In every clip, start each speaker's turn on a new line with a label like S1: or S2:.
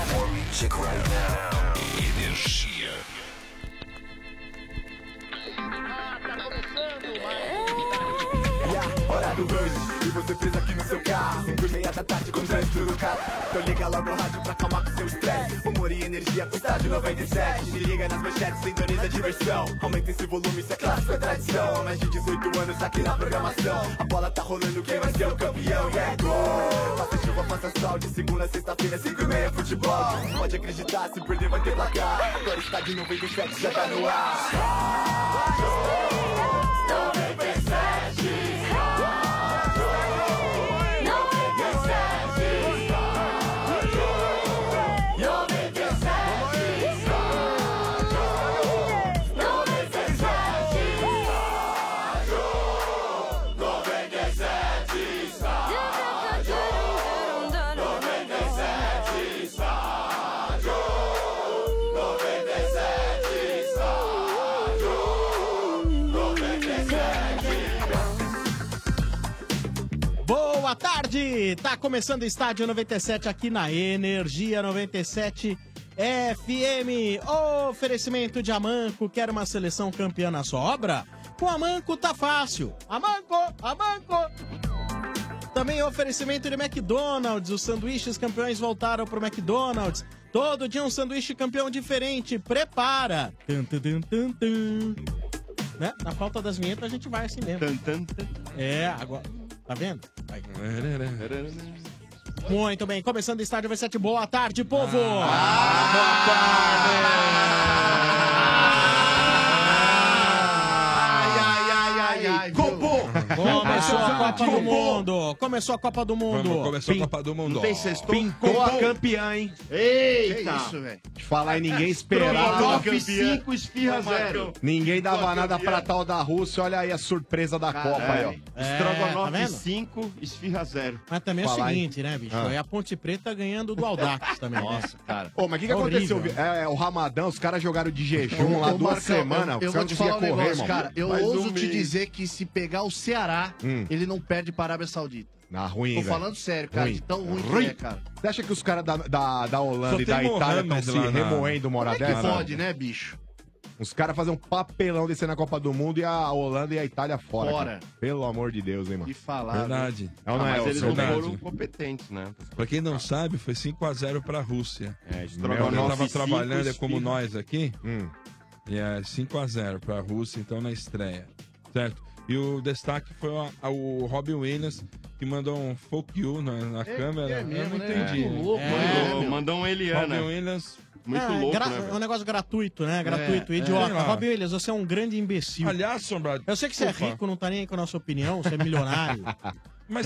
S1: magic right now. Energia.
S2: Hora do rush, e você presa aqui no seu carro Cinco e meia da tarde com trânsito no carro Então liga logo o rádio pra acalmar com seu estresse Humor e energia com estádio 97 Me liga nas manchetes, sintoniza a diversão Aumenta esse volume, isso é clássico, é tradição Mais de 18 anos aqui na programação A bola tá rolando, quem vai ser o campeão? E é gol! Faça chuva, faça sol, de segunda a sexta-feira, 5 e meia, futebol Pode acreditar, Tá, se perder vai ter placar Agora está de 97, já tá no ar
S3: Boa tarde! Tá começando o Estádio 97 aqui na Energia 97 FM. Oferecimento de Amanco. Quer uma seleção campeã na sua obra? Com Amanco tá fácil. Amanco! Amanco! Também oferecimento de McDonald's. Os sanduíches campeões voltaram pro McDonald's. Todo dia um sanduíche campeão diferente. Prepara! Tum, tum, tum, tum, tum. Né? Na falta das vinhetas a gente vai assim mesmo. É, agora. Tá vendo? Aí. Muito bem, começando o estádio V7. Boa tarde, povo!
S2: Ai, ai, ai, Copô!
S3: Começou a Copa do Mundo! Começou a Copa do Mundo!
S4: Vamos, começou a Copa do Mundo.
S3: Não tem sexto?
S5: Pincou a campeã, hein?
S6: Eita!
S5: Que isso, velho? De falar em ninguém esperava.
S6: Provoca 5 esfirra
S5: Marcão.
S6: zero.
S5: Ninguém dava nada pra tal da Rússia. Olha aí a surpresa da Copa aí, ó.
S7: É,
S6: Estrogonofe 5, esfirra zero.
S3: É, tá Mas também é o
S5: Falar em-
S3: seguinte, né, bicho?
S5: Ah.
S3: É a Ponte Preta ganhando do Aldax também. né? Nossa, cara.
S5: Ô, mas o que, que aconteceu? É, é, o Ramadão, os caras jogaram de
S7: um
S5: jejum lá duas semanas.
S7: Eu, vou
S5: os caras
S7: te
S5: não
S7: falar um
S5: conseguiam correr,
S7: negócio,
S5: mano.
S7: cara. Eu
S5: Mais
S7: ouso
S5: um
S7: te
S5: mês.
S7: dizer que se pegar o Ceará,
S5: Hum.
S7: ele não perde para a Arábia Saudita.
S5: Ah, ruim,
S7: Tô
S5: velho.
S7: falando sério, cara, de tão Tá ruim que é, cara.
S5: Você acha que os caras da, da, da Holanda
S7: Só
S5: e da
S7: tem
S5: Itália estão
S7: Mohamed
S5: se
S7: lá na-
S5: remoendo uma hora
S7: Como é que
S5: dessa?
S7: pode, né, bicho?
S5: Os caras fazem um papelão descer na Copa do Mundo e a Holanda e a Itália fora.
S7: Fora.
S5: cara. Pelo amor de Deus, hein, mano.
S7: E falar.
S4: Verdade.
S5: É
S6: Ah,
S5: ou não é,
S4: mas
S5: ô,
S4: eles
S5: seu
S4: não
S5: Bento?
S4: foram
S6: competentes, né?
S4: Pra quem não sabe, foi 5x0 pra Rússia.
S6: É,
S4: Eu
S6: estrogonofe
S4: tava
S6: cinco,
S4: trabalhando, é
S6: espirra.
S4: como nós aqui.
S6: Hum.
S4: E é 5x0 pra Rússia, então na estreia. Certo? E o destaque foi a- a- o Robin Williams, que mandou um fuck you na, na câmera.
S6: é mesmo,
S4: Eu não
S6: né?
S4: entendi. É.
S6: Muito louco,
S3: né?
S6: Mandou- meu. mandou um Eliana. né,
S4: Robin Williams.
S3: É, gra- É um negócio gratuito, né? Gratuito,
S4: né, É,
S3: idiota.
S4: é.
S3: Robin Williams, você é um grande imbecil.
S4: Aliás, Sombra,
S3: Eu sei que você é
S4: desculpa.
S3: rico, não tá nem aí com a nossa opinião, você é milionário.
S4: Mas-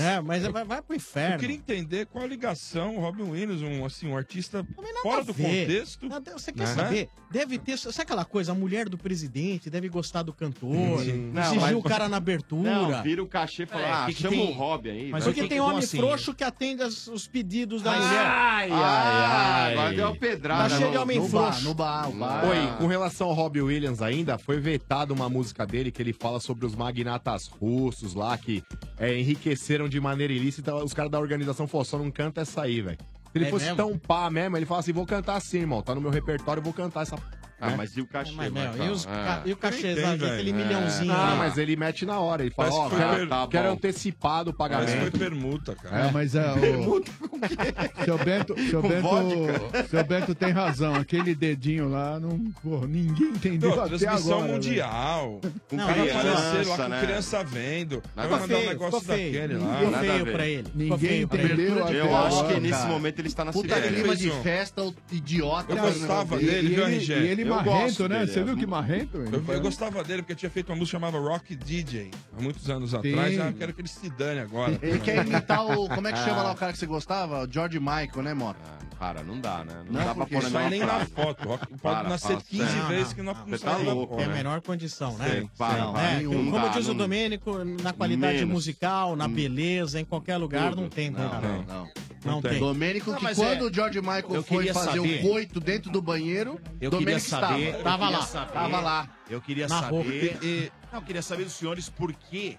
S3: mas é, mas vai, vai pro
S4: Eu
S3: inferno.
S4: queria entender qual a ligação o Robin Williams, um, assim, um artista fora do
S3: ver.
S4: contexto.
S3: Não, Você quer
S4: né?
S3: saber? Deve ter. Sabe aquela coisa? A mulher do presidente deve gostar do cantor.
S6: Sim.
S3: Exigiu
S6: Não, mas-
S3: o cara na abertura.
S6: Não, vira o cachê e fala,
S3: É,
S6: ah,
S3: que que
S6: chama
S3: tem?
S6: um hobby aí.
S3: Mas
S6: vai.
S3: porque tem homem frouxo que atende as- os pedidos da
S6: Ai,
S3: mulher.
S6: ai, ai. Agora deu uma pedrada
S3: Tá cheio
S6: no-
S3: de homem
S6: no
S3: frouxo.
S6: bar, Hum. no bar, o bar.
S7: Ah.
S5: Oi, com relação ao Robbie Williams ainda, foi vetada uma música dele que ele fala sobre os magnatas russos lá que é, enriqueceram de maneira ilícita. Os caras da organização falaram, só não canta essa aí, velho. Se ele
S6: É
S5: fosse
S6: mesmo?
S5: tão pá mesmo, ele fala assim, vou cantar assim, irmão. Tá no meu repertório, vou cantar essa... né?"
S6: Ah, mas e o cachê,
S5: Mas, meu,
S6: Marcão?
S5: e
S4: É.
S5: os
S6: Ah.
S5: ca- e o cachê, Tem, sabe, velho. aquele milhãozinho Ah, lá. mas ele mete na hora, ele fala,
S4: Parece
S5: ó,
S4: que foi
S5: quero,
S4: per- tá
S5: quero
S4: bom.
S5: antecipado o
S4: Mas foi
S5: pagamento.
S4: permuta, cara.
S8: É, mas é, o... seu Bento, seu
S4: Com
S8: Bento,
S4: vodka?
S8: seu Bento tem razão. Aquele dedinho lá, não, pô, ninguém entendeu
S4: Não,
S8: até
S4: transmissão
S6: né?
S8: agora.
S4: mundial. Com
S8: Não,
S4: criança,
S8: criança,
S4: lá, com
S8: né?
S4: criança vendo. Vai
S6: Nada
S4: mandar
S6: feio,
S4: um negócio
S6: ficou feio.
S4: daquele lá.
S6: Ficou Nada feio a ver. pra ele.
S8: Ninguém
S6: entendeu
S8: até
S6: Eu acho que
S8: agora,
S6: nesse
S8: cara.
S6: momento ele está na
S7: Puta
S6: cidade.
S7: clima de festa, o idiota.
S4: Eu gostava
S7: E-
S4: dele,
S7: e
S4: viu,
S7: ele-
S4: RG?
S7: e ele marrento, né? Você viu que
S8: marrento?
S4: é. Eu, eu gostava dele porque tinha feito uma música chamada Rock DJ há muitos anos
S8: Sim.
S4: atrás. Ah, eu quero que ele se dane agora. Ah.
S7: Ele quer imitar o. Como é que chama lá o cara que você gostava? O George Michael, né, Mota?
S6: Cara, não dá, né?
S7: Não, porque
S6: pôr
S7: sai
S6: mesma
S7: nem na
S6: frase.
S4: foto. Rock- Pode
S6: Para,
S4: nascer
S6: fala
S4: 15
S6: sério.
S4: vezes que não
S6: Você tá
S3: Tem
S6: louco,
S3: é a
S6: né?
S3: menor condição, né?
S6: Sim, para,
S3: Não,
S6: para.
S3: né?
S6: Não
S3: Como
S6: dá,
S3: diz o
S6: não-
S3: Domênico, na qualidade
S6: Menos.
S3: musical, na
S6: Hum.
S3: beleza, em qualquer lugar, não tem
S6: Não,
S3: como.
S6: não,
S7: não.
S3: Não tem.
S7: Domênico,
S3: Não,
S7: que
S3: mas
S7: quando
S3: é-
S7: o George Michael
S3: eu
S7: foi
S3: queria
S7: fazer
S3: saber-
S7: o coito dentro do banheiro,
S9: Eu queria
S7: Domênico
S9: saber. eu
S7: estava. Tava
S9: queria
S7: lá.
S9: saber-
S7: Tava lá.
S9: Eu queria
S7: Na
S9: saber.
S7: roupa.
S9: eh, Não, eu queria saber dos senhores por quê.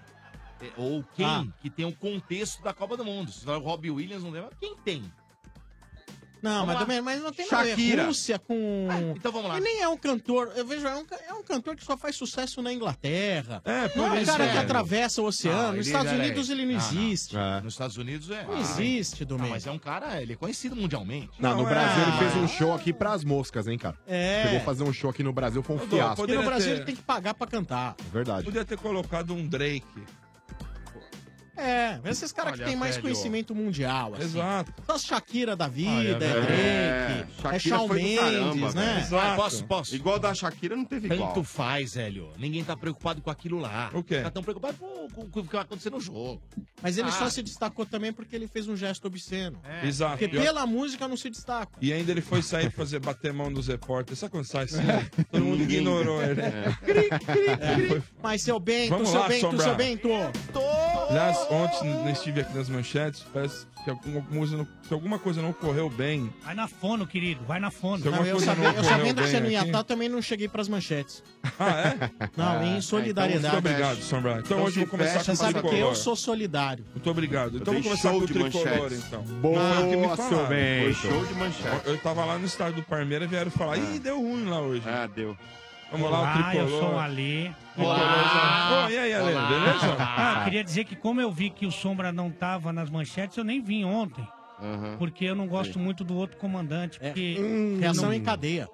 S9: eh, Ou quem
S7: Ah.
S9: que tem o contexto da Copa do Mundo. Se falar o Robbie Williams não lembra, quem tem?
S3: Não,
S9: Vamos
S3: mas,
S9: lá.
S3: também, mas não tem nada a
S9: Shakira.
S3: ver. Rússia com.
S9: então vamos lá.
S3: Ele nem é um cantor. Eu vejo, é um, ca- é um cantor que só faz sucesso na Inglaterra.
S4: É,
S3: não é um
S9: isso,
S3: cara que
S9: velho.
S3: atravessa o oceano.
S10: Ah,
S3: Nos
S9: Não, Ah, ele-
S10: é.
S3: Estados
S9: peraí.
S3: Unidos ele não
S9: Não, não.
S3: existe.
S9: Nos Estados Unidos é.
S3: Não existe, é. Domingo.
S9: mas é um cara, ele é conhecido mundialmente.
S5: Não, no
S10: é.
S5: Brasil ele fez um show aqui pras moscas, hein, cara?
S3: É.
S5: Chegou a fazer um show aqui no Brasil, foi um
S4: Dom,
S5: fiasco.
S3: E no
S4: poderia
S3: Brasil
S4: ter-
S3: ele tem que pagar pra cantar.
S5: Verdade.
S4: Podia ter colocado um Drake.
S3: É, esses caras que
S4: Olha,
S3: têm mais
S4: velho.
S3: conhecimento mundial. Assim.
S4: Exato.
S3: Só as Shakira da vida,
S4: Olha,
S3: é
S4: velho.
S3: Drake, é,
S6: Shakira
S3: Shawn
S6: foi do
S3: Mendes,
S6: caramba,
S3: né?
S6: velho.
S9: Ah, posso, posso.
S6: Igual da Shakira não teve igual.
S9: Tanto faz, velho. Ninguém tá preocupado com aquilo lá.
S4: O quê?
S9: Tá tão preocupado com, com- com o que vai acontecer no jogo.
S3: Mas ele
S9: Ah. É.
S3: só se destacou também porque ele fez um gesto obsceno.
S4: Exato.
S3: Porque pela música não se destaca.
S4: E ainda ele foi sair fazer bater mão dos repórteres. Sabe quando sai assim? Todo mundo ignorou ele. Cri, cri, cri.
S3: Mas seu Bento,
S4: Vamos
S3: seu
S4: lá,
S3: Bento,
S4: Sombra. Tá
S3: seu Bento.
S4: Aliás, ontem eu estive aqui nas manchetes, parece que alguma, coisa não- se alguma coisa não correu bem.
S11: Vai na fono, querido, vai na fono.
S4: Se alguma
S3: Não, eu,
S4: coisa
S3: sabe-
S4: não
S3: eu
S4: correu
S3: sabendo que
S4: bem
S3: você não ia
S4: aqui.
S3: estar, também não cheguei pras manchetes.
S4: Ah, é?
S3: Não, em solidariedade.
S4: Muito obrigado, Sombra. Então,
S3: Então
S4: hoje
S3: se
S4: eu vou começar
S3: fecha,
S4: com o
S3: sabe que
S4: tricolor.
S3: eu sou solidário.
S4: Muito obrigado. Então
S6: Tem
S4: vamos começar
S6: show
S4: com o
S6: de
S4: tricolor,
S6: manchetes.
S4: então.
S5: Boa,
S4: Foi o que me
S5: seu
S4: falaram.
S5: Bento.
S6: Foi show de manchete.
S4: Eu tava lá no estádio do Parmeira e vieram falar, ih, deu ruim lá hoje.
S6: Ah, deu.
S4: Vamos lá, o
S11: Olá,
S4: tricolor.
S11: Ah, eu sou o Ali.
S4: Tricolor já- Bom, e aí, Ale,
S11: Olá.
S4: beleza?
S11: Ah, eu queria dizer que como eu vi que o Sombra não tava nas manchetes, eu nem vim ontem. Porque eu não gosto muito do outro
S9: É.
S11: comandante. Porque
S9: Hum,
S3: Reação
S11: não-
S3: em cadeia.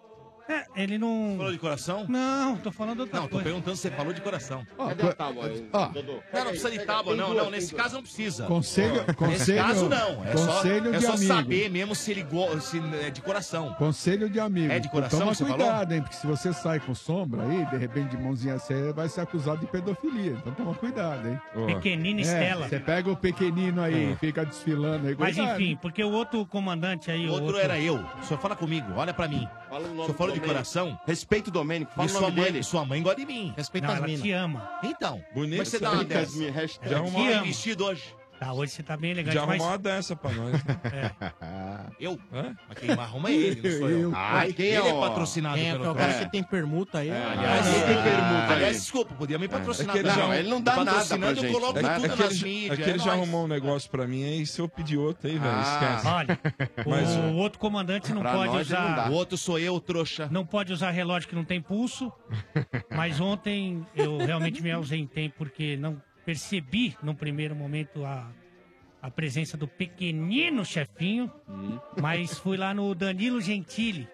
S11: É, ele não.
S9: Falou de coração?
S11: Não, tô falando outra
S9: Não, tô
S11: coisa.
S9: perguntando se você falou de coração.
S8: Cadê a
S9: tábua aí,
S8: ó.
S9: Não, não precisa de tábua, não. Não, nesse caso não precisa.
S8: Conselho-
S9: Nesse
S8: conselho-
S9: caso não. É
S8: conselho
S9: só, é
S8: de
S9: só
S8: amigo.
S9: saber mesmo se ele go... se é de coração.
S8: Conselho de amigo.
S9: É de coração
S8: Toma
S9: que você
S8: cuidado,
S9: falou?
S8: hein? Porque se você sai com sombra aí, de repente de mãozinha você vai ser acusado de pedofilia. Então toma cuidado, hein?
S11: Pequenina
S8: É,
S11: Estela.
S8: Você pega o pequenino aí,
S4: É.
S11: Ah.
S8: fica desfilando aí.
S11: Mas
S8: cuidado.
S11: enfim, porque o outro comandante aí.
S9: O outro, era eu. O senhor fala comigo, olha pra mim.
S6: Fala o
S9: o senhor falou de
S6: Domênico.
S9: coração.
S6: Respeito o Domênico, fala
S9: e
S6: o
S9: sua
S6: nome
S9: mãe,
S6: dele.
S9: Sua mãe gosta de mim.
S3: Respeita
S11: Não,
S9: as
S11: ela
S9: minas.
S11: te ama.
S9: Então.
S4: Bonito.
S9: Mas você dá uma
S4: Respeita as
S9: dessa.
S4: minhas, hashtag. Já
S9: Te
S4: arrumou-
S9: amo. vestido hoje.
S11: Tá, hoje você tá bem elegante.
S4: Já arrumou
S11: mas-
S4: uma dessa pra nós.
S11: É.
S9: Ah. Eu?
S4: Hã?
S9: Mas quem arruma é ele, não sou eu.
S4: Eu.
S9: Ah,
S4: Quem
S9: ele
S4: é
S9: é,
S4: o-
S9: patrocinado
S3: Quem é,
S9: pelo
S3: o cara que tem permuta aí.
S9: Aliás,
S3: Ah,
S9: ele-
S3: não.
S9: Aliás, desculpa, podia me patrocinar.
S4: É que É ele já- ele
S6: não dá nada pra
S9: Patrocinando,
S6: gente,
S9: eu coloco
S4: É,
S9: tudo
S4: é que
S9: nas
S4: ele, já-
S9: mídias.
S4: é que ele
S9: é
S4: já
S9: nóis.
S4: arrumou um negócio pra mim aí, se eu pedir outro aí, velho, esquece.
S11: Olha,
S4: Ah. Mas,
S11: o outro comandante não
S4: Pra
S11: pode
S4: nós, ele não
S11: usar.
S4: dá.
S9: O outro sou eu, trouxa.
S11: Não pode usar relógio que não tem pulso. Mas ontem eu realmente me ausentei porque não percebi num primeiro momento a, a presença do pequenino chefinho. Mas fui lá no Danilo Gentili.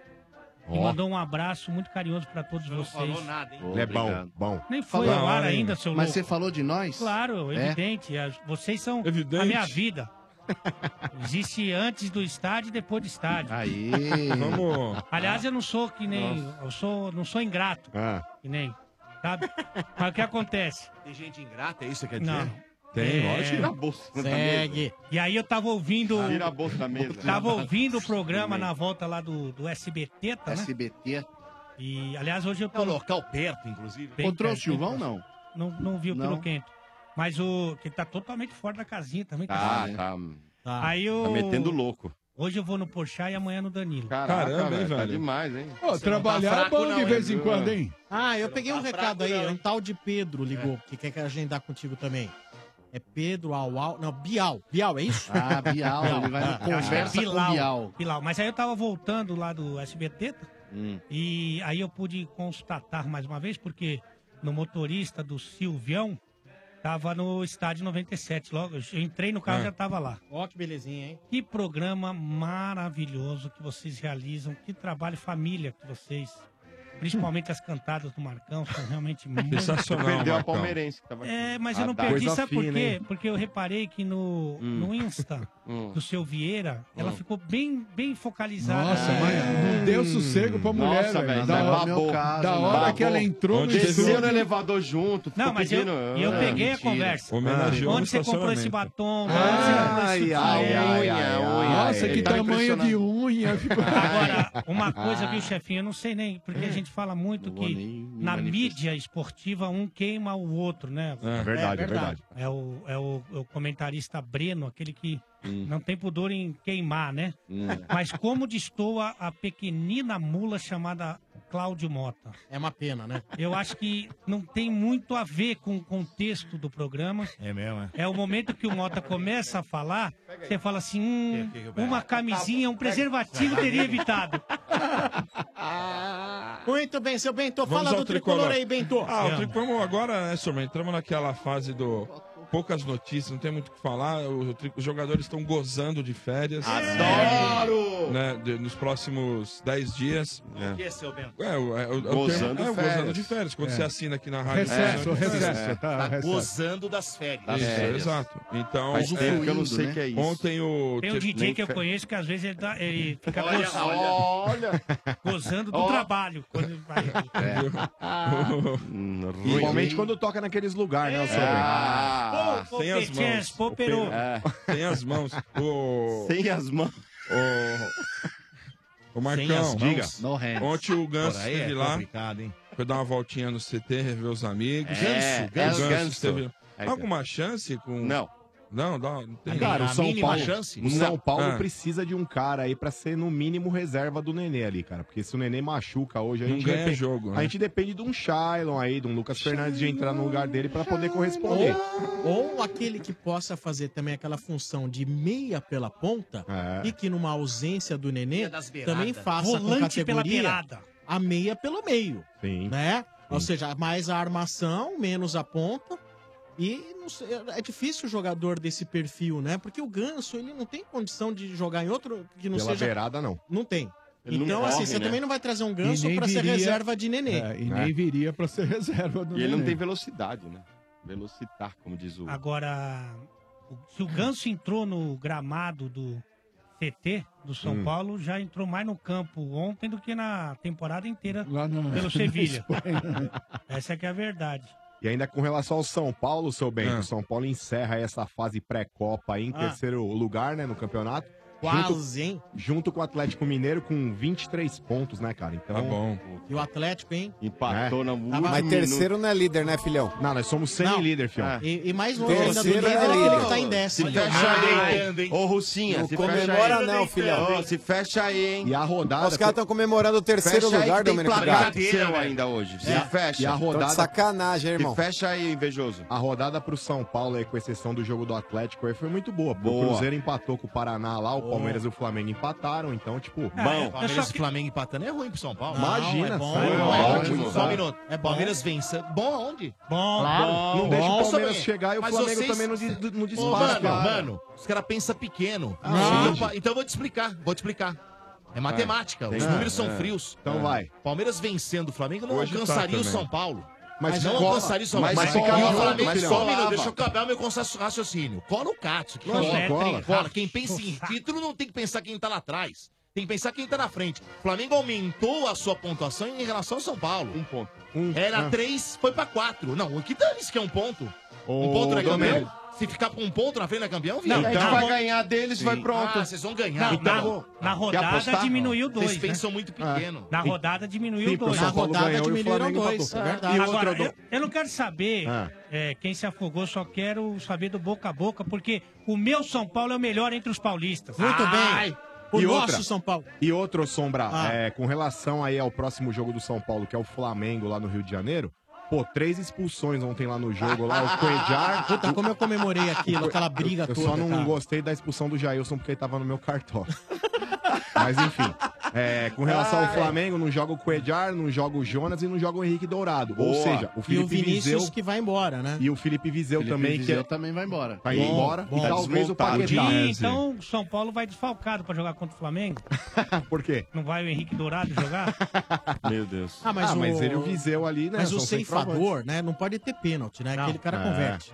S11: E
S5: Ó.
S11: mandou um abraço muito carinhoso pra todos vocês.
S5: Ele é bom, bom.
S11: Nem foi
S5: Não,
S11: ao ar
S5: olha aí.
S11: ainda, seu
S7: Mas
S11: louco.
S7: você falou de nós?
S11: Claro,
S7: É?
S11: evidente. As- Vocês são a minha vida. Existe antes do estádio e depois do estádio.
S7: Aí.
S4: Vamos.
S11: Aliás, eu não sou que nem. Eu sou, não sou ingrato,
S5: Ah.
S11: que nem. Sabe? Mas o que acontece?
S9: Tem gente ingrata, é isso que quer dizer?
S11: Não.
S4: Tem,
S11: É.
S4: lógico.
S6: Tira a bolsa da
S11: Segue. E aí eu tava ouvindo.
S6: mesa. Tira a bolsa da mesa.
S11: Tava ouvindo o programa na volta lá do, do SBT, tá? Né?
S7: SBT.
S11: E, aliás, hoje eu.
S9: É um local perto, inclusive.
S11: Bem
S7: Encontrou o
S11: perto, bem
S7: Silvão,
S11: perto.
S7: não?
S11: Não, não vi o
S7: Não.
S11: Piroquento. Mas o. Que tá totalmente fora da casinha também.
S6: Tá,
S11: né?
S6: tá.
S11: Aí eu.
S6: Tá metendo louco.
S11: Hoje eu vou no Porchat e amanhã no Danilo.
S6: Caraca,
S4: Caramba, hein,
S6: velho, Tá
S4: velho?
S6: demais, hein?
S8: Ô, trabalhar é bom de vez em quando, hein?
S3: Ah, eu peguei um
S9: tá
S3: recado
S9: fraco,
S3: aí.
S9: não.
S3: Um tal de Pedro ligou, que quer que agendar contigo também. É Pedro, Au, Au. Não, Bial. Bial, é isso?
S7: Ah, Bial, ele vai no
S3: Ah,
S11: Eu acho que
S7: Conversa com Bial.
S11: Bilau. Mas aí eu tava voltando lá do SBT tá?
S6: Hum.
S11: e aí eu pude constatar mais uma vez, porque no motorista do Silvião tava no estádio 97. Logo, eu entrei no
S7: Ah.
S11: carro e
S4: É.
S11: já tava lá.
S3: Ó, que belezinha, hein?
S11: Que programa maravilhoso que vocês realizam, que trabalho família que vocês. Principalmente as cantadas do Marcão são realmente muito
S4: Sensacional,
S6: Perdeu a
S4: Marcão.
S6: palmeirense que tava aqui.
S11: É, mas
S6: Ah,
S11: eu não
S6: tá.
S11: perdi,
S5: Coisa
S11: sabe por
S5: fina,
S11: quê?
S5: hein?
S11: Porque eu reparei que no, no Insta
S6: Hum.
S11: do seu Vieira, ela ficou bem, bem focalizada. É.
S8: Nossa,
S4: É.
S8: mas um não deu sossego pra mulher,
S6: Nossa, velho,
S8: velho.
S6: não
S8: Da,
S6: é
S8: hora-
S6: babou.
S8: da hora
S6: Babou.
S8: que ela entrou no
S4: Onde teve
S8: estúdio.
S6: Tá
S8: né?
S6: Desceu no elevador junto. ficou
S11: Não, mas eu,
S6: pedindo,
S11: e eu
S6: ah,
S11: peguei
S6: mentira.
S11: a conversa.
S4: Homenageou no
S11: Onde você comprou esse
S4: estacionamento.
S11: batom? Onde
S8: Ah.
S11: você comprou
S7: Ai,
S11: esse
S7: ai,
S11: sutiã?
S7: ai, ai, ai,
S8: Nossa,
S6: Ele
S8: que
S6: tá
S8: tamanho de
S6: impressionado. Ah.
S8: unha. tipo. Ficou...
S11: Agora, uma coisa, viu, chefinho? Eu não sei nem, porque a gente fala muito
S6: É. vou
S11: que
S6: nem me
S11: na
S6: manifestar.
S11: mídia esportiva um queima o outro, né?
S5: É verdade, é verdade.
S11: É o, é o, é o comentarista Breno, aquele que não tem pudor em queimar, né? Mas como destoa a pequenina mula chamada Cláudio Mota.
S3: É uma pena, né?
S11: Eu acho que não tem muito a ver com o contexto do programa.
S10: É mesmo, é?
S11: É o momento que o Mota começa a falar, você fala assim, hum,
S10: aqui, Roberto.
S11: uma camisinha, um preservativo teria evitado.
S3: Muito bem, seu Bento.
S4: Vamos
S3: Então Fala
S4: ao
S3: do tricolor, aí, Bento. É.
S4: Ah, o tricolor vamos agora, né, Sormão? Entramos naquela fase do. Poucas notícias, não tem muito o que falar. o tri- Os jogadores estão gozando de férias.
S8: Ah,
S4: É.
S9: Adoro!
S4: Né, de- nos próximos 10 dias.
S9: O que, seu Bento?
S4: É, o, é, o- é o
S9: Gozando
S4: termo- é, o
S9: férias.
S4: gozando de férias. Quando
S9: É.
S4: você assina aqui na rádio.
S9: Recesso,
S4: gozando de férias. É.
S9: recesso, tá, Tá recesso. gozando das férias. Das
S4: Isso,
S9: férias.
S4: exato. Então,
S9: Mas usufruindo,
S4: eu não sei
S9: né?
S4: que é isso. Ontem o.
S11: Tem um
S4: teve-
S11: DJ que eu conheço que às vezes ele, dá- ele fica
S9: Olha,
S11: gozando,
S9: olha.
S11: gozando do
S9: Ó.
S11: trabalho. Quando ele vai...
S4: É.
S5: Principalmente quando toca naqueles lugares, né, o Sobre?
S4: Ah,
S11: Pô,
S4: sem as
S11: Petes,
S4: mãos.
S11: pô,
S4: O Pedro-
S11: Peru.
S4: É. Sem as mãos. O...
S6: Sem as mãos.
S4: O... o
S10: Sem as
S4: Marcão,
S10: mãos.
S4: diga.
S10: No hands.
S4: Ontem o Ganso
S10: Por aí é
S4: esteve lá.
S10: complicado, hein?
S4: Foi dar uma voltinha no CT, rever os amigos.
S10: É,
S4: O
S10: Ganso,
S4: Ganso
S10: Ganso.
S4: esteve-
S10: É,
S4: Alguma chance com.
S6: Não.
S4: Não, não, não tem
S5: Cara, o São Paulo, o São Paulo
S4: Ah.
S5: precisa de um cara aí pra ser, no mínimo, reserva do Nenê ali, cara. Porque se o Nenê machuca hoje, a
S4: Não
S5: gente
S4: ganha jogo, né?
S5: A gente depende de um Shailon aí, de um Lucas Fernandes de entrar no lugar dele pra poder corresponder.
S3: Ou, ou aquele que possa fazer também aquela função de meia pela ponta
S5: É.
S3: e que numa ausência do nenê também faça com
S11: Volante
S3: categoria
S11: pela beirada.
S3: a meia pelo meio,
S5: Sim.
S3: né? Ou seja, mais a armação, menos a ponta. E não sei, é difícil o jogador desse perfil, né? Porque o Ganso, ele não tem condição de jogar em outro que não
S5: Pela
S3: seja...
S5: beirada, não.
S3: Não tem.
S5: Ele não
S3: então, assim,
S5: corre,
S3: você
S5: né?
S3: também não vai trazer um
S8: E
S3: Ganso
S8: nem
S3: pra ser
S8: viria-
S3: reserva de nenê.
S8: É, e nem viria pra ser reserva do
S6: Né? E ele não
S8: Nenê.
S6: tem velocidade, né? Velocitar, como diz o.
S11: Agora, o- se o Ganso entrou no gramado do CT do São
S6: Hum.
S11: Paulo, já entrou mais no campo ontem do que na temporada inteira
S8: Lá no-
S11: pelo
S8: na
S11: Sevilha.
S8: Espanha.
S11: Essa que é a verdade.
S5: E ainda com relação ao São Paulo, seu
S3: Ah.
S5: bem, o São Paulo encerra essa fase pré-copa aí em
S11: Ah.
S5: terceiro lugar, né, no campeonato.
S3: Quase,
S5: junto,
S3: hein?
S5: Junto com o Atlético Mineiro com 23 pontos, né, cara? Então,
S4: Tá bom.
S3: E o Atlético, hein?
S5: Empatou
S6: na
S5: última.
S12: Mas terceiro não é líder, né, filhão?
S5: Não, nós somos semi-líder, filhão.
S3: É. E, e mais longe ainda do
S12: Terceiro
S3: líder,
S12: é
S3: aquele
S12: líder.
S3: que tá em décimo.
S12: Se fecha aí,
S6: hein? Ô, Russinha,
S12: Não
S6: se
S12: comemora
S6: fecha aí.
S12: não, filhão.
S6: Ô, se fecha aí, hein?
S5: E a rodada.
S12: Os caras estão comemorando o terceiro
S6: Fecha aí
S12: lugar,
S6: que tem
S12: Domenico
S6: placar
S12: Gato.
S6: de seu ainda hoje. Se
S5: É.
S6: fecha. Tá
S5: E a rodada-
S12: Tão de sacanagem, irmão.
S6: Se fecha aí, invejoso.
S5: A rodada pro São Paulo aí, com exceção do jogo do Atlético aí, foi muito boa. pô.
S6: Boa.
S5: O Cruzeiro empatou com o Paraná lá, o Palmeiras e o Flamengo empataram, então, tipo...
S10: Bom. Palmeiras e Flamengo empatando é ruim pro São Paulo.
S5: Não, Imagina, é bom,
S10: é
S5: é bom,
S10: ótimo.
S5: é ótimo,
S10: Só um
S5: tá?
S10: minuto.
S5: É bom.
S10: Palmeiras vença. Bom aonde?
S11: Bom,
S5: bom, Não deixa o Palmeiras chegar e o Flamengo também não dis- não Ah, dispara,
S10: Mano,
S5: cara.
S10: mano, os caras pensam pequeno.
S5: Não.
S10: Então, pa- então eu vou te explicar, vou te explicar. É matemática, os
S5: Tem-
S10: números são
S5: é.
S10: frios.
S5: Então vai.
S10: Palmeiras vencendo o Flamengo não
S5: Hoje tá
S10: alcançaria o
S5: também.
S10: São Paulo.
S5: Mas
S10: não
S5: cola-
S10: alcançaria o São Paulo.
S5: mas
S10: E
S5: cola,
S10: o Flamengo-
S5: mas
S10: só um
S5: cola.
S10: minuto, deixa eu acabar o meu consa- raciocínio. Cola o Cátia. que
S5: Cola,
S10: cola,
S5: cola.
S10: cola. Cola. Quem pensa em título Tá. não tem que pensar quem tá lá atrás. Tem que pensar quem tá na frente. O Flamengo aumentou a sua pontuação em relação ao São Paulo. Um
S6: ponto.
S10: Era
S5: ah.
S10: três, foi pra quatro. Não, o que dane isso que é um ponto?
S5: Ô,
S10: um ponto é
S5: Domênico.
S10: campeão? Se ficar com um ponto na frente é campeão,
S5: Não, a gente vai
S6: ganhar deles,
S5: vai pronto.
S10: Ah, vocês vão ganhar.
S11: Não,
S10: então.
S11: na-
S10: Acabou.
S11: na
S10: Quer
S11: rodada
S10: apostar?
S11: diminuiu dois,
S10: Vocês
S11: né?
S10: pensam muito pequeno.
S11: Na rodada diminuiu
S10: Sim,
S11: dois.
S10: porque o São Paulo Na rodada ganhou e o diminuíram Flamengo dois,
S11: dois.
S10: empatou. é verdade. E outra,
S11: Agora,
S10: Dom?
S11: eu, eu não quero saber
S10: Ah.
S11: é, quem se afogou, só quero saber do boca a boca, porque o meu São Paulo é o melhor entre os paulistas.
S5: Muito
S11: Ai.
S5: bem. E outra?
S3: Paulo.
S5: E outro, Sombra,
S11: Ah.
S5: é, com relação aí ao próximo jogo do São Paulo, que é o Flamengo lá no Rio de Janeiro, pô, três expulsões ontem lá no jogo, lá o Cuejar...
S3: Puta, como eu comemorei aquilo, aquela briga
S5: eu
S3: toda,
S5: só não
S3: cara.
S5: gostei da expulsão do Jailson porque ele tava no meu cartório. Mas enfim, é, com relação ao Flamengo, não joga o Cuejar, não joga o Jonas e não joga o Henrique Dourado. Ou
S3: Boa.
S5: seja, o
S3: E o
S5: Felipe
S3: Vinícius
S5: Viseu...
S3: que vai embora, né?
S5: E o Felipe Viseu
S3: Felipe
S5: também,
S3: Viseu
S5: que é-
S7: também vai embora.
S5: Tá indo
S3: Bom,
S5: embora.
S3: bom.
S5: e talvez o
S11: Tá,
S5: Paquetá.
S11: Di, então o São Paulo vai desfalcado pra jogar contra o Flamengo?
S5: Por quê?
S11: Não vai o Henrique Dourado jogar?
S6: Meu Deus.
S3: Ah, mas,
S5: Ah,
S3: o...
S5: mas ele e o Viseu ali, né,
S3: Mas o
S5: são
S3: ceifador,
S5: centroavantes.
S3: né? Não pode ter pênalti, né? Aquele cara
S5: É.
S3: converte.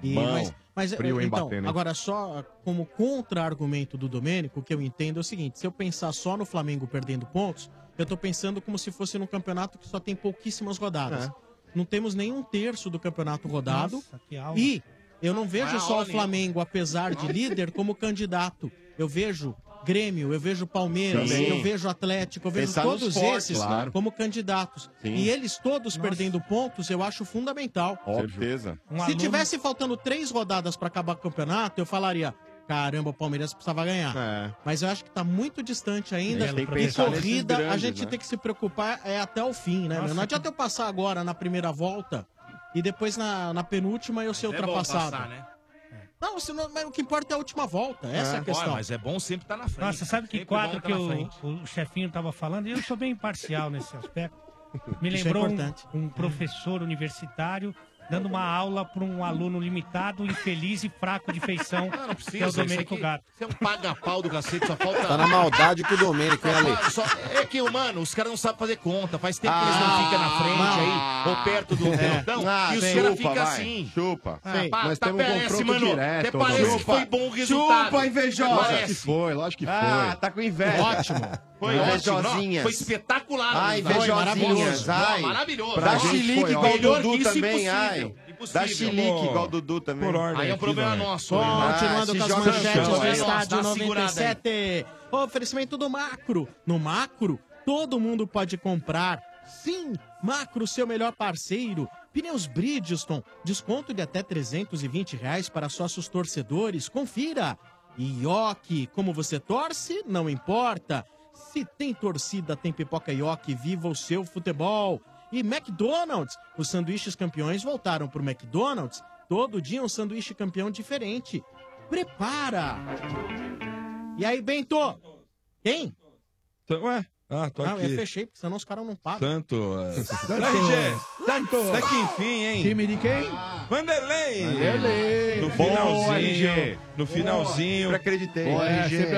S3: E-
S5: Bom,
S3: mas, mas,
S5: frio, hein,
S3: então,
S5: Mbappé, né?
S3: agora só como contra-argumento do Domênico, o que eu entendo é o seguinte, se eu pensar só no Flamengo perdendo pontos, eu tô pensando como se fosse num campeonato que só tem pouquíssimas rodadas.
S11: É.
S3: Não temos nenhum terço do campeonato rodado.
S11: Nossa, que aula.
S3: E eu não vejo
S11: Vai
S3: só
S11: aula,
S3: o Flamengo, apesar de líder, como candidato. Eu vejo Grêmio, eu vejo Palmeiras,
S6: Também.
S3: eu vejo Atlético, eu vejo
S6: Pensar nos
S3: todos
S6: fortes,
S3: esses
S6: claro.
S3: como candidatos.
S6: Sim.
S3: E eles todos perdendo pontos, eu acho fundamental.
S6: Certeza.
S3: Se tivesse faltando três rodadas pra acabar o campeonato, eu falaria: caramba, o Palmeiras precisava ganhar. Mas eu acho que tá muito distante ainda.
S11: A gente É. tem que
S3: E
S11: pensar nesses
S3: corrida, a
S11: grandes,
S3: gente
S11: né?
S3: tem que se preocupar é até o fim, né? meu?
S11: Nossa,
S3: Não adianta eu passar agora na primeira volta e depois na, na penúltima eu ser
S9: É bom
S3: ultrapassado.
S9: passar, né?
S3: Não, senão, mas o que importa é a última volta. Essa é a
S9: Ó,
S3: questão.
S9: mas é bom
S10: tá
S9: sempre estar na frente.
S11: Nossa, sabe que
S9: Sempre
S11: quadro
S9: bom tá
S11: que
S9: na
S11: o,
S9: frente.
S11: o chefinho tava falando? E Eu sou bem imparcial nesse aspecto. Me
S3: Isso é
S11: lembrou um-
S3: importante.
S11: um, professor universitário dando uma aula para um aluno limitado, infeliz e fraco de
S10: Não,
S11: feição,
S10: não
S11: que é
S10: precisa.
S11: o
S10: isso
S11: Domenico
S10: aqui-
S11: Gato.
S10: Você é um paga-pau do cacete, só falta.
S12: Tá na maldade com o Domênico, hein, Ale?
S10: Só- é que, mano, os caras não sabem fazer conta. Faz tempo que eles
S12: Ah,
S10: não ficam na frente aí, ou perto do
S12: É.
S10: pelotão.
S6: Ah,
S10: e os
S6: sei.
S10: caras
S6: Chupa,
S10: ficam
S6: vai.
S10: assim.
S6: Chupa.
S10: Ah,
S6: Sei.
S10: pá,
S6: Nós
S10: tá
S6: temos um
S10: parece,
S6: confronto
S10: mano.
S6: direto,
S10: Até parece que
S6: Domênico.
S10: foi bom o resultado.
S6: Chupa, invejosa.
S10: Parece.
S6: Lógico que foi, lógico que foi.
S10: Ah, tá com inveja.
S6: Ótimo.
S10: Foi ótimo. não,
S6: Invejosinhas.
S10: Foi espetacular.
S6: Ai,
S10: o resultado.
S6: invejosinhas,
S10: Foi maravilhoso.
S6: ai.
S10: Não, maravilhoso.
S6: Pra gente foi ótimo.
S10: Melhor
S6: Dudu
S10: que isso,
S6: também,
S10: impossível.
S6: ai.
S10: Impossível.
S6: Dá chilique igual o Dudu também.
S10: Por ordem Aí é um aqui, problema vai. nosso.
S3: né? Continuando
S6: Ah, né? se
S3: com as
S6: joga no
S3: manchetes
S6: chão
S3: do
S6: aí.
S3: estádio
S6: Dá uma segurada aí.
S3: 97. Oferecimento do Macro. No Macro, todo mundo pode comprar. Sim, Macro, seu melhor parceiro. Pneus Bridgestone, desconto de até 320 reais para sócios torcedores. Confira. Ioki, como você torce, não importa. Se tem torcida, tem pipoca Ioki, viva o seu futebol. E McDonald's, os sanduíches campeões voltaram para o McDonald's. Todo dia um sanduíche campeão diferente. Prepara! E aí, Bento? Quem?
S4: Ué? Ah, tô
S3: não,
S8: é
S4: aqui. é.
S3: eu fechei, porque senão os caras não pagam.
S4: Santo.
S3: Santos.
S4: RG. Santos. Até que enfim, hein?
S3: Time
S4: de quem? Vanderlei.
S11: Vanderlei.
S4: No
S11: Boa,
S4: finalzinho.
S11: RG.
S4: No finalzinho. é,
S11: Sempre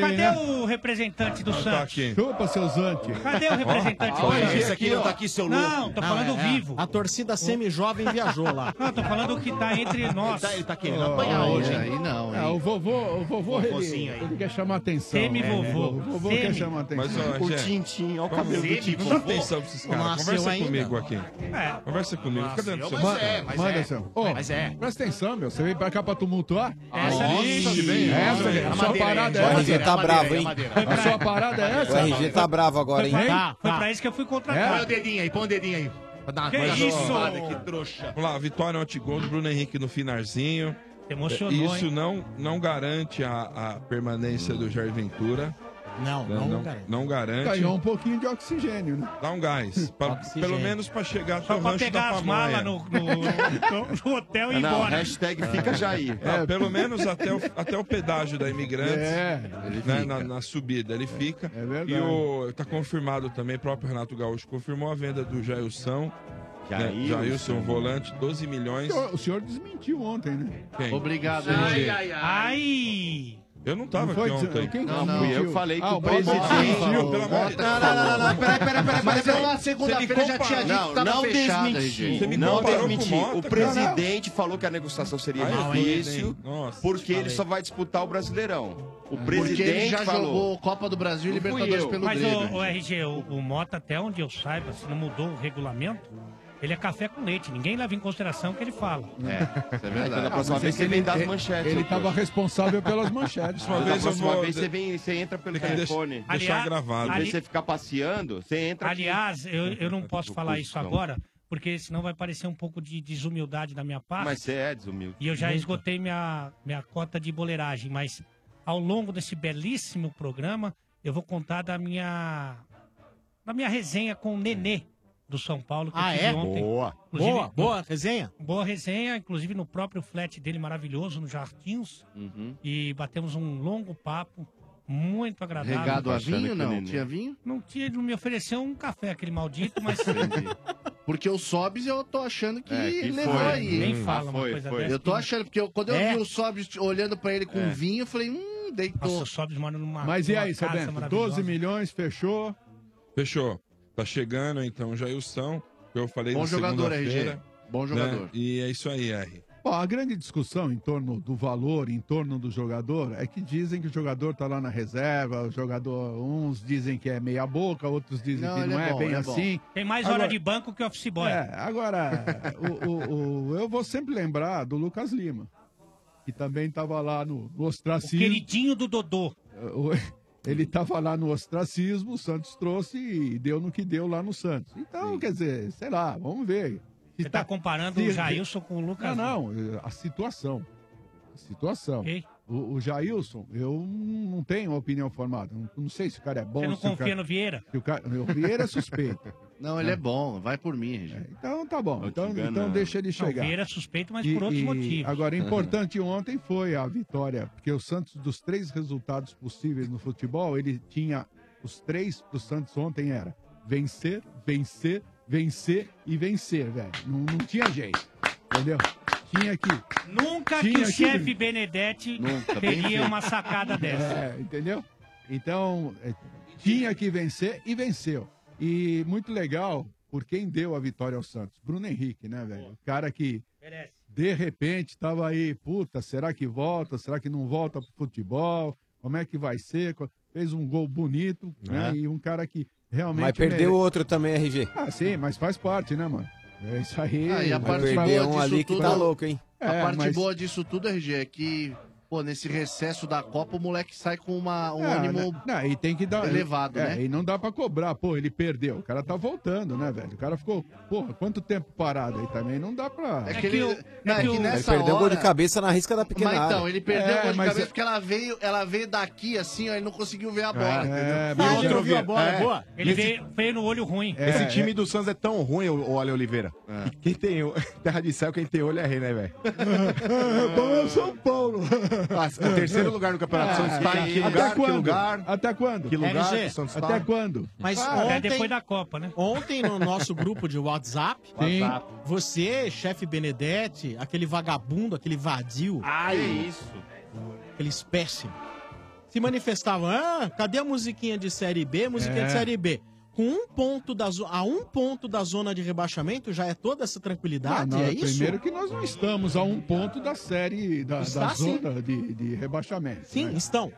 S11: Ca- Cadê
S4: né?
S11: o representante
S4: Tá
S11: do Santos?
S8: Chupa, seu Zante.
S11: Cadê o representante
S8: Ó,
S11: do Santos?
S8: esse aqui, ó.
S11: Não, tô falando
S3: é, é.
S11: vivo.
S3: A torcida semi-jovem viajou lá.
S11: Não, tô falando o que tá entre nós.
S3: Ele tá- ele tá querendo
S11: Oh,
S3: apanhar hoje,
S11: é.
S3: hein? Aí não,
S8: Ah,
S3: hein?
S8: o vovô, o vovô ele,
S11: Vovôzinho aí.
S8: ele quer chamar atenção. É,
S11: Semi-vovô.
S8: O vovô quer
S11: Semi.
S8: chamar atenção.
S4: Rogério, vamos- Não dá atenção pra esses caras.
S8: Não É. nasceu
S4: Conversa
S8: ainda.
S4: comigo aqui. Conversa comigo. Fica dando seu-
S8: Manda,
S4: é.
S8: manda, Sam. Ô, Presta atenção, meu. Você veio pra cá pra tumultuar?
S12: Essa é
S8: Nossa,
S12: difícil.
S8: bem. Essa,
S12: É
S8: a sua
S12: madeira,
S8: parada
S12: é
S8: é essa.
S12: madeira,
S10: tá
S12: é madeira, é madeira.
S8: A sua parada é essa?
S12: O RG tá bravo agora, hein?
S8: Foi pra-
S11: Foi pra isso que eu fui
S10: É.
S11: contratado.
S10: Põe o dedinho aí, põe o dedinho aí. Pra dar uma
S11: Que
S10: coisa
S11: isso?
S10: arrombada, Que trouxa.
S4: Vamos lá, vitória antigol do Bruno Henrique no finalzinho. É,
S11: Emocionou,
S4: Isso
S11: hein?
S4: não não garante a, a permanência do Jair Ventura. Né,
S3: Não,
S8: não garante.
S4: Não garante.
S8: Ganhou um pouquinho de oxigênio, né?
S4: Dá um gás. Pra-
S8: Oxigênio.
S4: pelo menos pra chegar até
S8: Só
S4: o
S8: pra
S4: rancho
S8: pegar
S4: da
S8: as
S4: pamonha.
S8: malas no-
S11: no hotel
S4: e ir embora.
S6: hashtag fica Jair.
S4: É, pelo menos até o, até o pedágio da Imigrantes,
S6: É,
S4: né, na, na subida, ele fica. É
S6: verdade.
S4: E o, tá confirmado também, o próprio Renato Gaúcho confirmou a venda do Jailson. né,
S6: Jailson.
S4: Jailson, volante, 12 milhões.
S8: O senhor- O senhor desmentiu ontem, né?
S4: Quem?
S8: Obrigado,
S4: Entendi.
S8: RG.
S11: Ai!
S4: Eu não tava
S8: Não
S4: aqui
S8: foi,
S4: ontem.
S8: quem
S4: não,
S8: desmentiu?
S4: fui eu que falei
S8: Ah,
S4: com
S8: o
S4: o
S8: Bota
S4: presidente.
S8: falou.
S4: Não, pelo amor de Deus.
S8: Não, não, não, não, não, peraí,
S7: peraí, peraí, peraí,
S4: Você-
S7: pela
S4: você
S7: segunda-feira
S4: me
S7: já tinha
S4: compara-
S7: dito que tava fechado,
S4: Você me
S6: não
S4: comparou com
S6: desmenti.
S4: o Mota,
S6: o
S4: cara.
S6: presidente falou que a negociação seria
S4: Ai, eu
S6: difícil,
S4: falei, hein? Nossa,
S6: porque ele
S4: falei.
S6: só vai disputar o Brasileirão. O
S7: Porque
S6: presidente
S7: ele já
S6: falou.
S7: jogou Copa do Brasil e
S6: Não fui
S7: Libertadores
S6: eu.
S7: pelo
S11: Mas
S7: Grêmio.
S11: o, o RG, o, o Mota, até onde eu saiba, se não mudou o regulamento, ele é café com leite. Ninguém leva em consideração o que ele fala.
S6: É, isso é verdade.
S8: Ah,
S6: da próxima
S8: mas
S6: vez
S8: é
S6: você
S8: que
S6: vem
S8: ele-
S6: dar as
S8: ele-
S6: manchetes.
S8: Ele
S6: ô,
S8: tava
S6: trouxa.
S8: responsável pelas manchetes.
S6: Ah, Da próxima vez você, vem, você entra pelo
S4: Deixa-
S6: telefone.
S4: deixar Aliás- gravado.
S6: Em vez de
S4: ali-
S6: você ficar passeando, você entra. aqui. Tá
S11: Aliás, eu, eu não posso falar isso
S6: Não.
S11: agora, porque senão vai parecer um pouco de desumildade da minha parte.
S6: Mas você é desumilde.
S11: tá? E eu já esgotei minha, minha cota de boleiragem, mas ao longo desse belíssimo programa, eu vou contar da minha da minha resenha com o Nenê do São Paulo que
S3: Ah,
S11: eu tive
S3: é?
S11: ontem.
S3: Boa.
S11: Inclusive-
S3: Boa, boa resenha.
S11: Boa resenha, inclusive no próprio flat dele maravilhoso, no Jardins. E batemos um longo papo, muito agradável.
S7: Regado a vinho, não? Tinha vinho?
S11: Não tinha, ele não me ofereceu um café, aquele maldito, mas...
S7: Porque o Sobs eu tô achando que,
S11: É, que
S7: levou
S11: foi.
S7: aí.
S11: Nem fala uma Foi, coisa foi. dessa.
S7: Eu tô achando, porque eu- quando eu
S11: É.
S7: vi o Sobs olhando pra ele com
S11: É.
S7: vinho, eu falei, hum, deitou.
S11: Nossa, o Sobs mora numa
S8: Mas e aí, seu
S11: casa
S8: Bento?
S11: maravilhosa.
S8: 12 milhões, fechou.
S4: Fechou. Tá chegando então Jailson, que eu falei
S8: Bom
S4: na
S8: jogador,
S4: segunda-feira,
S8: RG. Bom
S4: né?
S8: jogador.
S4: E é isso aí, R.
S8: Bom, a grande discussão em torno do valor, em torno do jogador, é que dizem que o jogador tá lá na reserva, o jogador, uns dizem que é meia boca, outros dizem que
S11: ele
S8: não é,
S11: bom,
S8: bem
S11: ele bom.
S8: assim.
S11: Tem mais hora
S8: Agora-
S11: de banco que office boy.
S8: É, agora, o- o- o- eu vou sempre lembrar do Lucas Lima, que também estava lá no, no ostracismo.
S11: queridinho do Dodô.
S8: Ele estava lá no ostracismo, o Santos trouxe e deu no que deu lá no Santos. Então, quer dizer, sei lá, vamos ver. Se tá
S11: Você tá comparando
S8: se-
S11: o Jailson com o Lucas
S8: Não, não, a situação. A situação. O, o Jailson, eu não tenho opinião formada. Não, não sei se o cara é bom.
S11: Você não
S8: se o
S11: confia
S8: cara-
S11: no Vieira?
S8: se o cara- o Vieira é suspeito. Né?
S7: Não, ele é bom, vai por mim, Regina.
S8: Então tá bom, então,
S7: né?
S8: então deixa ele chegar.
S11: O Vieira é suspeito, mas
S8: E-
S11: por outros
S8: e
S11: motivos. É.
S8: Agora, importante ontem foi a vitória, porque o Santos, dos três resultados possíveis no futebol, ele tinha os três pro Santos ontem era vencer, vencer, vencer e vencer, velho. Não, não tinha jeito, entendeu? Tinha que...
S11: Nunca que
S8: Tinha
S11: o
S8: que-
S11: chefe Benedetti
S8: Nunca, bem
S11: teria
S8: feito.
S11: uma sacada dessa.
S8: É, entendeu? Então, é, tinha que vencer e venceu. E muito legal por quem deu a vitória ao Santos. Bruno Henrique, né, velho? O cara que
S11: Merece.
S8: de repente estava aí, puta, será que volta? Será que não volta pro futebol? Como é que vai ser? Co- Fez um gol bonito, né?
S12: É.
S8: E um cara que realmente.
S12: Mas perdeu
S8: mere-
S12: outro também, RG.
S8: né? Ah, sim, mas faz parte, né, mano? É isso aí.
S7: Ah, e a
S8: Mas
S7: parte
S8: faz-
S12: um
S7: boa disso tudo-
S12: tá
S11: Tá
S8: É,
S7: a parte
S8: mas-
S7: boa disso tudo, RG, é que, pô, nesse recesso da Copa, o moleque sai com uma, um
S8: É,
S7: ânimo.
S8: né? Não, e tem que dar
S7: elevado,
S8: é,
S7: né?
S8: E não dá pra cobrar, pô, ele perdeu. O cara tá voltando, né, velho? O cara ficou, porra, quanto tempo parado aí também? Não dá pra.
S7: É que ele- É que o- não, é que é que o- nessa
S12: Perdeu o gol de
S7: hora-
S12: cabeça na
S8: é
S12: risca da pequena
S7: Mas então,
S12: área.
S7: ele perdeu o gol de
S12: mas
S7: cabeça
S12: é-
S7: porque ela veio, ela veio daqui assim, ó, ele não conseguiu ver a
S12: É,
S7: bola.
S12: é,
S7: entendeu?
S12: mas
S7: Ele
S12: outra
S7: não viu
S12: vez- é.
S11: Ele
S10: Esse-
S11: veio, veio no olho ruim.
S10: Esse time do Santos é tão ruim, o olha Oliveira. que Quem tem o- terra de céu, quem tem olho é rei, né, velho?
S8: Bom é o São Paulo.
S10: É
S8: Ah, é.
S10: o terceiro lugar no
S2: É.
S10: Campeonato Santos está em que
S8: Até
S10: lugar, que
S8: quando?
S10: lugar?
S8: Até quando?
S10: Que lugar
S3: RG,
S10: que o Santos tá?
S8: Até quando?
S3: Mas
S10: Ah,
S3: ontem,
S10: até depois
S11: da Copa, né?
S3: Ontem no nosso grupo de WhatsApp,
S8: Sim.
S3: você, chefe Benedetti, aquele vagabundo, aquele vadio.
S10: Ai, isso.
S3: Aquele espécie. Se manifestavam, ah, cadê a musiquinha de série B? Musiquinha
S8: É.
S3: de série B. Com um ponto da zo- a um ponto da zona de rebaixamento já é toda essa
S8: Ah,
S3: tranquilidade?
S8: não,
S3: é isso?
S8: Primeiro que nós não estamos a um ponto da série da,
S3: Está
S8: da
S3: sim.
S8: zona de, de rebaixamento. né?
S3: Sim, estão.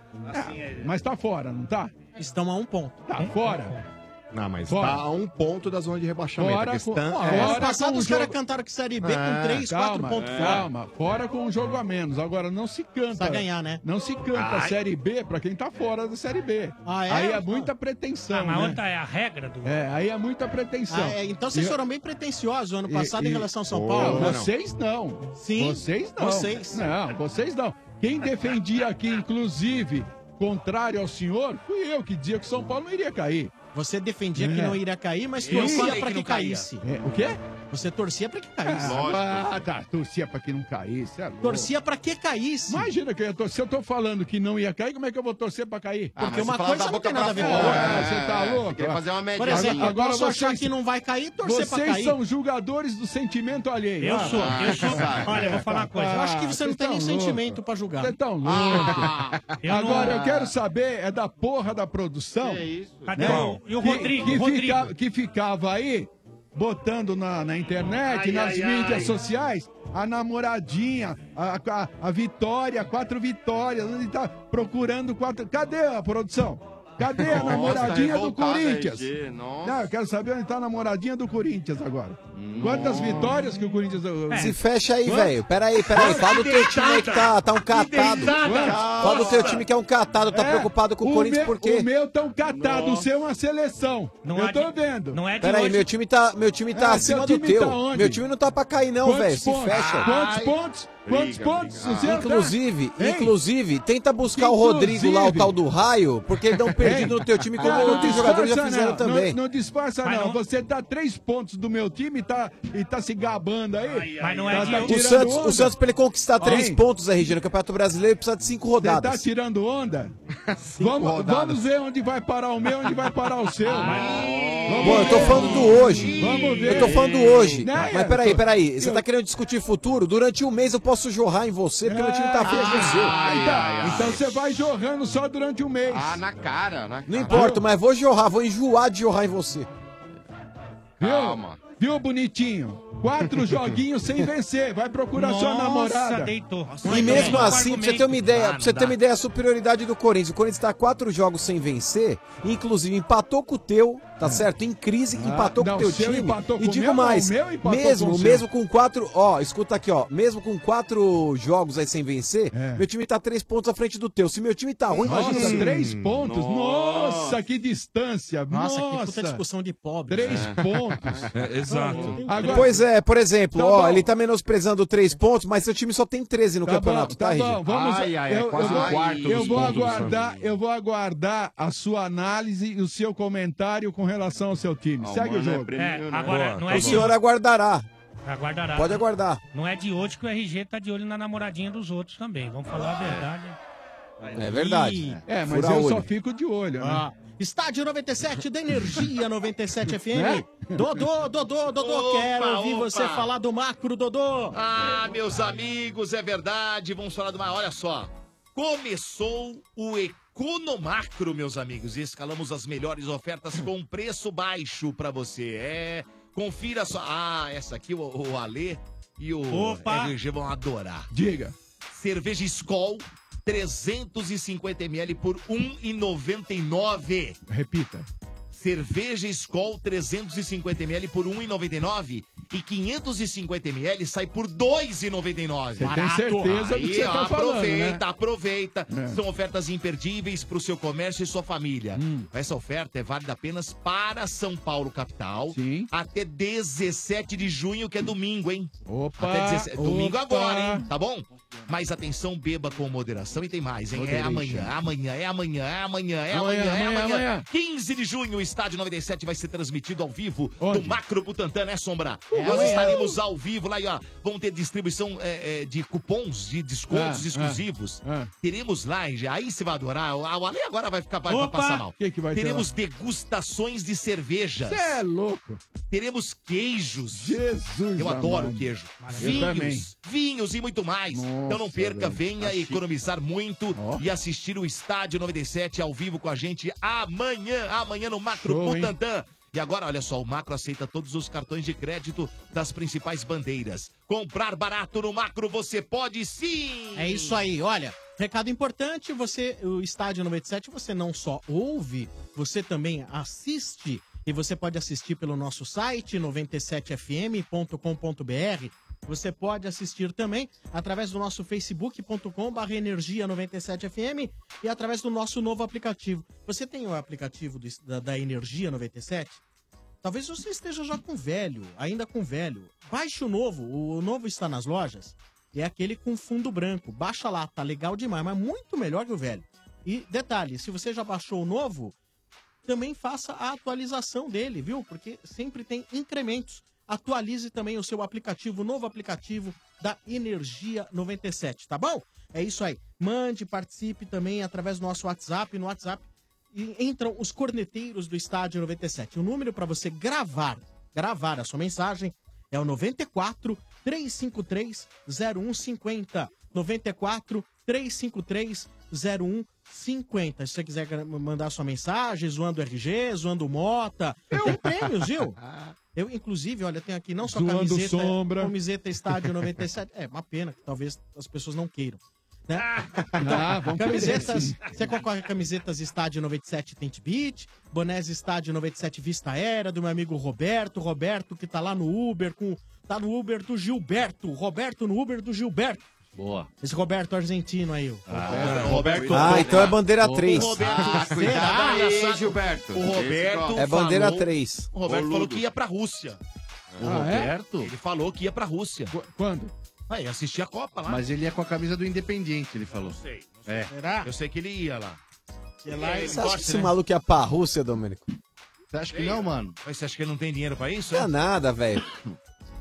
S8: mas tá fora, não tá?
S3: Estão a um ponto.
S8: Tá fora.
S10: Não, mas
S8: Fora.
S10: tá a um ponto da zona de rebaixamento.
S8: Fora
S10: a questão
S8: com-
S10: é
S8: fora
S10: essa. É,
S8: com Passado, o os caras jogo-
S3: cantaram que Série
S8: B
S10: com três, quatro pontos fora.
S8: Calma, fora com um jogo a menos. Agora não se canta.
S3: Precisa ganhar, né?
S8: Não se canta
S3: Ai.
S8: Série B pra quem tá fora da Série B.
S3: Ah, é?
S8: Aí é muita pretensão.
S3: Ah, mas
S8: né?
S3: outra é a regra do-
S8: É, aí é muita pretensão.
S3: Ah, é, então vocês
S8: E-
S3: foram bem pretensiosos ano
S8: e-
S3: passado em
S8: e-
S3: relação ao São
S8: Não,
S3: Paulo.
S8: vocês não.
S3: Sim.
S8: Vocês não.
S3: Vocês.
S8: Não, vocês não. Quem defendia aqui, inclusive, contrário ao senhor, fui eu que dizia que o São Paulo não iria cair. É.
S3: Você defendia que não iria cair, mas
S8: Eu
S3: torcia
S8: falei
S3: pra
S8: que
S3: que
S8: não caía.
S3: caísse.
S8: É, o quê?
S3: Você torcia pra que caísse.
S8: Ah, ah, tá. Torcia pra que não caísse. é louco.
S3: Torcia pra que caísse.
S8: Imagina que eu ia torcer. Se eu tô falando que não ia cair, como é que eu vou torcer pra cair?
S3: Porque uma coisa não tem nada a ver com a
S8: fora.
S3: outra.
S8: É, você tá louco?
S3: Por exemplo,
S8: agora
S3: eu posso achar
S8: vocês-
S3: que não vai cair e torcer pra
S8: Vocês
S3: cair.
S8: são julgadores do sentimento alheio.
S3: Eu
S8: Ah,
S3: sou, eu sou.
S8: cara.
S3: Olha, eu vou falar uma coisa. Eu acho que você não tem
S8: vocês
S3: nem
S8: tão
S3: sentimento
S8: louco.
S3: pra julgar.
S8: Vocês tão louco.
S3: Ah. eu
S8: Agora
S3: não-
S8: eu quero saber, é da porra da produção.
S3: Que isso?
S8: né?
S3: Cadê o- e o Rodrigo?
S8: Que, que,
S3: Rodrigo.
S8: Ficava, que ficava aí, botando na, na internet,
S13: Ai,
S8: nas
S13: ai, ai.
S8: mídias sociais, a namoradinha, a, a, a vitória, quatro vitórias, ele tá procurando quatro. Cadê a produção? Cadê a
S6: Nossa,
S8: namoradinha do
S6: revoltada,
S8: Corinthians?
S6: RG, nossa.
S8: Não, eu quero saber onde tá a namoradinha do Corinthians agora. Quantas vitórias que o Corinthians. uh,
S12: Se fecha aí,
S8: Quantas?
S12: velho. Pera aí, pera aí. Fala do teu time aí que tá, tá um catado.
S8: deitada.
S12: Fala do teu time que é um catado. Tá
S8: É,
S12: preocupado com o
S8: meu,
S12: Corinthians por quê?
S8: O meu tão catado, o seu é uma seleção. eu tô vendo. Não
S12: Pera aí, meu time tá, meu time
S8: É,
S12: tá
S8: seu
S12: acima do
S8: time
S12: teu.
S8: tá onde?
S12: meu time não tá pra cair, não,
S8: Quantos
S12: velho. Se
S8: pontos?
S12: fecha.
S8: Quantos pontos? Quantos pontos? O seu tá-
S12: Inclusive,
S8: Ei,
S12: inclusive, tenta buscar o
S8: Inclusive.
S12: Rodrigo lá, o tal do raio, porque ele dá um perdido
S8: Ei.
S12: no teu time, como
S8: É. Ah, não
S12: outros jogadores já
S8: disfarça,
S12: fizeram
S8: não.
S12: também.
S8: Não, não disfarça,
S12: Mas
S8: não.
S12: não-
S8: Você tá três pontos do meu time e tá, e tá se gabando aí.
S12: Mas não é
S8: Tá- tá
S12: o
S8: tirando
S12: Santos,
S8: onda.
S12: o Santos, pra ele conquistar três
S8: Hein?
S12: pontos, RG, no Campeonato Brasileiro, precisa de cinco
S8: Você
S12: rodadas.
S8: tá tirando onda? vamos,
S12: rodadas.
S8: vamos ver onde vai parar o meu e onde vai parar o seu. Vamos
S12: Bom, eu tô
S8: ver.
S12: falando do hoje.
S8: Vamos ver.
S12: Eu tô falando do hoje.
S8: Né?
S12: Mas peraí, peraí. Você tá querendo discutir futuro? Durante um mês eu posso jorrar em você, porque meu time tá feio com o seu.
S8: então, então você vai jorrando só durante um mês. Ah, na cara, na cara.
S12: Não importa, mas vou jorrar, vou enjoar de jorrar em você.
S8: Viu? Viu, bonitinho? Quatro joguinhos sem vencer. Vai procurar sua
S12: Nossa,
S8: namorada.
S11: deitou.
S12: E mesmo assim, pra você ter uma ideia, pra você ter uma ideia da superioridade do Corinthians. O Corinthians tá quatro jogos sem vencer, inclusive empatou com o teu, tá certo? Em crise,
S8: Ah,
S12: empatou com
S8: não,
S12: o teu
S8: o seu
S12: time.
S8: empatou
S12: E
S8: com o
S12: digo
S8: meu, não,
S12: mais,
S8: o meu empatou
S12: mesmo,
S8: com o seu.
S12: mesmo com quatro, ó, escuta aqui, ó, mesmo com quatro jogos aí sem vencer, meu time tá três pontos à frente do teu. Se meu time tá ruim,
S8: É. Nossa,
S12: imagina se-
S8: três pontos.
S11: Hum,
S8: Nossa, que distância.
S12: Nossa,
S8: Nossa,
S12: que puta discussão né?
S3: de pobre.
S8: Três
S4: É.
S8: pontos.
S4: É, exato.
S8: Agora,
S12: pois Mas é, por exemplo,
S8: Tá
S12: ó,
S8: bom.
S12: ele tá menosprezando três pontos, mas seu time só tem 13 no campeonato, tá,
S8: tá
S12: Rigi?
S8: bom, vamos eu, eu vou- eu vou aguardar, eu vou aguardar a sua análise e o seu comentário com relação ao seu time. Segue o jogo.
S4: né?
S11: É, agora,
S4: tá
S11: não é
S12: o
S11: de-
S12: senhor aguardará.
S11: Aguardará.
S12: Pode aguardar.
S11: Não é de hoje que o RG tá de olho na namoradinha dos outros também. Vamos falar a verdade.
S12: É verdade.
S8: É, mas
S12: Fura
S8: eu só
S12: olho.
S8: fico de olho, né?
S3: Ah, Estádio 97 da Energia 97
S8: Né?
S3: FM. Dodô, Dodô, Dodô,
S10: Opa,
S3: quero ouvir
S10: opa.
S3: você falar do macro, Dodô.
S10: Ah, meus amigos, é verdade. Vamos falar de uma. Olha só. Começou o Economacro, meus amigos. E escalamos as melhores ofertas com preço baixo pra você. É. Confira só. Ah, essa aqui, o, o Ale e o
S11: Opa.
S10: RG vão adorar.
S8: Diga.
S10: Cerveja Skol, 350ml por um R$ 1,99.
S8: Repita.
S4: Tá
S10: Cerveja Skol 350ml por R$ 1,99 e 550ml sai por R$ 2,99.
S8: Você tem
S10: Barato.
S8: certeza do que
S10: Aí,
S8: você
S10: ó,
S8: tá falando,
S10: Aproveita,
S8: né?
S10: aproveita.
S8: É.
S10: São ofertas imperdíveis para o seu comércio e sua família.
S8: Hum.
S10: Essa oferta é válida apenas para São Paulo, capital, até 17 de junho, que é domingo, hein?
S8: Opa!
S10: Até 17 Domingo
S8: opa.
S10: agora, hein? Tá bom? Mas atenção, beba com moderação e tem mais, hein? É
S8: Moderation.
S10: amanhã, amanhã, é amanhã, é amanhã, é amanhã,
S8: Amanhã,
S10: é
S8: amanhã,
S10: amanhã.
S8: amanhã.
S10: 15 de junho, o Estádio 97 vai ser transmitido ao vivo do Macro Butantã, né, Sombra?
S8: Uhul.
S10: Nós estaremos ao vivo lá e ó, vão ter distribuição é, é, de cupons, de descontos
S8: Ah,
S10: exclusivos.
S8: ah, ah.
S10: Teremos lá, hein, já. aí você vai adorar. O o Ale agora vai ficar, vai vai
S8: Opa!
S10: passar mal.
S8: Que que vai ter
S10: Teremos
S8: lá?
S10: degustações de cervejas.
S8: Cê é louco.
S10: Teremos queijos.
S8: Jesus
S10: Eu adoro
S8: amado.
S10: queijo.
S8: Maravilha. Eu também.
S10: Vinhos, vinhos e muito mais. então não perca,
S8: velho.
S10: venha
S8: Tá chique.
S10: economizar muito e assistir o Estádio 97 ao vivo com a gente amanhã, amanhã no Macro
S8: Show, hein?
S10: Butantã. E agora, olha só, o Macro aceita todos os cartões de crédito das principais bandeiras. Comprar barato no Macro você pode sim!
S3: É isso aí, olha. Recado importante, você, o Estádio 97, você não só ouve, você também assiste. E você pode assistir pelo nosso site 97fm.com.br. Você pode assistir também através do nosso facebook.com.br energia 97fm e através do nosso novo aplicativo. Você tem o aplicativo do es- da- da Energia 97? Talvez você esteja já com velho, ainda com velho. Baixe o novo, o novo está nas lojas. É aquele com fundo branco. Baixa lá, tá legal demais, mas muito melhor que o velho. E detalhe, se você já baixou o novo, também faça a atualização dele, viu? Porque sempre tem incrementos. Atualize também o seu aplicativo, o novo aplicativo da Energia 97, tá bom? É isso aí. Mande, participe também através do nosso WhatsApp. No WhatsApp e entram os corneteiros do Estádio 97. O número para você gravar, gravar a sua mensagem é o 94 353 0150. 94 353 0150. Se você quiser gra- mandar sua mensagem, zoando o RG, zoando o Mota, tem prêmios, viu? Eu, inclusive, olha, tenho aqui não só
S8: Zoando
S3: camiseta,
S8: sombra.
S3: camiseta Estádio 97. É, uma pena que talvez as pessoas não queiram. Né?
S8: Ah, vamos
S3: camisetas,
S8: perder.
S3: você concorre a camisetas Estádio 97 Tente Beat, bonés Estádio 97 Vista Era, do meu amigo Roberto, Roberto que tá lá no Uber, com, tá no Uber do Gilberto, Roberto no Uber do Gilberto.
S6: Boa.
S3: Esse Roberto argentino aí. ó.
S12: Ah, Ah, então é bandeira
S3: Ô,
S12: 3.
S3: Roberto, Ah,
S10: Cuidado
S3: será?
S10: aí,
S6: Gilberto.
S10: O Roberto
S12: É bandeira
S10: falou-
S12: três.
S10: O Roberto
S12: Boludo.
S10: falou que ia pra Rússia.
S7: O Ah, é? Roberto?
S10: Ele falou que ia pra Rússia.
S8: Quando?
S10: Aí, assistir a Copa lá.
S7: Mas ele é com a camisa do Independiente, ele falou.
S10: sei.
S7: É.
S3: Será?
S10: Eu sei que ele ia lá.
S3: Sei
S10: lá, ele
S12: Você acha que
S10: gosta,
S12: esse
S10: né?
S12: maluco é pra Rússia, Domênico?
S7: Você acha que não, mano?
S10: Mas você acha que ele não tem dinheiro pra isso?
S12: né? Não é nada, velho.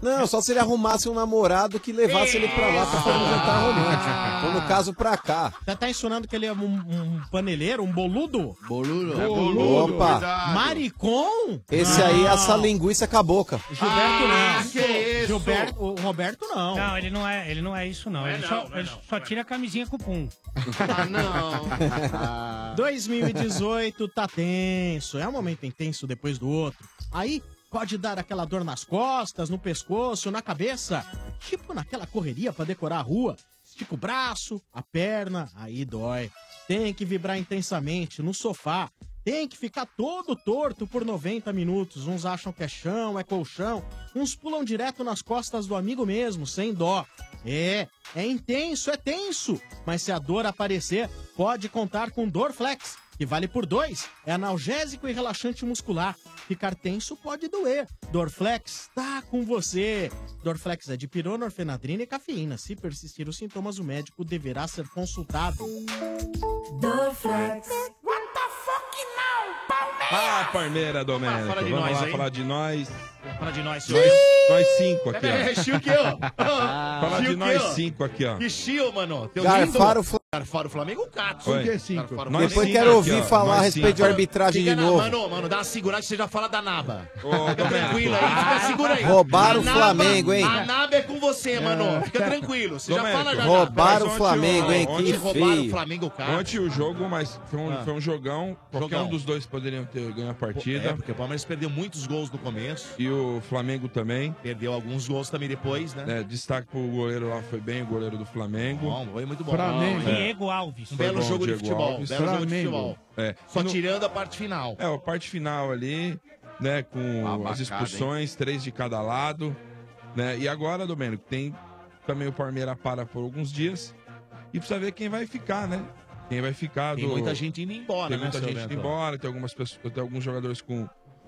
S12: Não, só se ele arrumasse um namorado que levasse ele pra lá pra fazer um jantar romântico. Ou no caso, pra cá.
S3: Já tá ensinando que ele é um, um paneleiro, um boludo?
S7: Boludo.
S12: É boludo. Opa. Cuidado.
S3: Maricom?
S12: Esse aí é
S8: Ah.
S3: Não.
S12: essa linguiça com a boca.
S3: Gilberto
S11: Ah,
S3: não.
S11: que isso?
S3: Gilberto, o Roberto não.
S11: Não, ele não é, ele não é isso, não.
S3: Não é
S11: ele
S3: não,
S11: só,
S3: não é
S11: ele só tira a camisinha com o pum.
S3: Ah, não. 2018 tá tenso. É um momento intenso depois do outro. Aí pode dar aquela dor nas costas, no pescoço, na cabeça. Tipo naquela correria pra decorar a rua. Estica o braço, a perna, aí dói. Tem que vibrar intensamente no sofá. Tem que ficar todo torto por 90 minutos. Uns acham que é chão, é colchão. Uns pulam direto nas costas do amigo mesmo, sem dó. É, é intenso, é tenso. Mas se a dor aparecer, pode contar com Dorflex. que vale por dois, é analgésico e relaxante muscular. Ficar tenso pode doer. Dorflex tá com você. Dorflex é de pirona, orfenadrina e cafeína. Se persistir os sintomas, o médico deverá ser consultado. Dorflex.
S4: Ah, Parmeira Domênico.
S10: falar de
S4: Vamos
S10: nós,
S4: lá
S10: hein?
S4: falar de nós.
S10: Fala de nós,
S4: Nós, nós cinco aqui, ó.
S10: É, Chico, ó.
S4: Fala de
S10: Chico,
S4: nós
S10: ó.
S4: cinco aqui, ó.
S10: Que Chio, mano. Teu
S12: Garfaram
S10: lindo.
S12: o Fla-
S10: Garfaram o Flamengo, um o Cato.
S12: Por que é
S10: Oi.
S12: cinco?
S10: Garfaram o
S12: Nós
S10: Flamengo.
S12: Depois cinco quero aqui, ouvir ó. falar a Nós respeito cinco. de arbitragem de
S10: Fica na-
S12: novo.
S10: Mano, mano, dá uma segurada que você já fala da Naba. Fica
S12: Domênico.
S10: tranquilo aí, fica segura aí.
S12: Roubaram
S10: A
S12: o
S10: Naba-
S12: Flamengo, hein?
S10: A Naba é com você, mano. Fica tranquilo. Você já
S4: Domênico,
S10: fala já. Naba.
S12: Roubaram
S4: mas
S12: o Flamengo,
S4: ontem,
S12: hein?
S4: ontem
S12: Que
S4: roubaram
S12: feio.
S4: o Flamengo, cara. Ontem o jogo, mas foi um,
S10: Ah.
S4: foi um jogão. Qualquer
S10: Jogão.
S4: um dos dois poderiam ter ganho a partida.
S10: É, porque o Palmeiras perdeu muitos gols no começo.
S4: E o Flamengo também.
S10: Perdeu alguns gols também depois, né?
S4: É, destaque pro goleiro lá, foi bem o goleiro do Flamengo.
S10: Bom, foi muito bom. Flamengo. Diego Alves. Um
S4: Foi
S10: belo
S4: bom,
S10: jogo de
S4: Diego
S10: futebol,
S4: Alves.
S10: belo jogo de Flamengo. futebol.
S4: É.
S10: Só
S4: E no-
S10: tirando a parte final.
S4: É, a parte final ali, né, com
S10: Abacada,
S4: as expulsões, três de cada lado, né? E agora, Domênico, tem também o Palmeiras para por alguns dias e precisa ver quem vai ficar, né? Quem vai ficar
S10: Tem
S4: do-
S10: muita gente indo embora,
S4: Tem
S10: né,
S4: muita
S10: seu
S4: gente indo
S10: Bento?
S4: embora, tem algumas pessoas, tem alguns jogadores com,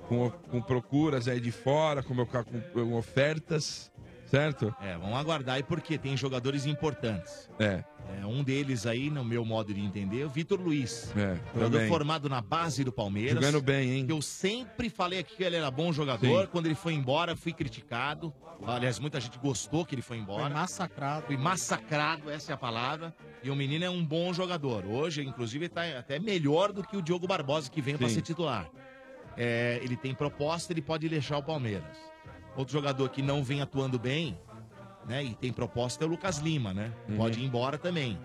S4: com, com procuras aí de fora, como eu com, com ofertas, certo?
S10: É, vamos aguardar aí porque tem jogadores importantes.
S4: É.
S10: É, um deles aí, no meu modo de entender, é o Vitor Luiz.
S4: É,
S10: jogador
S4: também.
S10: formado na base do Palmeiras.
S4: Jogando bem, hein?
S10: Eu sempre falei aqui que ele era bom jogador.
S4: Sim.
S10: Quando ele foi embora, fui criticado. Aliás, muita gente gostou que ele foi embora.
S3: Foi massacrado.
S10: Fui massacrado, essa é a palavra. E o menino é um bom jogador. Hoje, inclusive, ele tá até melhor do que o Diogo Barbosa, que vem para
S4: Sim.
S10: ser titular. É, ele tem proposta, ele pode deixar o Palmeiras. Outro jogador que não vem atuando bem, né? E tem proposta é o Lucas Lima, né? Pode ir embora também.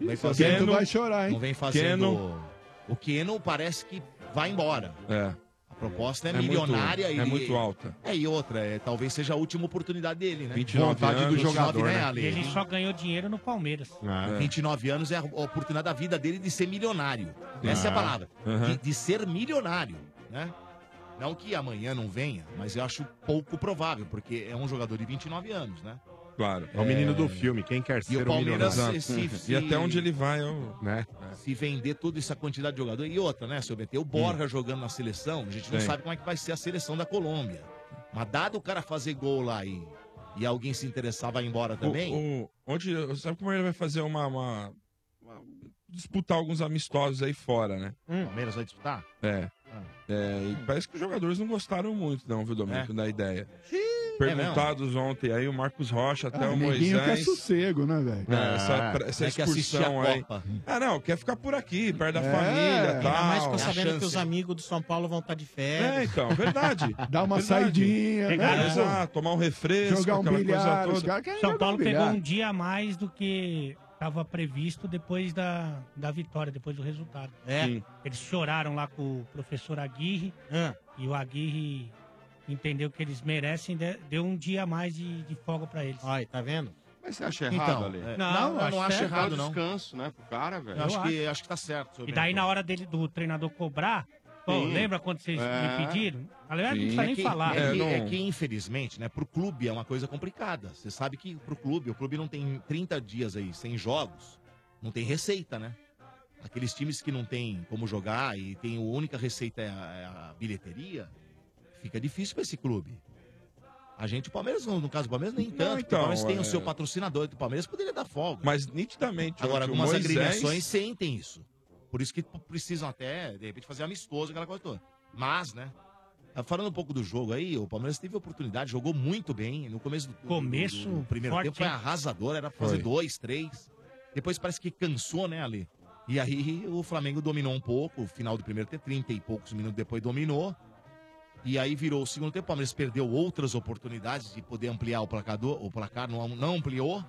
S10: Não vem
S8: o Bento vai chorar, hein?
S10: Não vem fazendo.
S8: Keno.
S10: O Keno parece que vai embora.
S4: É.
S10: A proposta é,
S4: É muito-
S10: milionária e.
S4: é muito alta.
S10: É, e outra, é, talvez seja a última oportunidade dele, né?
S4: 29
S10: Vontade do
S4: anos.
S10: jogador, né, Ale?
S11: Ele só ganhou dinheiro no Palmeiras.
S10: É. 29 anos é a oportunidade da vida dele de ser milionário. Essa é a
S11: Ah.
S10: palavra.
S11: Uhum.
S10: De, de ser milionário, né? Não que amanhã não venha, mas eu acho pouco provável, porque é um jogador de 29 anos, né?
S4: Claro.
S5: É o menino do filme, quem quer
S10: E
S5: ser
S10: o
S5: um
S10: Palmeiras,
S5: milionário.
S10: se, se- É.
S5: E até onde
S4: ele vai, eu...
S5: né?
S10: se vender toda essa quantidade de jogador. E outra, né, seu BT? O Borja jogando na seleção, a gente não
S4: Hum. Sim.
S10: sabe como é que vai ser a seleção da Colômbia. Mas dado o cara fazer gol lá e, e alguém se interessar, vai embora também.
S4: O, o, onde, sabe como ele vai fazer uma, uma- uma- disputar alguns amistosos aí fora, né?
S8: Hum.
S10: O Palmeiras vai disputar?
S4: É.
S8: Ah.
S4: É, e parece que os jogadores não gostaram muito, não, viu,
S8: É.
S4: Domenico, da ideia. Perguntados ontem aí, o Marcos Rocha, até
S8: Ah,
S4: o
S8: Neguinho quer
S4: Moisés.
S8: sossego, né, velho?
S4: Não, essa, pra- essa excursão aí. Ah, não, quer ficar por aqui, perto da
S8: É.
S4: família,
S8: Ainda
S4: tal.
S3: Ainda mais que eu
S4: É a
S3: sabendo que
S4: chance.
S3: os amigos do São Paulo vão estar de férias.
S4: É, então, verdade.
S8: Dá uma
S4: Verdade.
S8: saidinha,
S4: Pegar,
S8: né?
S4: exato, tomar um refresco,
S8: Jogar um
S4: aquela
S8: bilhar, os
S4: coisa
S8: caras
S4: toda.
S8: querem
S11: São
S8: jogar
S11: Paulo
S8: um
S11: pegou
S8: bilhar.
S11: um dia a mais do que estava previsto depois da, da vitória, depois do resultado.
S3: É.
S4: Sim.
S11: Eles choraram lá com o professor Aguirre e o Aguirre entendeu que eles merecem, de- deu um dia a mais de, de folga pra eles.
S3: Ai, tá vendo?
S6: Mas você acha errado,
S11: então,
S6: Ale?
S11: é. um Não, eu não acho
S6: certo.
S11: errado,
S6: Dá
S11: não.
S6: descanso, né, pro cara, velho.
S11: Eu acho que-
S10: acho que tá certo. seu
S11: E daí
S10: Bento.
S11: na hora dele, do treinador cobrar, pô,
S10: Sim.
S11: lembra quando vocês
S10: É.
S11: me pediram? Aliás, não precisa
S10: É
S11: nem
S10: que-
S11: falar.
S10: É que, é que, infelizmente, né, pro clube é uma coisa complicada. Você sabe que pro clube, o clube não tem 30 dias aí sem jogos, não tem receita, né? Aqueles times que não tem como jogar e tem a única receita é a, é a bilheteria, fica difícil pra esse clube. A gente, o Palmeiras, não, no caso do Palmeiras, nem tanto. porque
S4: então,
S10: o Palmeiras tem
S4: é.
S10: o seu patrocinador do Palmeiras, poderia dar folga.
S4: Mas nitidamente.
S10: Agora,
S4: ontem o
S10: algumas
S4: Moisés-
S10: agremiações sentem isso. Por isso que precisam até, de repente, fazer amistoso, aquela coisa toda. Mas, né? ah, Falando um pouco do jogo aí, o Palmeiras teve oportunidade, jogou muito bem. No começo do, do-
S11: Começo
S10: do- do primeiro
S11: forte,
S10: tempo foi
S11: hein?
S10: arrasador, era pra fazer
S11: Foi.
S10: dois, três. Depois parece que cansou, né, Ali? E aí o Flamengo dominou um pouco, o final do primeiro tempo, 30 e poucos minutos depois dominou. E aí virou o segundo tempo. O Palmeiras perdeu outras oportunidades de poder ampliar o placador, o placar não, não ampliou.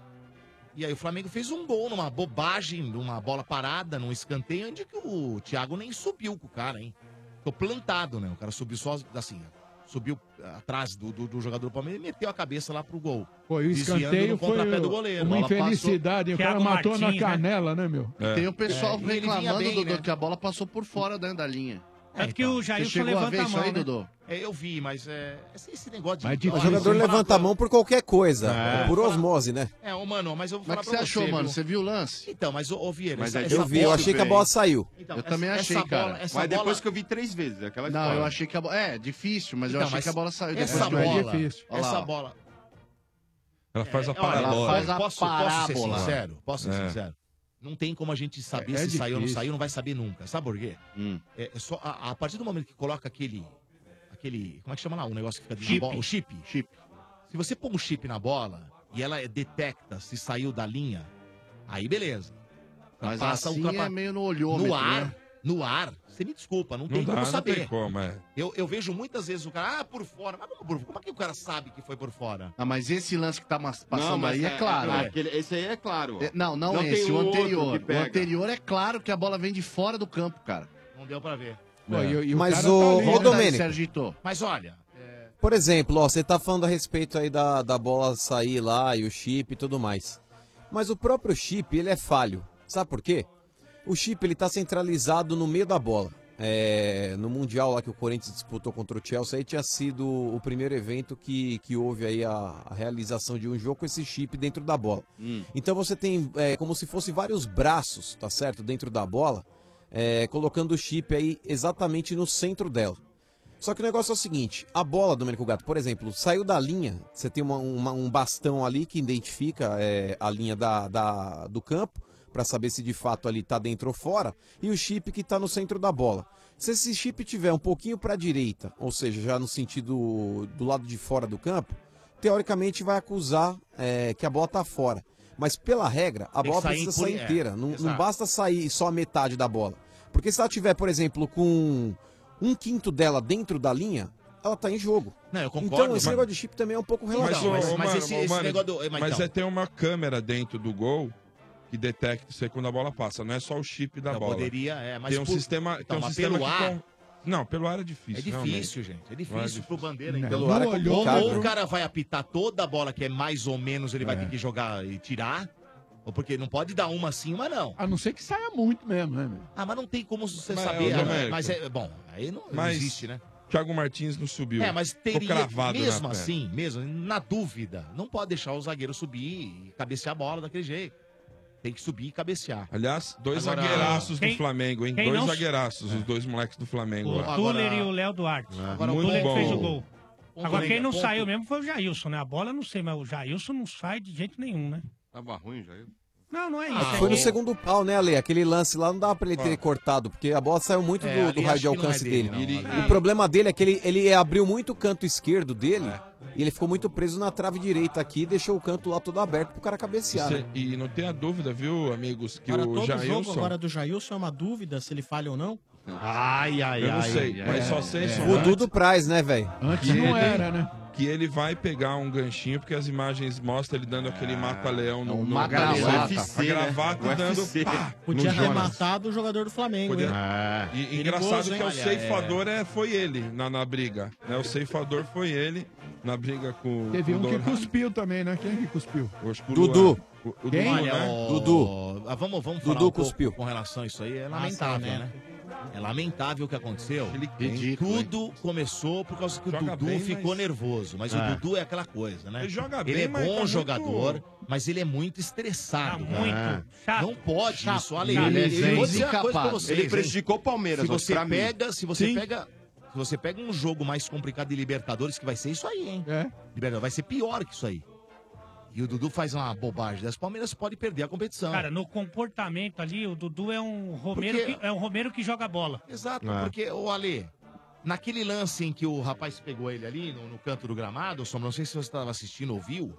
S10: E aí o Flamengo fez um gol numa bobagem, numa bola parada, num escanteio, onde que o Thiago nem subiu com o cara, hein? Ficou plantado, né? O cara subiu só assim, subiu atrás do, do, do jogador do Palmeiras e meteu a cabeça lá pro gol.
S8: Pô, e o
S10: Desviando
S8: escanteio
S10: no
S8: foi
S10: contrapé do goleiro.
S8: uma
S10: Bola passou.
S8: infelicidade. O cara matou na canela, né, meu?
S7: E Tem o pessoal
S10: É, e ele vinha
S7: reclamando,
S10: bem,
S7: Dodô,
S10: né?
S7: que a bola passou por fora né, da linha.
S11: Tanto que É o
S8: Então.
S7: Você
S11: Jailson
S7: chegou a
S11: levanta
S7: ver
S11: a
S7: isso
S11: mão,
S7: aí,
S11: né?
S7: Dodô?
S10: É, eu vi, mas é, esse- esse negócio de.
S12: Mas difícil,
S10: Olha,
S12: o jogador
S10: eu vou falar
S12: levanta a mão por qualquer coisa.
S10: É.
S12: É por osmose, né?
S10: É, ô, mano, mas eu vou
S7: Mas
S10: falar
S7: que você
S10: pra
S7: achou, mano? Você
S10: viu o lance? Então, mas, ô, ô Vieira,
S7: Mas
S10: essa,
S7: é
S10: essa
S7: que eu vi, eu
S10: bola- Então,
S7: achei que a bola saiu. Eu
S10: essa-
S7: também achei,
S10: essa bola-
S7: cara.
S10: essa
S7: Mas
S10: bola-
S7: depois
S6: que eu vi três
S10: é
S6: vezes aquela
S7: Não,
S6: bola.
S7: eu achei que a bola. É, difícil, mas
S10: Então,
S7: eu achei
S10: mas
S7: que a bola saiu
S10: Essa
S7: depois do-
S10: bola,
S7: é Olha lá,
S10: essa
S7: ó.
S10: bola.
S4: Ela faz
S3: É,
S4: a
S7: É,
S10: Olha, ela
S4: parada.
S10: faz a posso, posso ser
S7: parábola.
S10: sincero? Posso ser
S4: É.
S10: sincero? Não tem como a gente saber
S4: É, é
S10: se saiu ou não
S4: difícil.
S10: saiu, não vai saber nunca. Sabe por quê?
S7: Hum.
S10: É, é só, a, a partir do momento que coloca aquele. aquele. Como é que chama lá? O negócio que fica dentro
S7: Chip.
S10: da bola? O chip. Chip. Se você põe um chip na bola e ela detecta se saiu da linha, aí beleza. Então
S7: Mas
S10: Passa o
S7: assim
S10: ultrapa-
S7: é meio no olhômetro,
S10: No ar,
S7: né?
S10: no ar. Você me desculpa, não,
S4: Não
S10: tem
S4: dá,
S10: como
S4: não
S10: saber.
S4: tem como, é.
S10: eu, eu vejo muitas vezes o cara, ah, por fora. Mas como, por- como é que o cara sabe que foi por fora?
S7: Ah, mas esse lance que tá mas- passando
S10: Não, mas
S7: aí é,
S10: é-
S7: claro.
S10: é-
S7: né?
S10: aquele-
S6: esse aí é claro.
S7: É, não, não,
S10: Não tem
S7: esse, o
S10: um outro
S7: anterior.
S10: que
S7: O
S10: pega.
S7: anterior é claro que a bola vem de fora do campo, cara.
S10: Não deu pra ver.
S7: Pô, e o- e o
S12: Mas
S7: cara tá
S12: o,
S7: ali,
S12: ô,
S7: né?
S12: Domênico,
S7: Sérgio Ito.
S10: Mas olha,
S12: por exemplo, ó, você tá falando a respeito aí da, da bola sair lá e o chip e tudo mais. Mas o próprio chip, ele é falho. Sabe por quê? O chip, ele tá centralizado no meio da bola. É, no Mundial lá que o Corinthians disputou contra o Chelsea, aí tinha sido o primeiro evento que, que houve aí a, a realização de um jogo com esse chip dentro da bola.
S3: Hum.
S12: Então você tem é, como se fosse vários braços, tá certo? Dentro da bola, é, colocando o chip aí exatamente no centro dela. Só que o negócio é o seguinte: a bola, Domênico Gato, por exemplo, saiu da linha. Você tem uma- uma- um bastão ali que identifica é, a linha da- da- do campo, para saber se de fato ali tá dentro ou fora, e o chip que tá no centro da bola. Se esse chip tiver um pouquinho para a direita, ou seja, já no sentido do lado de fora do campo, teoricamente vai acusar é, que a bola tá fora. Mas pela regra, a
S10: Tem que
S12: bola
S10: sair
S12: precisa
S10: por-
S12: sair
S10: é,
S12: inteira. Não, não
S10: exato.
S12: basta sair só a metade da bola. Porque se ela tiver, por exemplo, com um quinto dela dentro da linha, ela tá em jogo.
S10: Não, eu concordo,
S12: Então esse
S4: mas-
S12: negócio de chip também é um pouco relativo.
S10: Então,
S4: ô, ô, mano, ô, mano,
S12: mas
S4: mas
S12: então.
S4: é ter uma câmera dentro do gol que detecta isso aí quando a bola passa. Não é só o chip da
S10: Não,
S4: bola.
S10: poderia, é, mas
S4: tem um
S10: por-
S4: sistema,
S10: Então,
S4: tem um
S10: mas
S4: sistema
S10: pelo
S4: que
S10: ar-
S4: com- Não, pelo ar é difícil.
S10: É difícil, gente. É difícil pro bandeira, hein?
S4: Pelo ar é
S10: ou,
S4: complicado.
S10: ou o cara vai apitar toda a bola que é mais ou menos, ele vai
S7: É.
S10: ter que jogar e tirar. Ou porque não pode dar uma assim, uma não.
S8: A não ser que saia muito mesmo, né, meu?
S10: Ah, mas não tem como você
S4: Mas,
S10: saber.
S4: ô,
S10: ah,
S4: Domênico,
S10: mas é bom, aí não, não
S4: Mas
S10: existe, né?
S4: Thiago Martins não subiu.
S10: É, mas
S4: Ficou
S10: teria,
S4: cravado na
S10: mesmo
S4: perna.
S10: assim, mesmo, na dúvida, não pode deixar o zagueiro subir e cabecear a bola daquele jeito. Tem que subir e cabecear.
S4: Aliás, dois
S10: Agora,
S4: zagueiraços
S10: quem-
S4: do Flamengo, hein?
S10: quem
S4: Dois
S10: não-
S4: zagueiraços, os dois moleques do Flamengo.
S11: O
S4: lá.
S11: Tuller e o Léo Duarte.
S4: É.
S11: Agora o
S4: Muito
S11: Tuller que
S4: bom.
S11: fez o gol.
S10: Ponto
S11: Agora quem
S10: ainda,
S11: não
S10: ponto.
S11: saiu mesmo foi o Jailson, né? A bola eu não sei, mas o Jailson não sai de jeito nenhum, né?
S6: Tava ruim, Jair.
S11: Não, não é isso.
S12: Ah,
S11: é
S12: foi no
S11: que-
S12: segundo pau, né, Ale? Aquele lance lá não dava pra ele ter cortado, porque a bola saiu muito
S10: É,
S12: do- do,
S10: ali
S12: raio
S10: acho
S12: de
S10: que não é
S12: alcance
S10: dele,
S12: dele.
S10: não, ali-
S12: O problema dele é que ele, ele abriu muito o canto esquerdo dele
S11: É.
S12: e ele ficou muito preso na trave direita aqui e deixou o canto lá todo aberto pro cara
S4: E,
S12: cabecear.
S4: cê-
S12: né?
S4: e não tenha dúvida, viu, amigos, que
S3: Agora,
S4: o
S3: todo jogo
S4: Jailson.
S3: agora do Jailson é uma dúvida se ele falha ou não.
S4: Ai, ai, Eu não ai, sei, ai, mas só ai. sei isso.
S12: O
S11: é
S12: Dudu Praz, né, velho?
S4: que ele- Que ele vai pegar um ganchinho, porque as imagens mostram ele dando aquele mata-leão no, no
S3: mata-
S4: no-
S3: gravata.
S4: A
S3: UFC, né?
S4: gravata dando.
S3: UFC.
S4: pá,
S3: Podia
S4: no
S3: ter
S4: Jonas.
S3: matado o jogador do Flamengo,
S4: Podia-
S3: hein?
S4: E-
S3: Perigoso,
S4: engraçado que
S3: hein?
S4: o ceifador é, foi ele na, na briga. Né? O ceifador foi ele na briga com
S8: Teve
S4: com
S8: um
S4: o
S8: que
S4: Dourado.
S8: cuspiu também, né? Quem é que cuspiu?
S4: Acho que o Luan. O, o
S8: Quem?
S4: Dudu,
S8: Olha,
S4: né?
S8: o-
S10: Dudu. Ah, vamos, vamos
S8: Dudu
S10: falar um pouco
S8: cuspiu.
S10: com relação a isso
S4: Ah,
S10: aí. É
S8: tá,
S10: lamentável, né?
S8: né?
S10: É lamentável o que aconteceu.
S4: quem?
S10: Ridículo, Tudo começou por causa que
S4: Joga
S10: o Dudu
S4: bem,
S10: ficou
S4: mas-
S10: nervoso. Mas
S6: Ah.
S4: É.
S10: o Dudu é aquela coisa, né?
S4: Ele joga
S10: Ele
S4: bem,
S10: é
S4: mas tá
S10: bom
S4: muito- Tá
S10: jogador, mas ele é muito estressado. cara.
S6: muito.
S10: É.
S6: Chato.
S10: Não pode
S6: Chato.
S10: isso. Olha,
S6: Chato.
S10: ele,
S6: Ele é
S10: ele,
S6: zen.
S10: vou dizer uma coisa pra
S6: Incapaz.
S10: vocês,
S6: Ele
S10: hein?
S6: prejudicou o Palmeiras,
S10: Se
S6: ó,
S10: você
S6: pra mim.
S10: pega, se você
S6: Sim.
S10: pega, se você pega um jogo mais complicado de Libertadores, que vai ser isso aí, hein?
S4: É.
S10: Libertadores vai ser pior que isso aí. E o Dudu faz uma bobagem dessa. O Palmeiras pode perder a competição.
S11: Cara, no comportamento ali, o Dudu é um Romero,
S10: Porque-
S11: que, é um Romero que joga bola.
S10: Exato,
S11: É.
S10: porque, o Ale, naquele lance em que o rapaz pegou ele ali no, no canto do gramado, Sombra, não sei se você estava assistindo ou viu,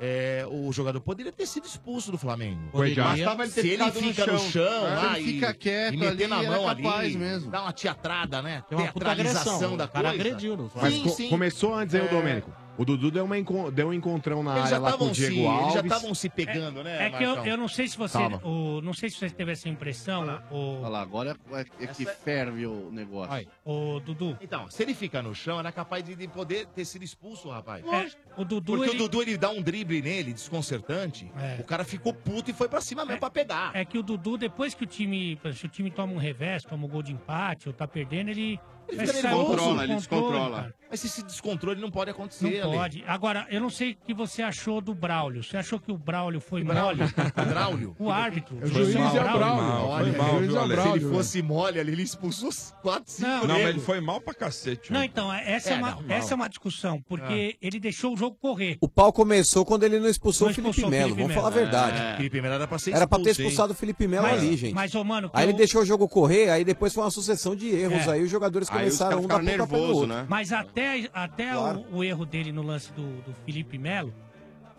S10: é, o jogador poderia ter sido expulso do Flamengo.
S7: Poderia.
S10: Mas tava ele ter se ele
S7: ficado no
S10: fica no
S7: chão.
S10: chão,
S7: É.
S10: lá,
S7: Se ele
S10: e-
S7: fica quieto
S10: e meter
S7: ali,
S10: na
S7: era
S10: mão
S7: capaz
S10: ali,
S7: mesmo.
S10: dá uma teatrada, né?
S7: É uma puta agressão,
S10: da
S7: o cara
S10: coisa.
S7: agrediu, não foi?
S5: Mas
S10: Sim,
S5: co-
S10: sim.
S5: começou antes aí,
S10: É.
S5: o Domênico. O Dudu deu, uma enco- deu um encontrão na
S10: Eles
S5: área
S10: já
S5: lá com o
S10: estavam
S5: Diego
S10: se, eles
S5: Alves.
S10: já estavam se pegando, né?
S11: É que eu,
S10: Marcão?
S11: eu não sei se você.
S5: Tava.
S11: o- não sei se você teve essa impressão. o-
S7: Olha lá, agora é, é que ferve o negócio.
S11: Ô, Dudu.
S10: Então, se ele fica no chão, era capaz de, de poder ter sido expulso, rapaz. É,
S11: Lógico. o Dudu,
S10: Porque
S11: ele-
S10: o Dudu ele dá um drible nele, desconcertante. O cara ficou puto e foi pra cima mesmo pra pegar.
S11: É que o Dudu, depois que o time. Se o time toma um revés, toma um gol de empate ou tá perdendo, ele
S10: Ele
S11: Mas
S10: fica
S11: saiu
S10: nervoso.
S11: descontrola, ele descontrola. cara.
S10: Mas esse descontrole não pode
S11: Não
S10: acontecer, Ale.
S11: pode. Agora, eu não sei o que você achou do Braulio. Você achou que o Braulio foi mole?
S10: Braulio? Braulio?
S11: O árbitro.
S10: O juiz é o
S11: Foi mal,
S10: Braulio.
S11: foi mal,
S10: Olha,
S11: foi
S10: o
S11: mal,
S10: juiz
S11: viu,
S10: é o
S11: Ale?
S10: Braulio,
S11: Se ele fosse-
S10: Se mole ali, ele expulsou os quatro, cinco
S11: Não.
S4: Não, mas
S11: nego.
S4: ele foi mal pra cacete.
S11: Não, então, essa é,
S4: É,
S11: uma,
S4: não,
S11: essa é
S4: não.
S11: uma discussão, porque ele deixou o jogo correr.
S12: O pau começou quando ele não expulsou
S11: Não
S12: o Felipe
S11: expulsou o
S12: Melo,
S11: Felipe
S12: vamos falar a
S11: Melo.
S12: verdade.
S11: É. Felipe
S10: Melo era pra ser
S12: Era pra ter
S10: expulso, hein?
S12: expulsado o Felipe Melo
S11: Mas-
S12: ali, gente.
S11: mas, ô, mano,
S12: aí ele
S11: eu-
S12: deixou o jogo correr, aí depois foi uma sucessão de erros,
S11: É.
S12: aí os jogadores
S11: Aí os
S12: começaram
S11: caras
S12: um da
S11: ficaram
S12: puta pelo
S11: nervoso,
S12: outro.
S11: né? Mas até, até o, o erro dele no lance do, do Felipe Melo,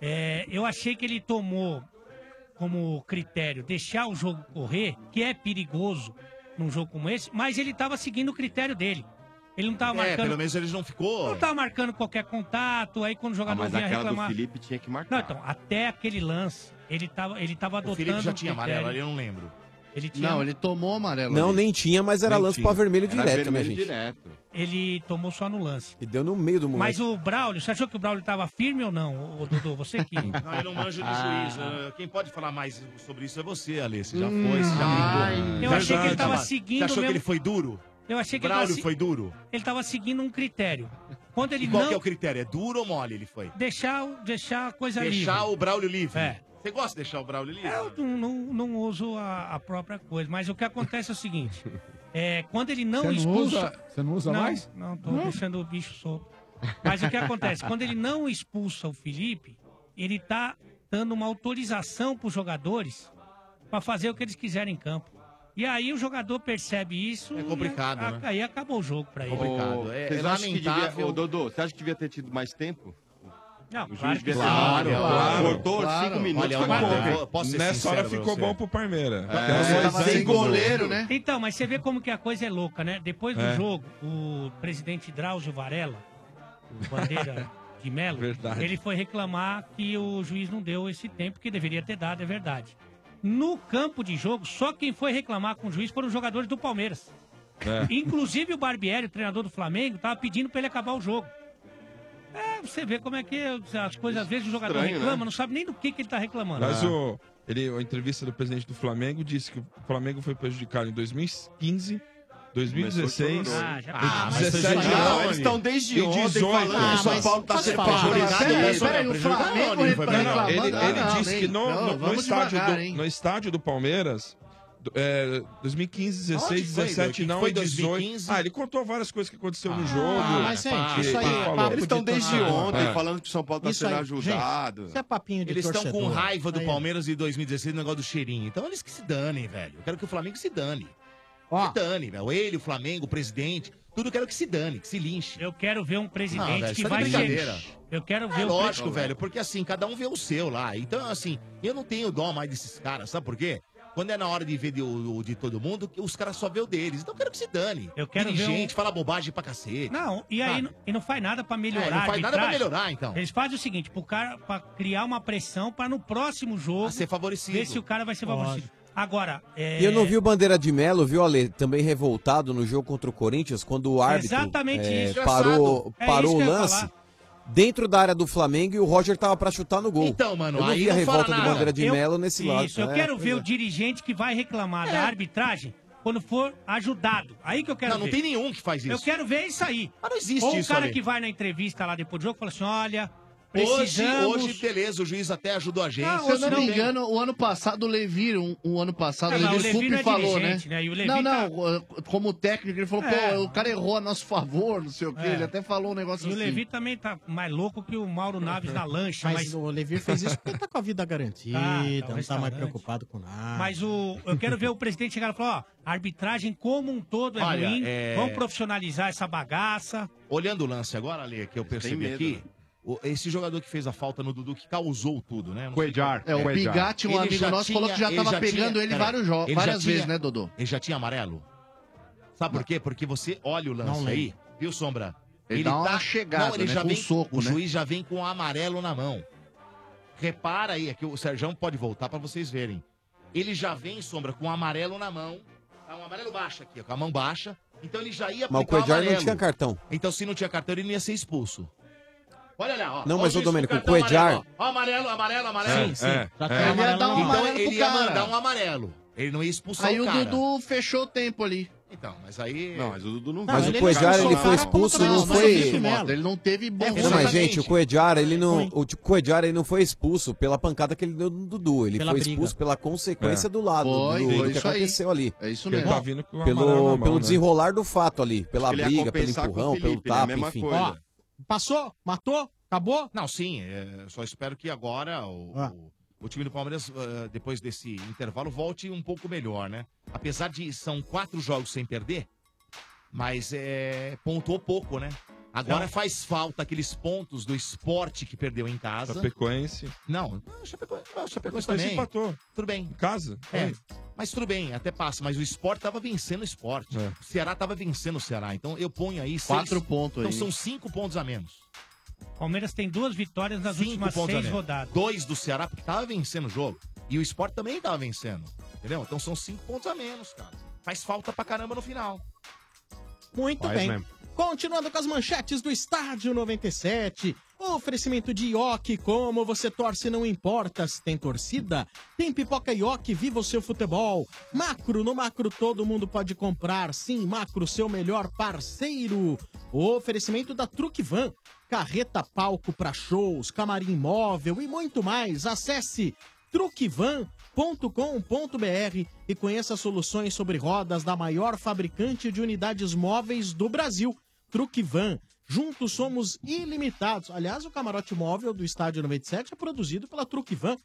S11: é, eu achei que ele tomou como critério deixar o jogo correr, que é perigoso num jogo como esse, mas ele estava seguindo o critério dele. Ele não estava
S10: É,
S11: marcando.
S10: pelo menos eles não ficou. Ah,
S11: Não tá tava marcando qualquer contato, aí quando o jogador
S7: mas
S11: vinha
S7: aquela
S11: reclamar.
S7: do Felipe tinha que marcar.
S11: Não, então, até aquele lance, ele tava, ele tava adotando.
S7: Felipe já tinha
S11: um critério.
S7: amarelo ali, eu
S10: não lembro.
S11: Ele tinha.
S7: Não, ele tomou amarelo.
S12: Não,
S7: ali.
S12: nem tinha, mas era
S7: Nem
S12: lance
S7: tinha.
S12: pra vermelho
S7: Era
S12: direto,
S7: vermelho
S12: minha gente.
S7: direto.
S11: Ele tomou só no lance.
S12: E deu no meio do
S11: Mas
S12: moleque.
S11: o Braulio, você achou que o Braulio tava firme ou não, ô, ô, Dudu? Você que.
S10: Não, eu não manjo de
S11: Ah.
S10: juiz. né? Quem pode falar mais sobre isso é você, Ale. Você já
S11: Hum.
S10: foi, você já
S11: Ai.
S10: brincou.
S11: Eu achei que ele tava
S10: Verdade.
S11: seguindo
S10: Você achou
S11: mesmo-
S10: que ele foi duro?
S11: Eu achei que ele
S10: Braulio
S11: tava se-
S10: foi duro?
S11: Ele tava seguindo um critério. Quando ele
S10: E qual
S11: não
S10: que é o critério? É duro ou mole ele foi?
S11: deixar, o- deixar a coisa livre. É.
S10: deixar o Braulio livre? Você gosta de deixar o Braulio livre?
S11: Eu não, não, não uso a, a própria coisa, mas o que acontece é o seguinte: é, quando ele não
S8: Você não
S11: expulsa.
S8: usa- você não usa
S11: Não,
S8: mais?
S11: Não, tô
S8: Não?
S11: deixando o bicho solto. Mas o que acontece? Quando ele não expulsa o Felipe, ele tá dando uma autorização para os jogadores para fazer o que eles quiserem em campo. E aí o jogador percebe isso. É
S10: complicado,
S11: e a-
S10: né? É
S11: Aí acabou o jogo para ele.
S7: Ô,
S11: É,
S7: vocês acham que devia- Ô, Dodô, você acha que devia ter tido mais tempo?
S11: Não,
S7: o
S11: claro
S7: juiz
S11: que
S7: devia ter
S11: sim.
S7: claro,
S11: Claro,
S7: claro,
S11: claro.
S7: cortou
S11: Claro.
S7: cinco minutos.
S6: tá
S11: Olha,
S7: foi
S11: eu-
S7: bom.
S11: eu- posso ser
S4: Nessa hora
S11: sincero pra
S4: ficou
S11: você.
S4: bom pro Parmeira.
S11: É,
S4: Tava né? dois anos.
S11: Então, mas você vê como que a coisa é louca, né? Depois do
S4: É.
S11: jogo, o presidente Drauzio Varela, o Bandeira de Melo,
S4: Verdade.
S11: ele foi reclamar que o juiz não deu esse tempo que deveria ter dado, é verdade. No campo de jogo, só quem foi reclamar com o juiz foram os jogadores do Palmeiras.
S4: né?
S1: É.
S11: Inclusive o Barbieri, o treinador do Flamengo, tava pedindo pra ele acabar o jogo. É, você vê como é que as coisas, às vezes o jogador
S4: Estranho,
S11: reclama,
S4: né?
S11: não sabe nem do que, que ele tá reclamando.
S4: Mas o, ele, a entrevista do presidente do Flamengo disse que o Flamengo foi prejudicado em 2015,
S1: Começou chororô,
S4: 2016.
S1: hein?
S7: Ah, mas isso
S4: 17
S7: já-
S4: milhões.
S7: Ah, eles estão desde
S4: E
S7: ontem
S4: 18.
S7: falando, Ah, o São mas Paulo tá faz sendo falta. favorizado Peraí, nisso, peraí, né? o Flamengo
S4: Não, ele foi-
S7: reclamando.
S4: não, não, ele-
S7: Ah,
S4: Ele
S7: não,
S4: disse
S7: nem-
S4: que no-
S7: não,
S4: no- no
S7: vamos
S4: estádio
S7: devagar,
S4: do-
S7: hein?
S4: no estádio do Palmeiras. do- é, 2015, 16,
S10: Onde foi,
S4: 17,
S10: Doug?
S4: não,
S10: Foi
S4: e 2018.
S10: 2015?
S4: Ah, ele contou várias coisas que aconteceu no jogo.
S10: mas, gente, isso aí é
S4: falou.
S10: papo Eles estão de desde torcedor. ontem falando que o São Paulo tá
S4: É. Isso
S10: sendo
S4: aí,
S10: ajudado.
S4: gente,
S3: Isso é papinho de
S10: Eles estão com
S3: torcedor.
S10: raiva do
S3: Aí, ó.
S10: Palmeiras de 2016 no negócio do cheirinho. Então eles que se danem, velho. Eu quero que o Flamengo se dane. Se dane, velho. Ele, o Flamengo, o presidente. Tudo eu quero que se dane, que se linche.
S11: Eu quero ver um presidente
S10: velho,
S11: que
S10: isso é
S11: vai
S10: brincadeira.
S11: chegar. Eu quero ver
S10: É
S11: o
S10: lógico,
S11: presidente.
S10: velho, porque assim, cada um vê o seu lá. Então, assim, eu não tenho dó mais desses caras, sabe por quê? Quando é na hora de ver de, o- de todo mundo, os caras só vê o deles. Então eu quero que se dane. Eu
S11: quero ver
S10: Dirigente,
S11: um-
S10: fala bobagem pra cacete.
S11: Não, e aí
S10: Sabe?
S11: não, e não faz nada pra melhorar.
S10: É, não faz
S11: a
S10: nada pra
S11: arbitragem.
S10: melhorar, então.
S11: Eles fazem o seguinte, pro cara, pra criar uma pressão pra no próximo jogo...
S10: ser favorecido.
S11: Ver se o cara vai ser favorecido. Agora, é...
S12: E eu não vi o Bandeira de Melo, viu, Ale? Também revoltado no jogo contra o Corinthians, quando o árbitro
S11: Exatamente
S12: é,
S11: isso.
S12: parou,
S11: Engraçado. É
S12: parou
S11: isso
S12: o
S11: que eu ia
S12: lance
S11: falar.
S12: dentro da área do Flamengo e o Roger tava pra chutar no gol.
S10: Então, mano,
S12: eu não
S10: aí
S12: vi a
S10: não fala
S12: revolta do
S10: nada.
S12: Bandeira de
S10: Eu-
S12: Melo nesse lado.
S11: Isso, eu
S12: né?
S11: quero ver
S12: Pois
S11: o dirigente que vai reclamar da arbitragem quando for ajudado. Aí que eu quero
S10: É. Não, não
S11: ver.
S10: tem nenhum que faz isso.
S11: Eu quero ver isso aí.
S10: Mas não existe
S11: Ou
S10: isso,
S11: o cara
S10: Ale.
S11: que vai na entrevista lá depois do jogo e fala assim, olha,
S10: Hoje,
S11: precisamos...
S10: hoje, beleza, o juiz até ajudou a gente.
S11: Não,
S7: Se eu não me engano, o ano passado o Levi, um, um ano passado,
S10: É,
S7: o
S10: mas
S7: Levi,
S10: o Levi
S7: Sculpe
S10: não é
S7: falou, né?
S10: dirigente, né? E o Levi
S7: não, não, como técnico, ele falou,
S11: É.
S7: pô, o cara errou a nosso favor, não sei o quê.
S11: É.
S7: Ele até falou um negócio
S11: E o
S7: assim.
S11: Levi também tá mais louco que o Mauro Naves na lancha,
S3: Mas,
S11: mas...
S3: o Levi fez isso porque tá com a vida garantida,
S11: Tá, tá, o
S3: não tá mais
S11: restaurante.
S3: preocupado com nada.
S11: Mas o, eu quero ver o presidente chegar e falar, ó, a arbitragem como um todo é
S10: Olha,
S11: ruim,
S10: é-
S11: vamos profissionalizar essa bagaça.
S10: Olhando o lance agora, Ale, que eu percebi
S11: medo,
S10: aqui.
S11: né?
S10: o- Esse jogador que fez a falta no Dudu, que causou tudo, né?
S5: Coedjar. É, o
S7: Bigatti, um amigo nosso, falou que já tava pegando ele vários jo- várias vezes, né, Dodô?
S10: Ele já tinha amarelo. Sabe por quê? Porque você olha o lance
S7: Não
S10: aí,
S7: lembro.
S10: viu, Sombra?
S7: Ele dá uma chegada,
S10: Não, ele
S7: né,
S10: já
S7: com
S10: vem,
S7: um soco,
S10: O
S7: né?
S10: juiz já vem com o amarelo na mão. Repara aí, é que o Serjão pode voltar pra vocês verem. Ele já vem, Sombra, com o amarelo na mão. Tá um amarelo baixo aqui, ó, com a mão baixa. Então ele já ia
S12: Mas o
S10: aplicar
S12: Cuejar não
S10: amarelo.
S12: tinha cartão.
S10: Então, se não tinha cartão, ele não ia ser expulso. Olha lá, ó.
S12: Não,
S10: Ó
S12: mas, ô,
S10: juiz
S12: Domênico,
S10: com
S12: o
S10: cartão
S2: tá
S12: Cuejar-
S10: amarelo, ó. Ó, amarelo, amarelo, amarelo.
S12: Sim, sim. É,
S10: Tá
S12: Já é.
S7: Ele ia amarelo dar um na mão. amarelo
S10: Então,
S7: pro
S10: ele ia
S7: cara.
S10: mandar um amarelo. Ele não ia expulsar
S7: Aí o
S10: cara.
S7: Dudu fechou o tempo ali.
S10: Então, mas aí.
S7: Não, mas o Dudu não
S12: Mas o Coediara ele foi expulso, não foi.
S13: Ele não teve bom
S12: Não, mas gente, o Coediara ele não, o Coediara ele não foi expulso pela pancada que ele deu no Dudu, ele
S13: Pela
S12: foi
S13: briga.
S12: expulso pela consequência
S13: É.
S12: do lado
S13: Foi,
S12: do,
S13: foi
S12: do que
S13: isso aí.
S12: aconteceu ali.
S13: É isso
S12: Porque
S13: mesmo.
S12: ele
S13: Tá vindo com o
S12: pelo
S13: amarelo na mão,
S12: pelo
S13: né?
S12: desenrolar do fato ali, pela
S13: Acho que ele ia
S12: briga, pelo
S13: compensar com o
S12: empurrão, pelo
S13: Felipe, né?
S12: tapa,
S13: Mesma
S12: enfim.
S13: coisa.
S12: Ó,
S3: Passou? Matou? Acabou? Ah.
S10: Não, sim. é, só espero que agora o, o- o time do Palmeiras, eh, depois desse intervalo, volte um pouco melhor, né? Apesar de são quatro jogos sem perder, mas é, pontuou pouco, né? Agora
S6: Não.
S10: faz falta aqueles pontos do esporte que perdeu em casa.
S6: Chapecoense.
S10: Não, não, Chapecoense, não, Chapecoense
S6: Mas
S10: também.
S6: empatou.
S10: Tudo bem.
S6: Casa?
S10: É. Mas tudo bem, até passa. Mas o esporte tava vencendo o esporte. O Ceará tava vencendo o Ceará. Então eu ponho aí
S13: Quatro
S10: seis...
S13: pontos
S10: Então
S13: aí.
S10: são cinco pontos a menos.
S11: Palmeiras tem duas vitórias nas
S10: Cinco
S11: últimas
S10: pontos a
S11: seis
S10: menos.
S11: rodadas.
S10: Dois do Ceará, porque tava vencendo o jogo. E o esporte também tava vencendo. Entendeu? Então são cinco pontos a menos, cara. Faz falta pra caramba no final.
S3: Muito
S10: Faz
S3: bem.
S10: mesmo.
S3: Continuando com as manchetes do Estádio 97. Oferecimento de Ioki, como você torce, não importa se tem torcida. Tem pipoca Ioki, viva o seu futebol. Macro, no Macro todo mundo pode comprar. Sim, Macro, seu melhor parceiro. Oferecimento da Truque Van. Carreta palco para shows, camarim móvel e muito mais. Acesse truquevan.com.br e conheça soluções sobre rodas da maior fabricante de unidades móveis do Brasil, Truquevan. Juntos somos ilimitados. Aliás, o camarote móvel do Estádio 97 é produzido pela Truquevan.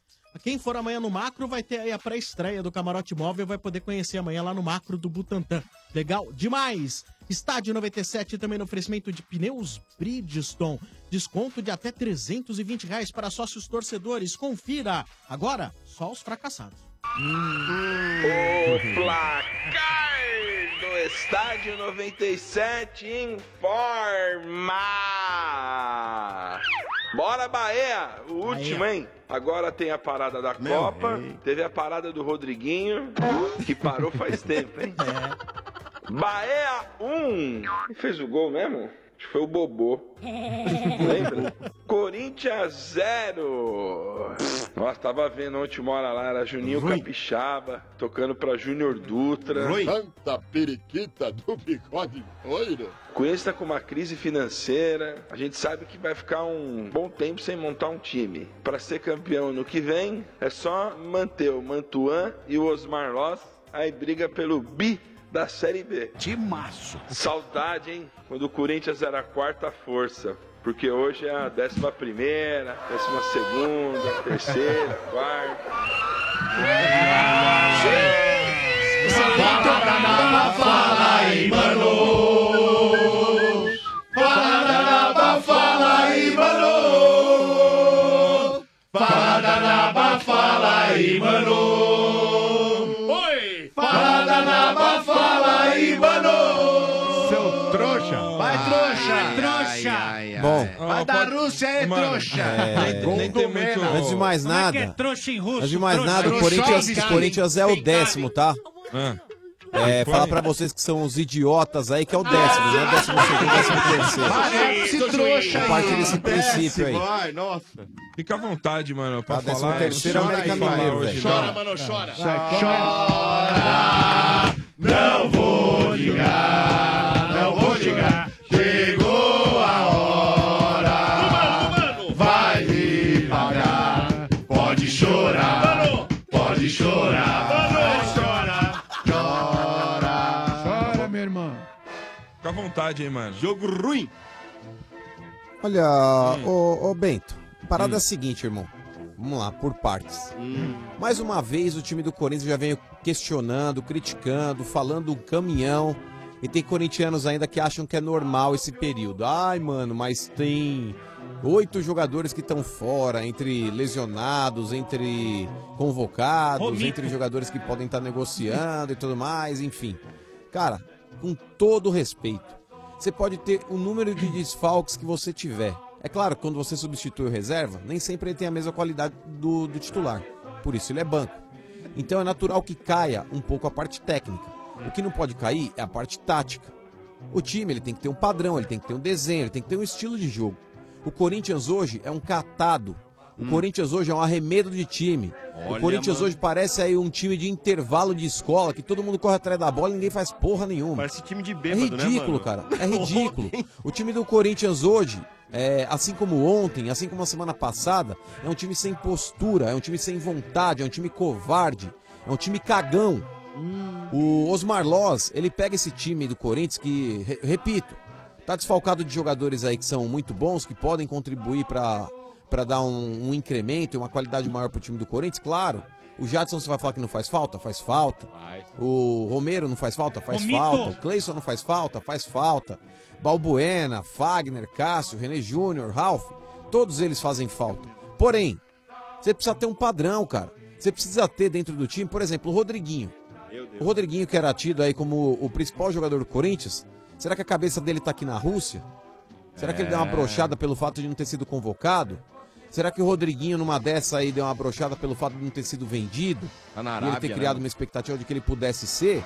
S3: Quem for amanhã no Macro vai ter aí a pré-estreia do camarote móvel, vai poder conhecer amanhã lá no Macro do Butantã. Legal demais! Estádio 97 também no oferecimento de pneus Bridgestone. Desconto de até 320 reais para sócios torcedores. Confira! Agora, só os fracassados.
S4: O placar do estádio 97 informa. Bora Bahia, o último, hein? Agora tem a parada da Copa, teve a parada do Rodriguinho, que parou faz tempo, hein? Bahia 1. Quem fez o gol mesmo? Acho que foi o Bobô. Lembra? Corinthians 0. Nossa, tava vendo a última hora lá, era Juninho Capixaba, tocando pra Júnior Dutra.
S14: Santa periquita do bigode loiro.
S4: O Corinthians está com uma crise financeira. A gente sabe que vai ficar um bom tempo sem montar um time. Para ser campeão no que vem, é só manter o Mantuan e o Osmar Loss. Aí briga pelo bi da Série B. De março. Saudade, hein? Quando o Corinthians era a quarta força. Porque hoje é a décima primeira, décima segunda, terceira, quarta.
S2: Fala aí, mano! Fala danaba, fala aí, mano! Fala danaba, fala aí, mano! Oi! Fala danaba, fala aí, mano! Seu trouxa! Vai, trouxa! trouxa!
S12: Bom,
S13: Vai da Rússia aí, trouxa!
S12: é, antes de mais
S11: Como é que é
S12: nada,
S11: trouxa em russo?
S12: antes de mais
S11: Trouxa.
S12: nada, o
S11: Trouxa
S12: Corinthians,
S11: em cara,
S12: Corinthians é o
S11: hein?
S12: décimo, tá? É,
S6: Foi?
S12: falar pra vocês que são os idiotas aí
S11: Ah.
S12: que é o décimo, né? Décimo segundo, décimo terceiro.
S13: Esse trouxa aí!
S12: Partir desse princípio aí.
S13: Vai, nossa!
S6: Fica à vontade, mano, pra
S12: Tá, décimo
S6: falar.
S12: terceiro
S6: Chora
S12: América
S6: aí, fala
S12: Mineiro,
S6: hoje,
S12: velho.
S6: não.
S10: mano, chora.
S2: Não vou ligar, não vou ligar. Chegou a hora, vai me pagar. Pode chorar, pode chorar.
S15: Chora, meu irmão.
S6: Fica à vontade, hein, mano.
S10: Jogo ruim.
S12: Olha, ô, ô, Bento, a parada é a seguinte, irmão. Vamos lá, por partes. Mais uma vez o time do Corinthians já veio questionando, criticando, falando um caminhão. E tem corintianos ainda que acham que é normal esse período. Ai, mano, mas tem oito jogadores que estão fora, entre lesionados, entre convocados,
S11: Romito.
S12: entre jogadores que podem estar negociando e tudo mais, enfim. Cara, com todo respeito, você pode ter o número de desfalques que você tiver. É claro, quando você substitui o reserva, nem sempre ele tem a mesma qualidade do, do titular. Por isso ele é banco. Então é natural que caia um pouco a parte técnica. O que não pode cair é a parte tática. O time ele tem que ter um padrão, ele tem que ter um desenho, ele tem que ter um estilo de jogo. O Corinthians hoje é um catado O Corinthians hoje é um arremedo de time. o
S10: Olha,
S12: Corinthians
S10: mano.
S12: hoje parece aí um time de intervalo de escola que todo mundo corre atrás da bola e ninguém faz porra nenhuma. Parece time de
S16: bêbado,
S12: É
S16: né,
S12: ridículo,
S16: mano?
S12: cara. É ridículo. o time do Corinthians hoje, é, assim como ontem, assim como a semana passada, é um time sem postura, é um time sem vontade, é um time covarde, é um time cagão. O Osmar Loz, ele pega esse time do Corinthians que, re- repito, tá desfalcado de jogadores aí que são muito bons, que podem contribuir para para dar um, um incremento e uma qualidade maior pro time do Corinthians, claro. O Jadson você vai falar que não faz falta? Faz falta. O Romero não faz falta? Faz
S10: Romito.
S12: falta. O Cleison não faz falta? Faz falta. Balbuena, Fagner, Cássio, René Júnior, Ralf, todos eles fazem falta. Porém, você precisa ter um padrão, cara. Você precisa ter dentro do time, por exemplo, o Rodriguinho. O Rodriguinho, que era tido aí como o principal jogador do Corinthians, será que a cabeça dele tá aqui na Rússia? Será que ele deu uma
S10: É.
S12: brochada pelo fato de não ter sido convocado? Será que o Rodriguinho, numa dessa aí, deu uma brochada pelo fato de não ter sido vendido? e
S10: na
S12: ele
S10: Arábia,
S12: ter
S10: né,
S12: criado
S10: mano?
S12: uma expectativa de que ele pudesse ser?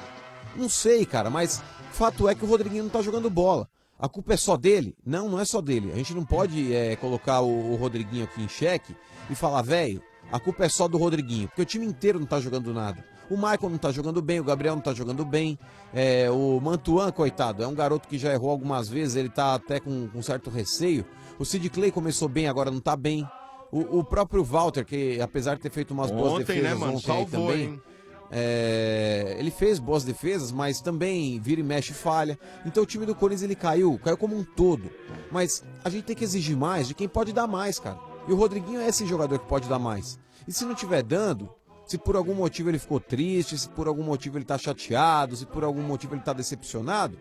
S12: Não sei, cara, mas o fato é que o Rodriguinho não tá jogando bola. A culpa é só dele? Não, não é só dele. A gente não pode eh, colocar o, o Rodriguinho aqui em xeque e falar, velho, a culpa é só do Rodriguinho, porque o time inteiro não tá jogando nada. O Michael não tá jogando bem, o Gabriel não tá jogando bem, eh, o Mantuan, coitado, é um garoto que já errou algumas vezes, ele tá até com, com certo receio. O Sid Clay começou bem, agora não tá bem. O, o próprio Walter, que apesar de ter feito umas boas
S10: Ontem, né,
S12: defesas
S10: mano?
S12: ontem
S10: Salvou,
S12: aí também,
S10: hein?
S12: é, ele fez boas defesas, mas também vira e mexe falha. Então o time do Corinthians ele caiu, caiu como um todo. Mas a gente tem que exigir mais de quem pode dar mais, cara. E o Rodriguinho é esse jogador que pode dar mais. E se não tiver dando, se por algum motivo ele ficou triste, se por algum motivo ele tá chateado, se por algum motivo ele tá decepcionado,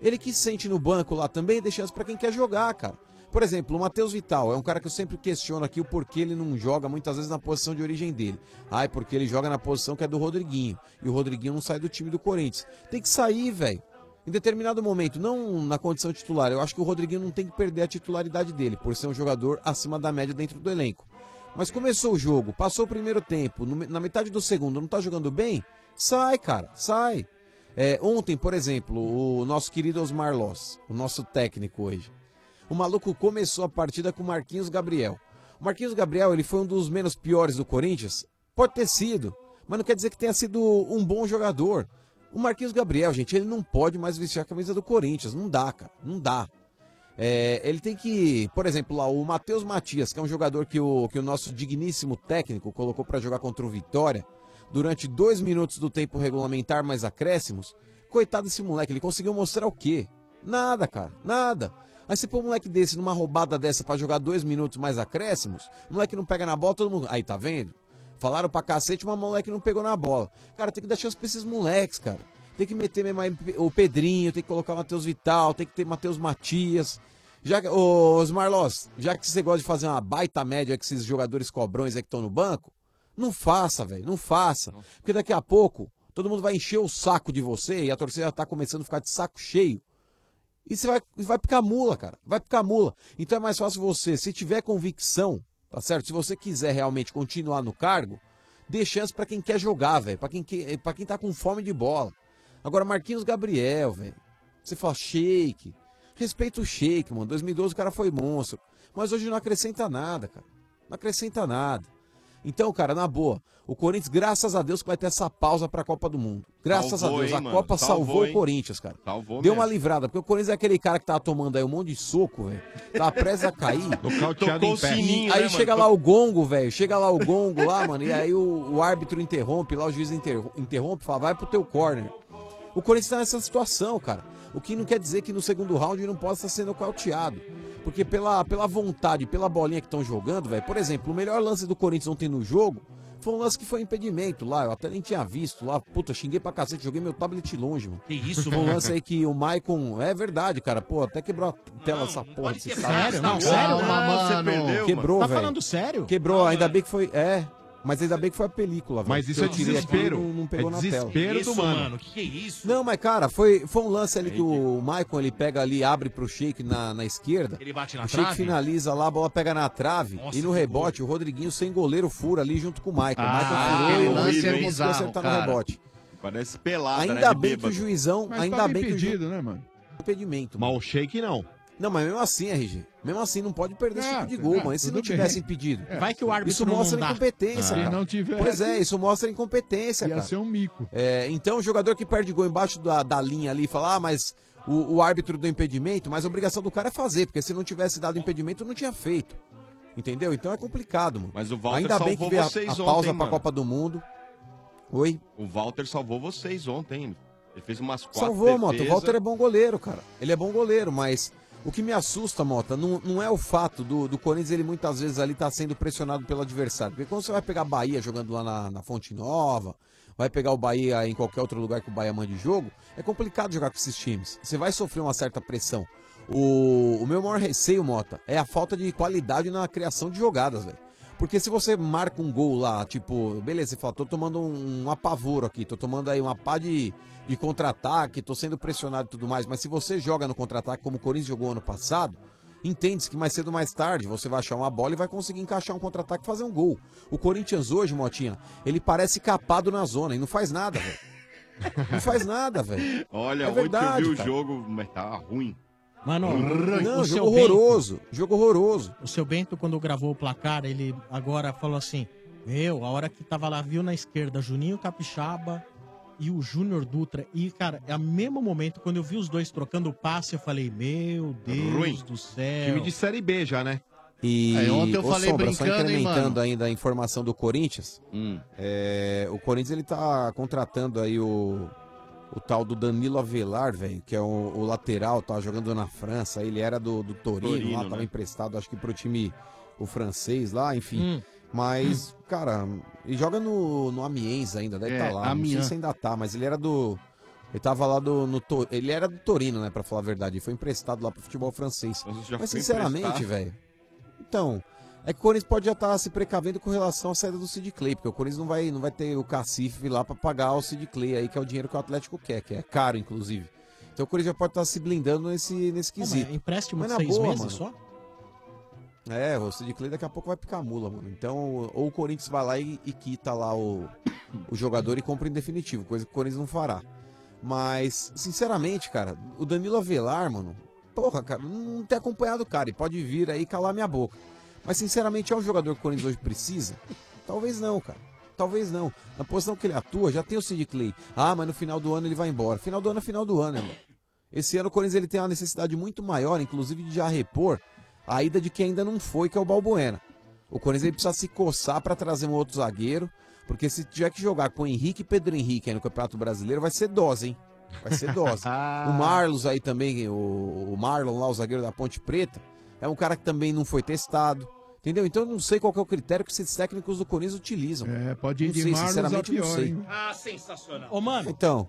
S12: ele que sente no banco lá também, deixa chance pra quem quer jogar, cara. Por exemplo, o Matheus Vital é um cara que eu sempre questiono aqui o porquê ele não joga muitas vezes na posição de origem dele. Ah, é porque ele joga na posição que é do Rodriguinho. E o Rodriguinho não sai do time do Corinthians. Tem que sair, velho. Em determinado momento, não na condição titular. Eu acho que o Rodriguinho não tem que perder a titularidade dele, por ser um jogador acima da média dentro do elenco. Mas começou o jogo, passou o primeiro tempo, no me- na metade do segundo não tá jogando bem? Sai, cara, sai. É, ontem, por exemplo, o nosso querido Osmar Loss, o nosso técnico hoje. O maluco começou a partida com o Marquinhos Gabriel. O Marquinhos Gabriel, ele foi um dos menos piores do Corinthians? Pode ter sido, mas não quer dizer que tenha sido um bom jogador. O Marquinhos Gabriel, gente, ele não pode mais vestir a camisa do Corinthians. Não dá, cara, não dá. É, ele tem que, por exemplo, lá, o Matheus Matias, que é um jogador que o, que o nosso digníssimo técnico colocou para jogar contra o Vitória, durante dois minutos do tempo regulamentar mais acréscimos. Coitado desse moleque, ele conseguiu mostrar o quê? Nada, cara, nada. Aí se pôr um moleque desse numa roubada dessa para jogar dois minutos mais acréscimos, o moleque não pega na bola, todo mundo. Aí, tá vendo? Falaram pra cacete, mas o moleque não pegou na bola. Cara, tem que dar chance pra esses moleques, cara. Tem que meter mesmo aí o Pedrinho, tem que colocar o Matheus Vital, tem que ter Matheus Matias. Já que, ô, Osmar Loss, já que você gosta de fazer uma baita média com esses jogadores cobrões aí que estão no banco, não faça, velho, não faça. Porque daqui a pouco todo mundo vai encher o saco de você e a torcida já tá começando a ficar de saco cheio. E você vai, vai picar mula, cara. Vai picar mula. Então é mais fácil você, se tiver convicção, tá certo? Se você quiser realmente continuar no cargo, dê chance pra quem quer jogar, velho. Pra quem, que, pra quem tá com fome de bola. Agora, Marquinhos Gabriel, velho. Você fala, shake. Respeita o shake, mano. 2012 o cara foi monstro. Mas hoje não acrescenta nada, cara. Não acrescenta nada. Então, cara, na boa, o Corinthians, graças a Deus, que vai ter essa pausa pra Copa do Mundo. Graças
S10: Salvou,
S12: a Deus,
S10: hein,
S12: a
S10: mano?
S12: Copa
S10: Salvou,
S12: salvou,
S10: hein?
S12: o Corinthians, cara.
S10: Salvou
S12: Deu
S10: mesmo.
S12: uma livrada, porque o Corinthians é aquele cara que tava tomando aí um monte de soco, velho. Tava prestes a cair.
S10: Nocauteado Tocou em o pé. sininho,
S12: aí
S10: né,
S12: chega
S10: mano?
S12: lá o gongo, velho. Chega lá o gongo lá, mano. E aí o, o árbitro interrompe, lá o juiz inter- interrompe, fala, vai pro teu corner. O Corinthians tá nessa situação, cara. O que não quer dizer que no segundo round não possa ser nocauteado. Porque pela, pela vontade, pela bolinha que estão jogando, velho. Por exemplo, o melhor lance do Corinthians ontem no jogo foi um lance que foi impedimento lá. Eu até nem tinha visto lá. Puta, xinguei pra cacete, joguei meu tablet longe, mano.
S10: Que isso,
S12: Foi um
S10: mano?
S12: lance aí que o Maicon. É verdade, cara. Pô, até quebrou a tela essa porra. desse
S3: ser
S12: cara.
S3: sério, não, sério,
S12: Calma,
S3: mano.
S12: mano.
S3: Você perdeu,
S12: Quebrou,
S3: mano. Tá
S12: velho.
S3: falando sério?
S12: Quebrou, ainda bem que foi. É. Mas ainda bem que foi a película, velho.
S5: Mas isso
S12: Eu
S5: é
S12: tirei aqui,
S5: desespero.
S12: Não, não pegou
S5: É
S12: na tela.
S5: desespero do Isso, mano. mano, que que é
S12: isso? Não, mas cara, foi, foi um lance ali que o Maicon ele pega ali, abre pro Sheik na, na esquerda.
S10: Ele bate na
S12: O Sheik
S10: trave?
S12: finaliza lá, a bola pega na trave. e no rebote, o Rodriguinho sem goleiro fura ali junto com o Maicon. o
S16: Ah,
S12: Maicon
S16: aquele
S12: furou, o
S16: lance
S12: Rodriguinho
S16: é
S12: conseguiu
S16: bizarro,
S12: acertar
S16: cara.
S12: tá no rebote.
S16: Parece pelado,
S12: Ainda
S16: né? de
S12: bem que o
S16: bêbado.
S12: juizão.
S16: Mas
S12: ainda
S16: tava
S12: bem que o ju-
S16: impedido,
S8: né, mano?
S12: Impedimento.
S5: Mas o shake não.
S12: Não, mas mesmo assim, RG. Mesmo assim, não pode perder esse
S3: Ah,
S12: tipo de gol,
S3: ah,
S12: mano. E se
S3: tudo
S12: não
S3: bem.
S12: tivesse impedido?
S3: É. Vai que o árbitro
S12: Isso
S3: não
S12: mostra
S3: dá.
S12: incompetência,
S3: Ah.
S12: cara.
S3: Se não tivesse-
S12: Pois é, isso mostra incompetência,
S8: Ia
S12: cara.
S8: ser um mico.
S12: É, então, o jogador que perde gol embaixo da, da linha ali e fala, ah, mas o, o árbitro do impedimento, mas a obrigação do cara é fazer, porque se não tivesse dado impedimento, não tinha feito. Entendeu? Então é complicado, mano.
S6: Mas o Walter
S12: Ainda bem que
S6: salvou
S12: veio a, a
S6: vocês
S12: pausa
S6: ontem,
S12: pra
S6: mano.
S12: Copa do Mundo. Oi?
S6: O Walter salvou vocês ontem. Ele fez umas quatro
S12: Salvou, Mota. O
S6: defesas.
S12: Walter é bom goleiro, cara. Ele é bom goleiro, mas o que me assusta, Mota, não, não é o fato do, do Corinthians, ele muitas vezes ali tá sendo pressionado pelo adversário. Porque quando você vai pegar Bahia jogando lá na, na Fonte Nova, vai pegar o Bahia em qualquer outro lugar que o Bahia mande jogo, é complicado jogar com esses times. Você vai sofrer uma certa pressão. O, o meu maior receio, Mota, é a falta de qualidade na criação de jogadas, velho. Porque se você marca um gol lá, tipo, beleza, você fala, tô tomando um, um apavoro aqui, tô tomando aí uma pá de, de contra-ataque, tô sendo pressionado e tudo mais, mas se você joga no contra-ataque como o Corinthians jogou ano passado, entende-se que mais cedo ou mais tarde você vai achar uma bola e vai conseguir encaixar um contra-ataque e fazer um gol. O Corinthians hoje, Motinha, ele parece capado na zona e não faz nada, velho. Não faz nada, velho.
S6: Olha,
S12: É
S6: ontem
S12: verdade,
S6: eu vi
S12: cara.
S6: o jogo, mas tava ruim. Hum.
S3: Mano,
S6: Arranca.
S3: o
S12: Não,
S3: seu
S12: jogo horroroso. Jogo horroroso.
S3: O seu Bento, quando gravou o placar, ele agora falou assim: Meu, a hora que tava lá, viu na esquerda Juninho Capixaba e o Júnior Dutra. E, cara, é o mesmo momento, quando eu vi os dois trocando o passe, eu falei: Meu Deus
S5: Ruim.
S3: do céu.
S5: Time de Série B já, né?
S12: E
S5: É, ontem eu
S12: ô,
S5: falei
S12: Sombra, só
S5: brincando, hein,
S12: incrementando
S5: mano? Hum.
S12: ainda a informação do Corinthians. é, o Corinthians ele tá contratando aí o, o tal do Danilo Avelar, velho, que é o, o lateral, tá jogando na França. Ele era do, do Torino,
S6: Torino,
S12: lá, tava
S6: né?
S12: emprestado, acho que pro time o francês lá, enfim.
S5: Hum.
S12: Mas, cara, ele joga no, no Amiens ainda, deve
S7: É,
S12: tá lá. Não sei
S7: Amiens.
S12: se ainda tá, mas ele era do. Ele tava lá do. No, Tor- ele era do Torino, né, pra falar a verdade. Ele foi emprestado lá pro futebol francês.
S6: já
S12: Mas
S6: foi
S12: sinceramente,
S6: emprestado.
S12: velho. Então, é que o Corinthians pode já estar se precavendo com relação à saída do Sid Clay, porque o Corinthians não vai, não vai ter o cacife lá pra pagar o Sid Clay aí, que é o dinheiro que o Atlético quer, que é caro, inclusive. Então o Corinthians já pode estar se blindando nesse, nesse
S3: Pô, mas
S12: quesito.
S3: é empréstimo
S12: Mas
S3: de
S12: na
S3: seis
S12: boa,
S3: meses
S12: mano.
S3: só?
S12: É, o Sid Clay daqui a pouco vai picar mula, mano. Então, ou o Corinthians vai lá e, e quita lá o, o jogador e compra em definitivo, coisa que o Corinthians não fará. Mas, sinceramente, cara, o Danilo Avelar, mano, porra, cara, não ter acompanhado o cara e pode vir aí e calar minha boca. Mas, sinceramente, é um jogador que o Corinthians hoje precisa? Talvez não, cara. Talvez não. Na posição que ele atua, já tem o Sid Clay. Ah, mas no final do ano ele vai embora. Final do ano é final do ano, irmão. Esse ano o Corinthians ele tem uma necessidade muito maior, inclusive de já repor a ida de quem ainda não foi, que é o Balbuena. O Corinthians ele precisa se coçar para trazer um outro zagueiro, porque se tiver que jogar com o Henrique e Pedro Henrique aí no Campeonato Brasileiro, vai ser dose, hein? Vai ser dose. o Marlos aí também, o, o Marlon lá, o zagueiro da Ponte Preta, é um cara que também não foi testado. Entendeu? Então eu não sei qual que é o critério que esses técnicos do Corinthians utilizam. É,
S8: pode ir
S12: não
S8: de
S12: sei,
S8: Marlos a
S12: sinceramente, eu não
S8: pior,
S12: sei.
S8: hein?
S11: Ah, sensacional.
S3: Ô, mano.
S12: Então,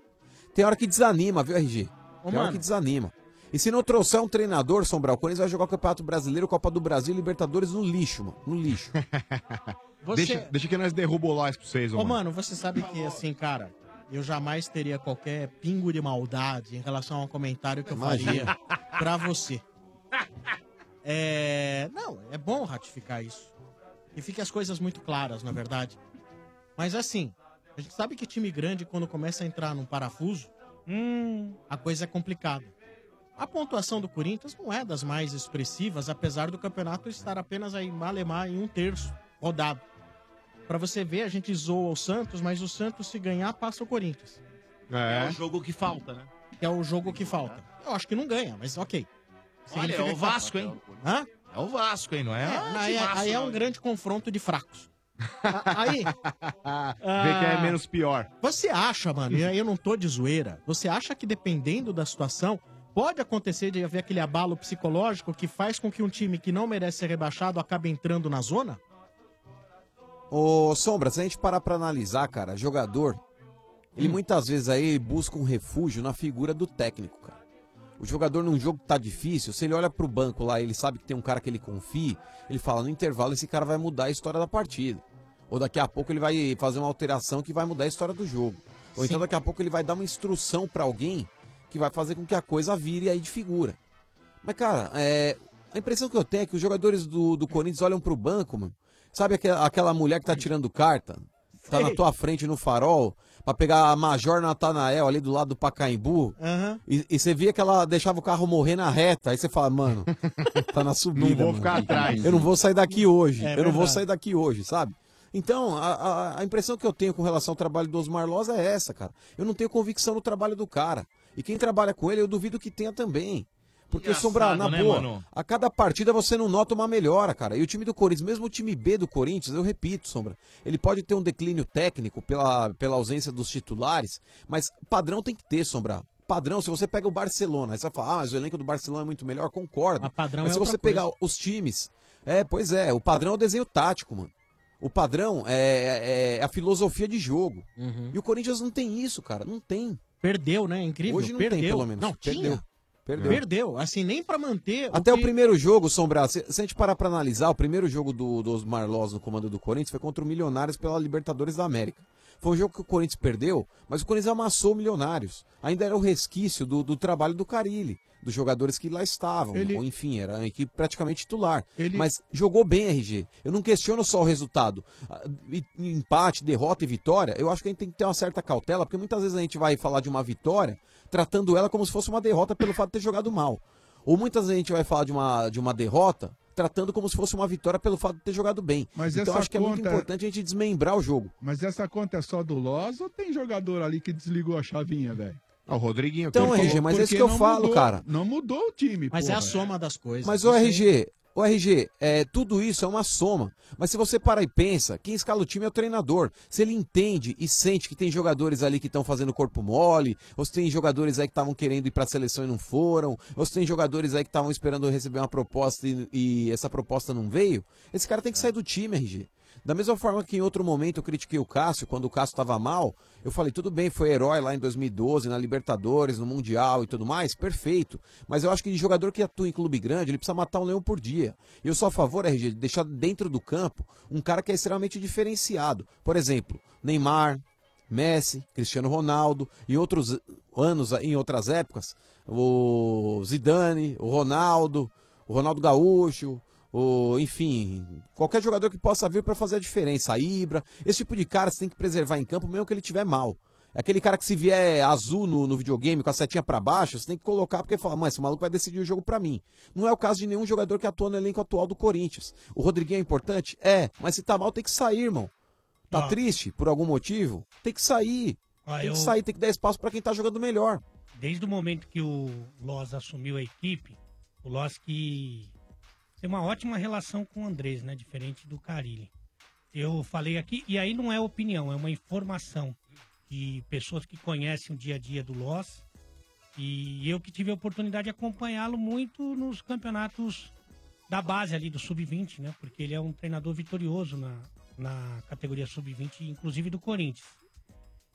S12: tem hora que desanima, viu, RG? tem hora
S3: mano.
S12: que desanima. E se não trouxer um treinador, Sombral, o Corinthians vai jogar o Campeonato Brasileiro, Copa do Brasil, Libertadores no lixo, mano. No lixo.
S3: Você-
S5: Deixa, deixa que nós derrubamos o Lois pra vocês,
S3: Ô,
S5: mano.
S3: mano, você sabe que, assim, cara, eu jamais teria qualquer pingo de maldade em relação a um comentário que eu
S12: Imagina.
S3: faria pra você. É... Não, é bom ratificar isso. E fica as coisas muito claras, na verdade. Mas, assim, a gente sabe que time grande, quando começa a entrar num parafuso, a coisa é complicada. A pontuação do Corinthians não é das mais expressivas, apesar do campeonato estar apenas aí malemar em um terço rodado. Pra você ver, a gente zoa o Santos, mas o Santos, se ganhar, passa o Corinthians,
S11: É.
S12: um
S11: o jogo que falta, né?
S3: que é o jogo que falta. Eu acho que não ganha, mas ok.
S10: Olha, é
S3: Significa
S10: o
S3: que- tá
S10: Vasco, hein?
S3: Hã?
S10: É o Vasco, hein? Não é?
S3: É,
S10: Ah,
S3: aí, é-
S10: timaço,
S3: aí é
S10: não,
S3: um
S10: hein?
S3: grande confronto de fracos. A- aí.
S5: Vê que é
S3: ah,
S5: menos pior.
S3: Você acha, mano, e aí eu não tô de zoeira, você acha que dependendo da situação, pode acontecer de haver aquele abalo psicológico que faz com que um time que não merece ser rebaixado acabe entrando na zona?
S12: Ô, Sombra, se a gente parar pra analisar, cara, jogador, ele muitas vezes aí busca um refúgio na figura do técnico, cara. O jogador num jogo que tá difícil, se ele olha pro banco lá, ele sabe que tem um cara que ele confia, ele fala, no intervalo esse cara vai mudar a história da partida. Ou daqui a pouco ele vai fazer uma alteração que vai mudar a história do jogo. Ou então daqui a pouco ele vai dar uma instrução pra alguém que vai fazer com que a coisa vire aí de figura. Mas, cara, é, a impressão que eu tenho é que os jogadores do, do Corinthians olham pro banco, mano. Sabe aquela, aquela mulher que tá tirando carta? Tá na
S16: Sei.
S12: tua frente no farol? pra pegar a Major Natanael ali do lado do Pacaembu. E, e você via que ela deixava o carro morrer na reta. Aí você fala, mano, tá na subida.
S5: Não vou
S12: mano.
S5: ficar atrás.
S12: Eu não vou sair daqui hoje.
S5: É
S12: eu não vou
S5: verdade.
S12: sair daqui hoje, sabe? Então, a, a- a impressão que eu tenho com relação ao trabalho do Osmar Loz é essa, cara. Eu não tenho convicção no trabalho do cara. E quem trabalha com ele, eu duvido que tenha também. Porque,
S10: Engraçado,
S12: Sombra, na
S10: né,
S12: boa,
S10: mano?
S12: a cada partida você não nota uma melhora, cara. E o time do Corinthians, mesmo o time B do Corinthians, eu repito, Sombra, ele pode ter um declínio técnico pela, pela ausência dos titulares, mas padrão tem que ter, Sombra. Padrão, se você pega o Barcelona, aí você vai falar, ah, mas o elenco do Barcelona é muito melhor, concordo. Mas,
S3: padrão é
S12: se
S3: outra
S12: você
S3: coisa.
S12: pegar os times. É, pois é, o padrão é o desenho tático, mano. O padrão é, é- é a filosofia de jogo. E o Corinthians não tem isso, cara. Não tem.
S3: Uhum. Perdeu, né? Incrível.
S12: Hoje não
S3: perdeu.
S12: tem, pelo menos.
S3: Não,
S12: perdeu.
S3: tinha.
S12: Perdeu.
S3: Perdeu. Assim, nem pra manter.
S12: Até o
S3: que-
S12: primeiro jogo, Sombra, se, se a gente parar pra analisar, o primeiro jogo do, dos Marlós no comando do Corinthians foi contra o Milionários pela Libertadores da América. Foi um jogo que o Corinthians perdeu, mas o Corinthians amassou o Milionários. Ainda era o resquício do, do trabalho do Carilli, dos jogadores que lá estavam.
S8: Ele-
S12: Ou, enfim, era uma equipe praticamente titular.
S8: Ele-
S12: Mas jogou bem, RG. Eu não questiono só o resultado. Ah, e- e Empate, derrota e vitória, eu acho que a gente tem que ter uma certa cautela, porque muitas vezes a gente vai falar de uma vitória tratando ela como se fosse uma derrota pelo fato de ter jogado mal. Ou muitas vezes a gente vai falar de uma, de uma derrota tratando como se fosse uma vitória pelo fato de ter jogado bem.
S8: Mas
S12: então
S8: essa
S12: acho que é muito
S8: conta-
S12: importante a gente desmembrar o jogo.
S8: Mas essa conta é só do Loz ou tem jogador ali que desligou a chavinha, velho?
S5: O Rodriguinho.
S12: Então, RG, mas é isso que eu falo, cara.
S8: Não mudou o time,
S3: Mas é
S8: porra.
S3: a soma das coisas.
S12: Mas o
S3: Isso aí-
S12: RG, o RG, é, tudo isso é uma soma. Mas se você parar e pensa, quem escala o time é o treinador. Se ele entende e sente que tem jogadores ali que estão fazendo corpo mole, ou se tem jogadores aí que estavam querendo ir para a seleção e não foram, ou se tem jogadores aí que estavam esperando receber uma proposta e, e essa proposta não veio, esse cara tem que sair do time, RG. Da mesma forma que em outro momento eu critiquei o Cássio, quando o Cássio estava mal, eu falei, tudo bem, foi herói lá em 2012, na Libertadores, no Mundial e tudo mais, perfeito. Mas eu acho que de jogador que atua em clube grande, ele precisa matar um leão por dia. E eu sou a favor, RG, de deixar dentro do campo um cara que é extremamente diferenciado. Por exemplo, Neymar, Messi, Cristiano Ronaldo, em outros anos, em outras épocas, o Zidane, o Ronaldo, o Ronaldo Gaúcho, o, enfim, qualquer jogador que possa vir para fazer a diferença, a Ibra, esse tipo de cara você tem que preservar em campo mesmo que ele tiver mal. É Aquele cara que se vier azul no, no videogame com a setinha pra baixo, você tem que colocar porque fala, mano, esse maluco vai decidir o jogo pra mim. Não é o caso de nenhum jogador que atua no elenco atual do Corinthians. O Rodriguinho é importante? É, mas se tá mal tem que sair, irmão. Tá
S11: Ó.
S12: triste por algum motivo? Tem que sair.
S11: Ah,
S12: tem
S11: eu-
S12: que sair, tem que dar espaço pra quem tá jogando melhor.
S11: desde o momento que o Loz assumiu a equipe, o Loz que tem uma ótima relação com o Andrés, né? Diferente do Carilli. Eu falei aqui, e aí não é opinião, é uma informação de pessoas que conhecem o dia a dia do Loz. E eu que tive a oportunidade de acompanhá-lo muito nos campeonatos da base ali do Sub-20, né? Porque ele é um treinador vitorioso na, na categoria Sub-20, inclusive do Corinthians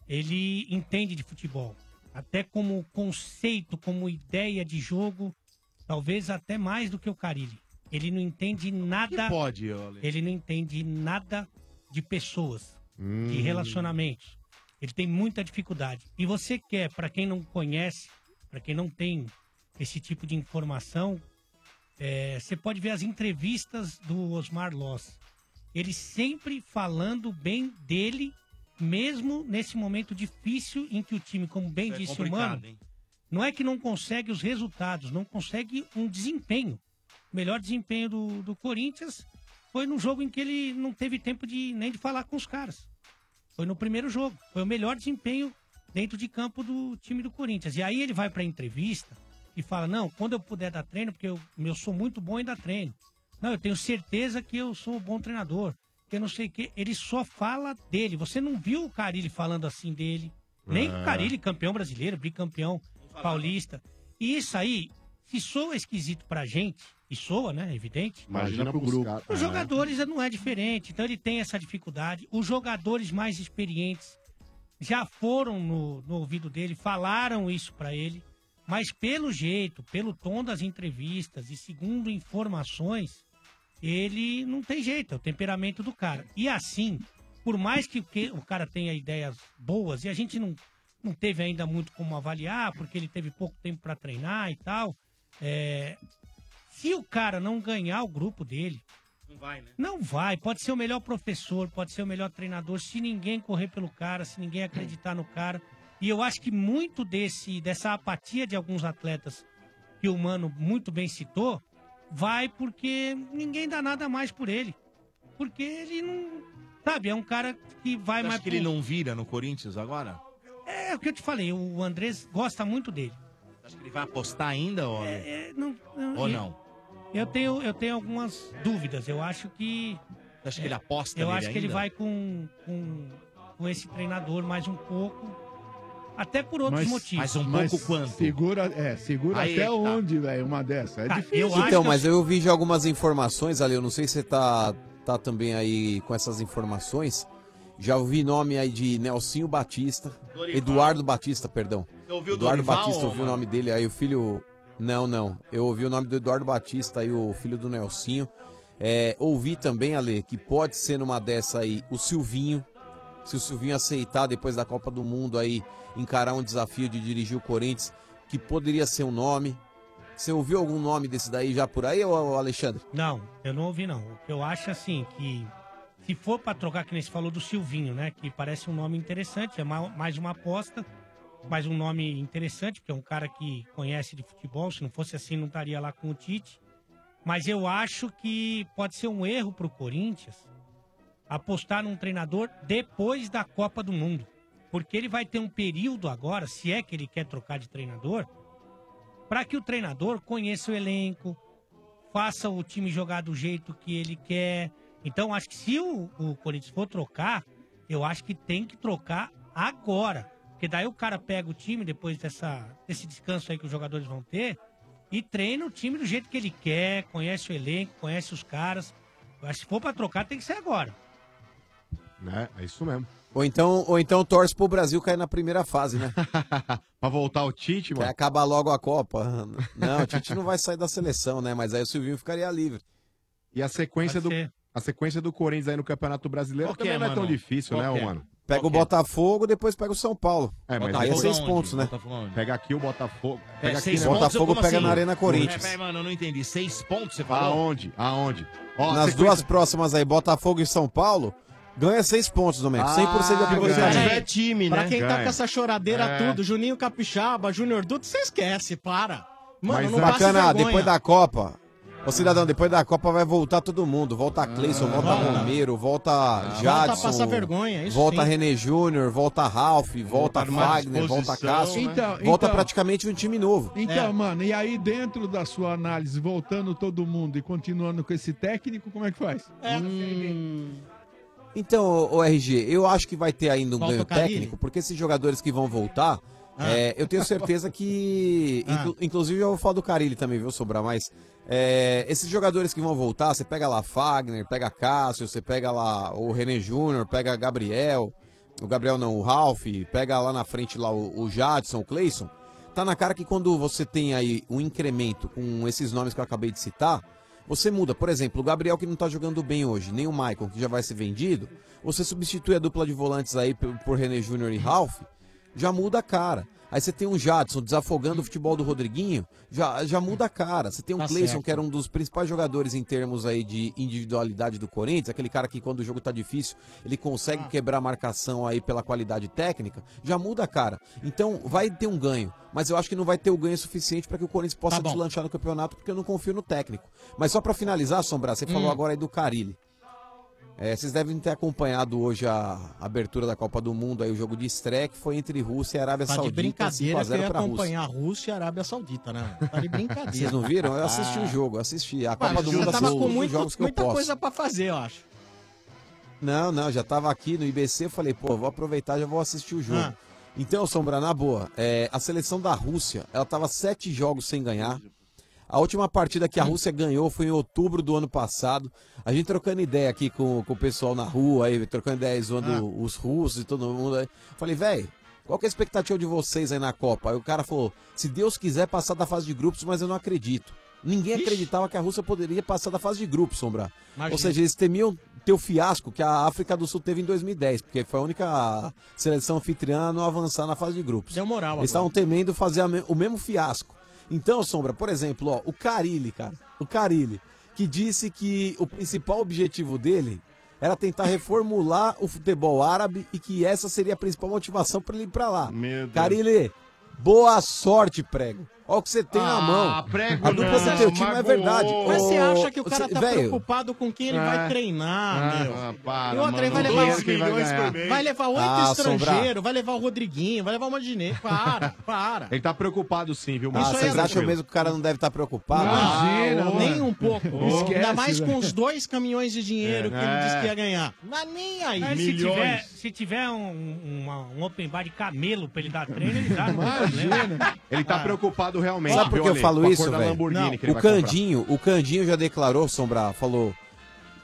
S11: ele entende de futebol. Até como conceito, como ideia de jogo, talvez até mais do que o Carilli. Ele não entende nada.
S10: pode, Ale?
S11: Ele não entende nada de pessoas, de
S10: Hum.
S11: relacionamentos. Ele tem muita dificuldade. E você quer, para quem não conhece, para quem não tem esse tipo de informação, é, você pode ver as entrevistas do Osmar Loss. Ele sempre falando bem dele, mesmo nesse momento difícil em que o time, como bem
S9: Isso é
S11: disse o
S9: complicado,
S11: Mano,
S9: hein?
S11: não é que não consegue os resultados, não consegue um desempenho. O melhor desempenho do, do Corinthians foi no jogo em que ele não teve tempo de nem de falar com os caras. Foi no primeiro jogo. Foi o melhor desempenho dentro de campo do time do Corinthians. E aí ele vai pra entrevista e fala: Não, quando eu puder dar treino, porque eu, eu sou muito bom em dar treino. Não, eu tenho certeza que eu sou um bom treinador. Que eu não sei o quê. Ele só fala dele. Você não viu o Carilli falando assim dele. Nem
S9: É.
S11: o Carilli, campeão brasileiro, bicampeão paulista. E isso aí, se soa esquisito pra gente, e soa, né? Evidente.
S7: Imagina pro grupo.
S11: Os jogadores não é diferente, então ele tem essa dificuldade. Os jogadores mais experientes já foram no, no ouvido dele, falaram isso pra ele, mas pelo jeito, pelo tom das entrevistas e segundo informações, ele não tem jeito, é o temperamento do cara. E assim, por mais que o, que- o cara tenha ideias boas, e a gente não, não teve ainda muito como avaliar, porque ele teve pouco tempo pra treinar e tal, é, se o cara não ganhar o grupo dele, Não vai, né? Não vai. Pode ser o melhor professor, pode ser o melhor treinador. Se ninguém correr pelo cara, se ninguém acreditar no cara. E eu acho que muito desse, dessa apatia de alguns atletas que o Mano muito bem citou, vai porque ninguém dá nada mais por ele. Porque ele não. Sabe, é um cara que vai
S10: Você
S11: mais
S10: acha que
S11: pro-
S10: ele não vira no Corinthians agora?
S11: É o que eu te falei, o Andrés gosta muito dele.
S10: Acho que ele vai apostar ainda, homem?
S11: É, não-
S10: Ou
S11: eu-
S10: não?
S11: Eu tenho, eu tenho algumas dúvidas. Eu acho que.
S10: Você acha que ele aposta
S11: Eu
S10: nele
S11: acho que ele
S10: ainda?
S11: vai com, com, com esse treinador mais um pouco. Até por outros motivos.
S10: um
S8: Segura, é, segura
S11: um Aí
S8: até
S11: que tá.
S8: onde, velho, uma dessa. É
S11: Tá,
S8: difícil.
S12: então, mas eu vi já algumas informações ali, eu não sei se você tá, tá também aí com essas informações. Já ouvi nome aí de Nelsinho Batista,
S10: Dorival.
S12: Eduardo Batista, perdão.
S10: Você ouviu o
S12: Eduardo
S10: Dorival,
S12: Batista, eu ouvi o
S10: mano?
S12: nome dele, aí o filho... Não, não, eu ouvi o nome do Eduardo Batista aí o filho do Nelsinho. É, ouvi também, Ale, que pode ser numa dessa aí o Silvinho, se o Silvinho aceitar depois da Copa do Mundo aí encarar um desafio de dirigir o Corinthians, que poderia ser um nome. Você ouviu algum nome desse daí já por aí, ô Alexandre?
S11: Não, eu não ouvi não. O que eu acho assim que se for pra trocar, que nem você falou do Silvinho, né? Que parece um nome interessante, é ma- mais uma aposta, mais um nome interessante, porque é um cara que conhece de futebol, se não fosse assim não estaria lá com o Tite. Mas eu acho que pode ser um erro pro Corinthians apostar num treinador depois da Copa do Mundo. Porque ele vai ter um período agora, se é que ele quer trocar de treinador, para que o treinador conheça o elenco, faça o time jogar do jeito que ele quer. Então, acho que se o, o Corinthians for trocar, eu acho que tem que trocar agora. Porque daí o cara pega o time, depois dessa, desse descanso aí que os jogadores vão ter, e treina o time do jeito que ele quer, conhece o elenco, conhece os caras. Eu acho que se for pra trocar, tem que ser agora.
S5: É, é isso mesmo.
S12: Ou então, ou então torce pro Brasil cair na primeira fase, né?
S5: pra voltar o Tite,
S12: mano. Vai acabar logo a Copa. Não, o Tite não vai sair da seleção, né? Mas aí o Silvinho ficaria livre.
S5: E a sequência do, a sequência do Corinthians aí no Campeonato Brasileiro
S12: Qual que
S5: também
S12: é,
S5: não é tão
S12: mano?
S5: difícil,
S12: Qual
S5: né,
S12: que é?
S5: mano?
S12: Pega o Botafogo, depois pega o São Paulo.
S5: É, mas
S12: aí é
S5: Botafogo
S12: seis
S5: aonde?
S12: pontos, né?
S5: Pega aqui o Botafogo.
S10: É,
S5: Pega
S10: seis
S5: aqui, né?
S10: pontos, como
S12: pega
S10: assim?
S12: na Arena Corinthians.
S10: É, é, mano, eu não entendi. Seis pontos você falou?
S5: Aonde? Aonde? Ó,
S12: Nas
S5: sequência-
S12: duas próximas aí, Botafogo e São Paulo, ganha seis pontos, Domenico. 100% de
S5: Ah,
S12: aproveitamento.
S5: ganha. Se tiver time,
S3: Pra
S12: né?
S3: quem tá
S12: Ganha.
S3: com essa choradeira
S12: É.
S3: tudo, Juninho Capixaba, Júnior Duto, você esquece, para. Mano,
S12: Mas
S3: não passa
S12: bacana,
S3: vergonha.
S12: depois da Copa. Ô cidadão, depois da Copa vai voltar todo mundo. Volta
S5: Ah.
S12: Cleison, volta Romero, volta Jadson.
S3: Volta a passar vergonha, isso
S12: Volta
S3: sim.
S12: René Júnior, volta Ralf, volta
S8: Voltar numa
S12: Fagner, volta
S8: disposição,
S12: Cássio.
S8: né? Então,
S12: volta
S8: então.
S12: praticamente um time novo.
S8: Então, mano, e aí dentro da sua análise, voltando todo mundo e continuando com esse técnico, como é que faz?
S12: Então, ô, ô, RG, eu acho que vai ter ainda um
S8: Falta
S12: ganho
S8: o Carille.
S12: técnico, porque esses jogadores que vão voltar,
S16: Ah.
S12: é, eu tenho certeza que. inclu- inclusive, eu vou falar do Carilli também, viu, sobrar mais. É, esses jogadores que vão voltar, você pega lá Fagner, pega Cássio, você pega lá o René Júnior, pega Gabriel, o Gabriel não, o Ralf, pega lá na frente lá o, o Jadson, o Cleison. Tá na cara que quando você tem aí um incremento com esses nomes que eu acabei de citar, você muda, por exemplo, o Gabriel que não tá jogando bem hoje, nem o Maicon que já vai ser vendido, você substitui a dupla de volantes aí por, por René Júnior e Ralph, já muda a cara. Aí você tem um Jadson desafogando o futebol do Rodriguinho, já, já muda a cara. Você tem um
S16: Tá
S12: Cleison
S16: certo.
S12: que era um dos principais jogadores em termos aí de individualidade do Corinthians, aquele cara que quando o jogo tá difícil, ele consegue
S3: Ah.
S12: quebrar a marcação aí pela qualidade técnica, já muda a cara. Então vai ter um ganho, mas eu acho que não vai ter o ganho suficiente para que o Corinthians
S3: Tá
S12: possa deslanchar no campeonato, porque eu não confio no técnico. Mas só para finalizar, Sombra, você falou
S16: Hum.
S12: agora aí do Carilli. É, vocês devem ter acompanhado hoje a abertura da Copa do Mundo, aí o jogo de estreia que foi entre Rússia e Arábia
S3: Tá de
S12: Saudita,
S3: brincadeira que eu
S12: 5x0
S3: ia
S12: para a Rússia.
S3: acompanhar a Rússia e a Arábia Saudita, né? mano? Tá de brincadeira.
S12: Vocês não viram? Eu assisti o jogo, eu assisti. A
S3: Pá,
S12: Copa do
S3: já
S12: Mundo
S3: Ah. tava
S12: assisti
S3: com
S12: todos os
S3: muito-
S12: jogos que eu
S3: muita
S12: posso.
S3: coisa pra fazer, eu acho.
S12: Não, não, já tava aqui no IBC, eu falei, pô, vou aproveitar, já vou assistir o jogo. Então, Sombra, na boa, é, a seleção da Rússia, ela tava sete jogos sem ganhar. A última partida que a Rússia ganhou foi em outubro do ano passado. A gente trocando ideia aqui com, com o pessoal na rua, aí, trocando ideia, zoando os russos e todo mundo. Aí. Falei, velho, qual que é a expectativa de vocês aí na Copa? Aí o cara falou, se Deus quiser passar da fase de grupos, mas eu não acredito. Ninguém acreditava que a Rússia poderia passar da fase de grupos, Sombra. Ou
S16: Imagina.
S12: seja, eles temiam ter o fiasco que a África do Sul teve em 2010, porque foi a única seleção anfitriã a não avançar na fase de grupos. Deu
S3: moral
S12: Eles
S3: agora.
S12: estavam temendo fazer a me- o mesmo fiasco. Então, Sombra, por exemplo, ó, o Carilli, cara. O Carilli. que disse que o principal objetivo dele era tentar reformular o futebol árabe e que essa seria a principal motivação para ele ir para lá. Carilê, boa sorte, prego. Olha o que você tem na
S3: Ah,
S12: mão.
S3: prego
S12: a dupla do
S3: não,
S12: teu time é
S3: magoou.
S12: verdade.
S3: Mas você
S12: Ô,
S3: acha que o cara
S12: você-
S3: tá
S12: velho,
S3: preocupado com quem ele vai
S12: É.
S3: treinar,
S12: Ah,
S3: meu?
S12: ah, para,
S3: e outra, ele vai
S12: mano,
S3: levar,
S12: dinheiro que vai
S3: milhões
S12: ganhar.
S3: por mês. vai levar oito
S5: Ah,
S3: estrangeiros,
S5: assombrar.
S3: vai levar o Rodriguinho, vai levar Ah, o Mandinei. Para, para.
S5: Ele tá preocupado sim, viu?
S3: Ah, Isso aí vocês é acham tranquilo. mesmo
S12: que o cara não deve estar preocupado?
S3: Não, nem um pouco. Ainda mais com os dois caminhões de dinheiro
S12: É,
S3: que ele
S12: né?
S3: disse que ia ganhar. Mas nem aí.
S11: Mas se tiver, se tiver um, uma- um open bar de camelo pra ele dar treino, ele dá.
S5: Ele tá preocupado realmente.
S12: Sabe por que eu falo isso, velho?
S5: Não,
S12: O Candinho, o Candinho já declarou, Sombra, falou: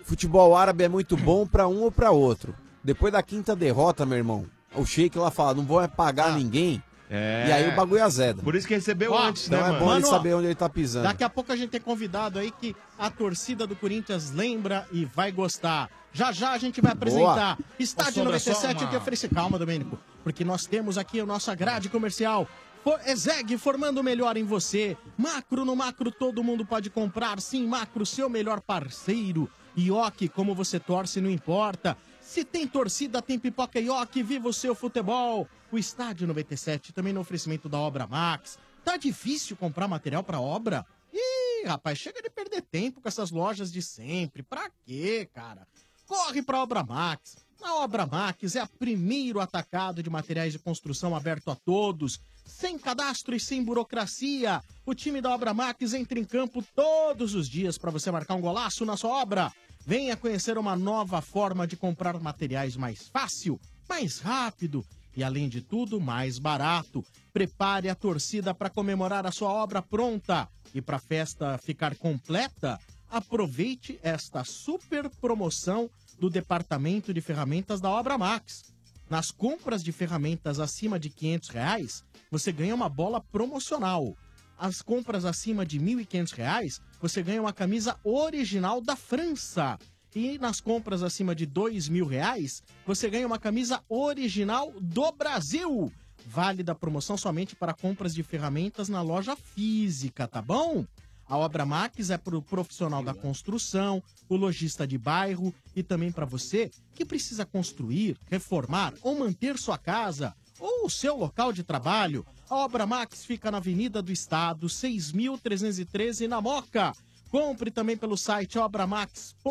S12: futebol árabe é muito bom pra um ou pra outro. Depois da quinta derrota, meu irmão, o Sheik lá fala: não vão é pagar ninguém. E aí o bagulho azeda.
S6: Por isso que recebeu
S3: antes,
S12: então
S3: né,
S12: é
S3: mano?
S12: bom ele
S3: Mano, ó,
S12: saber onde ele tá pisando.
S3: Daqui a pouco a gente tem convidado aí que a torcida do Corinthians lembra e vai gostar. Já já a gente vai apresentar.
S12: Boa.
S3: Estádio
S12: Ô, Sombra, só
S3: 97
S12: uma-
S3: que oferece calma, Domênico, porque nós temos aqui a nossa grade comercial. For- Ezeg, formando o melhor em você. Macro no macro, todo mundo pode comprar. Sim, macro, seu melhor parceiro. Ioki, como você torce, não importa. Se tem torcida, tem pipoca Ioki, viva o seu futebol. O Estádio 97, também no oferecimento da Obra Max. Tá difícil comprar material pra obra? Ih, rapaz, chega de perder tempo com essas lojas de sempre. Pra quê, cara? Corre para a Obra Max. A Obra Max é a primeiro atacado de materiais de construção aberto a todos, sem cadastro e sem burocracia. O time da Obra Max entra em campo todos os dias para você marcar um golaço na sua obra. Venha conhecer uma nova forma de comprar materiais mais fácil, mais rápido e, além de tudo, mais barato. Prepare a torcida para comemorar a sua obra pronta e para a festa ficar completa. Aproveite esta super promoção do Departamento de Ferramentas da Obra Max. Nas compras de ferramentas acima de R$ 500 reais, você ganha uma bola promocional. As compras acima de R$ 1.500, reais, você ganha uma camisa original da França. E nas compras acima de R$ 2.000, reais, você ganha uma camisa original do Brasil. Válida a promoção somente para compras de ferramentas na loja física, tá bom? A Obra Max é para o profissional da construção, o lojista de bairro e também para você que precisa construir, reformar ou manter sua casa ou o seu local de trabalho. A Obra Max fica na Avenida do Estado, 6.313, na Moca. Compre também pelo site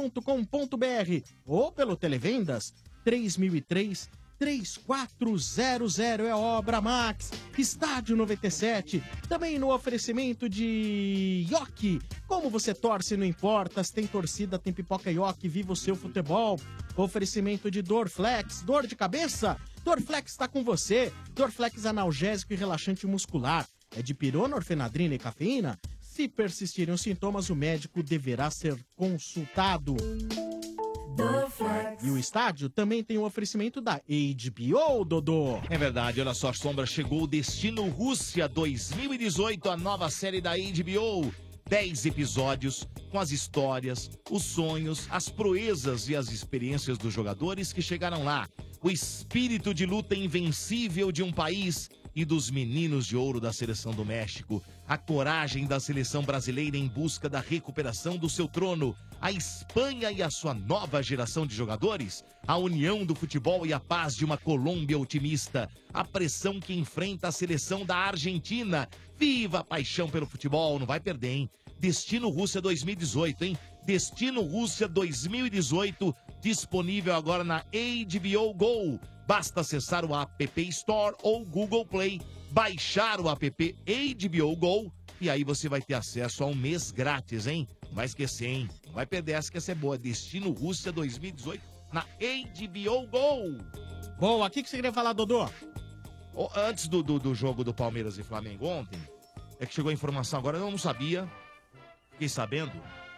S3: obramax.com.br ou pelo Televendas 3003 3400 é a Obra Max, Estádio 97, também no oferecimento de Yoki. Como você torce, não importa, se tem torcida, tem pipoca Yoki, viva o seu futebol. Oferecimento de Dorflex, dor de cabeça? Dorflex está com você. Dorflex analgésico e relaxante muscular. É de pirona, orfenadrina e cafeína? Se persistirem os sintomas, o médico deverá ser consultado. E o estádio também tem um oferecimento da HBO, Dodô.
S10: É verdade, olha só, Sombra chegou o Destino Rússia 2018, a nova série da HBO. 10 episódios com as histórias, os sonhos, as proezas e as experiências dos jogadores que chegaram lá. O espírito de luta invencível de um país e dos meninos de ouro da seleção do México. A coragem da seleção brasileira em busca da recuperação do seu trono. A Espanha e a sua nova geração de jogadores. A união do futebol e a paz de uma Colômbia otimista. A pressão que enfrenta a seleção da Argentina. Viva a paixão pelo futebol, não vai perder, hein? Destino Rússia 2018, hein? Destino Rússia 2018, disponível agora na HBO Go. Basta acessar o App Store ou Google Play, baixar o app HBO Go e aí você vai ter acesso a um mês grátis, hein? Não vai esquecer, hein? Não vai perder essa que essa é boa. Destino Rússia 2018 na HBO Go.
S3: Boa, o que, que você queria falar, Dodô?
S10: Antes do, do, do jogo do Palmeiras e Flamengo ontem, é que chegou a informação agora, eu não sabia. Fiquei sabendo.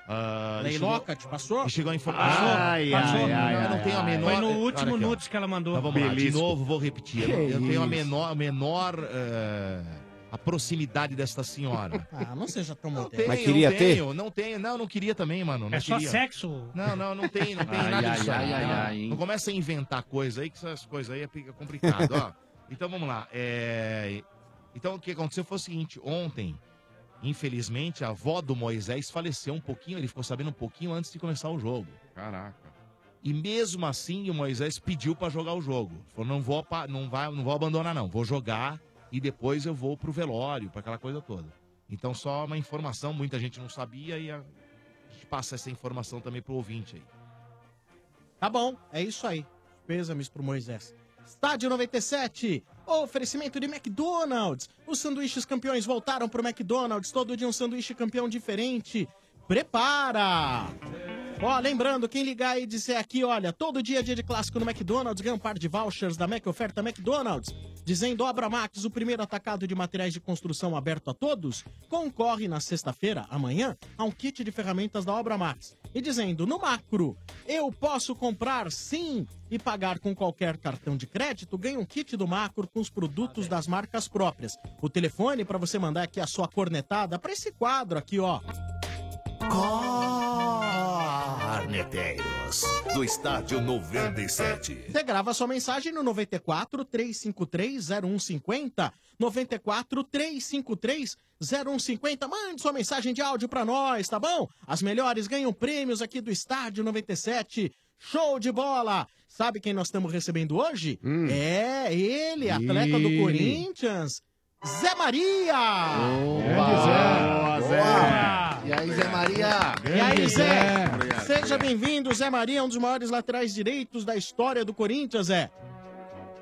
S10: Ah,
S11: Leiloca,
S3: te passou?
S10: Chegou a informação.
S11: Ai,
S10: Passou?
S11: ai, ai,
S10: eu não
S11: ai,
S10: tenho a
S11: ai.
S10: menor.
S11: Foi no
S10: Olha
S11: último
S10: aqui, ó.
S11: nudes que ela mandou.
S10: Então vamos lá, de
S11: Belisco.
S10: novo, vou repetir. Eu,
S11: Que
S10: não- eu tenho a
S11: isso.
S10: menor, a menor eh, a proximidade desta senhora.
S3: Ah, não seja tão
S10: Tenho,
S3: moderno.
S10: não Tenho, não tenho, não, não queria também, mano. não
S11: É só
S10: queria.
S11: sexo?
S10: Não, não, não tem, não tem
S11: Ai,
S10: nada
S11: ai,
S10: disso aí.
S11: ai,
S10: não.
S11: ai, ai, hein?
S10: não começa a inventar coisa aí, que essas coisas aí é fica é, complicado, ó. Então vamos lá. é, Então o que aconteceu foi o seguinte, ontem Infelizmente, a avó do Moisés faleceu um pouquinho, ele ficou sabendo um pouquinho antes de começar o jogo. Caraca. E mesmo assim, o Moisés pediu pra jogar o jogo. Falou: não vou, apa- não, vai, não vou abandonar, não. Vou jogar e depois eu vou pro velório, pra aquela coisa toda. Então, só uma informação, muita gente não sabia e a a gente passa essa informação também pro ouvinte aí.
S3: Tá bom, é isso aí. Pêsames pro Moisés. Estádio 97, oferecimento de McDonald's. Os sanduíches campeões voltaram pro McDonald's, todo dia um sanduíche campeão diferente. Prepara! Ó, lembrando, quem ligar e dizer aqui, olha, todo dia é dia de clássico no McDonald's, ganha um par de vouchers da Mac Oferta McDonald's. Dizendo Obra Max, o primeiro atacado de materiais de construção aberto a todos, concorre na sexta-feira, amanhã, a um kit de ferramentas da Obra Max. E dizendo, no macro, eu posso comprar sim e pagar com qualquer cartão de crédito, ganha um kit do macro com os produtos das marcas próprias. O telefone para você mandar aqui a sua cornetada para esse quadro aqui, ó.
S16: Arneteiros, do estádio 97.
S3: Você grava sua mensagem no 94 353 0150, 94 353 0150. Mande sua mensagem de áudio pra nós, tá bom? As melhores ganham prêmios aqui do Estádio 97. Show de bola! Sabe quem nós estamos recebendo hoje? É ele, atleta do
S2: Ih.
S3: Corinthians, Zé Maria!
S2: Grande Zé. Boa.
S7: E aí, Zé Maria?
S3: E aí, Zé?
S7: Obrigado.
S3: Seja bem-vindo, Zé Maria, um dos maiores laterais direitos da história do Corinthians, Zé.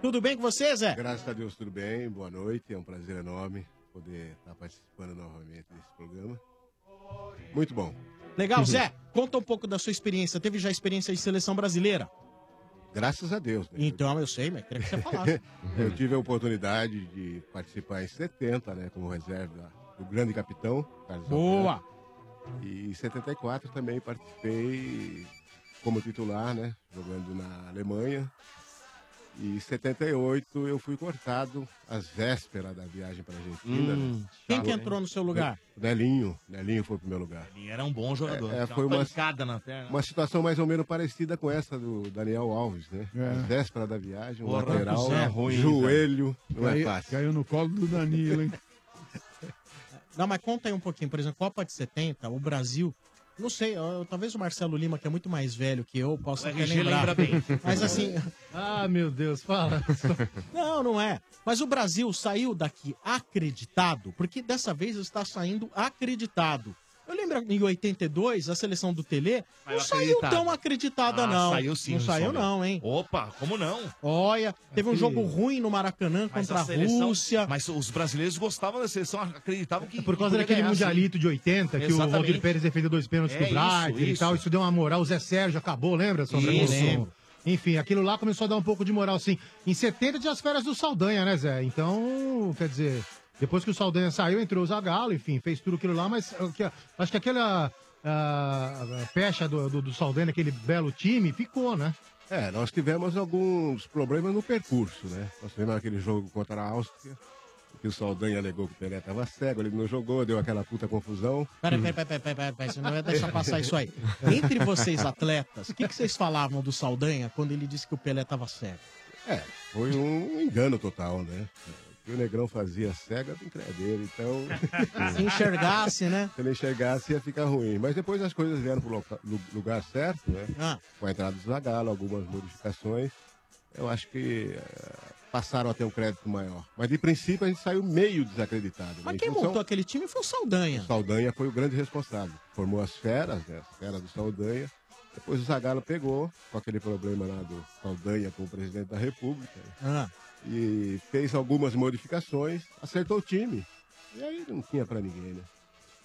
S3: Tudo bem com você, Zé?
S17: Graças a Deus, tudo bem. Boa noite. É um prazer enorme poder estar participando novamente desse programa. Muito bom.
S3: Legal, Zé. Conta um pouco da sua experiência. Teve já experiência de seleção brasileira?
S17: Graças a Deus. né?
S3: Então, eu sei, mas queria que você falasse.
S17: Eu tive a oportunidade de participar em 70, né, como reserva do grande capitão, Carlos
S3: Boa!
S17: Alberto. E em 74 também participei como titular, né, jogando na Alemanha. E em 78 eu fui cortado às vésperas da viagem para a Argentina.
S3: Hum.
S17: né?
S3: Quem que entrou no seu lugar?
S17: Nelinho. Nelinho foi o primeiro lugar.
S10: Ele era um bom jogador.
S3: então
S17: É, é,
S10: Tinha
S17: foi
S10: uma
S17: uma,
S10: pancada na perna.
S17: uma situação mais ou menos parecida com essa do Daniel Alves, né?
S8: É.
S17: A véspera da viagem, o
S8: Porra,
S17: lateral,
S8: isso é ruim,
S17: joelho,
S8: velho.
S17: não é
S8: Caiu-
S17: fácil.
S8: Caiu no colo do Danilo, hein?
S3: Não, mas conta aí um pouquinho. Por exemplo, Copa de 70, o Brasil. Não sei, ó, talvez o Marcelo Lima, que é muito mais velho que eu, possa
S11: O
S3: até
S11: RG
S3: lembrar.
S11: lembra bem.
S3: Mas assim.
S11: Ah, meu Deus, fala.
S3: Não, não é. Mas o Brasil saiu daqui acreditado, porque dessa vez está saindo acreditado. Eu lembro em 82, a seleção do Tele
S10: Saiu
S3: não saiu
S10: acreditado.
S3: tão acreditada,
S10: Ah,
S3: não.
S10: Saiu sim. Oh.
S3: Não saiu,
S10: Sombra.
S3: não, hein?
S10: Opa, como não?
S3: Olha, teve um
S10: Aqui.
S3: jogo ruim no Maracanã
S10: Mas
S3: contra a, Rússia. É
S10: Mas os brasileiros gostavam da seleção, acreditavam que.
S18: É Por causa
S10: que podia
S18: daquele
S10: ganhar, sim.
S18: mundialito de 80, que o
S10: Exatamente.
S18: Valdir Pérez defendeu dois pênaltis
S10: É
S18: pro Braz
S10: isso,
S18: e
S10: isso.
S18: tal. Isso deu uma moral. O Zé Sérgio acabou, lembra, Sombra?
S10: Isso.
S18: Isso.
S10: Lembro.
S18: Enfim, aquilo lá começou a dar um pouco de moral, sim. Em 70 tinha as férias do Saldanha, né, Zé? Então, quer dizer, depois que o Saldanha saiu, entrou o Zagallo, enfim, fez tudo aquilo lá, mas o que- acho que aquela ah, pecha do, do, do Saldanha, aquele belo time, ficou, né?
S17: É, nós tivemos alguns problemas no percurso, né? Nós tivemos aquele jogo contra a Áustria, que o Saldanha alegou que o Pelé estava cego, ele não jogou, deu aquela puta confusão.
S3: Peraí, peraí, peraí, peraí, peraí, peraí, peraí, você não vai deixar passar isso aí. Entre vocês, atletas, o que, que vocês falavam do Saldanha quando ele disse que o Pelé tava cego?
S17: É, foi um engano total, né? O que o Negrão fazia cega, brincadeira, então...
S3: Se enxergasse, né?
S17: Se ele enxergasse, ia ficar ruim. Mas depois as coisas vieram pro loca- lu- lugar certo, né?
S3: Ah.
S17: Com a entrada do Zagallo, algumas modificações. Eu acho que eh, passaram a ter um crédito maior. Mas, de princípio, a gente saiu meio desacreditado. né?
S3: Mas
S17: Em
S3: quem
S17: função-
S3: montou aquele time foi o Saldanha.
S17: o Saldanha foi o grande responsável. Formou as feras, né? As feras do Saldanha. Depois o Zagallo pegou, com aquele problema lá do Saldanha com o presidente da República.
S3: Ah.
S17: E fez algumas modificações, acertou o time. E aí não tinha pra ninguém, né?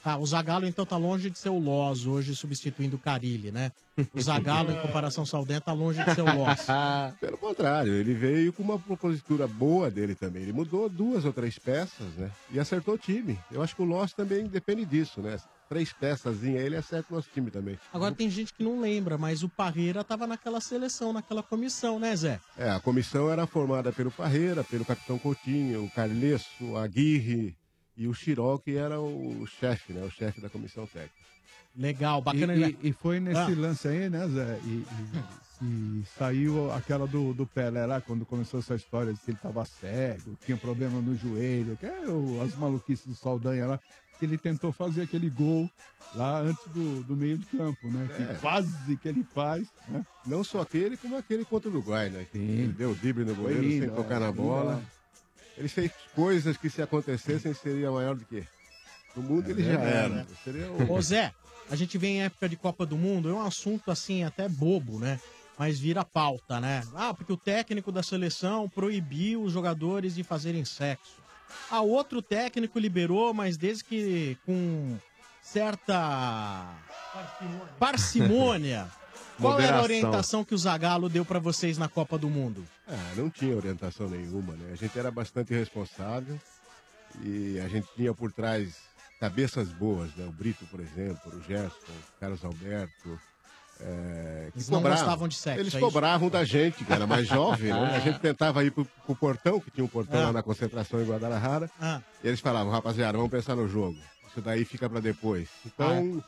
S3: Ah, o Zagallo então tá longe de ser o Loz hoje substituindo o Carilli, né? O Zagallo em comparação ao Saldanha tá longe de ser o Loz.
S17: Pelo contrário, ele veio com uma propositura boa dele também. Ele mudou duas ou três peças, né? E acertou o time. Eu acho que o Loss também depende disso, né? Três peças ele acerta o nosso time também.
S3: Agora tem gente que não lembra, mas o Parreira tava naquela seleção, naquela comissão, né, Zé?
S17: É, a comissão era formada pelo Parreira, pelo Capitão Coutinho, o Carlesso, Aguirre e o Chirol, que era o chefe, né? O chefe da comissão técnica.
S8: Ah,
S3: Legal,
S17: bacana,
S8: E,
S17: né?
S8: e, e foi nesse
S17: Ah.
S8: lance aí, né, Zé? E, e- e saiu aquela do, do Pelé lá, quando começou essa história de que ele tava cego, tinha problema no joelho, que é o- as maluquices do Saldanha lá. ele tentou fazer aquele gol lá antes do, do meio de campo, né? Que
S17: É.
S8: quase que ele faz. Né?
S17: Não só aquele, como aquele contra o Uruguai, né? Ele deu o drible no
S8: Foi
S17: goleiro
S8: lindo,
S17: sem tocar
S8: é,
S17: na
S8: lindo,
S17: bola.
S8: né?
S17: Ele fez coisas que se acontecessem seria maior do que. No mundo
S8: É,
S17: ele já era.
S8: né?
S17: Seria o-
S3: Ô Zé, a gente vem em época de Copa do Mundo, é um assunto assim até bobo, né? Mas vira pauta, né? Ah, porque o técnico da seleção proibiu os jogadores de fazerem sexo. Ah, outro técnico liberou, mas desde que com certa parcimônia. Qual era a
S17: Moderação.
S3: orientação que o Zagallo deu pra vocês na Copa do Mundo?
S17: Ah, não tinha orientação nenhuma, né? A gente era bastante responsável e a gente tinha por trás cabeças boas, né? O Brito, por exemplo, o Gerson, o Carlos Alberto. eh, que
S3: Eles não gostavam de sexo,
S17: Eles
S3: é isso?
S17: cobravam da gente, que era mais jovem, né? A gente tentava ir pro, pro portão, que tinha um portão
S3: Ah.
S17: lá na concentração em Guadalajara.
S3: Ah.
S17: E eles falavam, rapaziada, vamos pensar no jogo. Isso daí fica pra depois. Então,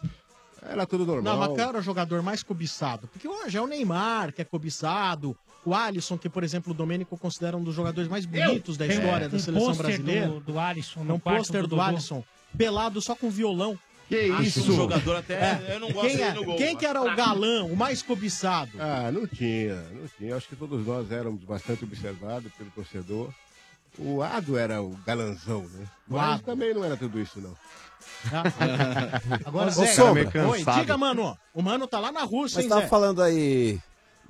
S17: era tudo normal.
S3: Ah, é? Não, mas qual era o jogador mais cobiçado? Porque hoje é o Neymar que é cobiçado, o Alisson, que, por exemplo, o Domênico considera um dos jogadores mais bonitos
S5: É.
S3: da
S11: Tem
S3: história da
S11: um
S3: seleção
S11: pôster
S3: brasileira.
S11: Do, do Alisson,
S3: É um pôster do, Alisson, pelado só com violão. Que
S10: isso? Um jogador até- eu não gosto
S3: quem,
S10: dele
S3: é-
S10: no gol,
S3: quem
S10: mas-
S3: que era o galã, o mais cobiçado?
S17: Ah, não tinha, não tinha. Acho que todos nós éramos bastante observados pelo torcedor. O Ado era o galanzão, né? Mas
S3: Ado. Ah,
S17: também não era tudo isso, não.
S3: Agora,
S12: Ô,
S3: Zé,
S12: Sombra.
S3: Oi, diga, mano. O mano tá lá na Rússia,
S12: Mas
S3: hein,
S12: tava
S3: Zé?
S12: falando aí.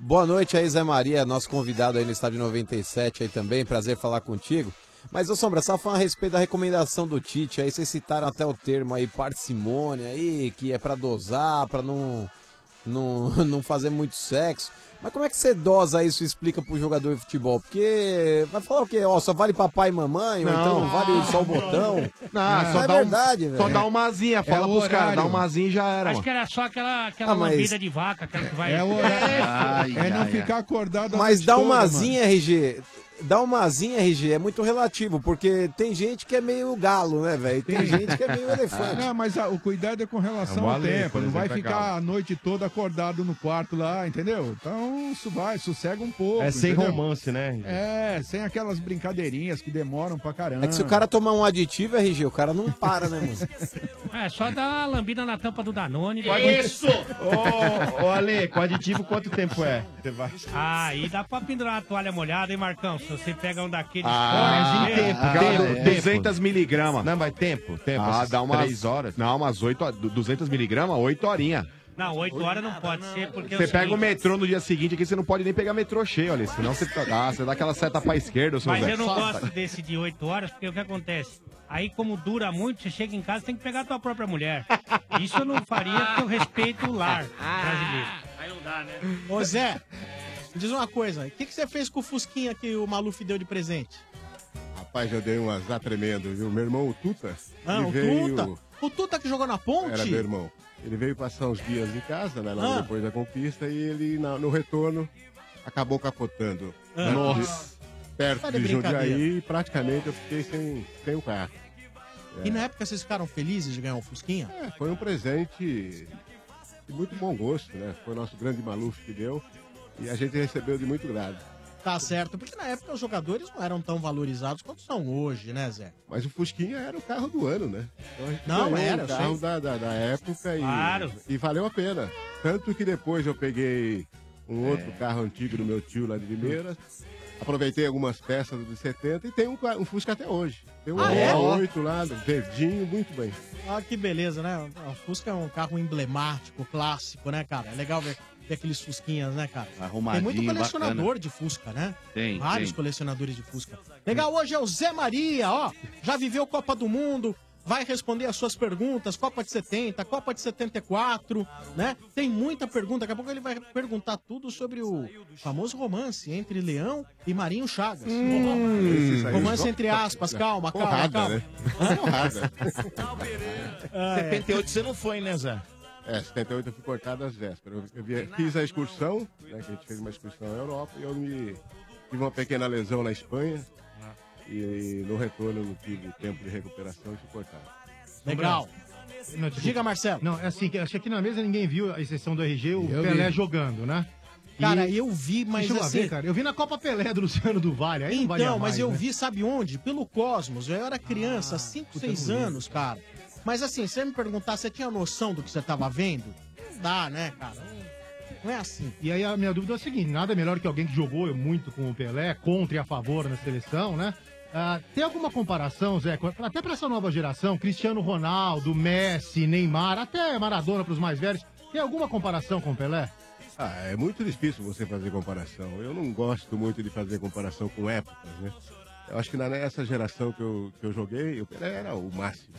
S12: Boa noite aí, Zé Maria, nosso convidado aí no estádio 97 aí também. Prazer falar contigo. Mas, ô Sombra, só falando a respeito da recomendação do Tite, aí vocês citaram até o termo aí, parcimônia aí, que é pra dosar, pra não, não, não fazer muito sexo. Mas como é que você dosa isso e explica pro jogador de futebol? Porque vai falar o quê? Ó, só vale papai e mamãe? Ou
S5: Não.
S12: então não vale só o botão?
S5: Não, só
S12: é
S5: dá um-
S12: verdade, velho.
S5: só dá uma asinha, fala pros caras, dá uma asinha e já era.
S11: É Acho
S5: mano.
S11: que era só aquela, aquela
S5: Ah, mas-
S11: lambida de vaca, aquela que vai.
S5: É o horário.
S11: Ai,
S8: É não
S11: ai, ai.
S8: ficar acordado a
S12: Mas
S8: noite
S12: dá
S8: toda,
S12: uma
S8: mano.
S12: asinha, RG. Dá uma asinha, RG, é muito relativo, porque tem gente que é meio galo, né, velho? Tem gente que é meio elefante.
S8: Não, mas a- o cuidado é com relação
S12: É um
S8: ao
S12: Ale,
S8: tempo.
S12: por
S8: Não vai
S12: exemplo, é
S8: ficar
S12: calmo.
S8: a noite toda acordado no quarto lá, entendeu? Então, isso vai, sossega um pouco.
S6: É sem
S8: entendeu?
S6: romance, né?
S8: É, sem aquelas brincadeirinhas que demoram pra caramba.
S12: É que se o cara tomar um aditivo, RG, o cara não para, né, mano?
S11: É, só dar a lambida na tampa do Danone.
S12: Isso!
S11: Ô,
S19: Ô, Ale, com aditivo quanto tempo é?
S11: Aí dá pra pendurar uma toalha molhada, hein, Marcão? Se você pega um daqueles
S5: Ah,
S11: fortes né? mesmo.
S5: ah,
S11: Cada-
S5: dá 200 miligramas. Não,
S6: mas tempo, tempo.
S5: Ah,
S6: essas
S5: dá umas...
S6: três horas.
S5: Não, umas 8, 200 miligramas, 8 horinhas.
S11: Não, 8 horas não pode ser, porque é
S5: Você pega o
S11: seguinte,
S5: metrô no dia seguinte aqui, você não pode nem pegar metrô cheio, olha. Senão você, ah, você dá aquela seta pra esquerda, seu
S11: Mas
S5: Zé.
S11: eu não
S5: Só-
S11: gosto desse de 8 horas, porque o que acontece? Aí, como dura muito, você chega em casa tem que pegar a tua própria mulher. Isso eu não faria porque eu respeito o lar
S7: Ah.
S11: brasileiro. Ah. Aí não dá, né?
S3: Ô, Zé, me diz uma coisa. O que, que você fez com o Fusquinha que o Maluf deu de presente?
S17: Rapaz, eu dei um azar tremendo, viu? Meu irmão, o Tuta,
S3: Ah,
S17: ele
S3: o
S17: veio...
S3: Tuta? O Tuta que jogou na ponte?
S17: Era meu irmão. Ele veio passar uns dias em casa, né? Logo
S3: Ah.
S17: depois da conquista, e ele, na- no retorno, acabou capotando.
S3: Ah. Nossa. Tá
S17: Perto
S3: de
S17: de Jundiaí,
S3: brincadeira.
S17: e praticamente eu fiquei sem, sem o carro.
S3: E na época vocês ficaram felizes de ganhar o Fusquinha?
S17: É, foi um presente de muito bom gosto, né? Foi o nosso grande Maluf que deu e a gente recebeu de muito grado.
S3: Tá certo, porque na época os jogadores não eram tão valorizados quanto são hoje, né, Zé?
S17: Mas o Fusquinha era o carro do ano, né? Então a gente
S3: Não,
S17: ganhou
S3: era,
S17: o
S3: eu
S17: carro
S12: um
S3: sei.
S17: da, da, da época e,
S3: Claro.
S17: e valeu a pena. Tanto que depois eu peguei um
S3: É.
S17: outro carro antigo do meu tio lá de Limeiras, aproveitei algumas peças dos 70 e tem um, ca- um Fusca até hoje. Tem um
S3: Ah, é?
S17: 8 lá, verdinho, muito bem.
S3: Ah, que beleza, né? O Fusca é um carro emblemático, clássico, né, cara? É legal ver, ver aqueles Fusquinhas, né, cara? Tem
S19: Arrumadinho,
S3: muito colecionador
S19: bacana.
S3: de Fusca, né?
S19: Tem,
S3: Vários
S19: tem.
S3: colecionadores de Fusca. Legal, hoje é o Zé Maria, ó. Já viveu Copa do Mundo, vai responder as suas perguntas, Copa de 70, Copa de 74, né? Tem muita pergunta, daqui a pouco ele vai perguntar tudo sobre o famoso romance entre Leão e Marinho Chagas.
S17: Esse saiu
S3: romance
S17: só-
S3: entre aspas, calma, calma,
S17: Hum. Porrada,
S3: calma.
S17: né? Porrada.
S3: Ah, é.
S10: 78 você não foi, né, Zé?
S17: É, 78 eu fui cortado às vésperas. Eu, eu vi- fiz a excursão, né, que a gente fez uma excursão na Europa, e eu me, tive uma pequena lesão na Espanha.
S3: Ah.
S17: E no retorno eu não tive tempo de recuperação e fui cortado.
S3: Legal.
S18: Não,
S3: Diga, Marcelo.
S18: Não, é assim, que- acho que aqui na mesa ninguém viu, a exceção do RG, o
S17: Eu
S18: Pelé
S17: vi.
S18: jogando, né?
S3: Cara, eu vi, mas
S18: Deixa eu
S3: assim-
S18: ver, cara. Eu vi na Copa Pelé do Luciano do Vale, aí não valia
S3: Então, mas
S18: mais,
S3: eu
S18: né?
S17: Ah,
S3: vi, sabe onde? Pelo Cosmos. Eu era criança, 5,
S18: eu não
S3: 6
S18: vi.
S3: anos, cara. Mas assim, se você me perguntar, você tinha noção do que você tava vendo? Não dá, né, cara? Não é assim.
S18: E aí a minha dúvida é a seguinte: nada melhor que alguém que jogou muito com o Pelé, contra e a favor na seleção, né? Ah, tem alguma comparação, Zé? com- Até para essa nova geração, Cristiano Ronaldo, Messi, Neymar, até Maradona para os mais velhos, tem alguma comparação com o Pelé?
S17: Ah, é muito difícil você fazer comparação. Eu não gosto muito de fazer comparação com épocas, né? Eu acho que na- nessa geração que eu, que eu joguei, o Pelé era o máximo.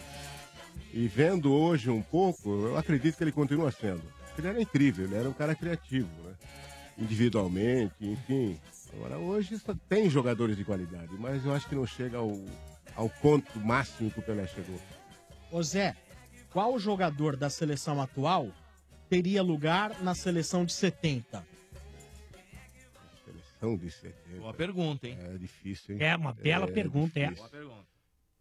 S17: E vendo hoje um pouco, eu acredito que ele continua sendo. Ele era incrível, ele era um cara criativo, né? Individualmente, enfim. Agora, hoje só tem jogadores de qualidade, mas eu acho que não chega ao, ao ponto máximo que o Pelé chegou.
S3: Ô Zé, qual jogador da seleção atual teria lugar na seleção de 70?
S17: Seleção de 70.
S10: Boa pergunta, hein?
S17: É difícil, hein?
S11: É uma bela pergunta, é.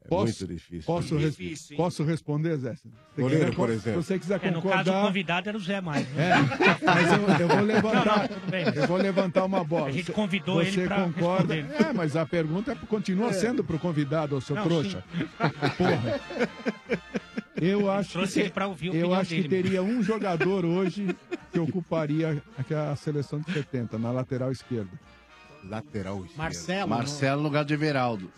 S17: É
S8: Posso,
S17: muito difícil.
S8: Posso, res-
S11: Difícil, hein?
S8: posso responder, Zé? Se você
S17: Goleiro,
S8: quiser con-
S17: por exemplo.
S8: Se você quiser
S11: É, no caso, o
S8: concordar,
S11: convidado era o Zé mais. né?
S8: É, mas eu, eu vou levantar,
S11: Não, não, tudo bem.
S8: eu vou levantar uma bola.
S11: A gente
S8: Você-
S11: convidou
S8: Você
S11: ele pra
S8: concorda?
S11: responder.
S8: É, mas a pergunta
S12: É.
S8: continua sendo pro convidado, ô seu
S11: Não,
S8: trouxa.
S11: sim.
S8: Porra. Eu acho que,
S11: trouxe ele pra ouvir a
S8: eu
S11: opinião
S8: acho que
S11: dele, mano.
S8: teria um jogador hoje que ocuparia a a seleção de 70 na lateral esquerda.
S17: Lateral esquerdo.
S3: Marcelo,
S7: Marcelo no lugar de Everaldo.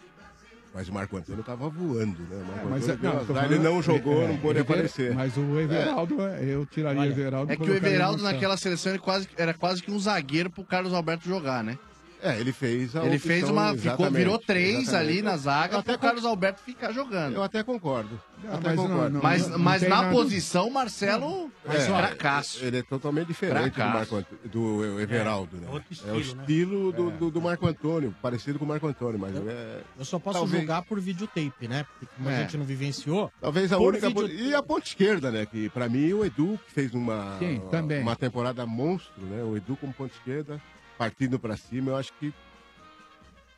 S17: Mas o Marco Antônio tava voando, né? O Marco
S8: mas
S17: Antônio
S8: é- não,
S17: veio
S8: tô
S17: azar, ele
S8: falando-
S17: não jogou,
S8: é,
S17: não pôde
S8: ele-
S17: aparecer.
S8: Mas o Everaldo, é, eu tiraria o Everaldo.
S7: É
S8: e
S7: que o
S8: colocaria
S7: Everaldo
S8: Marcelo.
S7: naquela seleção ele quase, era quase que um zagueiro pro Carlos Alberto jogar, né?
S17: É, ele fez a
S7: Ele
S17: opção,
S7: fez uma. Ficou,
S17: exatamente,
S7: virou três
S17: exatamente.
S7: ali na zaga
S17: Eu
S7: até
S17: até
S7: pro Carlos Alberto ficar jogando. Eu
S17: até concordo.
S7: Eu
S17: até concordo.
S7: mas
S17: Ah, não- não
S7: mas
S17: tem
S7: na
S17: nada-
S7: posição, o Marcelo
S17: É,
S7: era cracaço.
S17: Ele é totalmente diferente do,
S7: Cracaço.
S17: Marco Antônio, do Everaldo, né?
S7: É outro
S17: é o
S7: estilo, né?
S17: estilo do,
S3: É.
S17: do, do Marco Antônio, parecido com o Marco Antônio, mas ele é...
S3: Eu só posso
S17: Talvez.
S3: julgar por videotape, né? Porque como a
S17: É.
S3: gente não vivenciou.
S17: Talvez a
S3: por
S17: única.
S3: videotape-
S17: ponta- E a ponta esquerda, né? Que pra mim o Edu que fez uma,
S3: Sim, também.
S17: uma temporada monstro, né? O Edu como ponta esquerda, partindo pra cima, eu acho que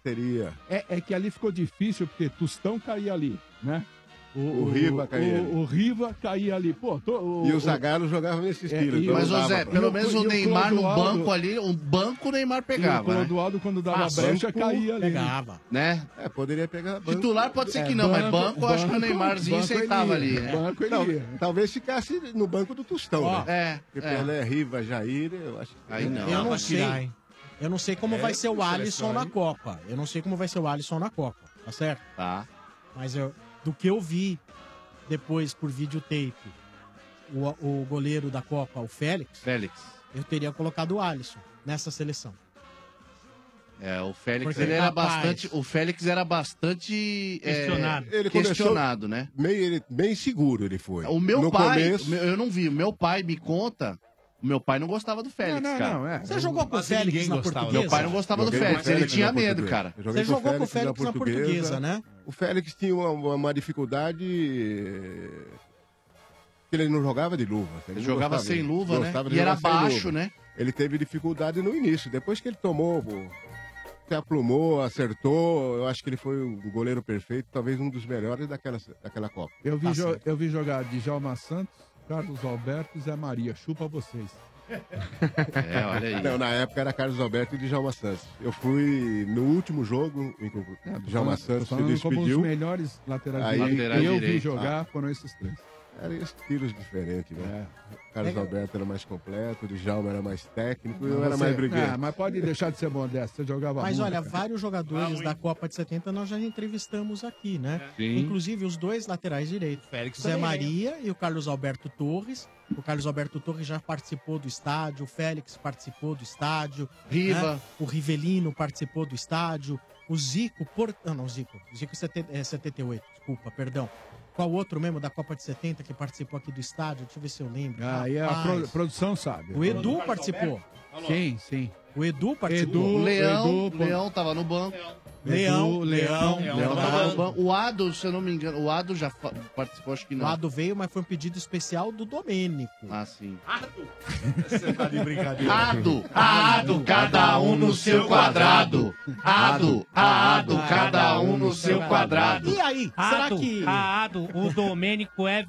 S17: seria.
S8: É, é que ali ficou difícil porque Tostão caía ali, né?
S17: O Riva caía
S8: o-
S17: ali.
S8: o Riva caía ali. Pô, tô- o, É,
S17: E o Zagallo jogava nesse estilo. então
S7: É, Mas, ô
S17: não dava
S7: Zé,
S17: pra-
S7: pelo menos
S8: e
S7: o
S8: o
S7: Neymar no
S8: Clodoaldo-
S7: banco ali, um banco o Neymar
S8: o
S7: pegava. né?
S8: Clodoaldo, quando dava
S7: Ah,
S8: brecha,
S7: banco
S8: caía ali.
S7: pegava. Né?
S17: É, poderia pegar banco.
S7: Titular pode ser que não, mas banco, eu acho que o Neymarzinho aceitava ali. né?
S17: Tal- talvez ficasse no banco do Tostão,
S3: Ó,
S17: né?
S3: é,
S17: Porque
S3: é.
S17: Pelé, Riva, Jair, eu acho que...
S3: eu não sei. Eu não sei como
S17: É,
S3: vai ser o
S17: que
S3: Alisson
S17: seleção,
S3: na
S17: hein?
S3: Copa. Eu não sei como vai ser o Alisson na Copa, tá certo?
S7: Tá.
S3: Mas eu- do que eu vi depois por videotape, o, o goleiro da Copa, o Félix,
S7: Félix.
S3: eu teria colocado o Alisson nessa seleção.
S7: É, o Félix
S3: Porque
S7: ele era
S3: capaz.
S7: bastante. O Félix era bastante. é,
S17: Ele começou
S7: questionado, né?
S17: Meio, ele, bem seguro ele foi.
S7: O meu
S17: no
S7: pai.
S17: Começo,
S7: o meu- eu não vi. O meu pai me conta. O meu pai não gostava do Félix,
S3: Não, não,
S7: cara.
S3: não, é. Você jogou com o Quase Félix ninguém na gostava do portuguesa?
S7: Meu pai não gostava
S17: Joguei
S7: do
S17: com
S7: Félix.
S17: o
S7: Ele
S17: Félix
S7: tinha
S17: na
S7: medo,
S17: portuguesa.
S7: cara.
S17: Eu
S3: né?
S17: joguei O Félix tinha uma, uma- uma dificuldade eh, que ele não jogava de luva.
S7: Ele
S17: não
S7: jogava
S17: gostava
S7: sem
S17: de-
S7: luva, né?
S17: gostava de
S7: E era
S17: jogar sem
S7: baixo,
S17: luva.
S7: né?
S17: Ele teve dificuldade no início. Depois que ele tomou, pô, se aplumou, acertou. Eu acho que ele foi um goleiro perfeito, talvez um dos melhores daquela, daquela Copa. Tá
S8: Eu vi, jo- eu vi jogar Djalma Santos, Carlos Alberto e Zé Maria. Chupa vocês.
S7: É, olha aí.
S17: Não, na época era Carlos Alberto e Djalma Santos. Eu fui no último jogo, em que o É, Djalma Santos se
S8: É, falando como os
S17: despediu.
S8: melhores laterais
S17: Aí,
S8: direitos
S17: lateral
S8: que eu vi
S17: direito,
S8: jogar
S17: ah.
S8: foram esses três.
S17: Eram estilos diferentes, né? Carlos
S8: É.
S17: Alberto era mais completo, o Djalma era mais técnico, eu
S8: Mas
S17: era
S8: você-
S17: mais brigueiro.
S8: Ah, mas pode deixar de ser modesto, você jogava
S3: Mas
S8: muito,
S3: olha,
S8: cara.
S3: vários jogadores da Copa de 70 nós já entrevistamos aqui, né?
S8: Sim.
S3: Inclusive os dois laterais direitos.
S10: Félix
S3: Zé
S10: também,
S3: Maria e o Carlos Alberto Torres. O Carlos Alberto Torres já participou do estádio, o Félix participou do estádio. né?
S7: Riva.
S3: O Rivelino participou do estádio. O Zico, por... ah, não, não, Zico. Zico 70, é, 78, desculpa, perdão. Qual outro mesmo da Copa de 70 que participou aqui do estádio? Deixa eu ver se eu lembro.
S8: Ah, Aí a
S3: Rapaz.
S8: pro- produção sabe.
S3: O Edu participou.
S8: Sim, sim.
S3: O Edu participou.
S8: Edu,
S7: O Leão,
S8: Edu,
S7: Leão tava no banco.
S3: Leão, Leão,
S7: Leão,
S3: Leão
S7: tava
S3: tava
S7: no banco. O Ado, se eu não me engano, o Ado já fa- participou, acho que
S3: O
S7: não.
S3: Ado veio, mas foi um pedido especial do Domênico.
S7: Ah, sim.
S10: Ado!
S7: Você tá de
S10: brincadeira.
S7: Ado, Ado, cada um no seu quadrado. Ado, Ado, cada um no seu quadrado.
S11: E aí?
S7: será
S11: Ado,
S7: que-
S11: Ado, o Domênico é.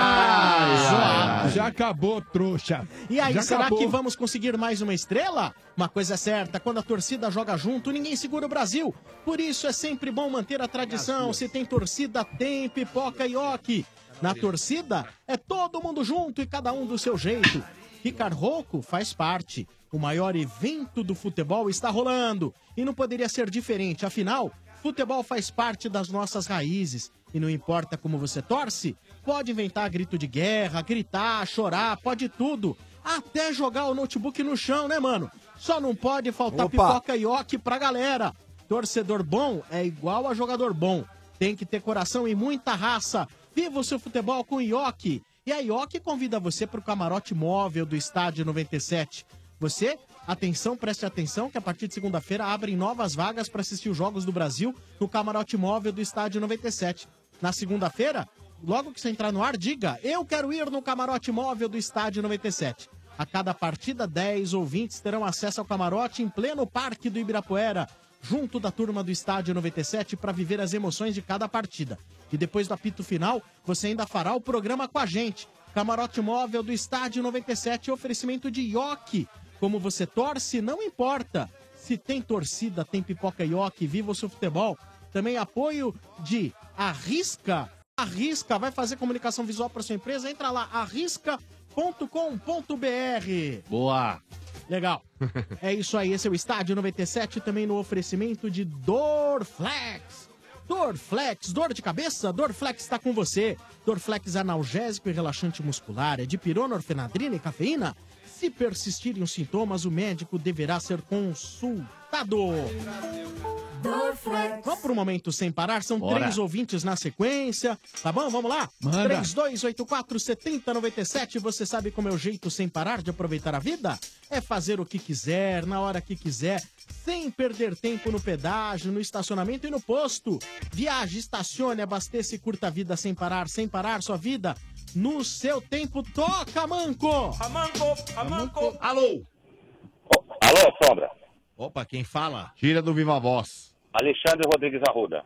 S11: Ah,
S8: zoado. Já acabou, trouxa.
S3: E aí,
S8: Já
S3: será
S8: acabou.
S3: que vamos conseguir mais uma estrela? Uma coisa é certa, quando a torcida joga junto, ninguém segura o Brasil. Por isso é sempre bom manter a tradição. Se tem torcida, tem pipoca e ok. Na torcida, é todo mundo junto e cada um do seu jeito. Ficar rouco faz parte. O maior evento do futebol está rolando e não poderia ser diferente. Afinal, futebol faz parte das nossas raízes e não importa como você torce, pode inventar grito de guerra, gritar, chorar, pode tudo. Até jogar o notebook no chão, né, mano? Só não pode faltar
S12: Opa.
S3: pipoca e oque pra galera. Torcedor bom é igual a jogador bom. Tem que ter coração e muita raça. Viva o seu futebol com Ioki. E a Ioki convida você para o camarote móvel do Estádio 97. Você, atenção, preste atenção, que a partir de segunda-feira abrem novas vagas para assistir os Jogos do Brasil no camarote móvel do Estádio 97. Na segunda-feira, logo que você entrar no ar, diga: Eu quero ir no camarote móvel do Estádio 97. A cada partida, 10 ouvintes terão acesso ao camarote em pleno Parque do Ibirapuera, junto da turma do Estádio 97 para viver as emoções de cada partida. E depois do apito final, você ainda fará o programa com a gente. Camarote móvel do Estádio 97, oferecimento de Yoki. Como você torce, não importa. Se tem torcida, tem pipoca Yoki, viva o seu futebol. Também apoio de Arrisca. Arrisca, vai fazer comunicação visual para sua empresa? Entra lá, arrisca.com.br.
S7: Boa.
S3: Legal. É isso aí, esse é o Estádio 97, também no oferecimento de Dorflex. Dorflex, dor de cabeça? Dorflex está com você. Dorflex analgésico e relaxante muscular, é de pirona, orfenadrina e cafeína. Se persistirem os sintomas, o médico deverá ser consultado. Vamos para o momento sem parar, são
S2: Bora.
S3: três ouvintes na sequência, tá bom? Vamos lá?
S2: Manda.
S3: 3284 7097, você sabe como é o jeito sem parar de aproveitar a vida? É fazer o que quiser, na hora que quiser, sem perder tempo no pedágio, no estacionamento e no posto. Viaje, estacione, abasteça e curta a vida sem parar, sem parar sua vida. No seu tempo, toca, Manco!
S10: Amanco, amanco. Alô.
S20: Alô, Sombra.
S10: Opa, quem fala?
S5: Tira do Viva Voz.
S20: Alexandre Rodrigues Arruda.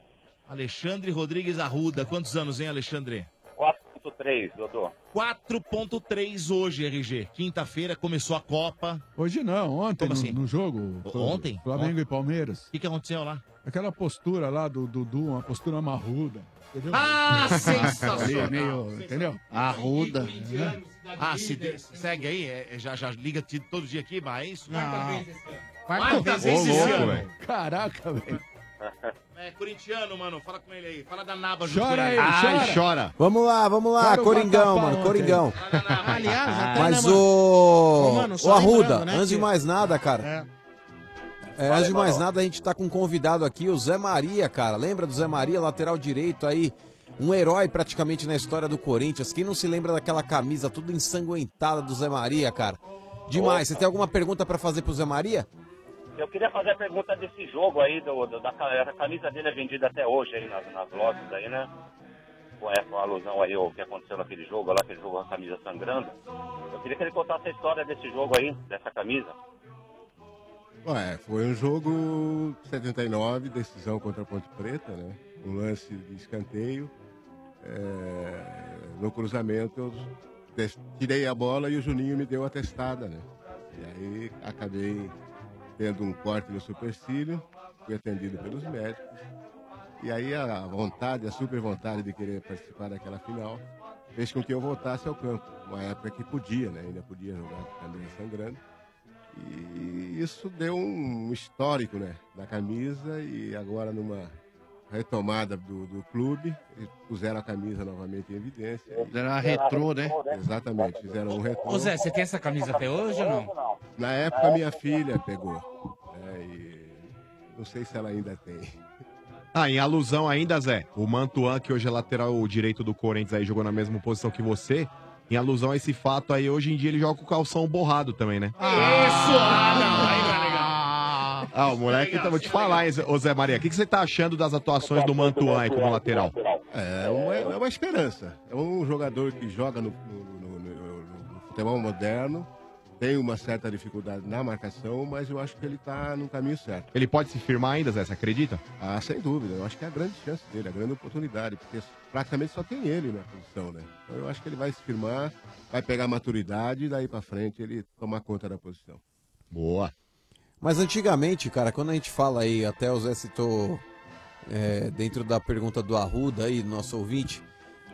S10: Alexandre Rodrigues Arruda. Quantos anos, hein, Alexandre?
S20: 4.3, doutor.
S10: 4.3 hoje, RG. Quinta-feira começou a Copa.
S8: Hoje não, ontem no,
S10: Como assim?
S8: no jogo.
S10: O- ontem?
S8: Flamengo
S10: Ontem.
S8: e Palmeiras.
S10: O que, que aconteceu lá?
S8: Aquela postura lá do Dudu, uma postura marruda. Entendeu?
S10: Ah, sensacional.
S8: Ali, meio, entendeu?
S10: Arruda.
S8: É.
S10: Ah, se de- segue aí, é- é- já, já liga t- todo dia aqui, mas é isso?
S8: Não.
S10: Quarta, vez esse ano.
S8: Caraca, velho.
S10: É corintiano, mano. Fala com ele aí. Fala da naba junto
S12: Chora
S10: com
S12: aí,
S10: ele.
S12: chora. Vamos lá, vamos lá, Claro, Coringão, Vatapá mano, ontem. Coringão.
S3: Aliás, até
S12: Mas
S3: na-
S12: o.
S3: Ô, mano,
S12: o
S3: só
S12: Arruda,
S3: lembrando, né,
S12: antes de
S3: que-
S12: mais nada, cara. É, antes de mais nada, a gente tá com um convidado aqui, o Zé Maria, cara. Lembra do Zé Maria, lateral direito aí? Um herói praticamente na história do Corinthians. Quem não se lembra daquela camisa toda ensanguentada do Zé Maria, cara? Demais. Você tem alguma pergunta pra fazer pro Zé Maria?
S20: Eu queria fazer a pergunta desse jogo aí, do, do- da, ca- a camisa dele é vendida até hoje aí nas, nas lojas aí, né? Com essa alusão aí ao que aconteceu naquele jogo, lá aquele jogo com a camisa sangrando. Eu queria que ele contasse a história desse jogo aí, dessa camisa.
S17: Ué, foi um jogo 79, decisão contra a Ponte Preta, né? Um lance de escanteio. É, no cruzamento, eu des- tirei a bola e o Juninho me deu a testada, né? E aí acabei tendo um corte no supercílio, fui atendido pelos médicos. E aí a vontade, a super vontade de querer participar daquela final, fez com que eu voltasse ao campo. Uma época que podia, né? Ainda podia jogar com a camisa sangrando. E isso deu um histórico, né? Da camisa e agora numa retomada do, do clube, eles puseram a camisa novamente em evidência.
S7: Fizeram uma retrô, né?
S17: Exatamente, fizeram um retrô.
S21: Ô Zé, você tem essa camisa até hoje ou não?
S17: Na época minha filha pegou. né? E não sei se ela ainda tem.
S5: Ah, em alusão ainda, Zé, o Mantuan, que hoje é lateral direito do Corinthians, aí jogou na mesma posição que você. Em alusão a esse fato aí, hoje em dia ele joga com o calção borrado também, né?
S10: Isso! Ah, não, aí tá legal.
S5: Ah, o moleque, tá- vou te falar, hein, Zé- ô Zé Maria, o que, que você tá achando das atuações do Mantuan aí como lateral?
S17: É uma, é uma esperança. É um jogador que joga no, no- no- no- no futebol moderno, tem uma certa dificuldade na marcação, mas eu acho que ele está no caminho certo.
S5: Ele pode se firmar ainda, Zé, você acredita?
S17: Ah, sem dúvida. Eu acho que é a grande chance dele, a grande oportunidade, porque praticamente só tem ele na posição, né? Então eu acho que ele vai se firmar, vai pegar maturidade e daí pra frente ele tomar conta da posição.
S5: Boa.
S12: Mas antigamente, cara, quando a gente fala aí, até o Zé citou é, dentro da pergunta do Arruda aí, do nosso ouvinte,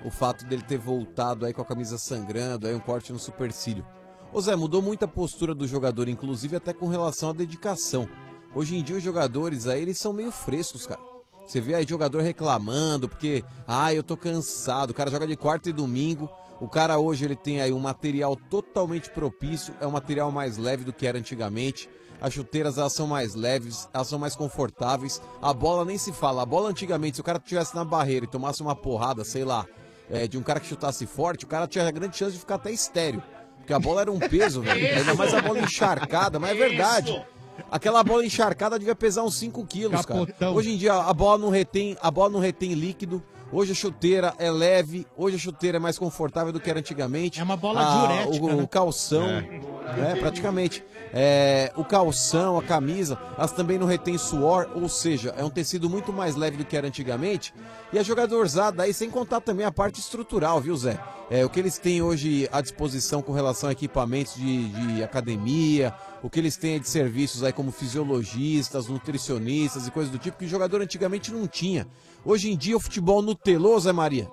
S12: o fato dele ter voltado aí com a camisa sangrando, aí um corte no supercílio. Ô Zé, mudou muito a postura do jogador, inclusive até com relação à dedicação. Hoje em dia os jogadores aí, eles são meio frescos, cara. Você vê aí jogador reclamando porque, ah, eu tô cansado, o cara joga de quarta e domingo. O cara hoje ele tem aí um material totalmente propício, é um material mais leve do que era antigamente. As chuteiras elas são mais leves, elas são mais confortáveis. A bola nem se fala. A bola antigamente, se o cara tivesse na barreira e tomasse uma porrada, sei lá, é, de um cara que chutasse forte, o cara tinha grande chance de ficar até estéreo. Porque a bola era um peso, velho. Ainda mais a bola encharcada, mas é verdade. Aquela bola encharcada devia pesar uns 5 quilos, cara.
S3: Capotão.
S12: Hoje em dia a bola não retém, a bola não retém líquido. Hoje a chuteira é leve, hoje a chuteira é mais confortável do que era antigamente. É uma
S3: bola diurética,
S12: O,
S3: né?
S12: o calção, né, praticamente. É, o calção, a camisa, elas também não retêm suor, ou seja, é um tecido muito mais leve do que era antigamente. E a jogadorzada aí, sem contar também a parte estrutural, viu, Zé? É, o que eles têm hoje à disposição com relação a equipamentos de, de academia, o que eles têm aí de serviços aí como fisiologistas, nutricionistas e coisas do tipo que o jogador antigamente não tinha. Hoje em dia o futebol nutelou, Zé Maria.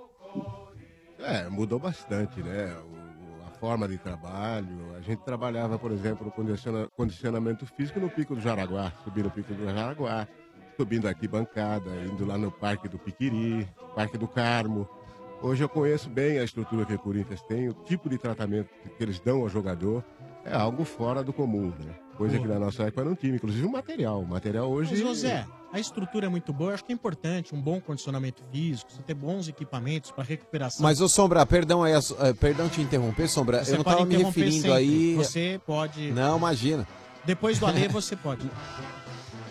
S17: É, mudou bastante, né? O- a forma de trabalho. A gente trabalhava, por exemplo, o condiciona- condicionamento físico no Pico do Jaraguá, subindo o Pico do Jaraguá, subindo aqui bancada, indo lá no Parque do Piquiri, Parque do Carmo. Hoje eu conheço bem a estrutura que o Corinthians tem, o tipo de tratamento que eles dão ao jogador é algo fora do comum, né? Coisa que na nossa época não tinha, inclusive o material. O material hoje.
S3: Mas, José, a estrutura é muito boa, eu acho que é importante um bom condicionamento físico, você ter bons equipamentos para recuperação.
S12: Mas ô Sombra, perdão aí, a so- eh, perdão te interromper, Sombra,
S3: Você
S12: eu não
S3: pode
S12: tava me
S3: interromper
S12: referindo
S3: sempre.
S12: aí.
S3: Você pode.
S12: Não, imagina.
S3: Depois do Alê você pode.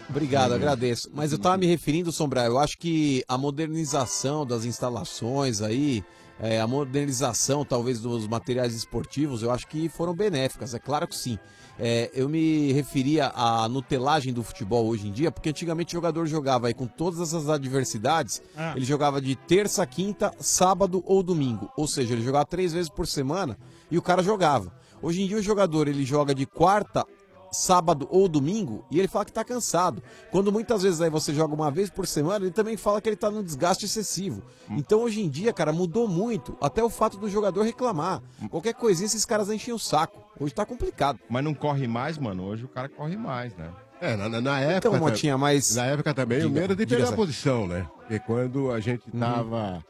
S12: Obrigado, agradeço. Mas eu tava me referindo, Sombra, eu acho que a modernização das instalações aí, é, a modernização talvez dos materiais esportivos, eu acho que foram benéficas, é claro que sim. É, eu me referia à nutelagem do futebol hoje em dia, porque antigamente o jogador jogava aí com todas essas adversidades,
S3: Ah.
S12: ele jogava de terça, quinta, sábado ou domingo. Ou seja, ele jogava três vezes por semana e o cara jogava. Hoje em dia o jogador ele joga de quarta sábado ou domingo e ele fala que tá cansado. Quando muitas vezes aí você joga uma vez por semana, ele também fala que ele tá num desgaste excessivo. Então hoje em dia, cara, mudou muito, até o fato do jogador reclamar. Qualquer coisinha esses caras enchem o saco. Hoje tá complicado.
S6: Mas não corre mais, mano. Hoje o cara corre mais, né?
S17: É, na, na- na época.
S12: Então, Motinha, mas-
S17: Na época também, o
S12: Diga,
S17: medo de
S12: diga,
S17: perder a
S12: Zé.
S17: posição, né? Porque quando a gente estava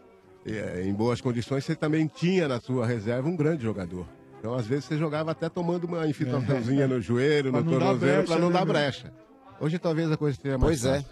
S17: em boas condições, você também tinha na sua reserva um grande jogador. Então, às vezes, você jogava até tomando uma infiltraçãozinha no joelho,
S8: Pra
S17: no
S8: não dar
S17: tornozelo,
S8: brecha,
S17: para não
S8: né,
S17: dar
S8: meu?
S17: brecha. Hoje, talvez a coisa esteja mais
S12: Pois é.
S17: fácil.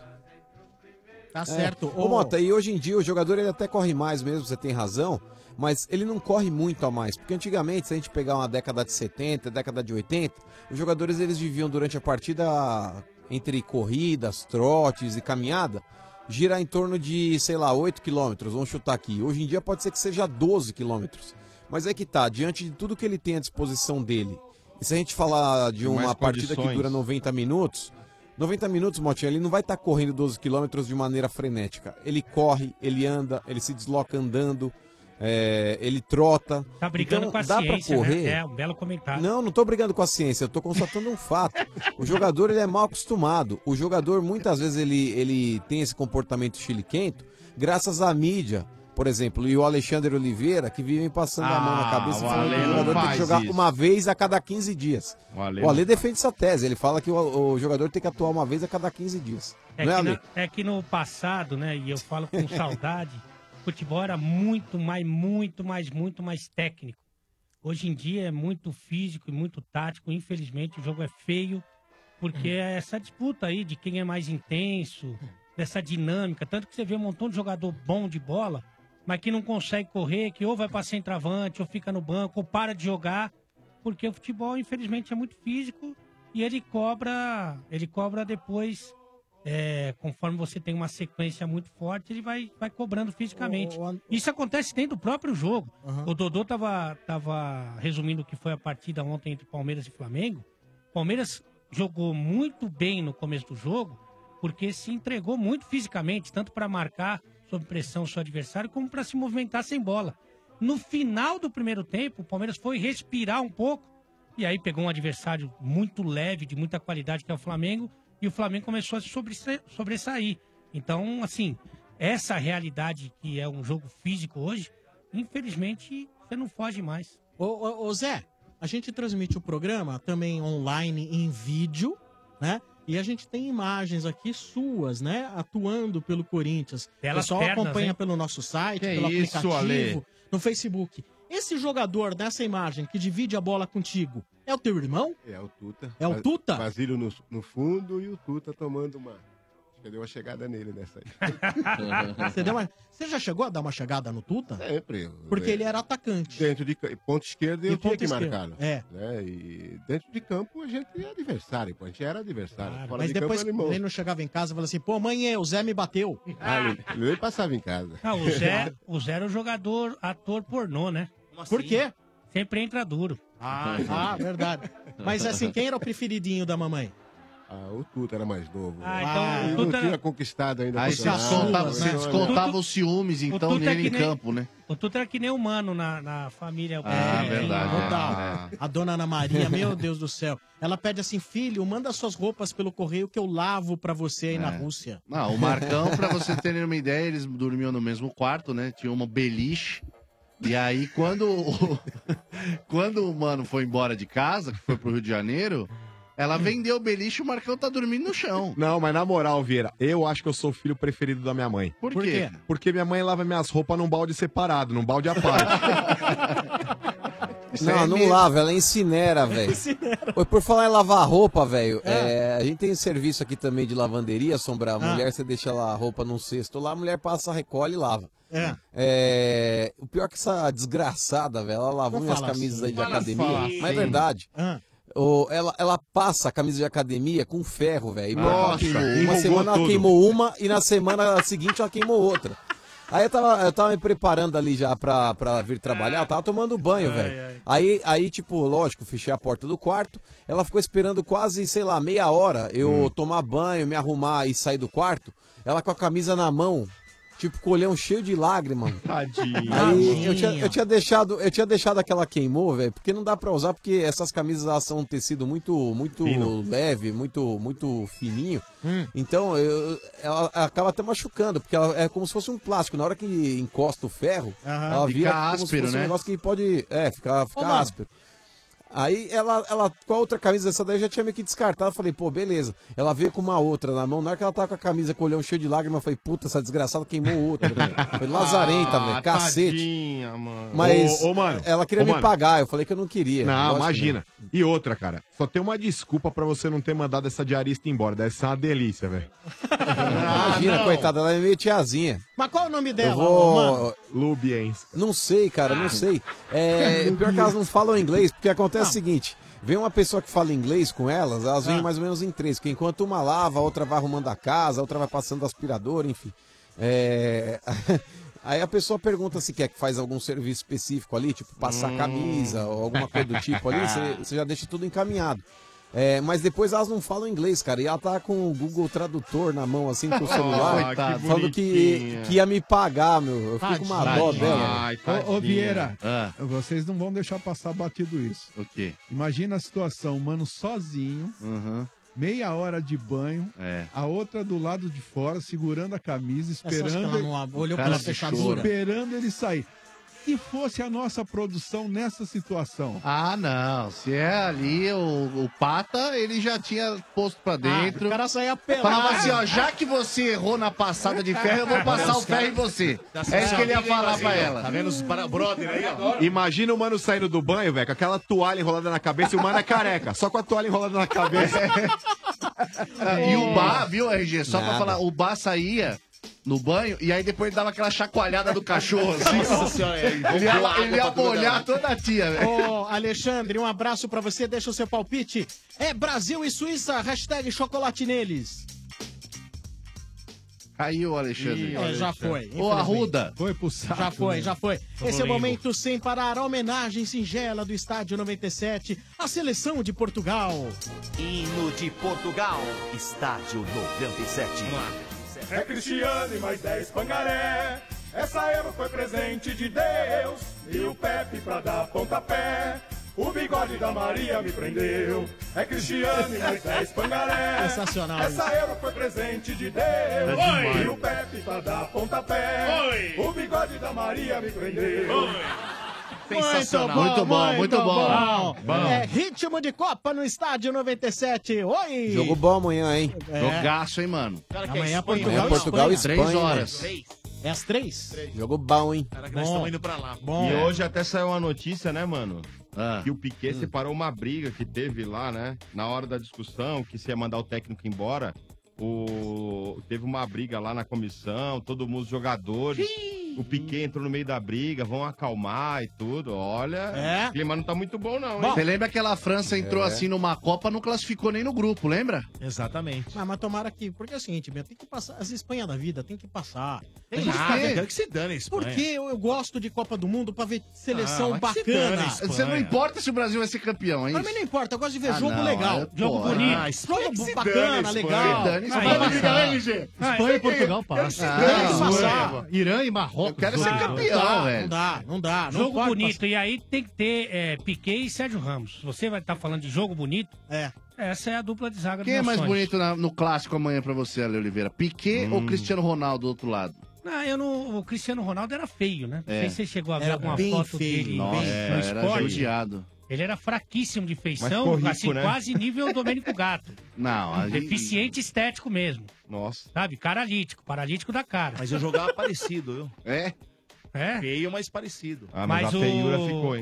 S3: Tá
S12: É.
S3: certo.
S12: Ô, Mota, e hoje em dia o jogador ele até corre mais mesmo, você tem razão, mas ele não corre muito a mais, porque antigamente, se a gente pegar uma década de 70, década de 80, os jogadores eles viviam durante a partida entre corridas, trotes e caminhada, girar em torno de, sei lá, 8 quilômetros, vamos chutar aqui. Hoje em dia pode ser que seja 12 quilômetros. Mas é que tá, diante de tudo que ele tem à disposição dele, e se a gente falar de
S6: Tem mais
S12: uma partida que
S6: condições.
S12: dura 90 minutos. 90 minutos, Motinha, ele não vai estar correndo 12 km de maneira frenética. Ele corre, ele anda, ele se desloca andando, é, ele trota.
S11: Tá brigando
S12: Então,
S11: com a
S12: dá pra
S11: ciência,
S12: correr.
S11: né? É, um belo comentário.
S12: Não, não tô brigando com a ciência, eu tô constatando um fato. O jogador, ele é mal acostumado. O jogador, muitas vezes, ele, ele tem esse comportamento chiliquento graças à mídia, por exemplo, e o Alexandre Oliveira, que vivem passando a mão na
S6: Ah,
S12: cabeça e
S6: o
S12: falando
S6: Ale
S12: que o
S6: não
S12: jogador tem que
S6: faz
S12: jogar
S6: isso.
S12: uma vez a cada 15 dias.
S6: O Ale
S12: O Ale defende essa tese, ele fala que o, o jogador tem que atuar uma vez a cada 15 dias.
S11: É,
S12: não é,
S11: que
S12: Ale?
S11: na- é que no passado, né, e eu falo com saudade, futebol era muito mais, muito mais, muito mais técnico. Hoje em dia é muito físico e muito tático. Infelizmente, o jogo é feio, porque é essa disputa aí de quem é mais intenso, dessa dinâmica. Tanto que você vê um montão de jogador bom de bola, mas que não consegue correr, que ou vai para centroavante, ou fica no banco, ou para de jogar, porque o futebol, infelizmente, é muito físico e ele cobra, ele cobra depois. é, conforme você tem uma sequência muito forte, ele vai, vai cobrando fisicamente. Isso acontece dentro do próprio jogo. O Dodô tava, tava resumindo o que foi a partida ontem entre Palmeiras e Flamengo. Palmeiras jogou muito bem no começo do jogo, porque se entregou muito fisicamente, tanto para marcar sob pressão o seu adversário, como para se movimentar sem bola. No final do primeiro tempo, o Palmeiras foi respirar um pouco, e aí pegou um adversário muito leve, de muita qualidade, que é o Flamengo, e o Flamengo começou a se sobressa- sobressair. Então, assim, essa realidade que é um jogo físico hoje infelizmente, você não foge mais.
S3: Ô, ô, ô, Zé, a gente transmite o programa também online em vídeo, né? E a gente tem imagens aqui suas, né? Atuando pelo Corinthians. O
S11: Belas
S3: pessoal
S11: pernas,
S3: acompanha
S11: hein?
S3: pelo nosso site,
S11: Que
S3: pelo
S11: isso,
S3: aplicativo,
S11: Ale?
S3: no Facebook. Esse jogador nessa imagem que divide a bola contigo é o teu irmão?
S17: É o Tuta.
S3: É o
S17: Va-
S3: Tuta?
S17: Basílio no, no fundo e o Tuta tomando uma. Acho que deu uma chegada nele nessa aí.
S3: Você, deu uma- Você já chegou a dar uma chegada no Tuta?
S17: Sempre.
S3: Porque ele era atacante.
S17: Dentro de ca- ponto esquerdo eu
S3: E
S17: tinha
S3: ponta
S17: que
S3: esquerda,
S17: marcá-lo.
S3: é.
S17: Né? E dentro de campo a gente é adversário, pô. a gente era adversário. Fora
S3: Mas
S17: de campo
S3: depois
S17: era
S3: ele não chegava em casa e falava assim, pô, mãe, o Zé me bateu.
S17: Ah, ele, ele nem passava em casa.
S11: Ah, o Zé, o Zé era o jogador, ator pornô, né?
S3: Por quê?
S11: Sempre entra duro.
S3: assim? Ah, ah, verdade. Mas assim, quem era o preferidinho da mamãe?
S17: Ah, o Tuta era mais novo.
S11: Ah,
S17: né?
S11: então
S17: Ele
S11: o
S17: não
S11: Tuta-
S17: tinha conquistado ainda. então,
S7: Aí
S17: você
S7: você descontava, você
S17: né?
S3: né?
S7: descontava
S11: Tuta-
S7: os ciúmes,
S11: O
S7: então,
S11: Tuta é
S7: nele
S11: que
S7: em
S11: nem-
S7: campo, né?
S11: O Tuta era que nem humano na, na família.
S7: Ah, verdade,
S3: Total.
S7: é.
S3: A dona Ana Maria, meu Deus do céu. Ela pede assim, filho, manda suas roupas pelo correio que eu lavo pra você aí na Rússia.
S7: É. Não, Ah, o Marcão, pra vocês terem uma ideia, eles dormiam no mesmo quarto, né? Tinha uma beliche. E aí, quando o, quando o mano foi embora de casa, que foi pro Rio de Janeiro, ela vendeu o beliche e o Marcão tá dormindo no chão.
S5: Não, mas na moral, Vieira, eu acho que eu sou o filho preferido da minha mãe.
S7: Por Por quê? quê?
S5: Porque minha mãe lava minhas roupas num balde separado, num balde à parte. Isso aí
S12: não,
S5: é
S12: não
S5: mesmo.
S12: lava, ela incinera, velho. Oi, Por falar em lavar roupa, velho, é, a gente tem um serviço aqui também de lavanderia, sombra. A mulher, você deixa lá a roupa num cesto lá, a mulher passa, recolhe e lava.
S3: É.
S12: É, o pior é que essa desgraçada, velho, ela lavou minhas camisas aí de academia. Mas é verdade. Ô, ela, ela passa a camisa de academia com ferro, velho. e
S7: Nossa,
S12: ela queimou. uma
S7: enrugou
S12: semana ela
S7: tudo.
S12: queimou uma e na semana seguinte ela queimou outra. Aí eu tava, eu tava me preparando ali já pra, pra vir trabalhar, eu tava tomando banho,
S22: Ai,
S12: velho. Aí, aí, tipo, lógico, fechei a porta do quarto. Ela ficou esperando quase, sei lá, meia hora eu tomar banho, me arrumar e sair do quarto. Ela com a camisa na mão, tipo, com o olhão cheio de lágrima. mano. Aí, eu, tinha, eu tinha deixado, eu tinha deixado aquela queimou, velho, porque não dá pra usar, porque essas camisas elas são um tecido muito, muito
S5: Fino.
S12: leve, muito, muito fininho.
S7: Hum.
S12: Então, eu- ela acaba até machucando, porque ela é como se fosse um plástico. Na hora que encosta o ferro,
S7: Aham.
S12: ela
S7: Fica
S12: vira como se
S7: áspero,
S12: fosse um
S7: né?
S12: negócio que pode, é, ficar, ficar
S7: mano.
S12: áspero. Aí ela, ela, com a outra camisa dessa daí, eu já tinha meio que descartado. Eu Falei, pô, beleza. Ela veio com uma outra na mão. Na hora que ela tava com a camisa com o olhão cheio de lágrimas, eu falei, puta, essa desgraçada queimou outra. velho. Foi lazarenta,
S6: Ah,
S7: Ah,
S12: velho. Cacete.
S7: Tadinha, mano.
S12: Mas
S5: Ô, ô, mano,
S12: ela queria
S5: ô,
S12: me
S5: mano.
S12: pagar, eu falei que eu não queria.
S5: Não,
S12: Lógico que
S5: imagina. E outra, cara, só tem uma desculpa pra você não ter mandado essa diarista embora. Deve ser uma delícia, velho.
S7: Ah,
S12: Imagina, coitada, ela é meio tiazinha.
S3: Mas qual é o nome
S12: Eu
S3: dela, ô, mano?
S12: vou...
S5: Lubiens.
S12: Não sei, cara, não sei. É, pior que elas não falam inglês, porque acontece o seguinte... Vem uma pessoa que fala inglês com elas, elas vêm mais ou menos em três, porque enquanto uma lava, a outra vai arrumando a casa, a outra vai passando aspirador, enfim. É, Aí a pessoa pergunta se quer que faz algum serviço específico ali, tipo passar
S22: Hum.
S12: camisa ou alguma coisa do tipo ali, você- você já deixa tudo encaminhado. É, mas depois elas não falam inglês, cara. E ela tá com o Google Tradutor na mão, assim, com o celular,
S8: Ah, que
S12: falando que,
S10: É.
S8: bonitinha.
S12: que ia me pagar, meu. Eu fiquei com uma dó
S8: Tadinha.
S12: dela.
S8: Ô, ô, Vieira,
S3: Ah.
S8: vocês não vão deixar passar batido isso.
S7: O quê?
S8: Imagina a situação, o mano sozinho,
S7: Uhum.
S8: meia hora de banho,
S7: É.
S8: a outra do lado de fora, segurando a camisa,
S3: É que
S8: esperando.
S3: ela não ab- olhou Cara pela de fechadura. chora.
S8: Esperando ele sair. Se fosse a nossa produção nessa situação.
S7: Ah, não. Se é ali o, o Pata, ele já tinha posto pra dentro.
S3: o cara saía pelado.
S7: Falava assim, ó, já que você errou na passada de ferro, eu
S5: Tá
S7: vou passar o ferro em você. É isso que ele ia falar pra ela.
S10: Tá vendo os para- brother aí, ó?
S5: Imagina o mano saindo do banho, velho, com aquela toalha enrolada na cabeça e o mano é careca, só com a toalha enrolada na cabeça.
S7: É. E o Bar, viu, RG? Só pra
S5: Nada.
S7: falar, o Bar saía no banho e aí depois ele dava aquela chacoalhada do cachorro. Assim,
S3: Nossa senhora, é,
S7: ele ia, ele ia molhar toda a tia, velho.
S3: Ô, Alexandre, um abraço pra você. Deixa o seu palpite. É Brasil e Suíça. Hashtag chocolate neles.
S7: Caiu o Alexandre.
S3: Ih, É, já Alexandre. foi,
S7: Ô,
S3: infelizmente.
S7: Arruda.
S8: Foi pro saco.
S3: Já foi, já foi.
S7: Tô
S3: Esse é
S7: lembro.
S3: o momento sem parar. A homenagem singela do Estádio 97 à seleção de Portugal.
S16: Hino de Portugal, estádio 97.
S2: É Cristiano e mais 10 pangaré. Essa Eva foi presente de Deus. E o Pepe pra dar pontapé.
S22: O bigode da Maria me prendeu. É Cristiano e Moisés Pangaré.
S3: Sensacional.
S22: Essa euro foi presente de Deus.
S3: É demais.
S22: E o Pepe pra dar pontapé.
S3: Oi.
S22: O bigode da Maria me prendeu.
S3: Sensacional.
S7: Muito bom, muito bom. Bom.
S3: É ritmo de Copa no estádio 97. Oi!
S12: Jogo bom amanhã, hein?
S3: É.
S7: Jogaço, hein, mano?
S3: Amanhã é Portugal,
S12: Amanhã Portugal e
S7: Espanha.
S12: Espanha.
S7: Três horas.
S3: É às três?
S12: Jogo bom, hein?
S10: Cara,
S12: que nós Bom. tamo indo
S10: pra lá.
S12: Bom.
S6: e
S12: É.
S6: hoje até saiu uma notícia, né, mano? Que o Piquet separou uma briga que teve lá, né? Na hora da discussão, que se ia mandar o técnico embora. O... Teve uma briga lá na comissão, todo mundo, os jogadores. O Piquet entrou no meio da briga, vão acalmar e tudo. Olha, o clima não tá muito bom, não, hein?
S7: Você lembra que aquela França entrou
S6: É.
S7: assim numa Copa, não classificou nem no grupo, lembra?
S10: Exatamente.
S3: Ah, mas tomara que. Porque é o seguinte, meu, tem que passar. As Espanha da vida tem que passar.
S10: Tem
S3: A gente
S10: nada,
S3: tem-
S10: eu quero que se dane a Espanha.
S3: Porque eu, eu gosto de Copa do Mundo pra ver seleção
S7: Ah, mas que se dane
S3: bacana.
S7: a Espanha. Você não importa se o Brasil vai ser campeão, hein?
S3: Pra mim não importa, eu gosto de ver
S7: Ah,
S3: jogo
S7: não,
S3: legal.
S7: é,
S3: jogo
S7: pô,
S3: bonito.
S7: ah, Espanha
S3: jogo
S7: que se
S3: bacana,
S7: dane, Espanha.
S3: legal.
S7: Se dane, Espanha.
S3: Ah,
S7: Vai
S3: isso.
S7: brigar, hein, LG?
S3: Ah,
S18: Espanha e Portugal Ah, passa.
S3: Tem que passar.
S18: Irã e Marrocos.
S3: quero
S18: os
S3: ser
S18: dois.
S3: campeão,
S18: Não dá,
S3: velho.
S18: Não dá,
S3: não dá. Ah, não
S11: Jogo
S3: pode
S11: bonito. E aí tem que ter é, Piquet e Sérgio Ramos. Se Você vai estar falando de jogo bonito.
S3: É.
S11: Essa é a dupla de zaga
S7: Quem
S11: do
S7: é mais
S11: Nações.
S7: bonito na- no clássico amanhã pra você, Ale Oliveira? Piquet ou Cristiano Ronaldo do outro lado?
S11: Não, Ah, eu não, o Cristiano Ronaldo era feio, né? Não
S7: É.
S11: sei se você chegou a ver
S7: Era
S11: alguma
S7: bem
S11: foto
S7: feio,
S11: dele
S7: Nossa,
S11: no
S7: era
S11: esporte.
S7: judiado.
S11: Ele era fraquíssimo de
S7: Mas
S11: feição,
S7: ficou rico,
S11: assim,
S7: né?
S11: quase nível Domênico Gato.
S7: Não, aí-
S11: Deficiente estético mesmo.
S6: Nossa.
S11: Sabe? Caralítico, paralítico da cara.
S10: Mas eu jogava parecido, viu?
S7: É? Ah,
S11: É?
S10: Feio, mas parecido.
S11: mas o...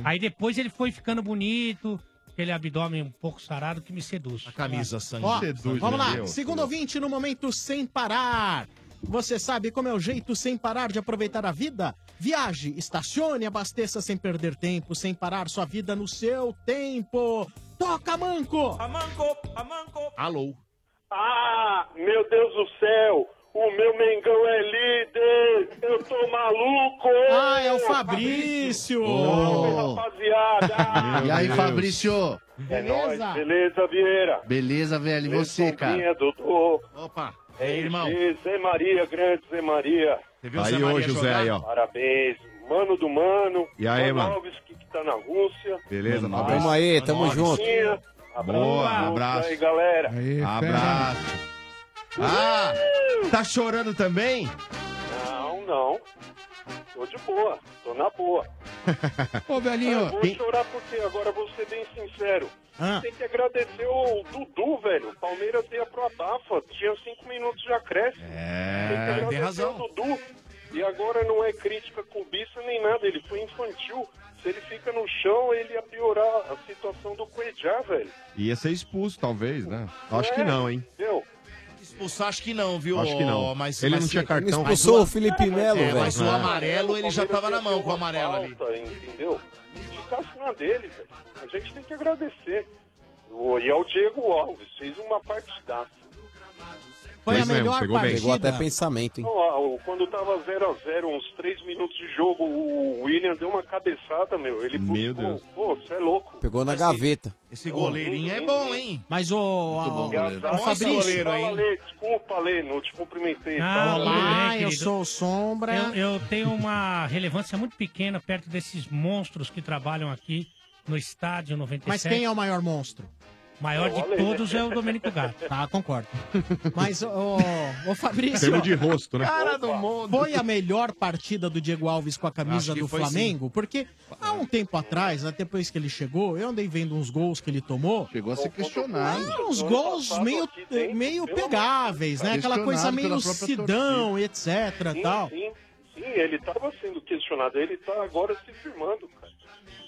S11: Aí depois ele foi ficando bonito, aquele abdômen um pouco sarado que me seduz. A
S10: camisa sangue.
S3: Ó, vamos lá, segundo ouvinte no momento sem parar. Você sabe como é o jeito sem parar de aproveitar a vida? Viaje, estacione, abasteça sem perder tempo, sem parar sua vida no seu tempo. Toca, Manco!
S22: Amanco, amanco.
S10: Alô.
S22: Ah, meu Deus do céu. O meu Mengão é líder. Eu tô maluco.
S3: Ah, é o Fabrício.
S7: Ô.
S22: Rapaziada.
S7: E aí, Fabrício?
S22: É nóis, beleza, Vieira?
S7: Beleza, velho? E você, cara?
S22: Sombrinha, doutor.
S10: Opa,
S22: é irmão. Zé Maria, grande Zé Maria.
S10: Você
S22: viu
S10: o Zé Tá Aí, Maria ô, José, jogar? aí, ó.
S22: Parabéns. Mano do Mano.
S10: E aí, mano?
S22: Alves, que, que tá na Rússia.
S6: Beleza,
S22: Mano,
S6: Fabrício?
S12: Tamo aí, tamo
S22: Mano,
S12: junto.
S22: Rafinha. Abraço.
S6: Boa, um
S22: a todos
S6: abraço.
S22: Aí, galera.
S6: É Abraço. Ah, tá chorando também?
S22: Não, não. Tô de boa. Tô na boa.
S8: Ô,
S22: Eu
S8: velhinho.
S22: vou chorar porque agora vou ser bem sincero.
S8: Ah.
S22: Tem que agradecer o Dudu, velho. O Palmeiras ia pro abafa. Tinha cinco minutos de acréscimo. Tem que
S10: É,
S22: agradecer
S10: tem razão.
S22: o Dudu. E agora não é crítica cobiça nem nada. Ele foi infantil. Se ele fica no chão, ele ia piorar a situação do Cuejá, velho.
S6: Ia ser expulso, talvez, né? Acho que
S22: É,
S6: não, hein?
S22: Entendeu?
S10: Expulsar, acho que não, viu?
S6: Acho que não.
S10: Mas,
S6: Ele
S10: mas
S6: não tinha
S10: se-
S6: cartão.
S10: mas
S6: Expulsou
S10: o-
S6: o Felipe
S12: né,
S6: Melo,
S10: É, mas
S6: velho.
S10: o
S6: É.
S10: amarelo ele já tava na mão com o amarelo ali.
S22: Falta, entendeu? Ficasse na dele, velho. A gente tem que agradecer. O- E ao Diego Alves, fez uma partidaça.
S3: Foi
S12: Fez
S3: a melhor
S12: mesmo, pegou bem.
S3: partida.
S12: Pegou até pensamento, hein?
S22: Não, ah, o- quando tava 0 a 0 uns 3 minutos de jogo, o William deu uma cabeçada, meu. Ele
S12: Meu Deus.
S22: Pô, você é louco.
S12: Pegou na gaveta.
S10: Esse goleirinho é bom, hein?
S3: Mas o. o,
S22: Engraçado.
S3: o Fabrício.
S22: Fala, Lê, desculpa, tá? Lê, não te cumprimentei.
S11: Ah,
S22: Fala,
S11: lá,
S22: Lê.
S11: querido.
S3: o Sombra.
S11: Eu, eu tenho uma relevância muito pequena perto desses monstros que trabalham aqui no estádio 97.
S3: Mas quem é o maior monstro?
S11: maior de todos é o Domênico Gato.
S3: Tá, concordo. Mas, ô, ô Fabrício.
S11: Termo de rosto, né? Cara
S3: do mundo. Foi a melhor partida do Diego Alves com a camisa
S11: Acho que
S3: do
S11: foi,
S3: Flamengo? Porque há um tempo atrás, né, depois que ele chegou, eu andei vendo uns gols que ele tomou.
S7: Chegou a ser questionado.
S3: Ah, uns gols meio, meio pegáveis, né? Aquela coisa
S7: Questionado
S3: meio
S7: pela própria
S3: Sidão, e etc
S22: Sim,
S3: tal.
S22: sim, sim, ele tava sendo questionado, ele tá agora se firmando, cara.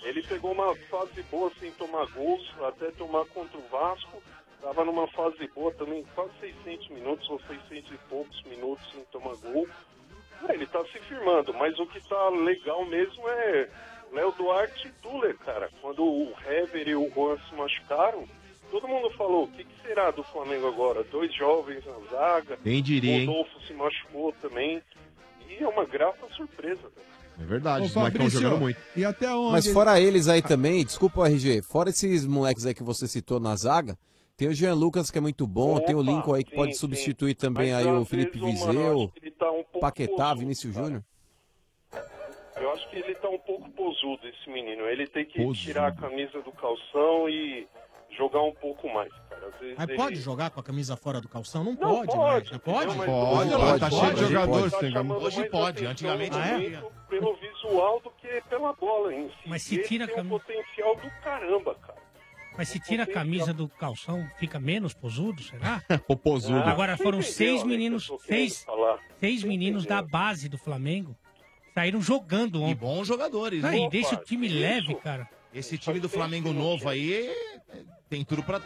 S22: Ele pegou uma fase boa sem tomar gols, até tomar contra o Vasco. Tava numa fase boa também, quase 600 minutos ou 600 e poucos minutos sem tomar gol. É, ele tá se firmando, mas o que tá legal mesmo é Léo Duarte e Tuller, cara. Quando o Hever e o Juan se machucaram, todo mundo falou, o que, que será do Flamengo agora? Dois jovens na zaga,
S6: Quem diria, hein?
S22: o Rodolfo se machucou também. E é uma grata surpresa, cara.
S6: É verdade,
S22: Ô,
S6: os moleques estão
S22: Fabrício,
S6: jogando muito.
S8: E até onde?
S12: Mas fora eles aí também, desculpa, RG, fora esses moleques aí que você citou na zaga, tem o Jean Lucas que é muito bom, tem o Lincoln aí que pode substituir também aí o Felipe Vizeu, Paquetá, Vinícius Júnior.
S22: Eu acho que ele tá um pouco posudo, esse menino. Ele tem que tirar a camisa do calção e jogar um pouco mais, cara. Às vezes
S3: Mas
S22: ele-
S3: pode jogar com a camisa fora do calção? Não,
S22: Não,
S3: pode, mais, né? Pode?
S22: entendeu? Mas
S3: Pode,
S22: hoje-
S3: pode,
S22: tá
S3: pode,
S22: cheio de
S3: hoje
S22: jogadores
S3: pode.
S22: sem camisa.
S11: Hoje
S22: mais
S11: pode,
S22: atenção
S11: antigamente
S22: no
S11: não
S22: momento Pelo visual do que pela bola em si.
S11: Mas se
S22: Ele
S11: tira a
S22: tem um potencial do caramba, cara.
S11: Mas se tira a camisa do calção, fica menos posudo, será?
S5: O posudo.
S11: Ah, Agora
S22: Você
S11: foram
S22: entendeu,
S11: seis
S22: né,
S11: meninos,
S22: que eu tô querendo
S11: seis,
S22: falar.
S11: seis
S22: Você
S11: meninos da
S22: entendeu?
S11: base do Flamengo saíram jogando ontem. E
S10: bons jogadores,
S11: né?
S10: né?
S11: E deixa o time
S10: Isso.
S11: leve, cara.
S10: Esse time do Flamengo novo aí é, tem tudo pra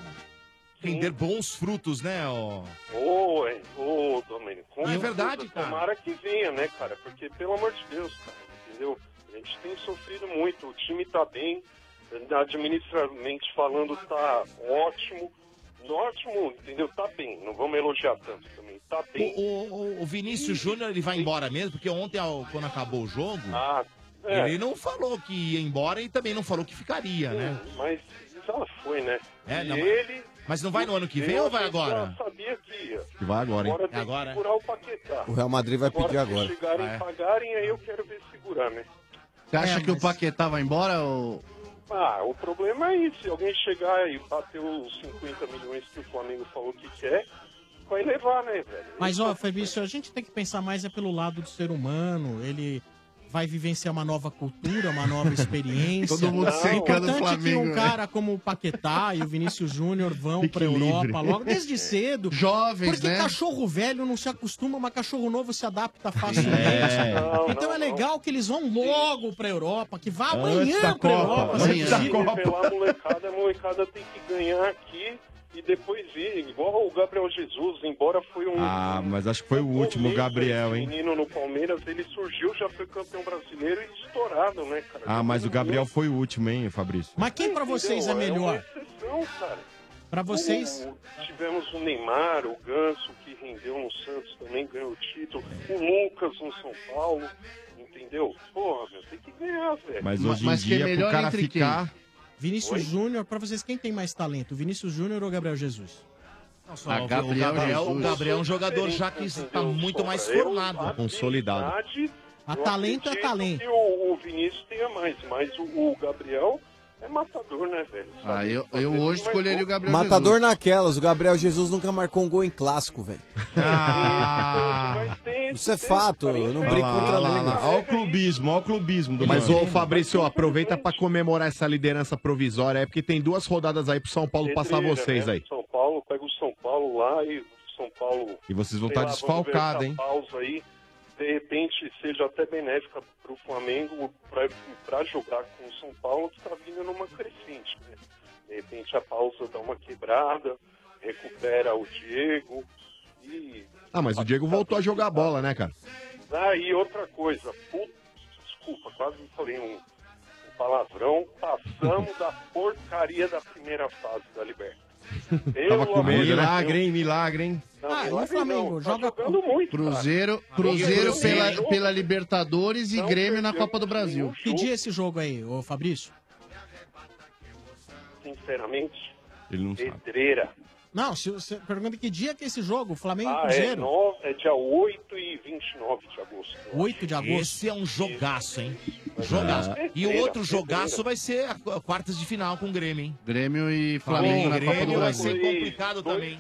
S10: render bons frutos, né? Ó.
S22: Ô, hein, ô, Domênico. com
S10: É
S22: certeza,
S10: verdade, cara.
S22: Tomara que venha, né, cara? Porque, pelo amor de Deus, cara, entendeu? A gente tem sofrido muito, o time tá bem, administrativamente falando tá ótimo. No ótimo, entendeu? Tá bem, não vamos elogiar tanto também. Tá bem.
S10: O, o- o- o Vinícius Júnior ele vai embora mesmo, porque ontem, ao- quando acabou o jogo,
S22: é.
S10: ele não falou que ia embora e também não falou que ficaria, né?
S22: Sim, Mas já foi, né?
S10: É,
S22: E
S10: não, mas-
S22: ele.
S10: Mas não vai no ano que vem ou vai
S22: a gente
S10: agora?
S22: Já sabia que ia.
S5: Que vai agora, hein?
S22: Agora tem
S5: É agora,
S22: que
S5: é?
S22: segurar o Paquetá.
S12: O Real Madrid vai pedir
S22: se
S12: agora.
S22: chegarem
S12: Ah, é?
S22: e pagarem, aí eu quero ver segurar, né?
S7: Você acha que o Paquetá vai embora? Ou...
S22: Ah, o problema é isso. Se alguém chegar e bater os 50 milhões que o Flamengo falou que quer, vai levar, né, velho?
S3: Mas, ó, Fabrício, a gente tem que pensar mais é pelo lado do ser humano. Ele vai vivenciar uma nova cultura, uma nova experiência. É
S7: Todo mundo secando o
S3: importante
S7: Flamengo,
S3: que um
S7: né?
S3: cara como o Paquetá e o Vinícius Júnior vão pra Europa
S7: livre.
S3: logo, desde cedo.
S7: Jovens,
S3: Porque
S7: né?
S3: cachorro velho não se acostuma, mas cachorro novo se adapta facilmente.
S7: É. Não,
S3: Então é legal que eles vão logo pra Europa, que vá
S7: Antes da
S3: amanhã pra
S7: Copa,
S3: Europa. assim.
S7: antes
S3: se
S7: da
S3: possível.
S7: Copa.
S22: Revelar a molecada, a molecada tem que ganhar aqui e depois ir. Igual o Gabriel Jesus, embora foi um
S9: Ah, mas acho que foi o último, Gabriel, hein?
S22: menino no Palmeiras, ele surgiu, já foi campeão brasileiro e estourado, né, cara?
S9: Ah, mas o Gabriel foi o último, hein, Fabrício?
S3: Mas quem pra vocês é
S22: Entendeu?
S3: melhor?
S22: uma exceção, um cara.
S3: Pra vocês?
S22: O- o- tivemos o Neymar, o Ganso, que rendeu no Santos também, ganhou o título. O Lucas no São Paulo, entendeu? Porra, meu, tem que ganhar,
S10: É.
S22: velho.
S9: Mas hoje em
S7: é
S9: dia, pro cara ficar...
S3: Vinícius Júnior, pra vocês, quem tem mais talento? Vinícius Júnior ou Gabriel Jesus?
S10: Só o- o Gabriel, o Gabriel é um jogador já que
S3: tá
S10: está muito mais formado.
S5: Consolidado.
S22: Verdade,
S3: A
S22: é eu
S3: talento é
S22: acredito
S3: talento.
S22: que o, o Vinícius tenha mais, mas o, o Gabriel é matador, né, velho?
S12: Ah, eu,
S22: eu hoje escolheria o Gabriel
S12: Matador
S22: Jesus.
S12: naquelas, o Gabriel Jesus nunca marcou um gol em clássico, velho. Isso é fato, eu não brinco contra ninguém.
S5: Olha o clubismo, olha o clubismo
S12: do
S5: Mas,
S12: mano.
S5: ô Fabrício, ó, aproveita pra comemorar essa liderança provisória, é porque tem duas rodadas aí pro São Paulo passar
S22: Pedreira,
S5: vocês
S22: né?
S5: aí.
S22: São Paulo, pega o São Paulo lá e o São Paulo.
S5: E vocês vão
S22: sei
S5: tá
S22: lá, vamos
S5: desfalcado,
S22: ver essa
S5: hein?
S22: Pausa aí, de repente seja até benéfica para o Flamengo para jogar com o São Paulo que está vindo numa crescente. Né? De repente a pausa dá uma quebrada, recupera o Diego e
S5: Ah, mas o Diego voltou a jogar bola, né, cara?
S22: ah, e outra coisa, puta, desculpa, quase falei um, um palavrão. Passamos da porcaria da primeira fase da Liberta.
S9: Tava com
S22: amor de
S5: né?
S6: né?
S9: medo,
S22: Deus.
S9: Milagre, hein? Milagre, hein?
S22: Não,
S7: Ah, e o
S22: milagre
S7: Flamengo?
S22: não, tá
S7: Joga
S22: jogando muito.
S7: Cruzeiro,
S22: cara.
S7: Cruzeiro
S22: Ninguém
S7: pela,
S22: joga.
S7: pela Libertadores e Grêmio na Copa do Brasil.
S3: Que dia é esse jogo aí, ô Fabrício?
S22: Sinceramente,
S9: Ele não
S22: pedreira.
S3: Não, se você pergunta que dia que é esse jogo, Flamengo e
S22: Ah, é,
S3: Cruzeiro.
S22: no, é dia 8 e 29 de agosto.
S3: 8 de agosto.
S10: Esse é um jogaço, hein? Jogaço.
S7: Ah.
S22: É.
S10: E o outro jogaço vai ser a a quartas de final com o Grêmio, hein?
S7: Grêmio e Flamengo
S10: Bom,
S7: na Copa do
S10: Grêmio vai
S7: Brasil.
S10: ser complicado
S22: Dois-
S10: também.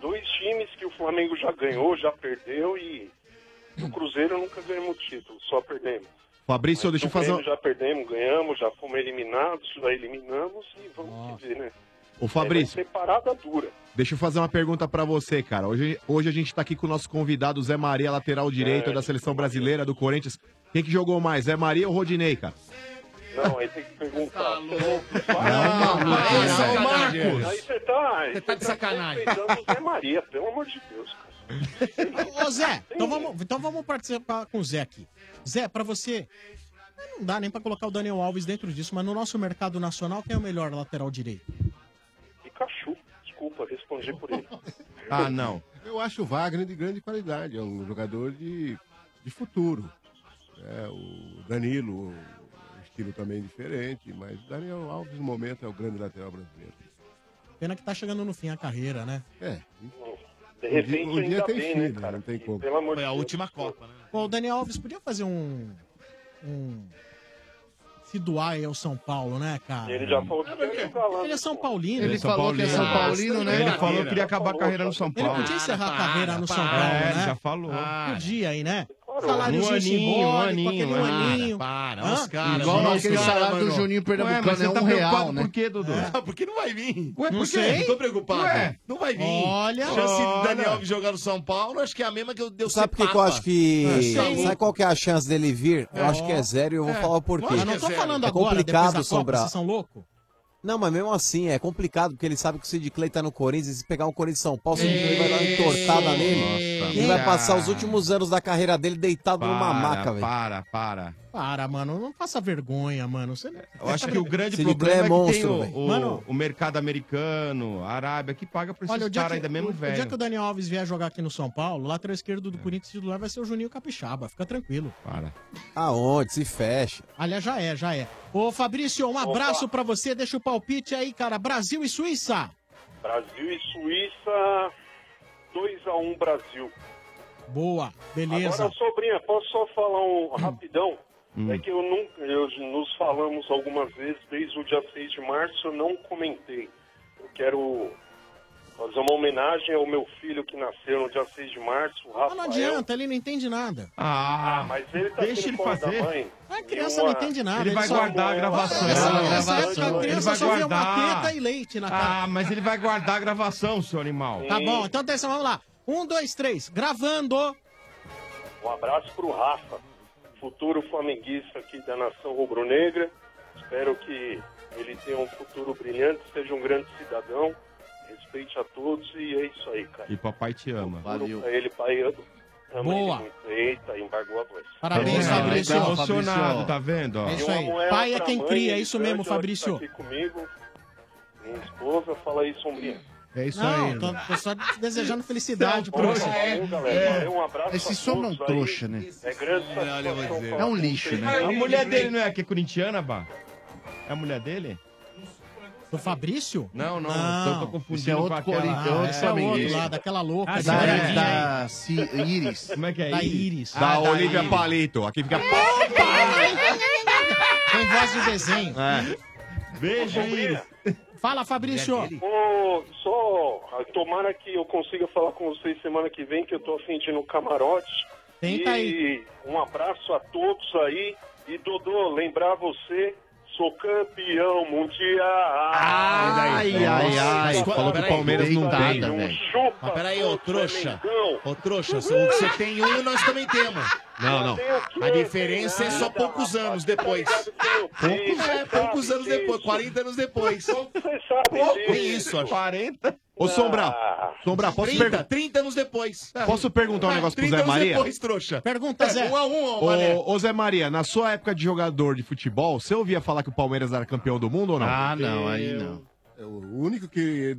S22: Dois times que o Flamengo já ganhou, já perdeu e o Cruzeiro nunca ganhou o título, só perdemos.
S5: Fabrício, deixa eu fazer
S22: Grêmio
S5: um...
S22: já perdemos, ganhamos, já fomos eliminados, já eliminamos e vamos que ver, né?
S5: Ô, Fabrício.
S22: É, vai ser parada dura.
S5: Deixa eu fazer uma pergunta pra você, cara. Hoje, hoje a gente tá aqui com o nosso convidado Zé Maria, lateral direito
S22: É.
S5: da seleção brasileira do Corinthians. Quem que jogou mais, Zé Maria ou Rodinei, cara?
S22: Não, aí tem que perguntar. Tá louco,
S5: aí é
S22: sacanagem.
S5: sacanagem.
S22: Aí você tá, aí você tá de
S10: sacanagem.
S22: o Zé Maria, pelo amor de Deus, cara.
S3: Ô Zé, então vamos, então vamos participar com o Zé aqui. Zé, pra você, não dá nem pra colocar o Daniel Alves dentro disso, mas no nosso mercado nacional, quem é o melhor lateral direito?
S22: Pikachu, desculpa, respondi por ele.
S9: Ah, não.
S17: Eu acho o Wagner de grande qualidade, é um jogador de, de futuro. É, o Danilo, um estilo também diferente, mas o Daniel Alves, no momento, é o grande lateral brasileiro.
S3: Pena que tá chegando no fim a carreira, né?
S17: É. Um
S22: De
S17: dia-
S22: repente
S17: um dia
S22: ainda
S17: tem
S22: bem,
S17: fim,
S22: né,
S17: né?
S22: cara?
S17: Não tem
S22: Que,
S17: como.
S22: Pelo amor
S10: Foi
S22: de
S10: a
S22: Deus.
S10: última Copa, né?
S3: Bom, o Daniel Alves podia fazer um. um- Se doar aí ao São Paulo, né, cara?
S22: Ele já falou que quer jogar lá.
S3: Ele é São Paulino.
S22: Ele falou que é São
S3: Ah,
S22: paulino,
S3: você tá
S22: né?
S3: de
S22: Ele falou que queria
S6: acabar a carreira no São Paulo.
S3: Ele podia encerrar
S6: Para,
S3: a carreira
S6: para,
S3: no São
S6: para.
S3: Paulo,
S6: É,
S3: né?
S6: ele já falou.
S3: Podia aí, né?
S6: Para.
S3: Saláriozinho
S6: Um aninho, um
S3: simbólico,
S6: aninho,
S3: aquele um
S6: para,
S3: aninho.
S10: É
S6: para,
S3: Hã?
S6: os caras,
S7: Igual aquele salário do Juninho
S6: Ué, mas
S7: Pernambucano,
S6: você
S7: é um
S6: tá
S7: real,
S6: preocupado
S7: né?
S6: por quê, Dudu? Ah, porque não vai vir. Ué,
S7: Não
S6: por quê?
S7: sei.
S6: Tô preocupado.
S7: Ué.
S6: não vai vir.
S7: Olha.
S6: A chance do Daniel
S7: Olha.
S6: Alves jogar no São Paulo, acho que é a mesma que eu deu
S12: Sabe por que que eu acho que.
S10: Ah,
S12: Sabe qual que é a chance dele vir? Eu
S6: É.
S12: acho que é zero e eu vou
S6: É.
S12: falar o porquê.
S6: Mas não tô falando
S12: é
S6: agora,
S12: complicado,
S6: depois da Copa,
S12: Sombra.
S6: vocês são
S3: louco?
S12: Não, mas mesmo assim é complicado, porque ele sabe que o Sid Clay tá no Corinthians. Se pegar um Corinthians e São Paulo, o Sid Clay vai dar uma entortada nele. ele vai
S3: cara.
S12: passar os últimos anos da carreira dele deitado numa
S3: Para,
S12: maca, velho.
S6: Para, para.
S3: Para, mano. Não faça vergonha, mano. Você...
S6: Eu acho que o grande problema é, que tem o, o,
S3: Mano,
S6: o mercado americano, a Arábia, que paga pra
S3: olha, o
S6: esses
S3: dia,
S6: caras
S3: que,
S6: ainda é mesmo
S3: o, o dia
S6: velho. É.
S3: que o Daniel Alves vier jogar aqui no São Paulo, o lateral esquerdo do Corinthians titular vai ser o Juninho Capixaba. Fica tranquilo.
S6: Para.
S12: Aonde? Se fecha.
S3: Aliás, já é, já é. Ô, Fabrício, um abraço pra você. Deixa o palpite aí, cara. Brasil e Suíça.
S22: Brasil e Suíça, 2x1 Brasil.
S3: Boa, beleza. Hum.
S22: Agora, sobrinha, posso só falar um rapidão?
S10: Hum.
S22: É que eu nunca, eu- nos falamos algumas vezes, desde o dia 6 de março, eu não comentei. Eu quero fazer uma homenagem ao meu filho que nasceu no dia 6 de março, o Rafael.
S3: Mas não adianta, ele não entende nada.
S6: Ah,
S22: mas ele tá
S3: deixa
S22: aqui no
S3: ele
S22: colo da
S3: fazer.
S22: mãe.
S3: A criança não entende nada.
S6: Ele vai
S3: só-
S6: guardar a gravação.
S3: Essa,
S6: Ele vai
S3: essa
S6: guardar.
S3: época a
S6: Ele
S3: criança
S6: vai
S3: só vê uma
S6: guardar.
S3: teta e leite na cara.
S6: Ah, mas ele vai guardar a gravação, seu animal.
S3: Tá bom, então atenção, vamos lá. Um, dois, três, gravando.
S22: Um abraço pro Rafa, futuro flamenguista aqui da nação rubro-negra. Espero que ele tenha um futuro brilhante, seja um grande cidadão, respeite a todos e é isso aí, cara.
S6: E papai te ama.
S22: Valeu. Pra ele, pai, eu amo
S6: Boa.
S22: ele muito. Eita, embargou a voz.
S6: Parabéns, É, Fabrício. tá
S22: Fabrício.
S6: emocionado, tá vendo? ó?
S22: Eu
S3: isso aí.
S22: amo ela,
S3: Pai é
S22: pra
S3: quem
S22: mãe,
S3: cria,
S22: gigante,
S3: isso mesmo,
S22: ela que
S3: Fabrício.
S22: Tá aqui comigo, minha esposa, fala aí, Sombrinha.
S8: É
S22: isso
S3: não, é,
S22: aí.
S3: Tô, tô só desejando felicidade pra você.
S22: Valeu, galera. Valeu, um abraço
S7: Esse
S22: a
S7: som é um
S22: todos aí.
S7: trouxa, né?
S22: É grande
S6: Olha, eu vou dizer.
S7: É um lixo, né?
S6: A mulher dele não é que é corintiana, Bá? É a mulher dele?
S3: Do Fabrício?
S6: Não, não.
S3: Não.
S6: Então Eu tô confundindo
S3: Esse é outro
S6: com aquela...
S3: corintiano, é outro flamenguista. outro lá, daquela louca.
S6: Ah,
S3: Da-
S6: sim.
S3: da-
S7: Si- Iris.
S6: Como é que é?
S3: Da Iris.
S5: Da
S3: Ah, da
S5: Olivia
S3: Iris.
S5: Palito. Aqui fica.
S3: Tem voz de desenho.
S5: É.
S6: Beijo,
S22: Iris.
S3: Fala, Fabrício.
S22: Ô, só, ah, tomara que eu consiga falar com vocês semana que vem, que eu tô afim de ir no camarote.
S3: Tenta
S10: tá
S22: e um abraço a todos aí. E, Dodô, lembrar você, sou campeão mundial.
S10: Ai, ai, ai. Falou que o Palmeiras não
S22: dá,
S10: tem.
S22: Um
S10: Mas
S22: chupa.
S10: peraí, ô trouxa.
S22: Mengão.
S10: Ô trouxa, o que você tem um, nós também temos.
S5: Não, não.
S10: A diferença é só poucos anos depois. Poucos, é, poucos anos depois, 40 anos depois. Pouco isso, acho.
S6: 40?
S5: Ô, Sombra. Sombra, posso
S10: 30,
S5: perguntar?
S10: 30 anos depois.
S5: Posso perguntar um
S10: Ah,
S5: negócio pro
S10: 30
S5: Zé
S10: anos
S5: Maria?
S10: depois, trouxa.
S3: Pergunta,
S10: é,
S3: Zé.
S10: Um a um, ó, Mané.
S5: Ô, ô, Zé Maria, na sua época de jogador de futebol, você ouvia falar que o Palmeiras era campeão do mundo ou não?
S17: Ah, não, aí não. É o único que.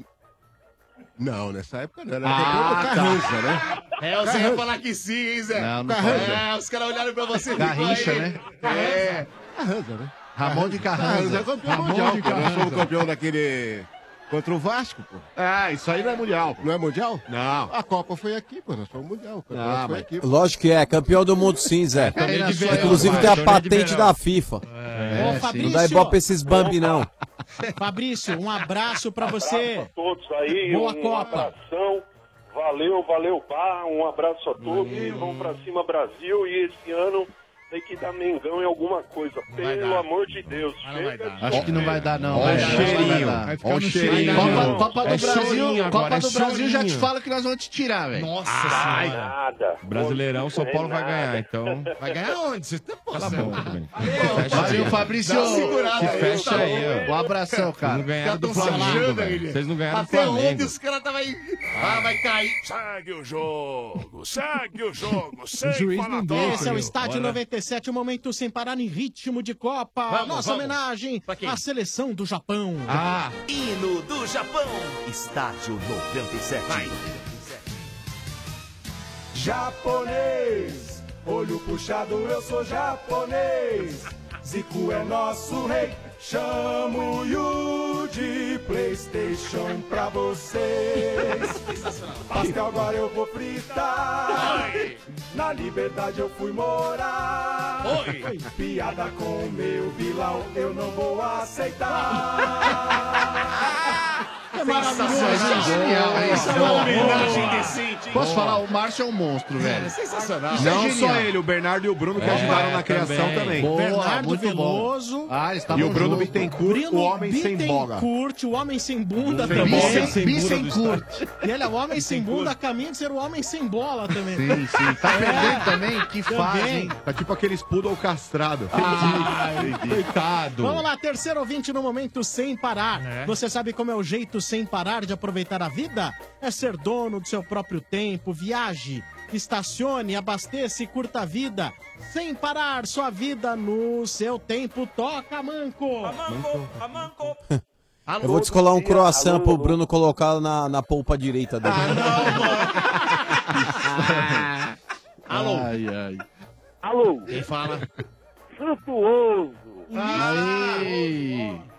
S17: Não, nessa época não. Era
S5: Ah,
S17: ah,
S5: tá.
S17: Carranza, né?
S10: É, você
S17: Carranza.
S10: vai falar que sim, hein, Zé?
S17: Não, não
S10: é,
S17: fala.
S10: os caras olharam pra você e
S17: Garrincha,
S10: ficou aí.
S6: né?
S10: É.
S17: Carranza, né?
S7: Ramon de Carranza.
S17: é campeão
S7: Ramon
S17: mundial,
S7: de
S17: pô. Nós
S7: Carranza.
S17: somos campeão daquele. Contra o Vasco, pô. Ah, isso aí não é mundial. Não é mundial? Não. A Copa foi aqui, pô. Nós somos mundial. O campeonato
S12: Ah,
S17: foi
S12: mas-
S17: aqui, pô.
S12: Lógico que é, campeão do mundo sim, Zé.
S17: torneio É, de verão,
S12: Inclusive
S17: vai,
S12: tem a
S17: torneio de
S12: patente
S17: verão.
S12: da FIFA.
S17: É,
S3: Ô,
S17: sim.
S12: Não
S3: Fabrício.
S12: dá ibope pra esses Bambi, não.
S3: Fabrício, um abraço pra
S22: Abraço
S3: você.
S22: a todos aí.
S3: Boa
S22: um
S3: Copa.
S22: abração. Valeu, valeu, Bar. Um abraço a todos. E vamos pra cima, Brasil. E esse ano tem que dar Mengão em alguma coisa. Pelo amor de Deus. Chega de...
S7: Acho que não vai dar, não.
S22: Ó
S7: Vai
S22: o
S7: dar, não
S22: cheirinho.
S7: vai dar.
S22: Vai ficar no
S10: cheirinho.
S7: Copa, Copa do
S10: É chorinho
S7: Brasil,
S10: agora,
S7: Copa
S10: é
S7: do Brasil já te
S10: chorinho.
S7: fala que nós vamos te tirar, velho. Nossa
S22: Nada.
S6: Brasileirão, São Paulo vai ganhar, então.
S10: Vai ganhar onde? Você tá
S6: Cala a boca, velho.
S7: Valeu, Fabrício.
S6: Dá uma segurada
S7: Se
S6: aí,
S7: fecha
S6: tá bom,
S7: aí, ó.
S6: velho.
S7: Um abração, cara.
S6: Vocês não ganharam do
S7: Os caras tão se
S6: Flamengo,
S7: achando,
S6: velho.
S7: ele.
S6: Vocês não ganharam do
S10: Até ontem
S6: Flamengo.
S10: os caras estavam aí. Ah, vai cair.
S5: Segue o jogo, segue o jogo, sem
S3: Esse é o Estádio 97, o um momento sem parar em ritmo de Copa.
S16: Vamos,
S3: Nossa
S16: vamos.
S3: homenagem
S16: Pra quem?
S3: à seleção do Japão.
S16: Hino do Japão. Estádio 97.
S2: Japonês, olho puxado, eu sou japonês. Zico é nosso rei. Chamo o Yu de PlayStation pra vocês. Pastel agora eu vou fritar. Na liberdade eu fui morar.
S10: Oi.
S2: Piada com o meu vilão eu não vou aceitar.
S7: É maravilhoso, é genial, é isso.
S2: É uma homenagem decente, hein?
S7: Posso falar, o Márcio é um monstro, velho.
S5: sensacional.
S7: Isso é
S5: Não
S7: genial.
S5: só ele, o Bernardo e o Bruno que
S7: É,
S5: ajudaram Tá na criação também.
S7: Boa,
S3: Bernardo
S7: muito
S3: Veloso.
S7: Bom. Ah, eles
S5: E
S7: estavam
S5: o Bruno
S7: juntos.
S5: Bittencourt, o homem sem bola.
S3: Bittencourt, o homem sem bunda
S5: Sem
S3: também.
S5: bola, sem bunda do
S3: Bittencourt. E ele é o homem sem bunda, caminho de ser o homem sem bola também. É.
S7: Sim, sim. Tá perdendo também? Que
S3: também.
S7: fase, hein? Ah,
S5: Tá tipo aquele poodle castrado. Coitado.
S3: Vamos lá, terceiro ouvinte no momento sem parar. Você sabe como é o jeito sem parar de aproveitar a vida? É ser dono do seu próprio tempo, viaje, estacione, abasteça e curta a vida. Sem parar sua vida no seu tempo. Toca, Manco!
S12: Eu vou descolar um
S3: Alô,
S12: croissant
S3: alô,
S12: pro
S3: alô.
S12: Bruno colocar na, na polpa direita dele.
S10: Alô.
S7: Ai, ai.
S10: Alô. Quem fala?
S23: Frutuoso.
S7: Aí.
S23: Ah,
S3: Ah.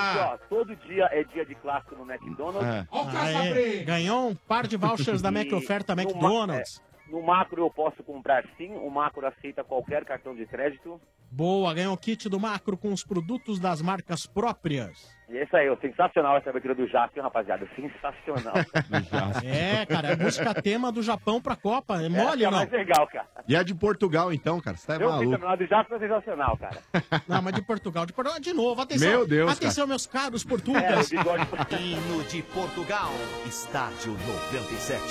S23: Rapaz. todo dia é dia de clássico no
S3: Ah.
S23: McDonald's.
S3: Aê, É. ganhou um par de vouchers da Mac
S23: E
S3: Oferta
S23: no ma-
S3: McDonald's.
S23: é, No macro eu posso comprar sim, o macro aceita qualquer cartão de crédito.
S3: Boa, ganhou o kit do Macro com os produtos das marcas próprias.
S23: E é isso aí, ó, sensacional essa abertura do Jasper, rapaziada. Sensacional.
S3: É, cara, é música tema do Japão pra Copa. É
S23: Essa
S3: mole
S23: é a
S3: ou não?
S23: mais legal, cara.
S5: E a de Portugal, então, cara? Você tá
S23: eu vi
S5: maluco.
S23: também, a do Jasper é sensacional, cara.
S3: Não, mas de Portugal. De Portugal de novo, atenção.
S5: Meu Deus,
S3: Atenção,
S5: cara.
S3: meus caros
S23: É, o
S3: portugueses.
S23: bigode
S16: Hino de Portugal, estádio 97.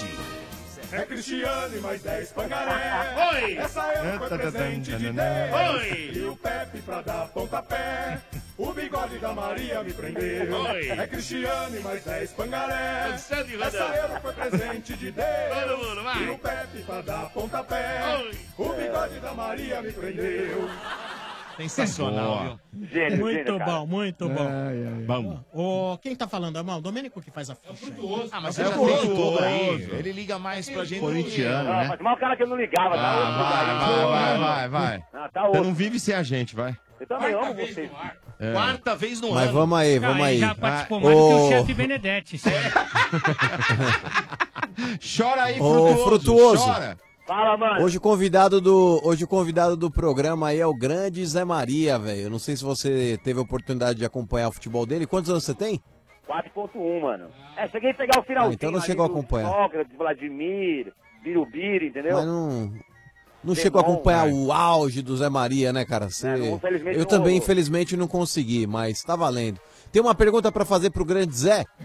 S2: É Cristiano e mais 10 pangaré.
S23: Oi!
S8: Tá
S2: Essa eu foi presente de Deus.
S23: Oi!
S2: E o Pepe pra dar pontapé. O bigode da Maria me prendeu.
S23: Oi!
S2: É Cristiano e mais 10 pangaré. Essa
S23: Dançando e rodando.
S2: eu foi presente de Deus.
S23: Todo mundo, vai.
S2: E o Pepe pra dar pontapé. O bigode da Maria me prendeu.
S3: Sensacional,
S2: viu?
S23: Gênio,
S3: muito
S23: gênio, cara. É.
S3: bom, muito bom.
S8: Ai,
S3: Bom. Ô, quem tá falando? É o Domênico que faz a ficha.
S10: Ah, mas você já tem tudo aí. Ele liga mais
S3: É
S10: pra gente.
S23: Ah,
S10: né?
S23: Mas mal o cara que eu não ligava, tá?
S6: Ah,
S10: vai, vai, vai, vai.
S23: Ah, tá
S10: Você
S23: outro.
S10: não vive sem a gente, vai.
S23: Eu também amo vocês.
S10: É. Quarta vez no
S12: Mas
S10: ano.
S12: vamos aí, vamos
S10: Não, ele
S12: aí.
S10: já participou
S12: Ah,
S10: mais do que
S11: O
S12: ô,
S11: chefe Benedetti. isso aí.
S10: Chora aí,
S12: Ô,
S10: frutuoso.
S12: Frutuoso.
S10: Chora.
S23: Fala, mano.
S12: Hoje o convidado do hoje o convidado do programa aí é o grande Zé Maria, velho. Eu Não sei se você teve a oportunidade de acompanhar o futebol dele. Quantos anos você tem?
S23: 4.1, mano. É, cheguei a pegar o
S12: Ah,
S23: finalzinho.
S12: então não
S23: ali
S12: chegou a
S23: do
S12: acompanhar.
S23: Sócrates, Vladimir, Birubiri, entendeu?
S12: Mas não não
S23: Demon,
S12: chegou a acompanhar
S23: velho.
S12: o auge do Zé Maria, né, cara? Você-
S23: É, não, infelizmente
S12: eu
S23: não
S12: também,
S23: rolou.
S12: infelizmente, não consegui, mas tá valendo. Tem uma pergunta pra fazer pro grande Zé? Ah,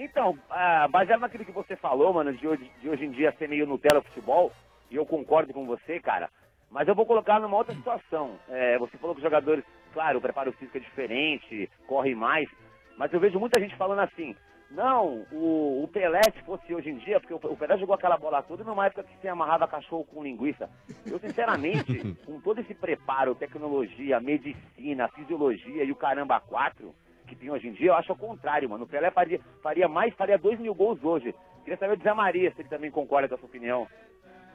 S23: Então, ah, baseado naquilo que você falou, mano, de hoje, de hoje em dia ser meio Nutella futebol, e eu concordo com você, cara, mas eu vou colocar numa outra situação. É, você falou que os jogadores, claro, o preparo físico é diferente, corre mais, mas eu vejo muita gente falando assim, não, o, o Pelé, se fosse hoje em dia, porque o, o Pelé jogou aquela bola toda numa época que se amarrava cachorro com linguiça. Eu, sinceramente, com todo esse preparo, tecnologia, medicina, fisiologia e o caramba quatro que tem hoje em dia, eu acho ao contrário, mano. O Pelé faria, faria mais, faria dois mil gols hoje. Queria saber do Zé Maria se ele também concorda com essa opinião.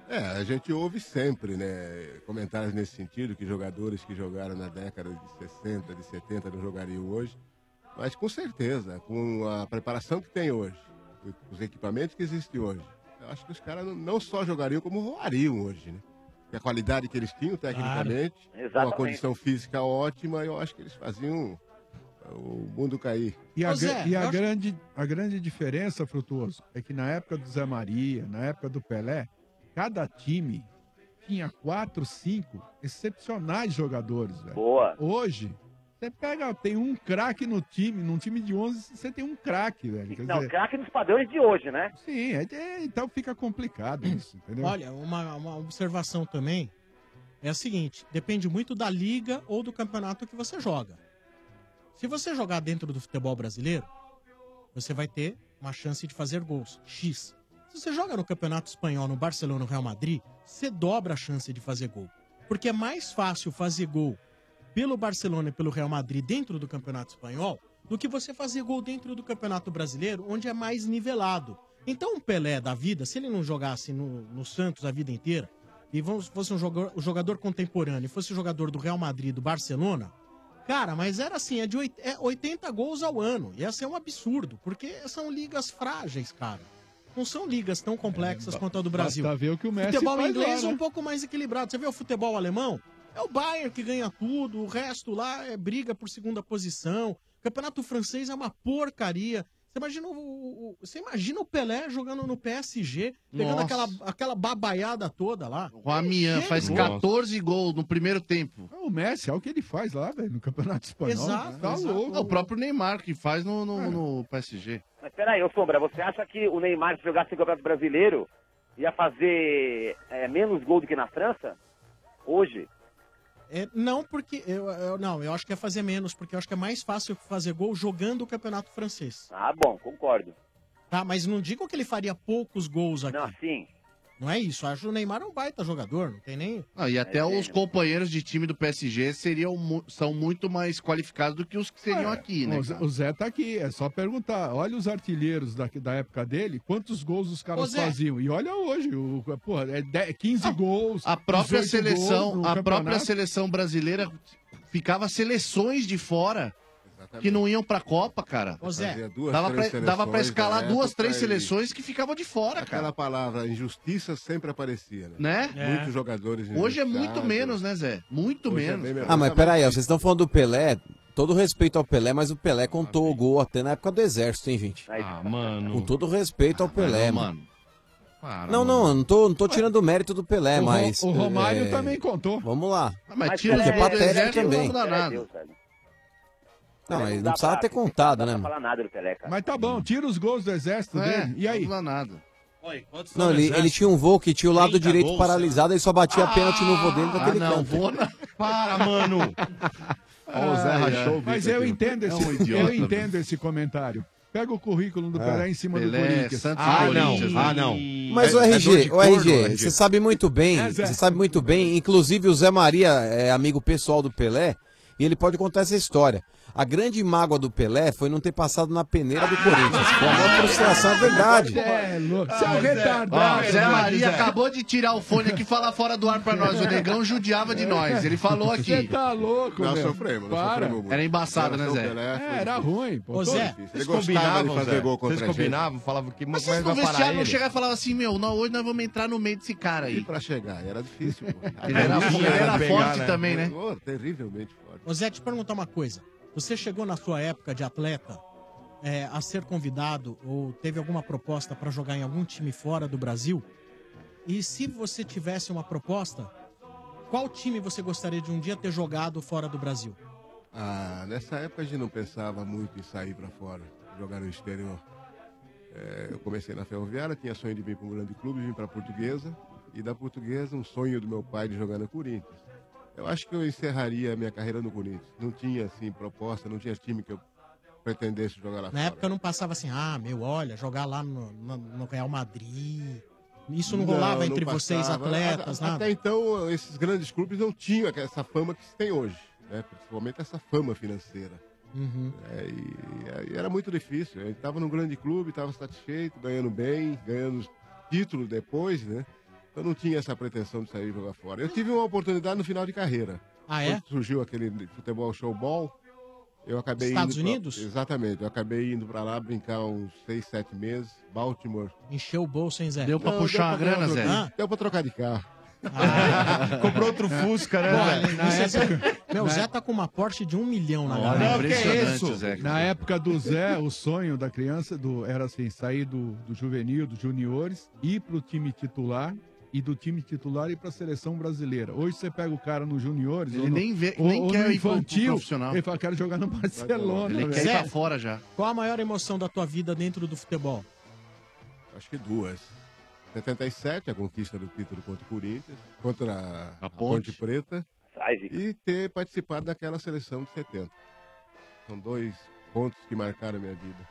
S17: É, a gente ouve sempre, né, comentários nesse sentido, que jogadores que jogaram na década de 60, de 70 não jogariam hoje. Mas com certeza, com a preparação que tem hoje, com os equipamentos que existem hoje, eu acho que os caras não, não só jogariam, como voariam hoje, né? E a qualidade que eles tinham tecnicamente, com
S23: Exatamente.
S17: a condição física ótima, eu acho que eles faziam o mundo cair.
S8: E a, gran- e a grande, a grande diferença, Frutuoso, é que na época do Zé Maria, na época do Pelé, cada time tinha quatro, cinco excepcionais jogadores, velho.
S23: Boa.
S8: Hoje, você pega, tem um craque no time, num time de 11, você tem um craque, velho. Quer
S23: Não,
S8: dizer,
S23: craque nos padrões de hoje, né?
S8: Sim, é- é- então fica complicado isso, entendeu?
S3: Olha, uma, uma observação também é a seguinte: depende muito da liga ou do campeonato que você joga. Se você jogar dentro do futebol brasileiro, você vai ter uma chance de fazer gols, X. Se você joga no campeonato espanhol, no Barcelona, no Real Madrid, você dobra a chance de fazer gol. Porque é mais fácil fazer gol pelo Barcelona e pelo Real Madrid dentro do Campeonato Espanhol do que você fazer gol dentro do Campeonato Brasileiro, onde é mais nivelado. Então, o Pelé da vida, se ele não jogasse no, no Santos a vida inteira, e vamos- fosse um jogador, um jogador contemporâneo, fosse um jogador do Real Madrid, do Barcelona, cara, mas era assim, é de oit- é 80 gols ao ano. Ia ser um absurdo, porque são ligas frágeis, cara. Não são ligas tão complexas quanto a do Brasil.
S8: basta ver o que o Messi
S3: futebol
S8: faz
S3: inglês
S8: lá,
S3: é um
S8: né?
S3: pouco mais equilibrado. Você vê o futebol alemão? É o Bayern que ganha tudo, o resto lá é briga por segunda posição. O campeonato francês é uma porcaria. Você imagina o, o- o- você imagina o Pelé jogando no PSG, pegando
S7: Nossa.
S3: aquela, aquela babaiada toda lá.
S7: O Amian
S3: Chega.
S7: faz 14 gols no primeiro tempo.
S8: O Messi, é o que ele faz lá, velho, no Campeonato Espanhol.
S7: Exato,
S8: Tá
S7: exato.
S8: louco. É.
S7: É o próprio Neymar que faz no, no, no PSG.
S23: Mas peraí, ô Sombra, você acha que o Neymar, se jogasse no Campeonato Brasileiro, ia fazer é, menos gol do que na França? Hoje?
S3: É, não, porque. Eu, eu- não, eu acho que é fazer menos, porque eu acho que é mais fácil fazer gol jogando o campeonato francês.
S23: Ah, bom, concordo.
S3: Tá, mas não digo que ele faria poucos gols aqui.
S23: Não, sim.
S3: Não é isso. Acho que o Neymar é um baita jogador, não tem nem.
S7: Ah, e até os companheiros de time do PSG seriam, mu- são muito mais qualificados do que os que seriam
S8: É,
S7: aqui, né?
S8: o Zé- O Zé tá aqui, é só perguntar. Olha os artilheiros da, da época dele, quantos gols os
S7: Ô,
S8: caras
S7: Zé.
S8: faziam. E olha hoje, o, porra, é de-
S23: Ah,
S8: 15 gols.
S7: A própria
S8: 18 gols
S7: seleção,
S8: no
S7: a própria
S8: campeonato.
S7: seleção brasileira ficava seleções de fora que não iam pra Copa, cara.
S17: Ô, Zé. Fazia duas,
S7: dava,
S17: três
S7: pra, dava pra
S17: seleções
S7: escalar
S17: na
S7: duas,
S17: época
S7: três
S17: e-
S7: seleções que ficavam de fora,
S17: Aquela
S7: cara.
S17: palavra injustiça sempre aparecia, né?
S7: Né?
S12: É.
S17: Muitos jogadores
S7: Hoje é muito
S17: injustiçados.
S7: menos, né, Zé? Muito
S17: Hoje é
S7: menos.
S17: bem menos.
S12: Ah, mas peraí, ó, vocês estão falando do Pelé. Todo respeito ao Pelé, mas o Pelé contou o gol até na época do Exército, hein, gente?
S23: Ah,
S12: mano. Com todo respeito ao Pelé,
S7: não,
S12: mano. não, não, eu não tô, não tô tirando o mérito do Pelé,
S8: O Ro-
S12: mas. é,
S8: o Romário também
S12: contou. Vamos lá.
S7: Mas
S12: tira Porque
S23: Pelé-
S12: patético
S23: Pelé é Deus,
S12: também.
S23: Pelé é Deus, velho.
S12: Não, mas
S23: dá
S12: não precisava
S23: pra-
S12: ter contado, né,
S23: Não
S12: mano?
S23: fala nada do Pelé, cara.
S8: Mas tá bom, tira os gols do exército
S12: É,
S8: dele. E aí?
S7: Não nada.
S12: Não, ele, ele tinha um voo que tinha o lado direito paralisado, ele só batia pênalti no voo dele daquele
S7: Ah, não,
S12: canto.
S7: voo
S12: Para, mano!
S8: Ah, é.
S12: rachou o
S8: Mas
S12: bico
S8: eu
S12: aqui.
S8: entendo, esse,
S12: É um idiota,
S8: eu entendo esse comentário. Pega o currículo do
S12: Ah,
S8: Pelé em cima
S7: É. Pelé,
S8: do Corinthians.
S7: Santos
S12: Ah,
S7: Corinthians,
S12: não.
S7: Ah, não.
S12: Mas o
S7: É- é dor
S12: RG,
S7: de
S12: o
S7: corno,
S12: RG,
S7: RG.
S12: você sabe muito bem,
S7: É, Zé.
S12: você sabe muito bem, inclusive o Zé Maria é amigo pessoal do Pelé, e ele pode contar essa história. A grande mágoa do Pelé foi não ter passado na peneira do Corinthians. Foi a maior frustração, é verdade.
S8: É, louco. Você é
S7: Ah,
S8: um
S7: Zé.
S8: retardado.
S7: Ó, Zé Maria
S8: Zé.
S7: acabou de tirar o fone aqui e falar fora do ar pra nós. O negão judiava de nós. Ele falou aqui.
S8: É. Você tá louco,
S17: Nós
S8: meu.
S17: sofremos, nós
S8: Para.
S17: sofremos muito.
S7: Era embaçado, né,
S17: Geração
S7: Zé?
S17: Pelé foi
S8: É, era
S17: difícil.
S8: ruim, pô.
S7: Ô,
S17: Todo
S7: Zé,
S17: difícil.
S7: vocês
S17: Ele gostava de
S7: combinavam,
S17: fazer
S7: Zé?
S17: gol contra
S7: Vocês
S17: a gente.
S7: combinavam,
S17: falavam que
S7: Mas vocês no vestiário não chegavam e falavam assim, meu, nós, hoje nós vamos entrar no meio desse cara aí. E
S17: pra chegar, era difícil, pô.
S7: Ele era, ele era
S17: Pegar,
S7: forte também, né?
S17: Pô, terrivelmente forte.
S3: Ô Zé, te perguntar uma coisa. Você chegou na sua época de atleta é, a ser convidado ou teve alguma proposta pra jogar em algum time fora do Brasil? E se você tivesse uma proposta, qual time você gostaria de um dia ter jogado fora do Brasil?
S17: Ah, nessa época a gente não pensava muito em sair pra fora, jogar no exterior. É, eu comecei na Ferroviária, tinha sonho de vir para um grande clube, vim para Portuguesa. E da Portuguesa, um sonho do meu pai de jogar no Corinthians. Eu acho que eu encerraria a minha carreira no Corinthians. Não tinha, assim, proposta, não tinha time que eu pretendesse jogar lá
S3: Na
S17: fora.
S3: época eu não passava assim, ah, meu, olha, jogar lá no, no- no Real Madrid. Isso não, rolava
S17: não
S3: entre vocês,
S17: passava.
S3: atletas,
S17: A- a-
S3: nada?
S17: Até então, esses grandes clubes não tinham essa fama que se tem hoje, né? principalmente essa fama financeira.
S3: Uhum.
S17: É, e, e era muito difícil. Ele estava num grande clube, estava satisfeito, ganhando bem, ganhando título depois, né? Eu não tinha essa pretensão de sair jogar fora. Eu tive uma oportunidade no final de carreira.
S3: Ah, é?
S17: Quando surgiu aquele futebol showball. Eu acabei
S3: Estados
S17: indo pra-
S3: Unidos?
S17: Exatamente. Eu acabei indo para lá brincar uns 6, 7 meses. Baltimore.
S3: Encheu o bolso, hein, Zé?
S17: Não, pra ganhar um troquinho. Deu pra trocar de carro.
S7: Ah.
S3: Comprou
S17: outro Fusca,
S8: né, Zé? Na época-
S3: Meu, o
S8: na
S3: Zé
S8: época-
S3: tá com uma Porsche de um milhão na
S8: Olha,
S3: garagem.
S8: Na época do Zé, o sonho da criança do, era assim, sair do, do juvenil, dos juniores, ir pro time titular e do time titular ir pra seleção brasileira. Hoje você pega o cara nos juniores,
S7: Ele
S8: ou no-
S7: nem vê-
S8: ou-
S7: nem
S8: ou
S7: quer
S8: no
S7: ir pro- pro
S8: infantil,
S7: profissional.
S8: Ele fala, quero jogar no Barcelona.
S7: Ele quer ir
S8: velho."
S7: pra fora já.
S3: Qual a maior emoção da tua vida dentro do futebol?
S17: Acho que duas. 77, a conquista do título contra o Corinthians, contra a, a Ponte. Preta. E ter participado daquela seleção de 70. São dois pontos que marcaram a minha vida.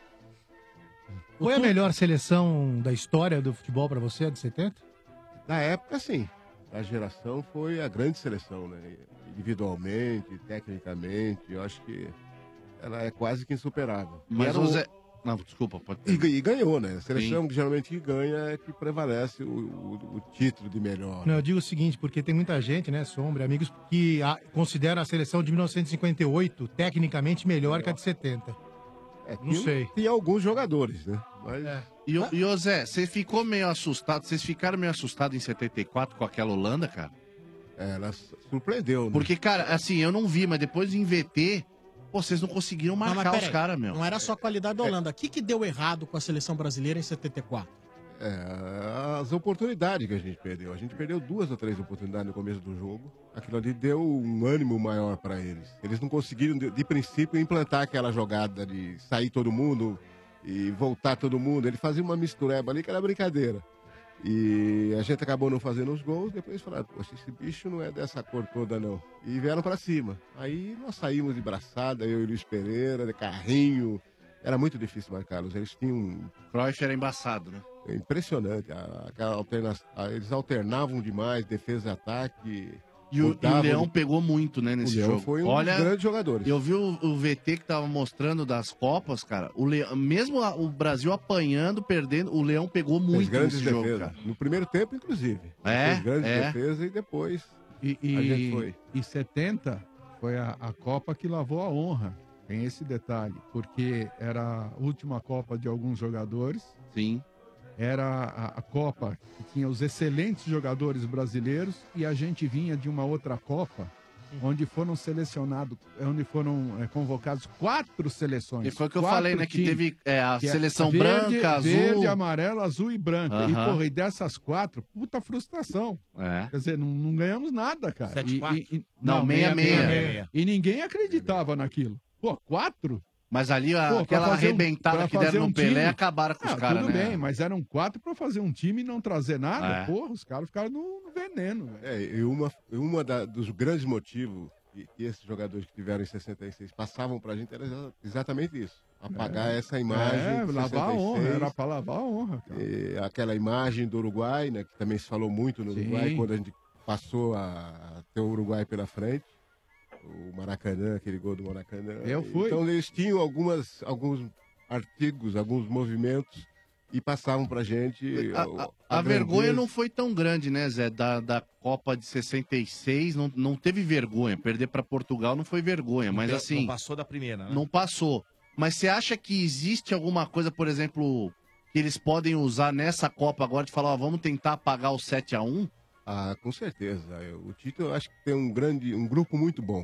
S18: Foi é a melhor seleção da história do futebol pra você, a de 70?
S17: Na época, sim. A geração foi a grande seleção, né? Individualmente, tecnicamente, eu acho que ela é quase que insuperável.
S7: Mas
S17: E era
S7: o
S17: um-
S7: Zé- Não, desculpa, pode
S17: E, gan- e ganhou, né? A seleção que geralmente que ganha é que prevalece o, o- o título de melhor.
S18: Não, eu digo o seguinte, porque tem muita gente, né, Sombra, amigos, que a- considera a seleção de 1958 tecnicamente melhor que a de 70. não
S17: tem-
S18: sei.
S17: é um Tem alguns jogadores, né? Mas...
S7: É. E, o- e, ô Zé, você ficou meio assustado, vocês ficaram meio assustados em 74 com aquela Holanda, cara?
S17: É, Ela surpreendeu, né?
S7: Porque, cara, assim, eu não vi, mas depois em VT, pô, vocês não conseguiram
S3: Não, mas
S7: marcar os
S3: peraí,
S7: caras, meu.
S3: Não era só a qualidade da Holanda. O que, que deu errado com a seleção brasileira em 74?
S17: É, as oportunidades que a gente perdeu. A gente perdeu duas ou três oportunidades no começo do jogo. Aquilo ali deu um ânimo maior para eles. Eles não conseguiram, de, de princípio, implantar aquela jogada de sair todo mundo e voltar todo mundo. Ele fazia uma mistureba ali que era brincadeira. E a gente acabou não fazendo os gols. Depois falaram, poxa, esse bicho não é dessa cor toda, não. E vieram para cima. Aí nós saímos de braçada, eu e Luiz Pereira, de carrinho. Era muito difícil marcá-los. Eles tinham. um
S7: Cruyff era embaçado, né?
S17: É impressionante. a- aquela alterna- a- Eles alternavam demais, defesa e ataque.
S7: E o, e o
S17: mudavam
S7: Leão
S17: de-
S7: pegou muito, né, nesse
S17: O Leão
S7: jogo.
S17: foi um dos grandes jogadores.
S7: Eu vi o, o VT que tava mostrando das Copas, cara. O Leão, mesmo a- o Brasil apanhando, perdendo, o Leão pegou
S17: Fez
S7: muito
S17: grandes
S7: nesse jogo,
S17: defesas.
S7: cara.
S17: No primeiro tempo, inclusive.
S7: É,
S17: Fez grandes
S7: é.
S17: defesas e depois
S8: E,
S17: a gente foi.
S8: e, e 70 foi a, a Copa que lavou a honra. Tem esse detalhe, porque era a última Copa de alguns jogadores.
S7: Sim.
S8: Era a, a Copa que tinha os excelentes jogadores brasileiros e a gente vinha de uma outra Copa
S7: Uhum.
S8: onde foram selecionados, onde foram eh, convocados quatro seleções.
S7: E foi o que eu
S8: quatro
S7: falei, né, que teve, é, a
S8: Que é
S7: seleção branca, azul.
S8: Verde, amarelo, azul e branca. E,
S7: Aham.
S8: porra, e dessas quatro, puta frustração.
S7: É.
S8: Quer dizer, não, não ganhamos nada, cara.
S7: Sete,
S8: E- e-
S7: quatro?
S8: e-
S7: Não, meia, meia.
S8: E ninguém acreditava naquilo. Pô, quatro?
S7: Mas ali a-
S8: Pô, pra
S7: aquela
S8: fazer um-
S7: arrebentada
S8: pra
S7: que deram
S8: fazer
S7: no
S8: um
S7: Pelé
S8: time.
S7: acabaram com os
S8: Ah,
S7: caras,
S8: Tudo
S7: né?
S8: bem, mas eram quatro pra fazer um time e não trazer nada.
S17: É.
S8: Porra, os caras ficaram no, no um veneno, velho.
S17: É, e uma, e uma da- dos grandes motivos que, que esses jogadores que tiveram em 66 passavam pra gente era exa- exatamente isso. Apagar
S8: É.
S17: essa imagem.
S8: É,
S17: de
S8: lavar a
S17: 66.
S8: honra, era pra lavar a honra.
S17: E aquela imagem do Uruguai, né, que também se falou muito no
S8: Sim.
S17: Uruguai, quando a gente passou a ter o Uruguai pela frente, o Maracanã, aquele gol do Maracanã.
S8: Eu fui.
S17: Então eles tinham algumas, alguns artigos, alguns movimentos e passavam pra gente.
S7: A,
S17: o-
S7: a- a
S17: grandeza.
S7: vergonha não foi tão grande, né, Zé? Da, da Copa de 66, não, não teve vergonha. Perder pra Portugal não foi vergonha, mas
S10: Não
S7: assim.
S10: passou da primeira, né?
S7: Não passou. Mas você acha que existe alguma coisa, por exemplo, que eles podem usar nessa Copa agora de falar, ó, vamos tentar apagar o 7 a 1
S17: Ah, com certeza. Eu- O Tito, eu acho que tem um grande, um grupo muito bom.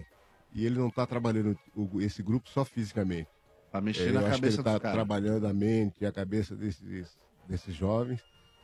S17: E ele não está trabalhando o- esse grupo só fisicamente.
S7: Tá mexendo
S17: eu
S7: na
S17: acho
S7: cabeça
S17: que ele
S7: dos
S17: tá
S7: caras.
S17: trabalhando a mente e a cabeça desses, desses jovens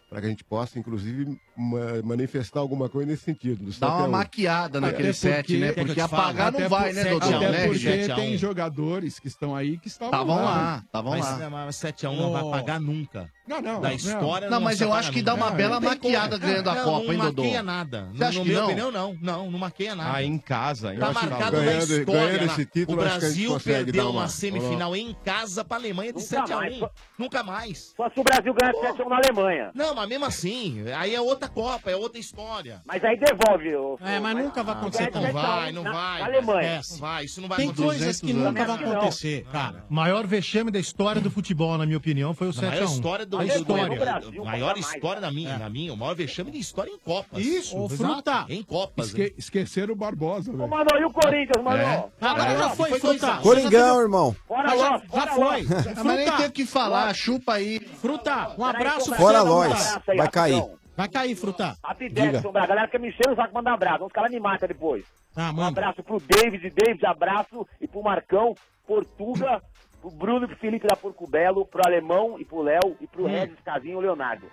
S17: para que a gente possa, inclusive, ma- manifestar alguma coisa nesse sentido. um. do 7
S7: Dá
S17: a
S7: uma
S17: 1.
S7: maquiada naquele 7,
S8: é
S7: né? Porque apagar não
S8: Até
S7: vai,
S8: por-
S7: né,
S8: sete-
S7: Dodão?
S8: Até
S7: né,
S8: porque
S7: gente?
S8: tem jogadores que estão aí que estavam
S7: Estavam
S8: lá.
S7: lá, estavam
S10: mas,
S7: lá.
S10: né, Mas 7x1 não vai pagar nunca.
S8: Não, não,
S10: Da
S8: não.
S10: história
S7: Não, mas
S10: se
S7: eu
S10: apaga
S7: acho que
S10: nunca.
S7: dá uma
S10: Não,
S7: bela
S10: não tem
S7: maquiada
S10: como.
S7: ganhando a
S10: Não,
S7: Copa, hein, Dodô?
S10: Não maquia nada.
S7: Você
S10: No-
S7: acha
S10: no
S7: que
S10: meu
S7: não?
S10: opinião, não. Não, não maquia nada.
S7: Ah, em
S10: casa.
S7: eu
S10: Tá
S7: acho que
S10: marcado
S7: não.
S10: na
S7: Ganhando-
S10: história.
S7: ganhando esse
S10: lá.
S7: título,
S10: o
S7: acho que a gente
S10: Brasil
S7: consegue
S10: perdeu
S7: dar
S10: uma,
S7: uma-
S10: semifinal em casa pra Alemanha de
S7: Nunca mais,
S10: 7x1.
S7: só-
S10: Nunca mais.
S23: Só se o Brasil ganha 7x1 na Alemanha.
S10: Não, mas mesmo assim, aí é outra Copa, é outra história.
S23: Mas aí devolve. O,
S3: É, mas nunca vai acontecer
S10: Não
S3: também.
S10: vai, não
S3: Na-
S10: vai.
S3: na Alemanha.
S10: esquece. Não vai, isso né? não vai
S3: Tem
S10: acontecer.
S3: coisas que nunca vão acontecer, cara.
S18: Maior vexame da história do futebol, na minha opinião, foi o
S10: A
S18: 7 a 1
S10: maior história do, né?
S18: A
S10: do- do- do-
S18: história.
S10: maior história na minha, na minha, o maior vexame de história em Copas.
S8: Isso,
S10: Ô,
S8: exato.
S10: Fruta. Em Copas.
S8: Esque- esqueceram o Barbosa, velho.
S23: Mano, e o Corinthians, mano?
S8: É.
S23: Ah, Agora já foi, tá.
S12: Fruta.
S5: é
S12: Coringão, irmão.
S23: Bora,
S12: Mas já-
S23: Lopes,
S12: já
S23: bora,
S12: foi.
S23: Lopes.
S12: Mas nem
S3: Fruta.
S12: teve que falar,
S7: chupa aí.
S3: Fruta, um abraço.
S23: Peraí,
S12: Fora
S23: Fernando, um
S12: Lois.
S23: abraço aí,
S12: Vai cair.
S23: rapidão.
S3: Vai cair, Fruta.
S23: Rapidez, sombra. A galera fica me enchendo o saco, manda um abraço. Os caras me matam depois.
S3: Tá,
S23: Um abraço pro David, David, abraço. E pro Marcão, Portuga, pro Bruno e pro Felipe da Porco Belo, pro Alemão e pro Léo e
S3: Hum.
S23: pro Regis, Casinho e Leonardo.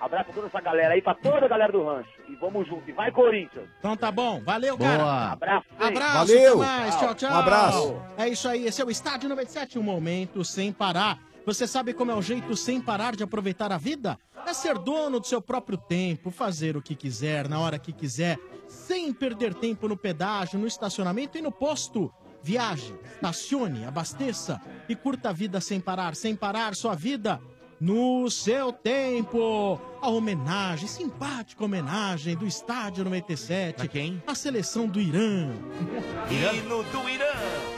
S23: Abraço pra toda essa galera aí, pra toda a galera do rancho. E vamos junto. E vai, Corinthians.
S3: Então tá bom. Valeu,
S23: Boa.
S3: cara.
S23: Abraço.
S3: Abraço.
S23: Valeu.
S3: até mais. Tchau, tchau.
S23: Um abraço.
S3: É isso aí. Esse é o Estádio 97, um momento sem parar. Você sabe como é o jeito sem parar de aproveitar a vida? É ser dono do seu próprio tempo, fazer o que quiser, na hora que quiser, sem perder tempo no pedágio, no estacionamento e no posto. Viaje, estacione, abasteça e curta a vida sem parar, sem parar sua vida no seu tempo. A homenagem, simpática homenagem do Estádio 97. A quem? A seleção do Irã.
S16: Hino do Irã.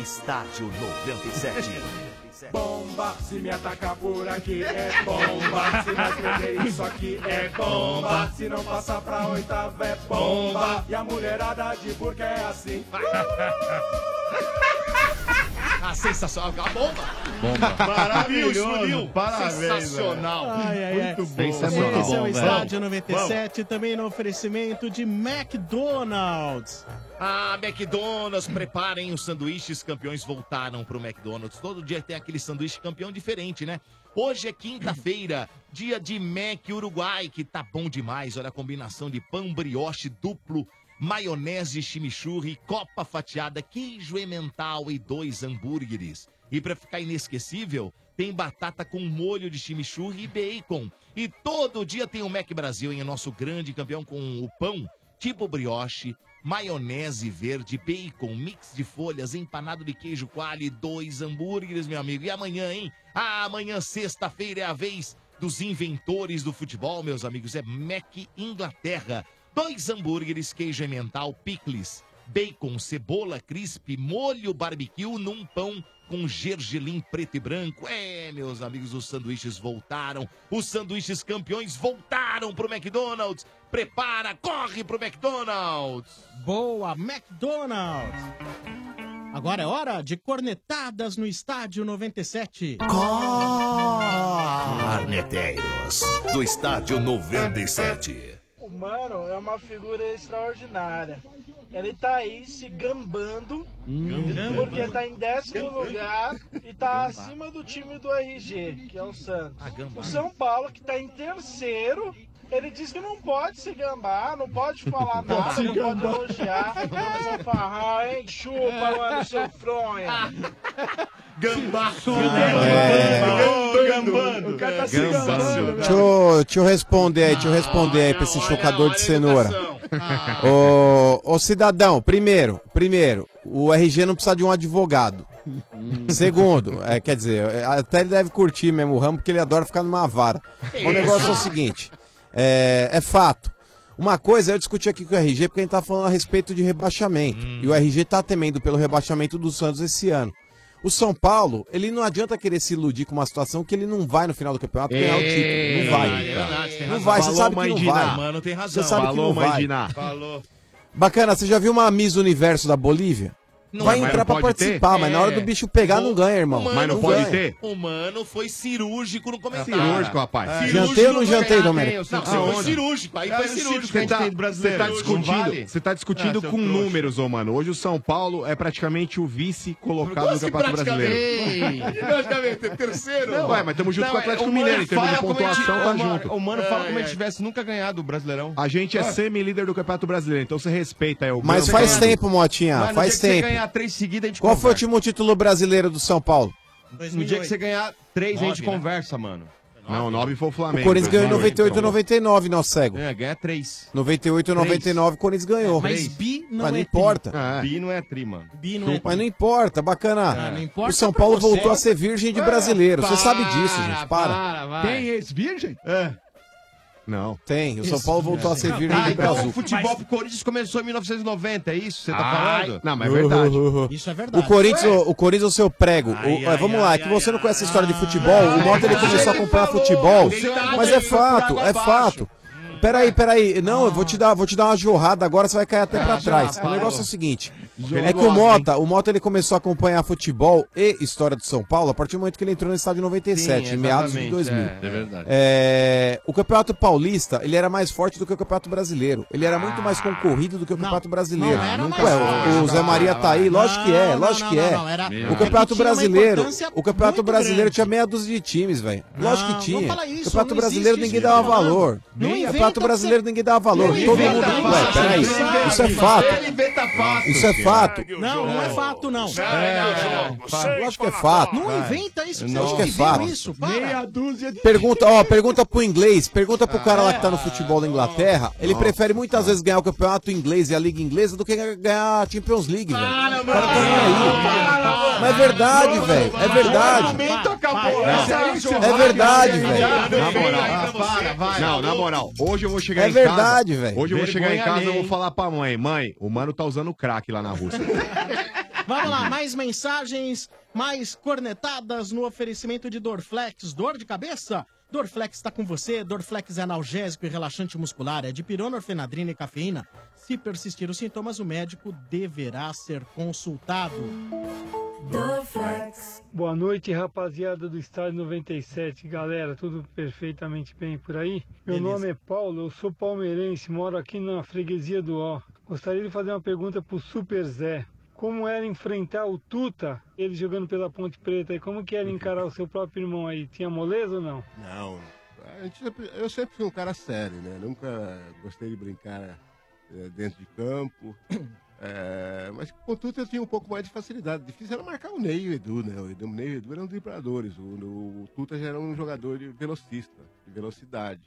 S16: Estádio 97. 97.
S2: Bomba, se me atacar por aqui é bomba. Se nós perder isso aqui é bomba. Se não passar pra oitava é bomba. E a mulherada de burca é assim.
S10: Ah, sensacional. A bomba.
S2: Bomba.
S10: Maravilhoso. Maravilhoso.
S2: Parabéns, velho.
S10: Sensacional.
S3: Ai, ai, ai.
S10: Muito bom.
S3: Sensacional. Esse é o
S10: Vamos,
S3: Estádio
S10: vamos,
S3: 97, também no oferecimento de McDonald's.
S10: Ah, McDonald's, preparem os sanduíches campeões voltaram pro McDonald's. Todo dia tem aquele sanduíche campeão diferente, né? Hoje é quinta-feira, dia de Mac Uruguai, que tá bom demais. Olha a combinação de pão brioche duplo, maionese chimichurri, copa fatiada, queijo emmental e dois hambúrgueres. E pra ficar inesquecível, tem batata com molho de chimichurri e bacon. E todo dia tem o Mac Brasil, hein? O nosso grande campeão com o pão, tipo brioche, maionese verde, bacon, mix de folhas, empanado de queijo coalho e dois hambúrgueres, meu amigo. E amanhã, hein? Ah, amanhã, sexta-feira, é a vez dos inventores do futebol, meus amigos. É Mac Inglaterra. Dois hambúrgueres, queijo emmental, picles, bacon, cebola, crisp, molho barbecue num pão com gergelim preto e branco. É, meus amigos, os sanduíches voltaram. Os sanduíches campeões voltaram pro McDonald's. Prepara, corre pro McDonald's.
S3: Boa, McDonald's! Agora é hora de cornetadas no Estádio 97.
S16: Arneteiros, do estádio 97.
S13: O Mano é uma figura extraordinária. Ele tá aí se gambando,
S2: Gambando.
S13: porque tá em décimo
S2: Gambando.
S13: lugar e tá acima do time do RG, que é o Santos.
S2: Ah, gambando.
S13: O São Paulo, que tá em terceiro, ele diz que não pode se gambar, não pode falar
S2: Pode
S13: nada,
S2: se
S13: não pode
S2: gambar.
S13: elogiar, não pode fanfarrar, hein? Chupa, mano, seu fronha.
S10: Gambá.
S13: Gambando. O cara tá se gambando.
S12: Deixa eu, deixa eu responder aí, deixa eu responder aí pra esse chocador de cenoura. Ah. Ô, ô cidadão, primeiro, primeiro, o RG não precisa de um advogado.
S10: Hum.
S12: Segundo, é, quer dizer, é, até ele deve curtir mesmo o ramo, porque ele adora ficar numa vara. O negócio é o seguinte: é, é fato. Uma coisa eu discuti aqui com o RG, porque a gente tá falando a respeito de rebaixamento.
S10: Hum.
S12: E o RG tá temendo pelo rebaixamento do Santos esse ano. O São Paulo, ele não adianta querer se iludir com uma situação que ele não vai no final do campeonato ganhar o
S10: É,
S12: título. Não vai.
S16: É.
S12: não vai, você sabe que não vai.
S10: Mano, tem razão.
S12: Você sabe que não vai.
S10: Falou.
S12: Bacana, você já viu uma Miss Universo da Bolívia?
S10: Não,
S12: vai
S10: mas
S12: entrar
S10: não
S12: pra
S10: pode
S12: participar,
S10: ter?
S12: mas na hora
S10: É.
S12: do bicho pegar não ganha, irmão.
S10: Mano,
S12: ganha.
S10: O mano foi cirúrgico no comentário.
S12: Cirúrgico, rapaz.
S10: É.
S12: Jantei ou não
S10: Cirúrgico
S12: jantei,
S10: no
S12: Domênico?
S10: comentário. Não,
S12: Ah,
S10: você foi
S12: onde?
S10: cirúrgico. Aí foi cirúrgico.
S5: Você tá, você tá discutindo, você tá
S7: Ah,
S5: discutindo com números, ô mano. Hoje o São Paulo é praticamente o vice colocado no
S10: Quase
S5: Campeonato Brasileiro.
S10: praticamente. Praticamente, é terceiro.
S5: Não, ué, mas tamo junto com o
S19: é,
S5: Atlético Mineiro, em termos de pontuação, tá junto.
S19: O Mano fala
S5: É,
S19: como
S5: é.
S19: ele tivesse nunca ganhado o Brasileirão.
S5: A gente é
S19: Ah.
S5: semi-líder do Campeonato Brasileiro, então você respeita aí o
S12: Mas
S5: Mano,
S12: faz
S5: cara.
S12: tempo, Motinha,
S5: Mas no
S12: faz
S5: dia que você
S12: tempo.
S5: ganhar
S19: três seguidas, a gente
S12: Qual foi o
S19: conversa.
S12: último título brasileiro do São Paulo?
S19: No dia que você ganhar três, a gente
S12: Nove, né?
S19: conversa, mano.
S5: Não, 9 foi o
S12: O
S5: Flamengo.
S12: Corinthians ganhou em 98 e
S5: 2008.
S12: 99, nosso cego.
S19: É, ganha três.
S12: 98 e 99, o Corinthians ganhou.
S19: Mas bi não
S12: Mas não
S19: é tri.
S12: importa.
S19: Bi não é tri, mano.
S3: Bi
S19: não é
S12: Mas não importa, bacana.
S19: Ah, não importa
S12: o São
S19: pra
S12: Paulo
S19: você.
S12: voltou a ser virgem de brasileiro. Você sabe disso, gente. Para.
S8: Tem ex-virgem?
S19: É.
S12: Não. Tem. O São Paulo voltou a ser virgem
S19: Ah,
S12: de
S19: então
S12: Brasil.
S19: o futebol pro Corinthians começou em 1990, é isso que você tá
S12: Ai.
S19: falando?
S12: Não, mas é verdade.
S3: Isso é
S12: O Corinthians, o, o Corinthians é o seu prego. O- é, vamos lá, é que você não conhece a história de futebol. o Mota ele começou a acompanhar futebol. Mas é fato, é fato. Peraí, peraí. Não, eu vou te dar, vou te dar uma jorrada agora, você vai cair até
S7: Ah,
S12: pra trás. O negócio é o seguinte: é que o Mota, o Mota ele começou a acompanhar futebol e história do São Paulo a partir do momento que ele entrou no estádio 97,
S7: Sim,
S12: em meados de
S7: exatamente,
S12: 2000.
S7: é, é verdade.
S12: É, o Campeonato Paulista, ele era mais forte do que o Campeonato Brasileiro. Ele era muito mais concorrido do que o Campeonato Brasileiro.
S3: Ah. não era
S12: Nunca
S3: mais
S12: é.
S3: forte,
S12: o, o Zé
S3: não,
S12: Maria tá aí, lógico que é,
S3: não,
S12: lógico
S3: não,
S12: que
S3: não,
S12: é.
S3: não, era-
S12: O
S3: Ele
S12: Campeonato
S3: tinha uma
S12: Brasileiro,
S3: importância
S12: o Campeonato
S3: muito
S12: Brasileiro
S3: grande.
S12: tinha meia dúzia de times, velho. Lógico
S3: não
S12: que tinha.
S3: fala isso,
S12: o Campeonato
S3: não
S12: Brasileiro
S3: existe
S12: ninguém
S3: isso
S12: dava
S3: que eu tô falando.
S12: valor.
S3: Não
S12: O
S3: inventa
S12: Campeonato Brasileiro ninguém dava valor.
S3: Não
S12: Todo
S3: inventa
S12: mundo.
S3: fácil,
S12: Ué, peraí.
S3: isso é
S12: Isso é
S3: fácil.
S12: fato. Isso é fato.
S3: Não, não é fato, não.
S12: Eu acho que é fato.
S3: Não
S12: vai.
S3: inventa isso, que
S12: Eu
S3: você
S12: acho que é
S3: viveu
S12: fato.
S3: isso. Meia
S8: dúzia de...
S12: Pergunta, ó, pergunta pro inglês, pergunta pro cara lá que tá no futebol da Inglaterra. Ele prefere muitas vezes ganhar o campeonato inglês e a liga inglesa do que ganhar a Champions League, velho. O cara tá nem aí. Mas é verdade, velho. É verdade. É verdade, velho.
S5: Na moral. Não, na moral. Hoje eu vou chegar
S12: É
S5: em casa.
S12: verdade, velho.
S5: Hoje eu vou chegar em
S12: Vergonha
S5: casa e
S12: alheia,
S5: vou
S12: hein?
S5: falar pra mãe: mãe, o mano tá usando crack lá na Rússia.
S3: Vamos lá, mais mensagens. mais cornetadas no oferecimento de Dorflex. Dor de cabeça? Dorflex está com você. Dorflex é analgésico e relaxante muscular. É de pirona, orfenadrina e cafeína. Se persistir os sintomas, o médico deverá ser consultado.
S24: Boa noite, rapaziada do Estádio 97. Galera, tudo perfeitamente bem por aí? Meu
S22: Beleza.
S24: nome é Paulo, eu sou palmeirense, moro aqui na freguesia do Ó. Gostaria de fazer uma pergunta pro Super Zé. Como era enfrentar o Tuta, ele jogando pela Ponte Preta, e como que era encarar o seu próprio irmão aí? Tinha moleza ou não?
S17: Não. A gente sempre- eu sempre fui um cara sério, né? Nunca gostei de brincar eh, dentro de campo. Eh, mas, contudo, eu tinha um pouco mais de facilidade. Difícil era marcar o Ney e o Edu, né? O Edu- o Ney e o Edu eram dribladores. O, o, o Tuta já era um jogador de velocista, de velocidade.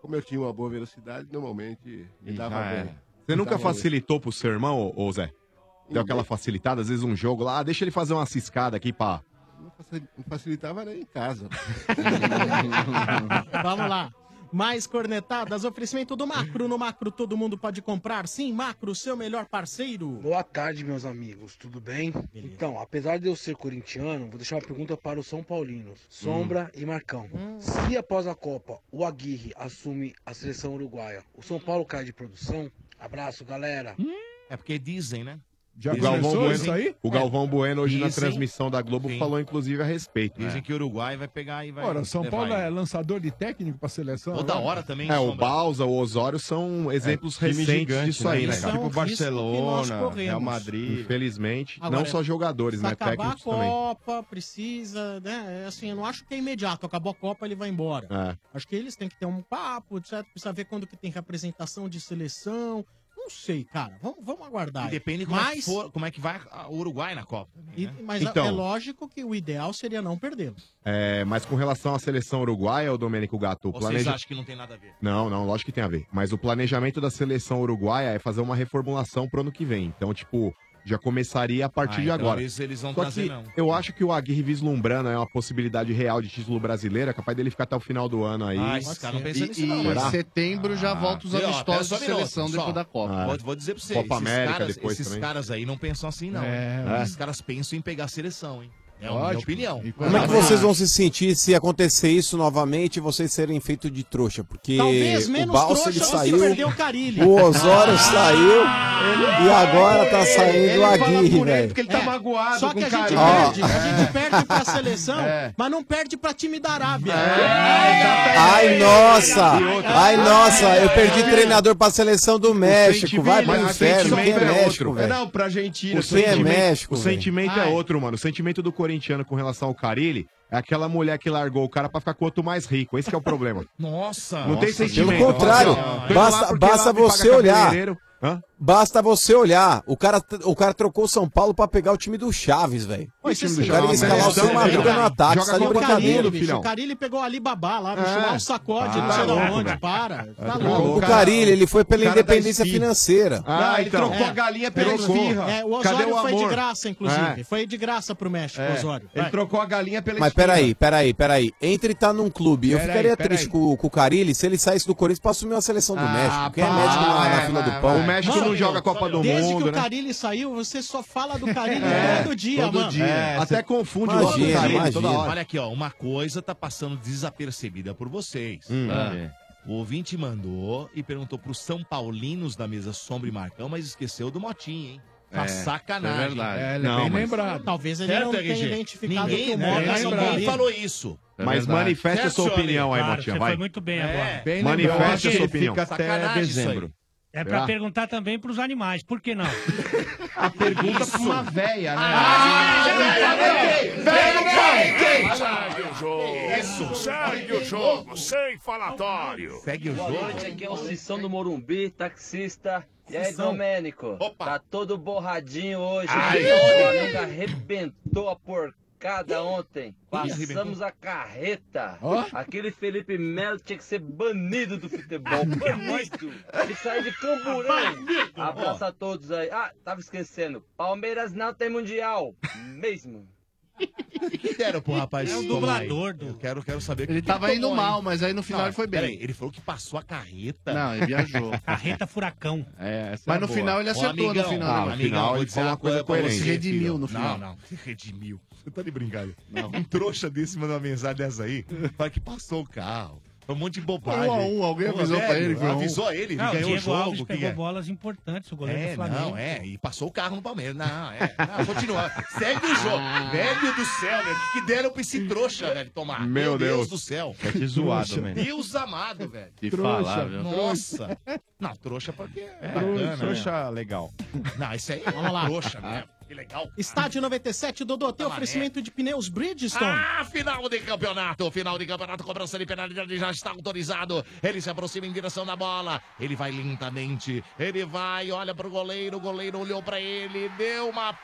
S17: Como eu tinha uma boa velocidade, normalmente me dava
S5: já
S17: bem.
S5: era. É. Você
S17: Me
S5: nunca
S17: dava bem.
S5: facilitou pro seu irmão, ô, ô Zé? Deu aquela facilitada, às vezes um jogo lá, ah, deixa ele fazer uma ciscada aqui pra.
S17: Não facil- não facilitava nem em casa.
S3: Vamos lá. Mais cornetadas, oferecimento do Macro. No Macro todo mundo pode comprar. Sim, Macro, seu melhor parceiro.
S8: Boa tarde, meus amigos, tudo bem? Então, apesar de eu ser corintiano, vou deixar uma pergunta para os São Paulinos, Sombra
S3: Hum.
S8: e Marcão. Se após a Copa o Aguirre assume a seleção uruguaia, o São Paulo cai de produção? Abraço, galera.
S3: Hum.
S10: É porque dizem, né? É.
S5: o
S10: Dizem-
S5: Galvão Bueno,
S10: dizem-
S5: O Galvão Bueno hoje na
S10: Dizem-
S5: transmissão da Globo
S10: Sim.
S5: falou inclusive a respeito.
S10: Dizem
S5: né?
S10: que o Uruguai vai pegar e vai.
S6: Ora, São
S10: levar
S6: Paulo
S10: ele.
S6: é lançador de técnico pra seleção.
S10: Toda
S6: agora?
S10: hora também.
S5: É, o
S10: Sombra.
S5: Balsa, o Osório são exemplos
S10: time
S5: recentes
S10: gigante,
S5: disso
S10: né?
S5: aí, né,
S10: Isso
S5: cara?
S10: é um Tipo risco que nós Barcelona, corremos. Real Madrid.
S5: Infelizmente,
S3: Agora,
S5: não só jogadores,
S3: Se
S5: né?
S3: acabar
S5: Técnicos
S3: a
S5: também.
S3: Copa, precisa, né? É Assim, eu não acho que é imediato. Acabou a Copa, ele vai embora.
S5: É.
S3: Acho que eles têm que ter um papo, etc. Precisa ver quando que tem representação de seleção. Não sei, cara. Vamos, vamos aguardar.
S10: E depende como, é que
S3: mas,
S10: for- como é que vai a- o Uruguai na Copa. né?
S3: e- mas
S5: Então.
S3: é lógico que o ideal seria não perdê-lo.
S5: É, mas com relação à seleção uruguaia, o Domênico Gato, o
S10: Vocês
S5: planeja...
S10: acham que não tem nada a ver?
S5: Não, não, lógico que tem a ver. Mas o planejamento da seleção uruguaia é fazer uma reformulação pro ano que vem. Então, tipo, já começaria a
S10: Ah,
S5: partir de
S10: então
S5: agora.
S10: eles- eles vão
S5: Só
S10: trazer,
S5: que
S10: não.
S5: Eu acho que o Aguirre vislumbrando é uma possibilidade real de título brasileiro, é capaz dele ficar até o final do ano aí.
S10: Ah, esses caras não pensam nisso, não.
S5: Será?
S10: mas-
S7: setembro já volta os
S10: Viu, ó,
S7: amistosos
S10: pera só um
S7: de
S10: minuto,
S7: seleção
S10: só.
S7: depois da Copa.
S10: Vou, vou dizer pra vocês,
S5: Ah, é. Copa América
S10: caras,
S5: depois
S10: esses
S5: também.
S10: caras aí não pensam assim, não.
S5: É,
S10: hein?
S5: é.
S10: Esses caras pensam em pegar a seleção, hein? É a minha
S5: Lógico.
S10: opinião.
S12: Como é que vocês vão se sentir se acontecer isso novamente e vocês serem feitos de trouxa? Porque
S3: Talvez
S12: o
S3: menos
S12: Balsa
S3: trouxa
S12: ele
S3: você
S12: saiu,
S3: perdeu o Carilli.
S12: o Osório
S2: ah,
S12: saiu e agora tá saindo o Aguirre, velho.
S3: ele tá magoado Só que
S12: com
S3: a gente
S12: carinho.
S3: perde, a gente perde pra seleção,
S10: É.
S3: mas não perde pra time da Arábia. É.
S12: Ai, nossa! Ai, nossa, eu perdi treinador pra seleção do México. Vai pro
S5: Mas o
S12: inferno,
S5: sentimento
S12: quem é
S5: é
S12: México,
S5: outro.
S12: velho?
S5: Não, pra Argentina.
S12: O Sem é
S5: sentimento-
S12: México,
S5: O
S12: velho.
S5: sentimento é
S12: Ai.
S5: outro, mano. O sentimento do corintiano com relação ao Carilli é aquela mulher que largou o cara pra ficar com outro mais rico. Esse que é o problema.
S10: Nossa!
S5: Não tem
S10: nossa,
S5: sentimento.
S12: Pelo contrário,
S5: Nossa, não. Foi lá
S12: basta,
S5: porque
S12: basta
S5: lá me paga
S12: você olhar.
S5: cabeleireiro. Hã?
S12: Basta você olhar. O cara, o cara trocou o São Paulo pra pegar o time do Chaves, velho. O
S5: time do
S12: cara ia
S5: Chaves?
S12: escalar o
S5: Seleção,
S12: seu Madruga
S5: velho.
S12: no ataque.
S5: Joga
S12: Você tá de
S5: contra o
S12: brincadeira,
S5: Carilli,
S12: bicho.
S5: filho.
S3: O Carilli pegou ali babá lá, bicho,
S12: É.
S3: lá um sacode,
S12: Tá
S3: não sei de
S12: louco,
S3: onde,
S12: velho.
S3: para. Tá louco.
S12: O Carilli, ele foi pela
S3: tá
S12: independência financeira.
S5: Ah,
S3: Não,
S5: então.
S3: ele trocou Ah, a galinha pela esfirra. então. É, o É. Osório foi de graça, inclusive. Foi de graça pro México,
S12: É.
S3: Osório.
S12: Ele
S3: Vai.
S10: trocou a galinha pela
S12: Mas peraí, peraí, peraí. Entre tá num clube. Eu
S10: Peraí,
S12: ficaria
S10: peraí.
S12: triste com, com o Carilli se ele saísse do Corinthians pra assumir uma seleção
S3: Ah,
S12: do México. Quem é médico na, na fila do pão?
S5: O México não joga a Copa do
S3: né, Desde que
S5: Mundo,
S3: o
S5: né?
S3: Carilli saiu, você só fala do Carilli É, todo dia,
S5: todo
S3: mano.
S5: dia. É, Até cê- confunde
S10: Imagina,
S5: logo o Carilli
S10: imagina.
S5: toda hora.
S10: Olha aqui, ó, uma coisa tá passando desapercebida por vocês.
S5: Hum.
S10: tá?
S5: Ah.
S10: O ouvinte mandou e perguntou pros São Paulinos da mesa Sombra e Marcão, mas esqueceu do Motinho, hein? Tá
S3: É,
S10: sacanagem.
S3: é verdade. É, ele é
S10: não,
S3: bem lembrado. Talvez ele não tenha identificado
S10: Ninguém,
S3: que o
S10: né?
S3: Mota é
S10: Ninguém
S3: São Paulino.
S10: falou isso.
S5: É Mas verdade. manifesta a sua
S10: senhor?
S5: opinião aí,
S10: Claro,
S5: Motinha,
S10: você
S5: vai.
S10: foi muito bem agora.
S5: Bem Manifesta lembrado. a sua
S10: Ele
S5: opinião. Tá?
S10: fica até
S5: Sacanagem
S11: isso aí.
S10: dezembro.
S11: É
S10: Será?
S11: pra perguntar também pros animais, por que não?
S25: A pergunta pra uma véia, né?
S5: Ah,
S11: Ah,
S2: Isso, segue o jogo, sem falatório.
S10: Segue o
S2: jogo.
S26: Boa noite, aqui é o Sissão do Morumbi, taxista. E aí,
S2: Sissão.
S26: Domênico? Tá todo borradinho hoje.
S2: Ai.
S26: O Flamengo arrebentou a porcada ontem. Passamos
S27: arrebentou?
S26: a carreta.
S27: Ó.
S26: Aquele Felipe Melo tinha que ser banido do futebol. Banido! E sair de camburão. Abraço a todos aí. Ah, tava esquecendo. Palmeiras não tem mundial. Mesmo.
S10: O que deram pro rapaz?
S7: É um
S10: tomar aí?
S7: dublador
S10: Eu quero, quero saber. o que
S7: Ele tava
S10: tomou,
S7: indo mal,
S10: hein?
S7: mas aí no final ele foi bem.
S10: peraí, ele falou que passou a carreta.
S7: Não, ele viajou.
S11: Carreta furacão.
S6: É,
S7: Mas no final ele acertou, no final. né?
S10: Ah,
S7: Amigão,
S10: no final
S7: vou
S10: ele
S7: dizer
S10: falou
S7: uma
S10: uma
S7: coisa
S10: coisa
S7: pra você,
S10: coerente.
S7: se redimiu no final.
S10: Não, não, se redimiu. Você tá de brincadeira. Um trouxa desse mandou uma mensagem dessa aí, fala que passou o carro. Um monte de bobagem.
S11: Foi um a um, alguém avisou pra ele que foi um a um.
S10: Avisou ele, ele
S11: Não, o
S10: ganhou o
S11: Diego
S10: jogo.
S11: Alves
S10: que
S11: pegou
S10: é.
S11: bolas importantes, o goleiro do
S10: É,
S11: Flamengo.
S10: não, é. E passou o carro no Palmeiras. Não, é. Não, continua. Segue o jogo. Velho do céu, velho. O que deram pra esse trouxa, velho, tomar?
S6: Meu Deus.
S10: do céu.
S6: É que zoado,
S10: Trouxa.
S6: man.
S10: Deus amado, velho.
S6: Que Trouxa, falar, viu?
S10: Nossa. Não, trouxa porque é bacana. né?
S6: trouxa legal.
S10: Não, isso aí é
S3: Vamos lá.
S10: trouxa mesmo. Que legal.
S3: Estádio 97, Dodô, tem
S10: Tá
S3: oferecimento de pneus Bridgestone.
S10: Ah, final de campeonato, final de campeonato, cobrança de penalidade já está autorizado. Ele se aproxima em direção da bola. Ele vai lentamente, ele vai, olha pro goleiro, o goleiro olhou pra ele, deu uma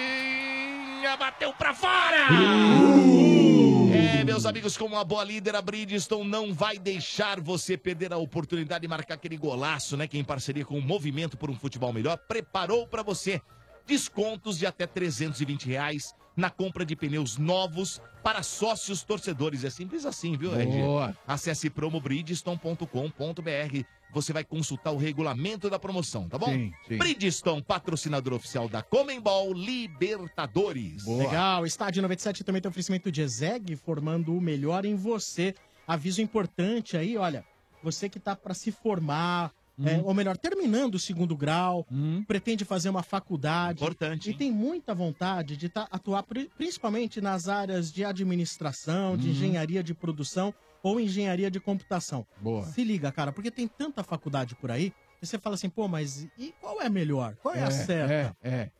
S10: paradinha, bateu pra fora!
S3: Uh!
S10: É, meus amigos, como uma boa líder, a Bridgestone não vai deixar você perder a oportunidade de marcar aquele golaço, né? Que em parceria com o Movimento por um Futebol Melhor preparou pra você descontos de até 320 reais na compra de pneus novos para sócios torcedores. É simples assim, viu, Ed?
S8: Boa.
S10: Acesse promobridgestone.com.br. Você vai consultar o regulamento da promoção, tá bom?
S3: Sim, sim.
S10: Bridgestone, patrocinador oficial da Comembol Libertadores.
S3: Legal, Estádio 97 também tem oferecimento de Ezeg, formando o melhor em você. Aviso importante aí, olha, você que tá para se formar, é, ou melhor, terminando o segundo grau, pretende fazer uma faculdade.
S10: Importante.
S3: E tem muita vontade de tá- atuar pri- principalmente nas áreas de administração, de
S4: Uhum.
S3: engenharia de produção ou engenharia de computação.
S4: Boa.
S3: Se liga, cara, porque tem tanta faculdade por aí, e você fala assim, pô, mas e qual é a melhor? Qual é, a certa?
S8: É, é.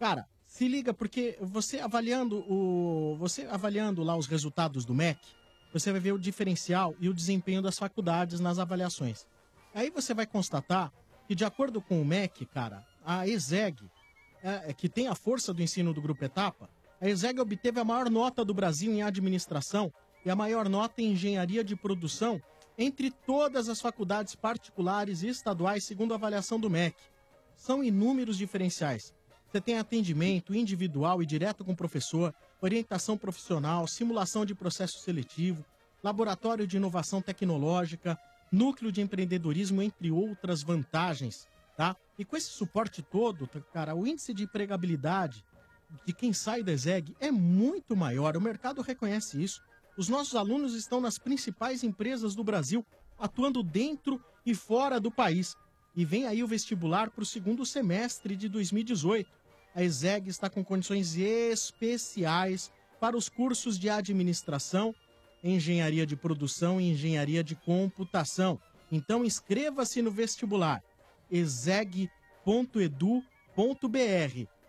S3: Cara, se liga porque você avaliando o você avaliando lá os resultados do MEC, você vai ver o diferencial e o desempenho das faculdades nas avaliações. Aí você vai constatar que de acordo com o MEC, cara, a ESEG, é, é, que tem a força do ensino do grupo Etapa, a ESEG obteve a maior nota do Brasil em administração e a maior nota em engenharia de produção entre todas as faculdades particulares e estaduais, segundo a avaliação do MEC são inúmeros diferenciais. Você tem atendimento individual e direto com o professor, orientação profissional, simulação de processo seletivo, laboratório de inovação tecnológica, núcleo de empreendedorismo, entre outras vantagens, tá? E com esse suporte todo, tá, cara, o índice de empregabilidade de quem sai da ESEG é muito maior. O mercado reconhece isso. Os nossos alunos estão nas principais empresas do Brasil, atuando dentro e fora do país. E vem aí o vestibular para o segundo semestre de 2018. A ESEG está com condições especiais para os cursos de administração, engenharia de produção e engenharia de computação. Então inscreva-se no vestibular exeg.edu.br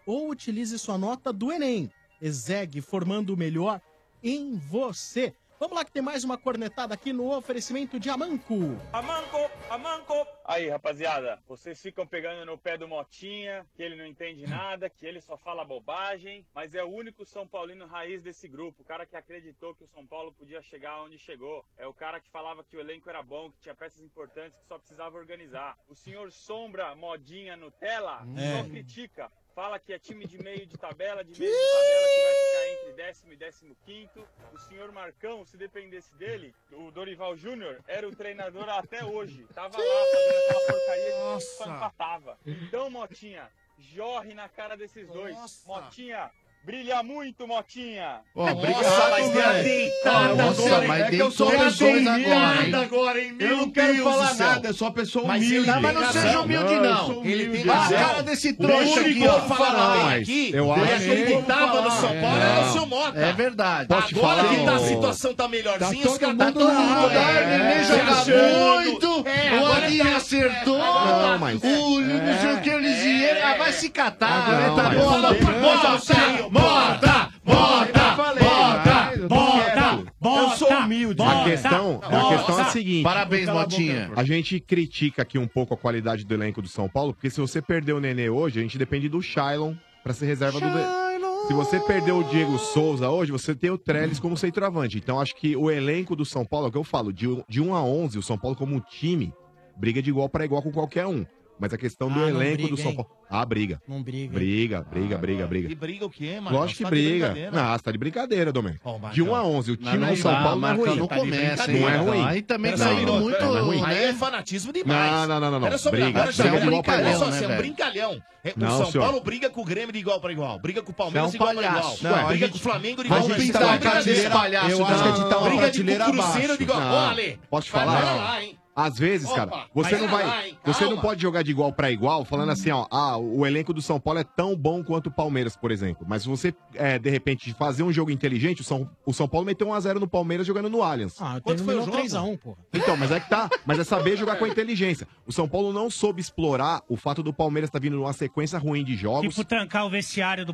S3: ou utilize sua nota do Enem. Exeg formando o melhor em você. Vamos lá que tem mais uma cornetada aqui no oferecimento de Amanco.
S9: Amanco, Amanco. Aí, rapaziada, vocês ficam pegando no pé do Motinha, que ele não entende nada, que ele só fala bobagem, mas é o único São Paulino raiz desse grupo, o cara que acreditou que o São Paulo podia chegar onde chegou. É o cara que falava que o elenco era bom, que tinha peças importantes, que só precisava organizar. O senhor Sombra, modinha Nutella,
S4: É.
S9: só critica. Fala que é time de meio de tabela, de meio de tabela que vai ficar entre décimo e décimo quinto. O senhor Marcão, se dependesse dele, o Dorival Júnior era o treinador até hoje. Tava lá fazendo aquela porcaria de time que só empatava. Então, Motinha, jorre na cara desses dois. Motinha, brilha muito, Motinha.
S7: Ó, obrigado, Nossa, mas assim, deu a velho. deitada Nossa, agora, hein? mas É que eu sou deitou
S9: uma
S7: uma pessoa os dois deitada agora, hein?
S9: agora, hein?
S7: Eu não quero falar nada, eu sou uma pessoa humilde. Não, mas não seja humilde, não. Ele tem
S10: a
S7: razão. O único que eu
S6: é
S7: falar mais. Eu
S10: ele
S7: acho.
S10: acreditava no São Paulo,
S7: É.
S10: era o seu Mota.
S7: É verdade.
S10: Agora
S7: Posso te falar,
S10: que tá, a
S7: ô-
S10: situação tá melhorzinha, os caras tá
S7: todo mundo
S10: lá,
S7: lá, ele nem joga né? Tá muito, o
S10: agora
S7: Aguirre
S10: tá-
S7: acertou,
S10: é, agora tá-
S7: o não sei o que, o Lisieiro, ah, vai se catar,
S10: Agora
S7: né, tá
S10: tá-
S7: bom,
S10: Bota,
S7: bota, bota, bota, bota, bota, eu sou humilde.
S5: a questão, a questão é a seguinte.
S7: Parabéns, Motinha.
S5: A gente critica aqui um pouco a qualidade do elenco do São Paulo, porque se você perder o Nenê hoje, a gente depende do Shailon pra ser reserva do... Se você perdeu o Diego Souza hoje, você tem o Trellis como centroavante. Então acho que o elenco do São um Paulo, é o que eu falo, de, um- de 1 a 11, o São Paulo como time, briga de igual pra igual com qualquer um. Mas a questão do
S10: Ah, não
S5: elenco do
S10: briga,
S5: São
S10: hein?
S5: Paulo. Ah, briga.
S10: Não briga, hein?
S5: Briga, briga, briga, briga.
S10: Ah, E briga o quê, mano?
S5: Lógico que
S10: Tá de
S5: briga.
S10: brincadeira.
S5: Não, você tá de brincadeira, Domênio.
S10: Ó, o Marcão.
S5: de 1 a 11, o time
S10: Não,
S5: do São
S10: não,
S5: Paulo não é
S10: Marcão,
S5: ruim.
S10: não começa, hein,
S5: Não é
S10: Marcão?
S5: ruim.
S10: Aí também
S5: Não,
S10: tá indo
S5: não,
S10: muito-
S5: não é ruim.
S10: Aí é fanatismo demais.
S5: Não, não, não, não, não.
S10: Pera só um
S5: Briga.
S10: minuto, agora já
S5: Você é um
S10: é um brincalhão,
S5: brincalhão,
S10: né,
S5: né,
S10: Você é um
S5: velho?
S10: brincalhão. É, O
S5: Não,
S10: São
S5: senhor.
S10: Paulo briga com o Grêmio de igual pra igual. Briga com o Palmeiras
S5: Você é um
S10: igual pra igual.
S5: palhaço. Ué, a
S10: briga
S5: gente-
S10: com o Flamengo de
S5: a
S10: igual
S5: gente tá
S10: pra
S5: tem
S10: igual.
S5: que tacar
S10: Brincadeira.
S5: desse palhaço,
S10: Eu acho
S5: não.
S10: que a gente tá uma
S5: Briga de
S10: prateleira
S5: com o
S10: Cruzeiro
S5: abaixo.
S10: de igual.
S5: Não.
S10: Ó, Ale,
S5: Posso
S10: vai
S5: falar?
S10: lá, hein?
S5: Às vezes,
S10: Opa,
S5: cara, você
S10: vai
S5: não vai,
S10: lá, hein?
S5: você não
S10: Calma.
S5: pode jogar de igual pra igual, falando assim, ó, ah, o elenco do São Paulo é tão bom quanto o Palmeiras, por exemplo. Mas se você, é, de repente, fazer um jogo inteligente, o São, o São Paulo meteu 1x0 no Palmeiras jogando no Allianz.
S3: Ah, Quanto foi o jogo? 3x1, porra.
S5: Então, mas é que tá. Mas é saber jogar com a inteligência. O São Paulo não soube explorar o fato do Palmeiras tá vindo numa sequência ruim de jogos.
S11: Tipo, trancar o vestiário do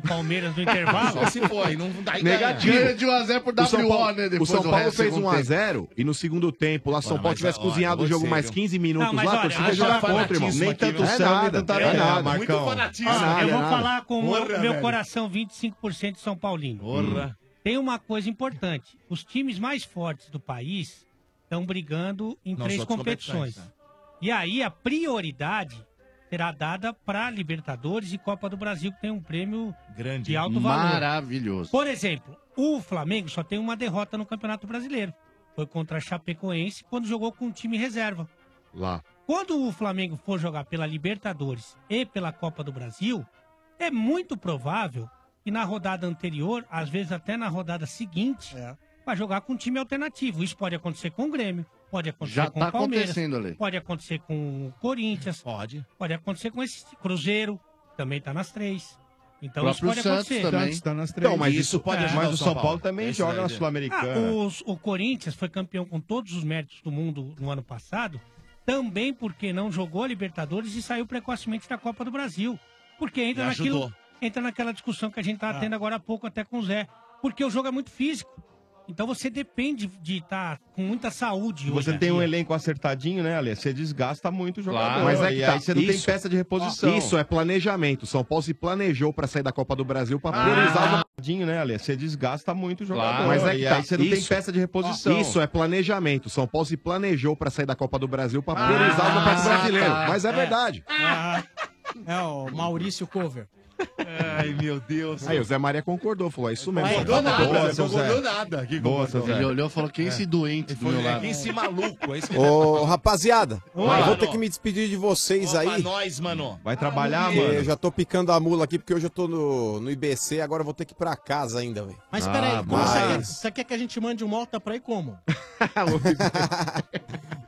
S11: Palmeiras no intervalo.
S5: Só se
S10: foi, não daí
S5: Negativo.
S7: Ganha de 1 a 0 por
S5: O São
S7: WO,
S5: Paulo,
S7: né,
S5: o
S7: depois
S5: São
S7: do
S5: Paulo
S7: resto,
S5: fez
S7: segundo
S5: 1x0 e no segundo tempo, lá, São Paulo
S7: mas
S5: tivesse
S7: olha,
S5: cozinhado o jogo
S7: você,
S5: mais
S7: viu?
S5: 15 minutos
S7: Não, mas
S5: lá,
S7: olha,
S5: conseguia
S7: haja
S5: jogar contra,
S7: fanatismo
S5: irmão.
S7: aqui,
S5: Nem tanto
S7: viu?
S5: sangue,
S7: É nada,
S11: tá
S5: tanto
S7: é
S5: tarefa.
S7: nada,
S5: Muito
S7: Marcão.
S5: fanatismo.
S11: Ó,
S5: É
S11: eu
S5: nada,
S11: vou
S5: é
S11: falar
S5: nada.
S11: com o
S5: Porra,
S11: meu
S5: velho.
S11: coração, 25% de São Paulino.
S5: Porra.
S11: Tem uma coisa importante. Os times mais fortes do país estão brigando em
S10: Nas
S11: três
S10: outras
S11: competições.
S5: né?
S10: competições,
S11: E aí a prioridade será dada para Libertadores e Copa do Brasil, que tem um prêmio
S10: grande
S11: de alto valor.
S7: Maravilhoso.
S11: Por exemplo, o Flamengo só tem uma derrota no Campeonato Brasileiro. Foi contra a Chapecoense quando jogou com o time reserva.
S5: Lá.
S11: Quando o Flamengo for jogar pela Libertadores e pela Copa do Brasil, é muito provável que na rodada anterior, às vezes até na rodada seguinte, vai jogar com um time alternativo. Isso pode acontecer com o Grêmio, pode acontecer
S7: Já
S11: com
S7: tá
S11: o Palmeiras,
S7: acontecendo, Ale.
S11: pode acontecer com o Corinthians,
S10: pode,
S11: pode acontecer com esse Cruzeiro, também tá nas três. Então isso
S7: Próprio
S11: pode
S7: Santos
S11: acontecer.
S7: também.
S11: Santos
S7: Tá nas três. Então, mas isso pode ajudar
S6: Mas o São Paulo também joga na Sul-Americana.
S11: Ah, os- o Corinthians foi campeão com todos os méritos do mundo no ano passado, também porque não jogou a Libertadores e saiu precocemente da Copa do Brasil. Porque entra,
S10: E ajudou.
S11: naquilo, entra naquela discussão que a gente tá
S6: Ah.
S11: tendo agora há pouco até com o Zé. Porque o jogo é muito físico. Então você depende de estar com muita saúde. hoje
S6: Você
S11: em
S6: tem
S11: dia.
S6: um elenco acertadinho, né, Ale? Você desgasta muito o jogador.
S5: Claro, mas é que
S6: e
S5: tá.
S6: aí você não tem
S5: Isso-
S6: peça de reposição.
S5: Isso é planejamento. São Paulo se planejou pra sair da Copa do Brasil pra priorizar os
S6: Ah, tadinho, né, Ale? Você desgasta muito o jogador.
S5: mas é que
S6: e
S5: tá.
S6: aí você não tem
S5: Isso-
S6: peça de reposição.
S5: Isso é planejamento. São Paulo se planejou pra sair da Copa do Brasil pra priorizar o Campeonato
S3: tá.
S5: Brasileiro. Mas é, verdade.
S3: Ah, É, o Maurício Cover.
S10: Ai, meu Deus.
S5: Aí o Zé Maria concordou, falou: é isso mesmo.
S3: Ai,
S5: São
S3: não
S5: Paulo tá
S3: nada,
S5: bom.
S3: não
S10: concordou nada. Que
S5: Boa,
S10: concordou.
S5: seu Zé.
S7: Ele olhou e falou: quem é esse doente do meu lado?
S10: Esse maluco, esse
S12: Ô, rapaziada,
S10: Oi,
S12: eu vou
S10: mano.
S12: ter que me despedir de vocês
S10: Opa,
S12: aí.
S10: nós, mano.
S6: Vai
S12: porque Eu já tô picando a mula aqui, porque hoje eu tô no, no IBC, agora eu vou ter que ir pra casa ainda, velho.
S3: Mas peraí, como você, quer, você quer que a gente mande um Mota pra ir como?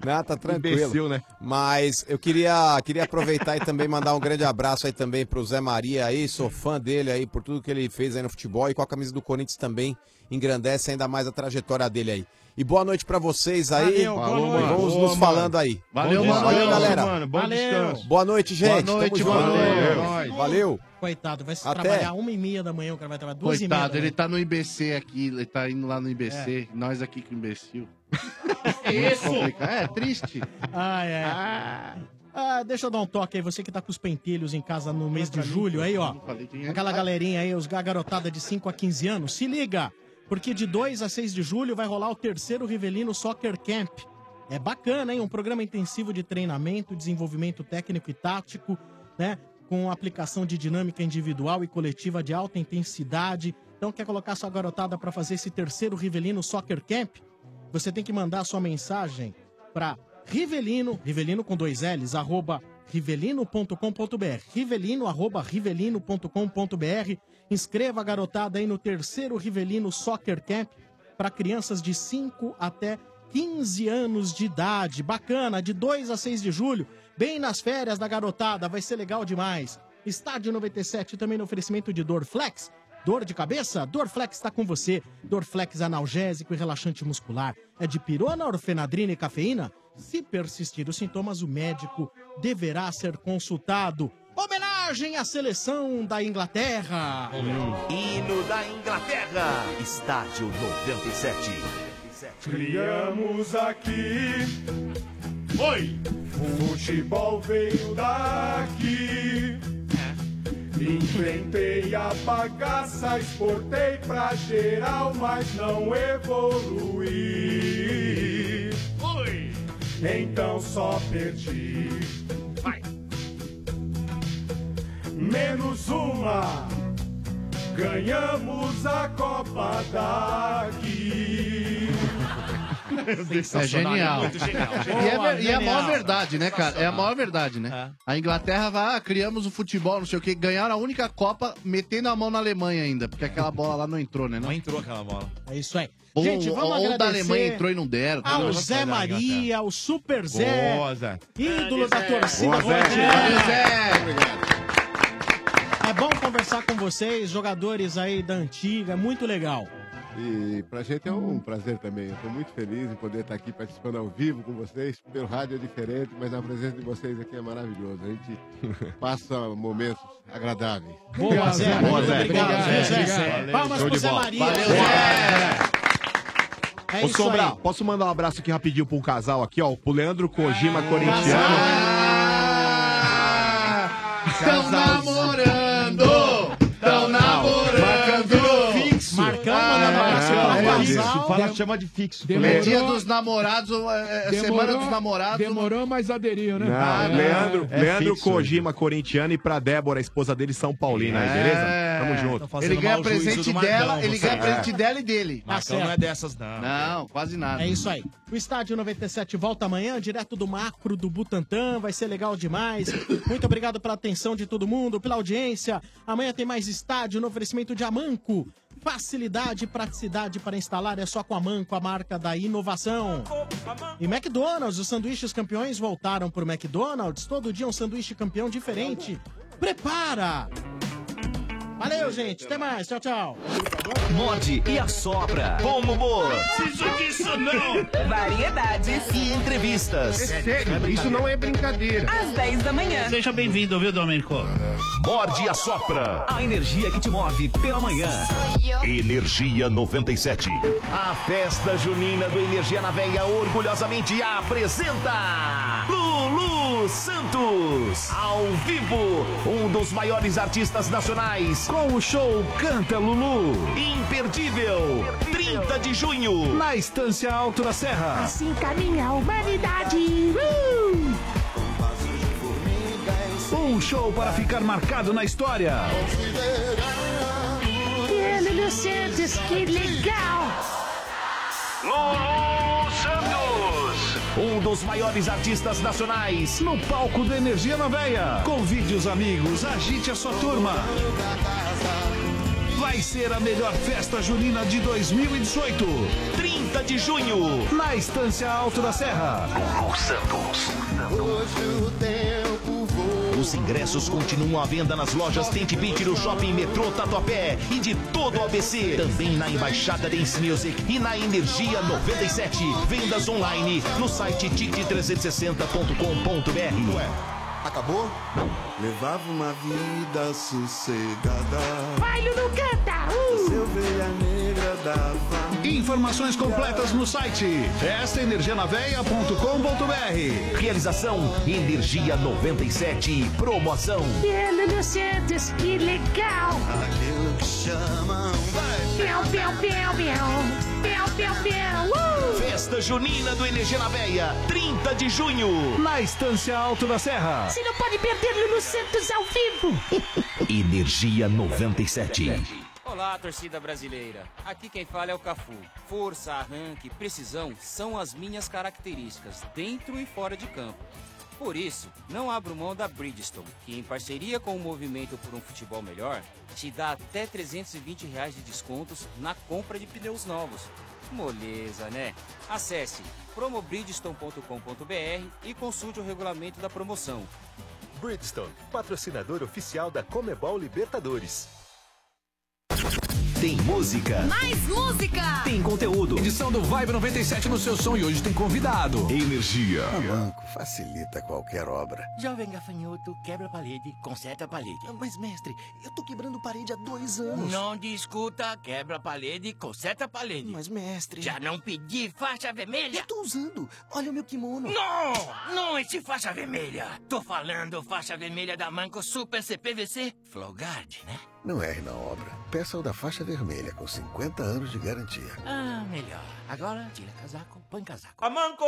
S12: Não, tá tranquilo.
S5: Imbecil, né?
S12: Mas eu queria, queria aproveitar e também mandar um grande abraço aí também pro Zé Maria aí, sou fã dele aí por tudo que ele fez aí no futebol e com a camisa do Corinthians também engrandece ainda mais a trajetória dele aí. E boa noite pra vocês aí.
S3: Valeu, boa noite.
S12: E Vamos
S3: Boa,
S12: nos
S3: mano.
S12: falando aí.
S3: Valeu,
S12: Bom
S3: mano.
S12: Valeu,
S3: Valeu,
S12: galera.
S3: mano. Bom Valeu. descanso.
S12: Boa noite,
S3: Boa
S12: gente.
S3: noite,
S12: Tamo junto.
S3: valeu.
S12: Valeu.
S3: Coitado, vai se
S12: Até.
S3: trabalhar uma e meia da manhã, o cara vai trabalhar duas e meia. né?
S7: Coitado,
S3: da
S7: ele
S3: manhã.
S7: tá no IBC aqui, ele tá indo lá no IBC, nós aqui com o imbecil.
S3: isso?
S7: É, triste.
S3: Ai, ai. Ah, deixa eu dar um toque aí, você que tá com os pentelhos em casa no mês de julho aí, ó. Aquela galerinha aí, os ga- garotada de 5 a 15 anos, se liga, porque de 2 a 6 de julho vai rolar o terceiro Rivelino Soccer Camp. É bacana, hein? Um programa intensivo de treinamento, desenvolvimento técnico e tático, né? Com aplicação de dinâmica individual e coletiva de alta intensidade. Então, quer colocar sua garotada para fazer esse terceiro Rivelino Soccer Camp? Você tem que mandar sua mensagem para Rivelino, Rivelino com dois L's, arroba rivelino.com.br, rivelino, arroba rivelino.com.br. Inscreva a garotada aí no terceiro Rivelino Soccer Camp para crianças de 5 até 15 anos de idade. Bacana, de 2 a 6 de julho, bem nas férias da garotada, vai ser legal demais. Estádio 97 também no oferecimento de Dorflex. Dor de cabeça? Dorflex está com você. Dorflex analgésico e relaxante muscular. É de pirona, orfenadrina e cafeína? Se persistir os sintomas, o médico deverá ser consultado. Homenagem à seleção da Inglaterra.
S5: Hum.
S16: Hino da Inglaterra, estádio 97.
S4: Criamos aqui. Oi! Futebol veio daqui. Enfrentei a bagaça, exportei pra geral, mas não evoluí. Oi! Então só perdi. Vai!
S2: menos uma. Ganhamos a Copa daqui.
S7: É genial.
S2: Muito genial.
S7: E, é, ver- e é a
S2: Genial.
S7: maior verdade, né, cara? É a maior verdade, né? A Inglaterra vai, ah, criamos o futebol, não sei o quê, ganharam a única Copa metendo a mão na Alemanha ainda, porque aquela bola lá não entrou, né? Não,
S28: entrou aquela bola.
S3: É isso aí.
S7: Ou,
S3: Gente, vamos
S7: ou da
S3: agradecer
S7: Alemanha entrou e não deram. tá
S3: Ao
S7: ligado?
S3: Zé Maria, ao Super Zé,
S7: Boa, Zé.
S3: ídolo da torcida.
S7: Boa, Zé.
S3: corintiana.
S7: Valeu, Zé.
S3: É bom conversar com vocês, jogadores aí da antiga, é muito legal.
S17: E pra gente é um prazer também. Eu tô muito feliz em poder estar aqui participando ao vivo com vocês. Pelo rádio é diferente, mas a presença de vocês aqui é maravilhosa. A gente passa momentos agradáveis.
S3: Boa, Zé.
S17: Boa,
S3: Muito
S17: Zé.
S3: Obrigado,
S17: Obrigado,
S3: Zé.
S17: Zé. Valeu.
S3: Palmas
S17: Show
S3: pro
S17: de
S3: Zé
S17: bola.
S3: Maria.
S17: Valeu,
S3: É
S5: Ô,
S3: isso
S5: Sombra,
S3: aí.
S5: posso mandar um abraço aqui rapidinho pra um casal aqui, ó. Pro Leandro Kojima Corintiano.
S2: Ah, então
S7: Estão namorando! Estão namorando! Fixo! Marcão
S6: mandando abraço pra casal.
S8: Fala, chama de fixo.
S7: É Ah, dia dos namorados, é, é semana dos namorados.
S8: Demorou, mas aderiu,
S5: Não, Leandro,
S8: É
S5: Leandro Kojima Corintiano e pra Débora, a esposa dele, São Paulina, aí, beleza? Tamo junto.
S7: Ele ganha presente dela, ele ganha presente
S5: É.
S7: dela e dele.
S3: Tá Marcão certo. não é
S28: dessas, não.
S7: Não, quase nada.
S3: É isso aí. O Estádio 97 volta amanhã, direto do macro do Butantã. Vai ser legal demais. Muito obrigado pela atenção de todo mundo, pela audiência. Amanhã tem mais estádio no oferecimento de Amanco. Facilidade e praticidade para instalar é só com a Manco, a marca da inovação. E McDonald's, os sanduíches campeões voltaram pro McDonald's. Todo dia um sanduíche campeão diferente. Prepara! Valeu, gente. Até mais. Tchau, tchau.
S10: Morde e assopra. Bom humor.
S2: Preciso disso, não.
S10: Variedades e entrevistas.
S13: É sério, isso
S10: não
S13: é brincadeira. Às 10 da manhã.
S10: Seja bem-vindo, viu, Domenico? Morde e assopra. A energia que te move pela manhã.
S16: Energia 97.
S10: A festa junina do Energia na Veia orgulhosamente apresenta Lulu Santos, ao vivo, um dos maiores artistas nacionais, com o show Canta Lulu, imperdível, 30 de junho, na Estância Alto da Serra.
S2: Assim caminha a humanidade. Uh!
S10: Um show para ficar marcado na história.
S2: Lulu Santos, que legal!
S10: Lulu Santos, um dos maiores artistas nacionais, no palco do Energia na Veia. Convide os amigos, agite a sua turma. Vai ser a melhor festa junina de 2018. 30 de junho, na Estância Alto da Serra. Lulu Santos. Os ingressos continuam à venda nas lojas Tente Beat no Shopping Metrô Tatuapé e de todo o ABC. Também na Embaixada Dance Music e na Energia 97. Vendas online no site tique360.com.br. Acabou?
S1: Levava uma vida sossegada.
S2: Vai, Lulu, canta! Uh!
S1: Ovelha negra dava.
S10: Informações completas no site festaenergianaveia.com.br. Realização Energia 97. Promoção.
S2: Lulu Santos, que legal!
S1: Aquilo que chamam.
S2: Piau, piau, piau, piau! Piau, piau, piau! Uh!
S10: Festa Junina do Energia na Veia, 30 de junho, na Estância Alto da Serra.
S2: Você não pode perder Lulu Santos ao vivo!
S10: Energia 97.
S20: Olá, torcida brasileira. Aqui quem fala é o Cafu. Força, arranque, precisão são as minhas características, dentro e fora de campo. Por isso, não abro mão da Bridgestone, que em parceria com o Movimento por um Futebol Melhor, te dá até 320 reais de descontos na compra de pneus novos. Moleza, né? Acesse promobridgestone.com.br e consulte o regulamento da promoção.
S16: Bridgestone, patrocinador oficial da Comebol Libertadores.
S10: Tem música.
S13: Mais música!
S10: Tem conteúdo. Edição do Vibe 97 no seu som e hoje tem convidado. Energia.
S1: A Ah, banco facilita qualquer obra.
S26: Jovem gafanhoto, quebra a parede, conserta a parede. Mas, mestre, eu tô quebrando parede há dois anos. Não discuta, quebra a parede, conserta a parede. Mas, mestre. Já não pedi faixa vermelha? Eu tô usando. Olha o meu kimono. Não! Não esse faixa vermelha. Tô falando faixa vermelha da Manco Super CPVC Flowguard, né?
S1: Não erre na obra. Peça o da faixa vermelha com 50 anos de garantia.
S26: Ah, melhor. Agora, tira casaco, põe casaco.
S20: A Manco,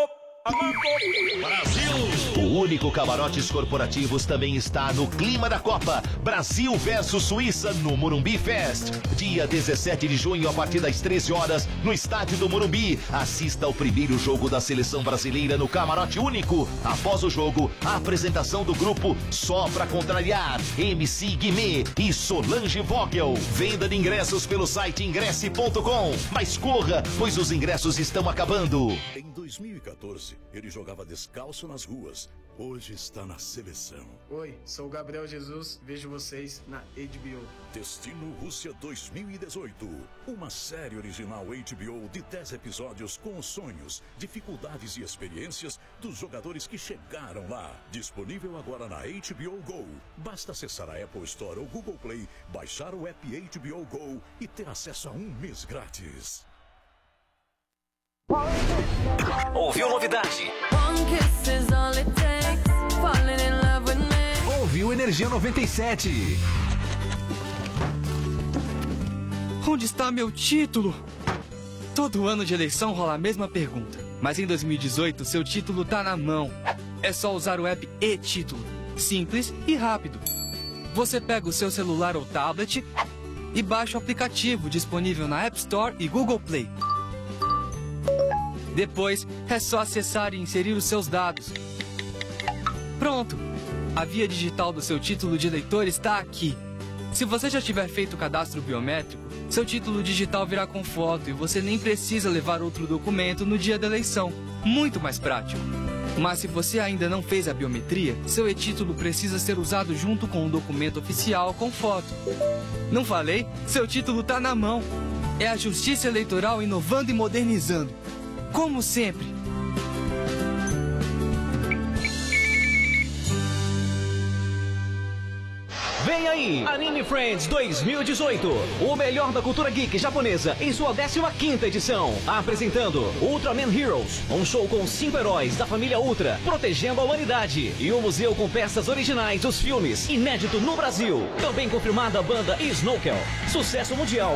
S10: O único Camarotes Corporativos também está no clima da Copa. Brasil versus Suíça no Morumbi Fest. Dia 17 de junho, a partir das 13 horas, no estádio do Morumbi. Assista ao primeiro jogo da seleção brasileira no Camarote Único. Após o jogo, a apresentação do grupo Só Pra Contrariar, MC Guimê e Solange Vogel. Venda de ingressos pelo site ingresse.com. Mas corra, pois os ingressos estão acabando.
S1: Em 2014, ele jogava descalço nas ruas. Hoje está na seleção.
S3: Oi, sou o Gabriel Jesus, vejo vocês na HBO.
S1: Destino Rússia 2018. Uma série original HBO de 10 episódios com os sonhos, dificuldades e experiências dos jogadores que chegaram lá. Disponível agora na HBO Go. Basta acessar a Apple Store ou Google Play, baixar o app HBO Go e ter acesso a um mês grátis.
S13: Ouviu novidade?
S10: Ouviu Energia 97.
S26: Onde está meu título? Todo ano de eleição rola a mesma pergunta, mas em 2018 seu título tá na mão. É só usar o app e-título. Simples e rápido. Você pega o seu celular ou tablet e baixa o aplicativo disponível na App Store e Google Play. Depois é só acessar e inserir os seus dados. Pronto! A via digital do seu título de eleitor está aqui. Se você já tiver feito o cadastro biométrico, seu título digital virá com foto e você nem precisa levar outro documento no dia da eleição. Muito mais prático. Mas se você ainda não fez a biometria, seu e-título precisa ser usado junto com um documento oficial com foto. Não falei? Seu título tá na mão. É a Justiça Eleitoral inovando e modernizando. Como sempre.
S13: Vem aí, Anime Friends 2018, o melhor da cultura geek japonesa em sua 15ª edição. Apresentando Ultraman Heroes, um show com cinco heróis da família Ultra, protegendo a humanidade. E um museu com peças originais dos filmes, inédito no Brasil. Também confirmada a banda Snowkel, sucesso mundial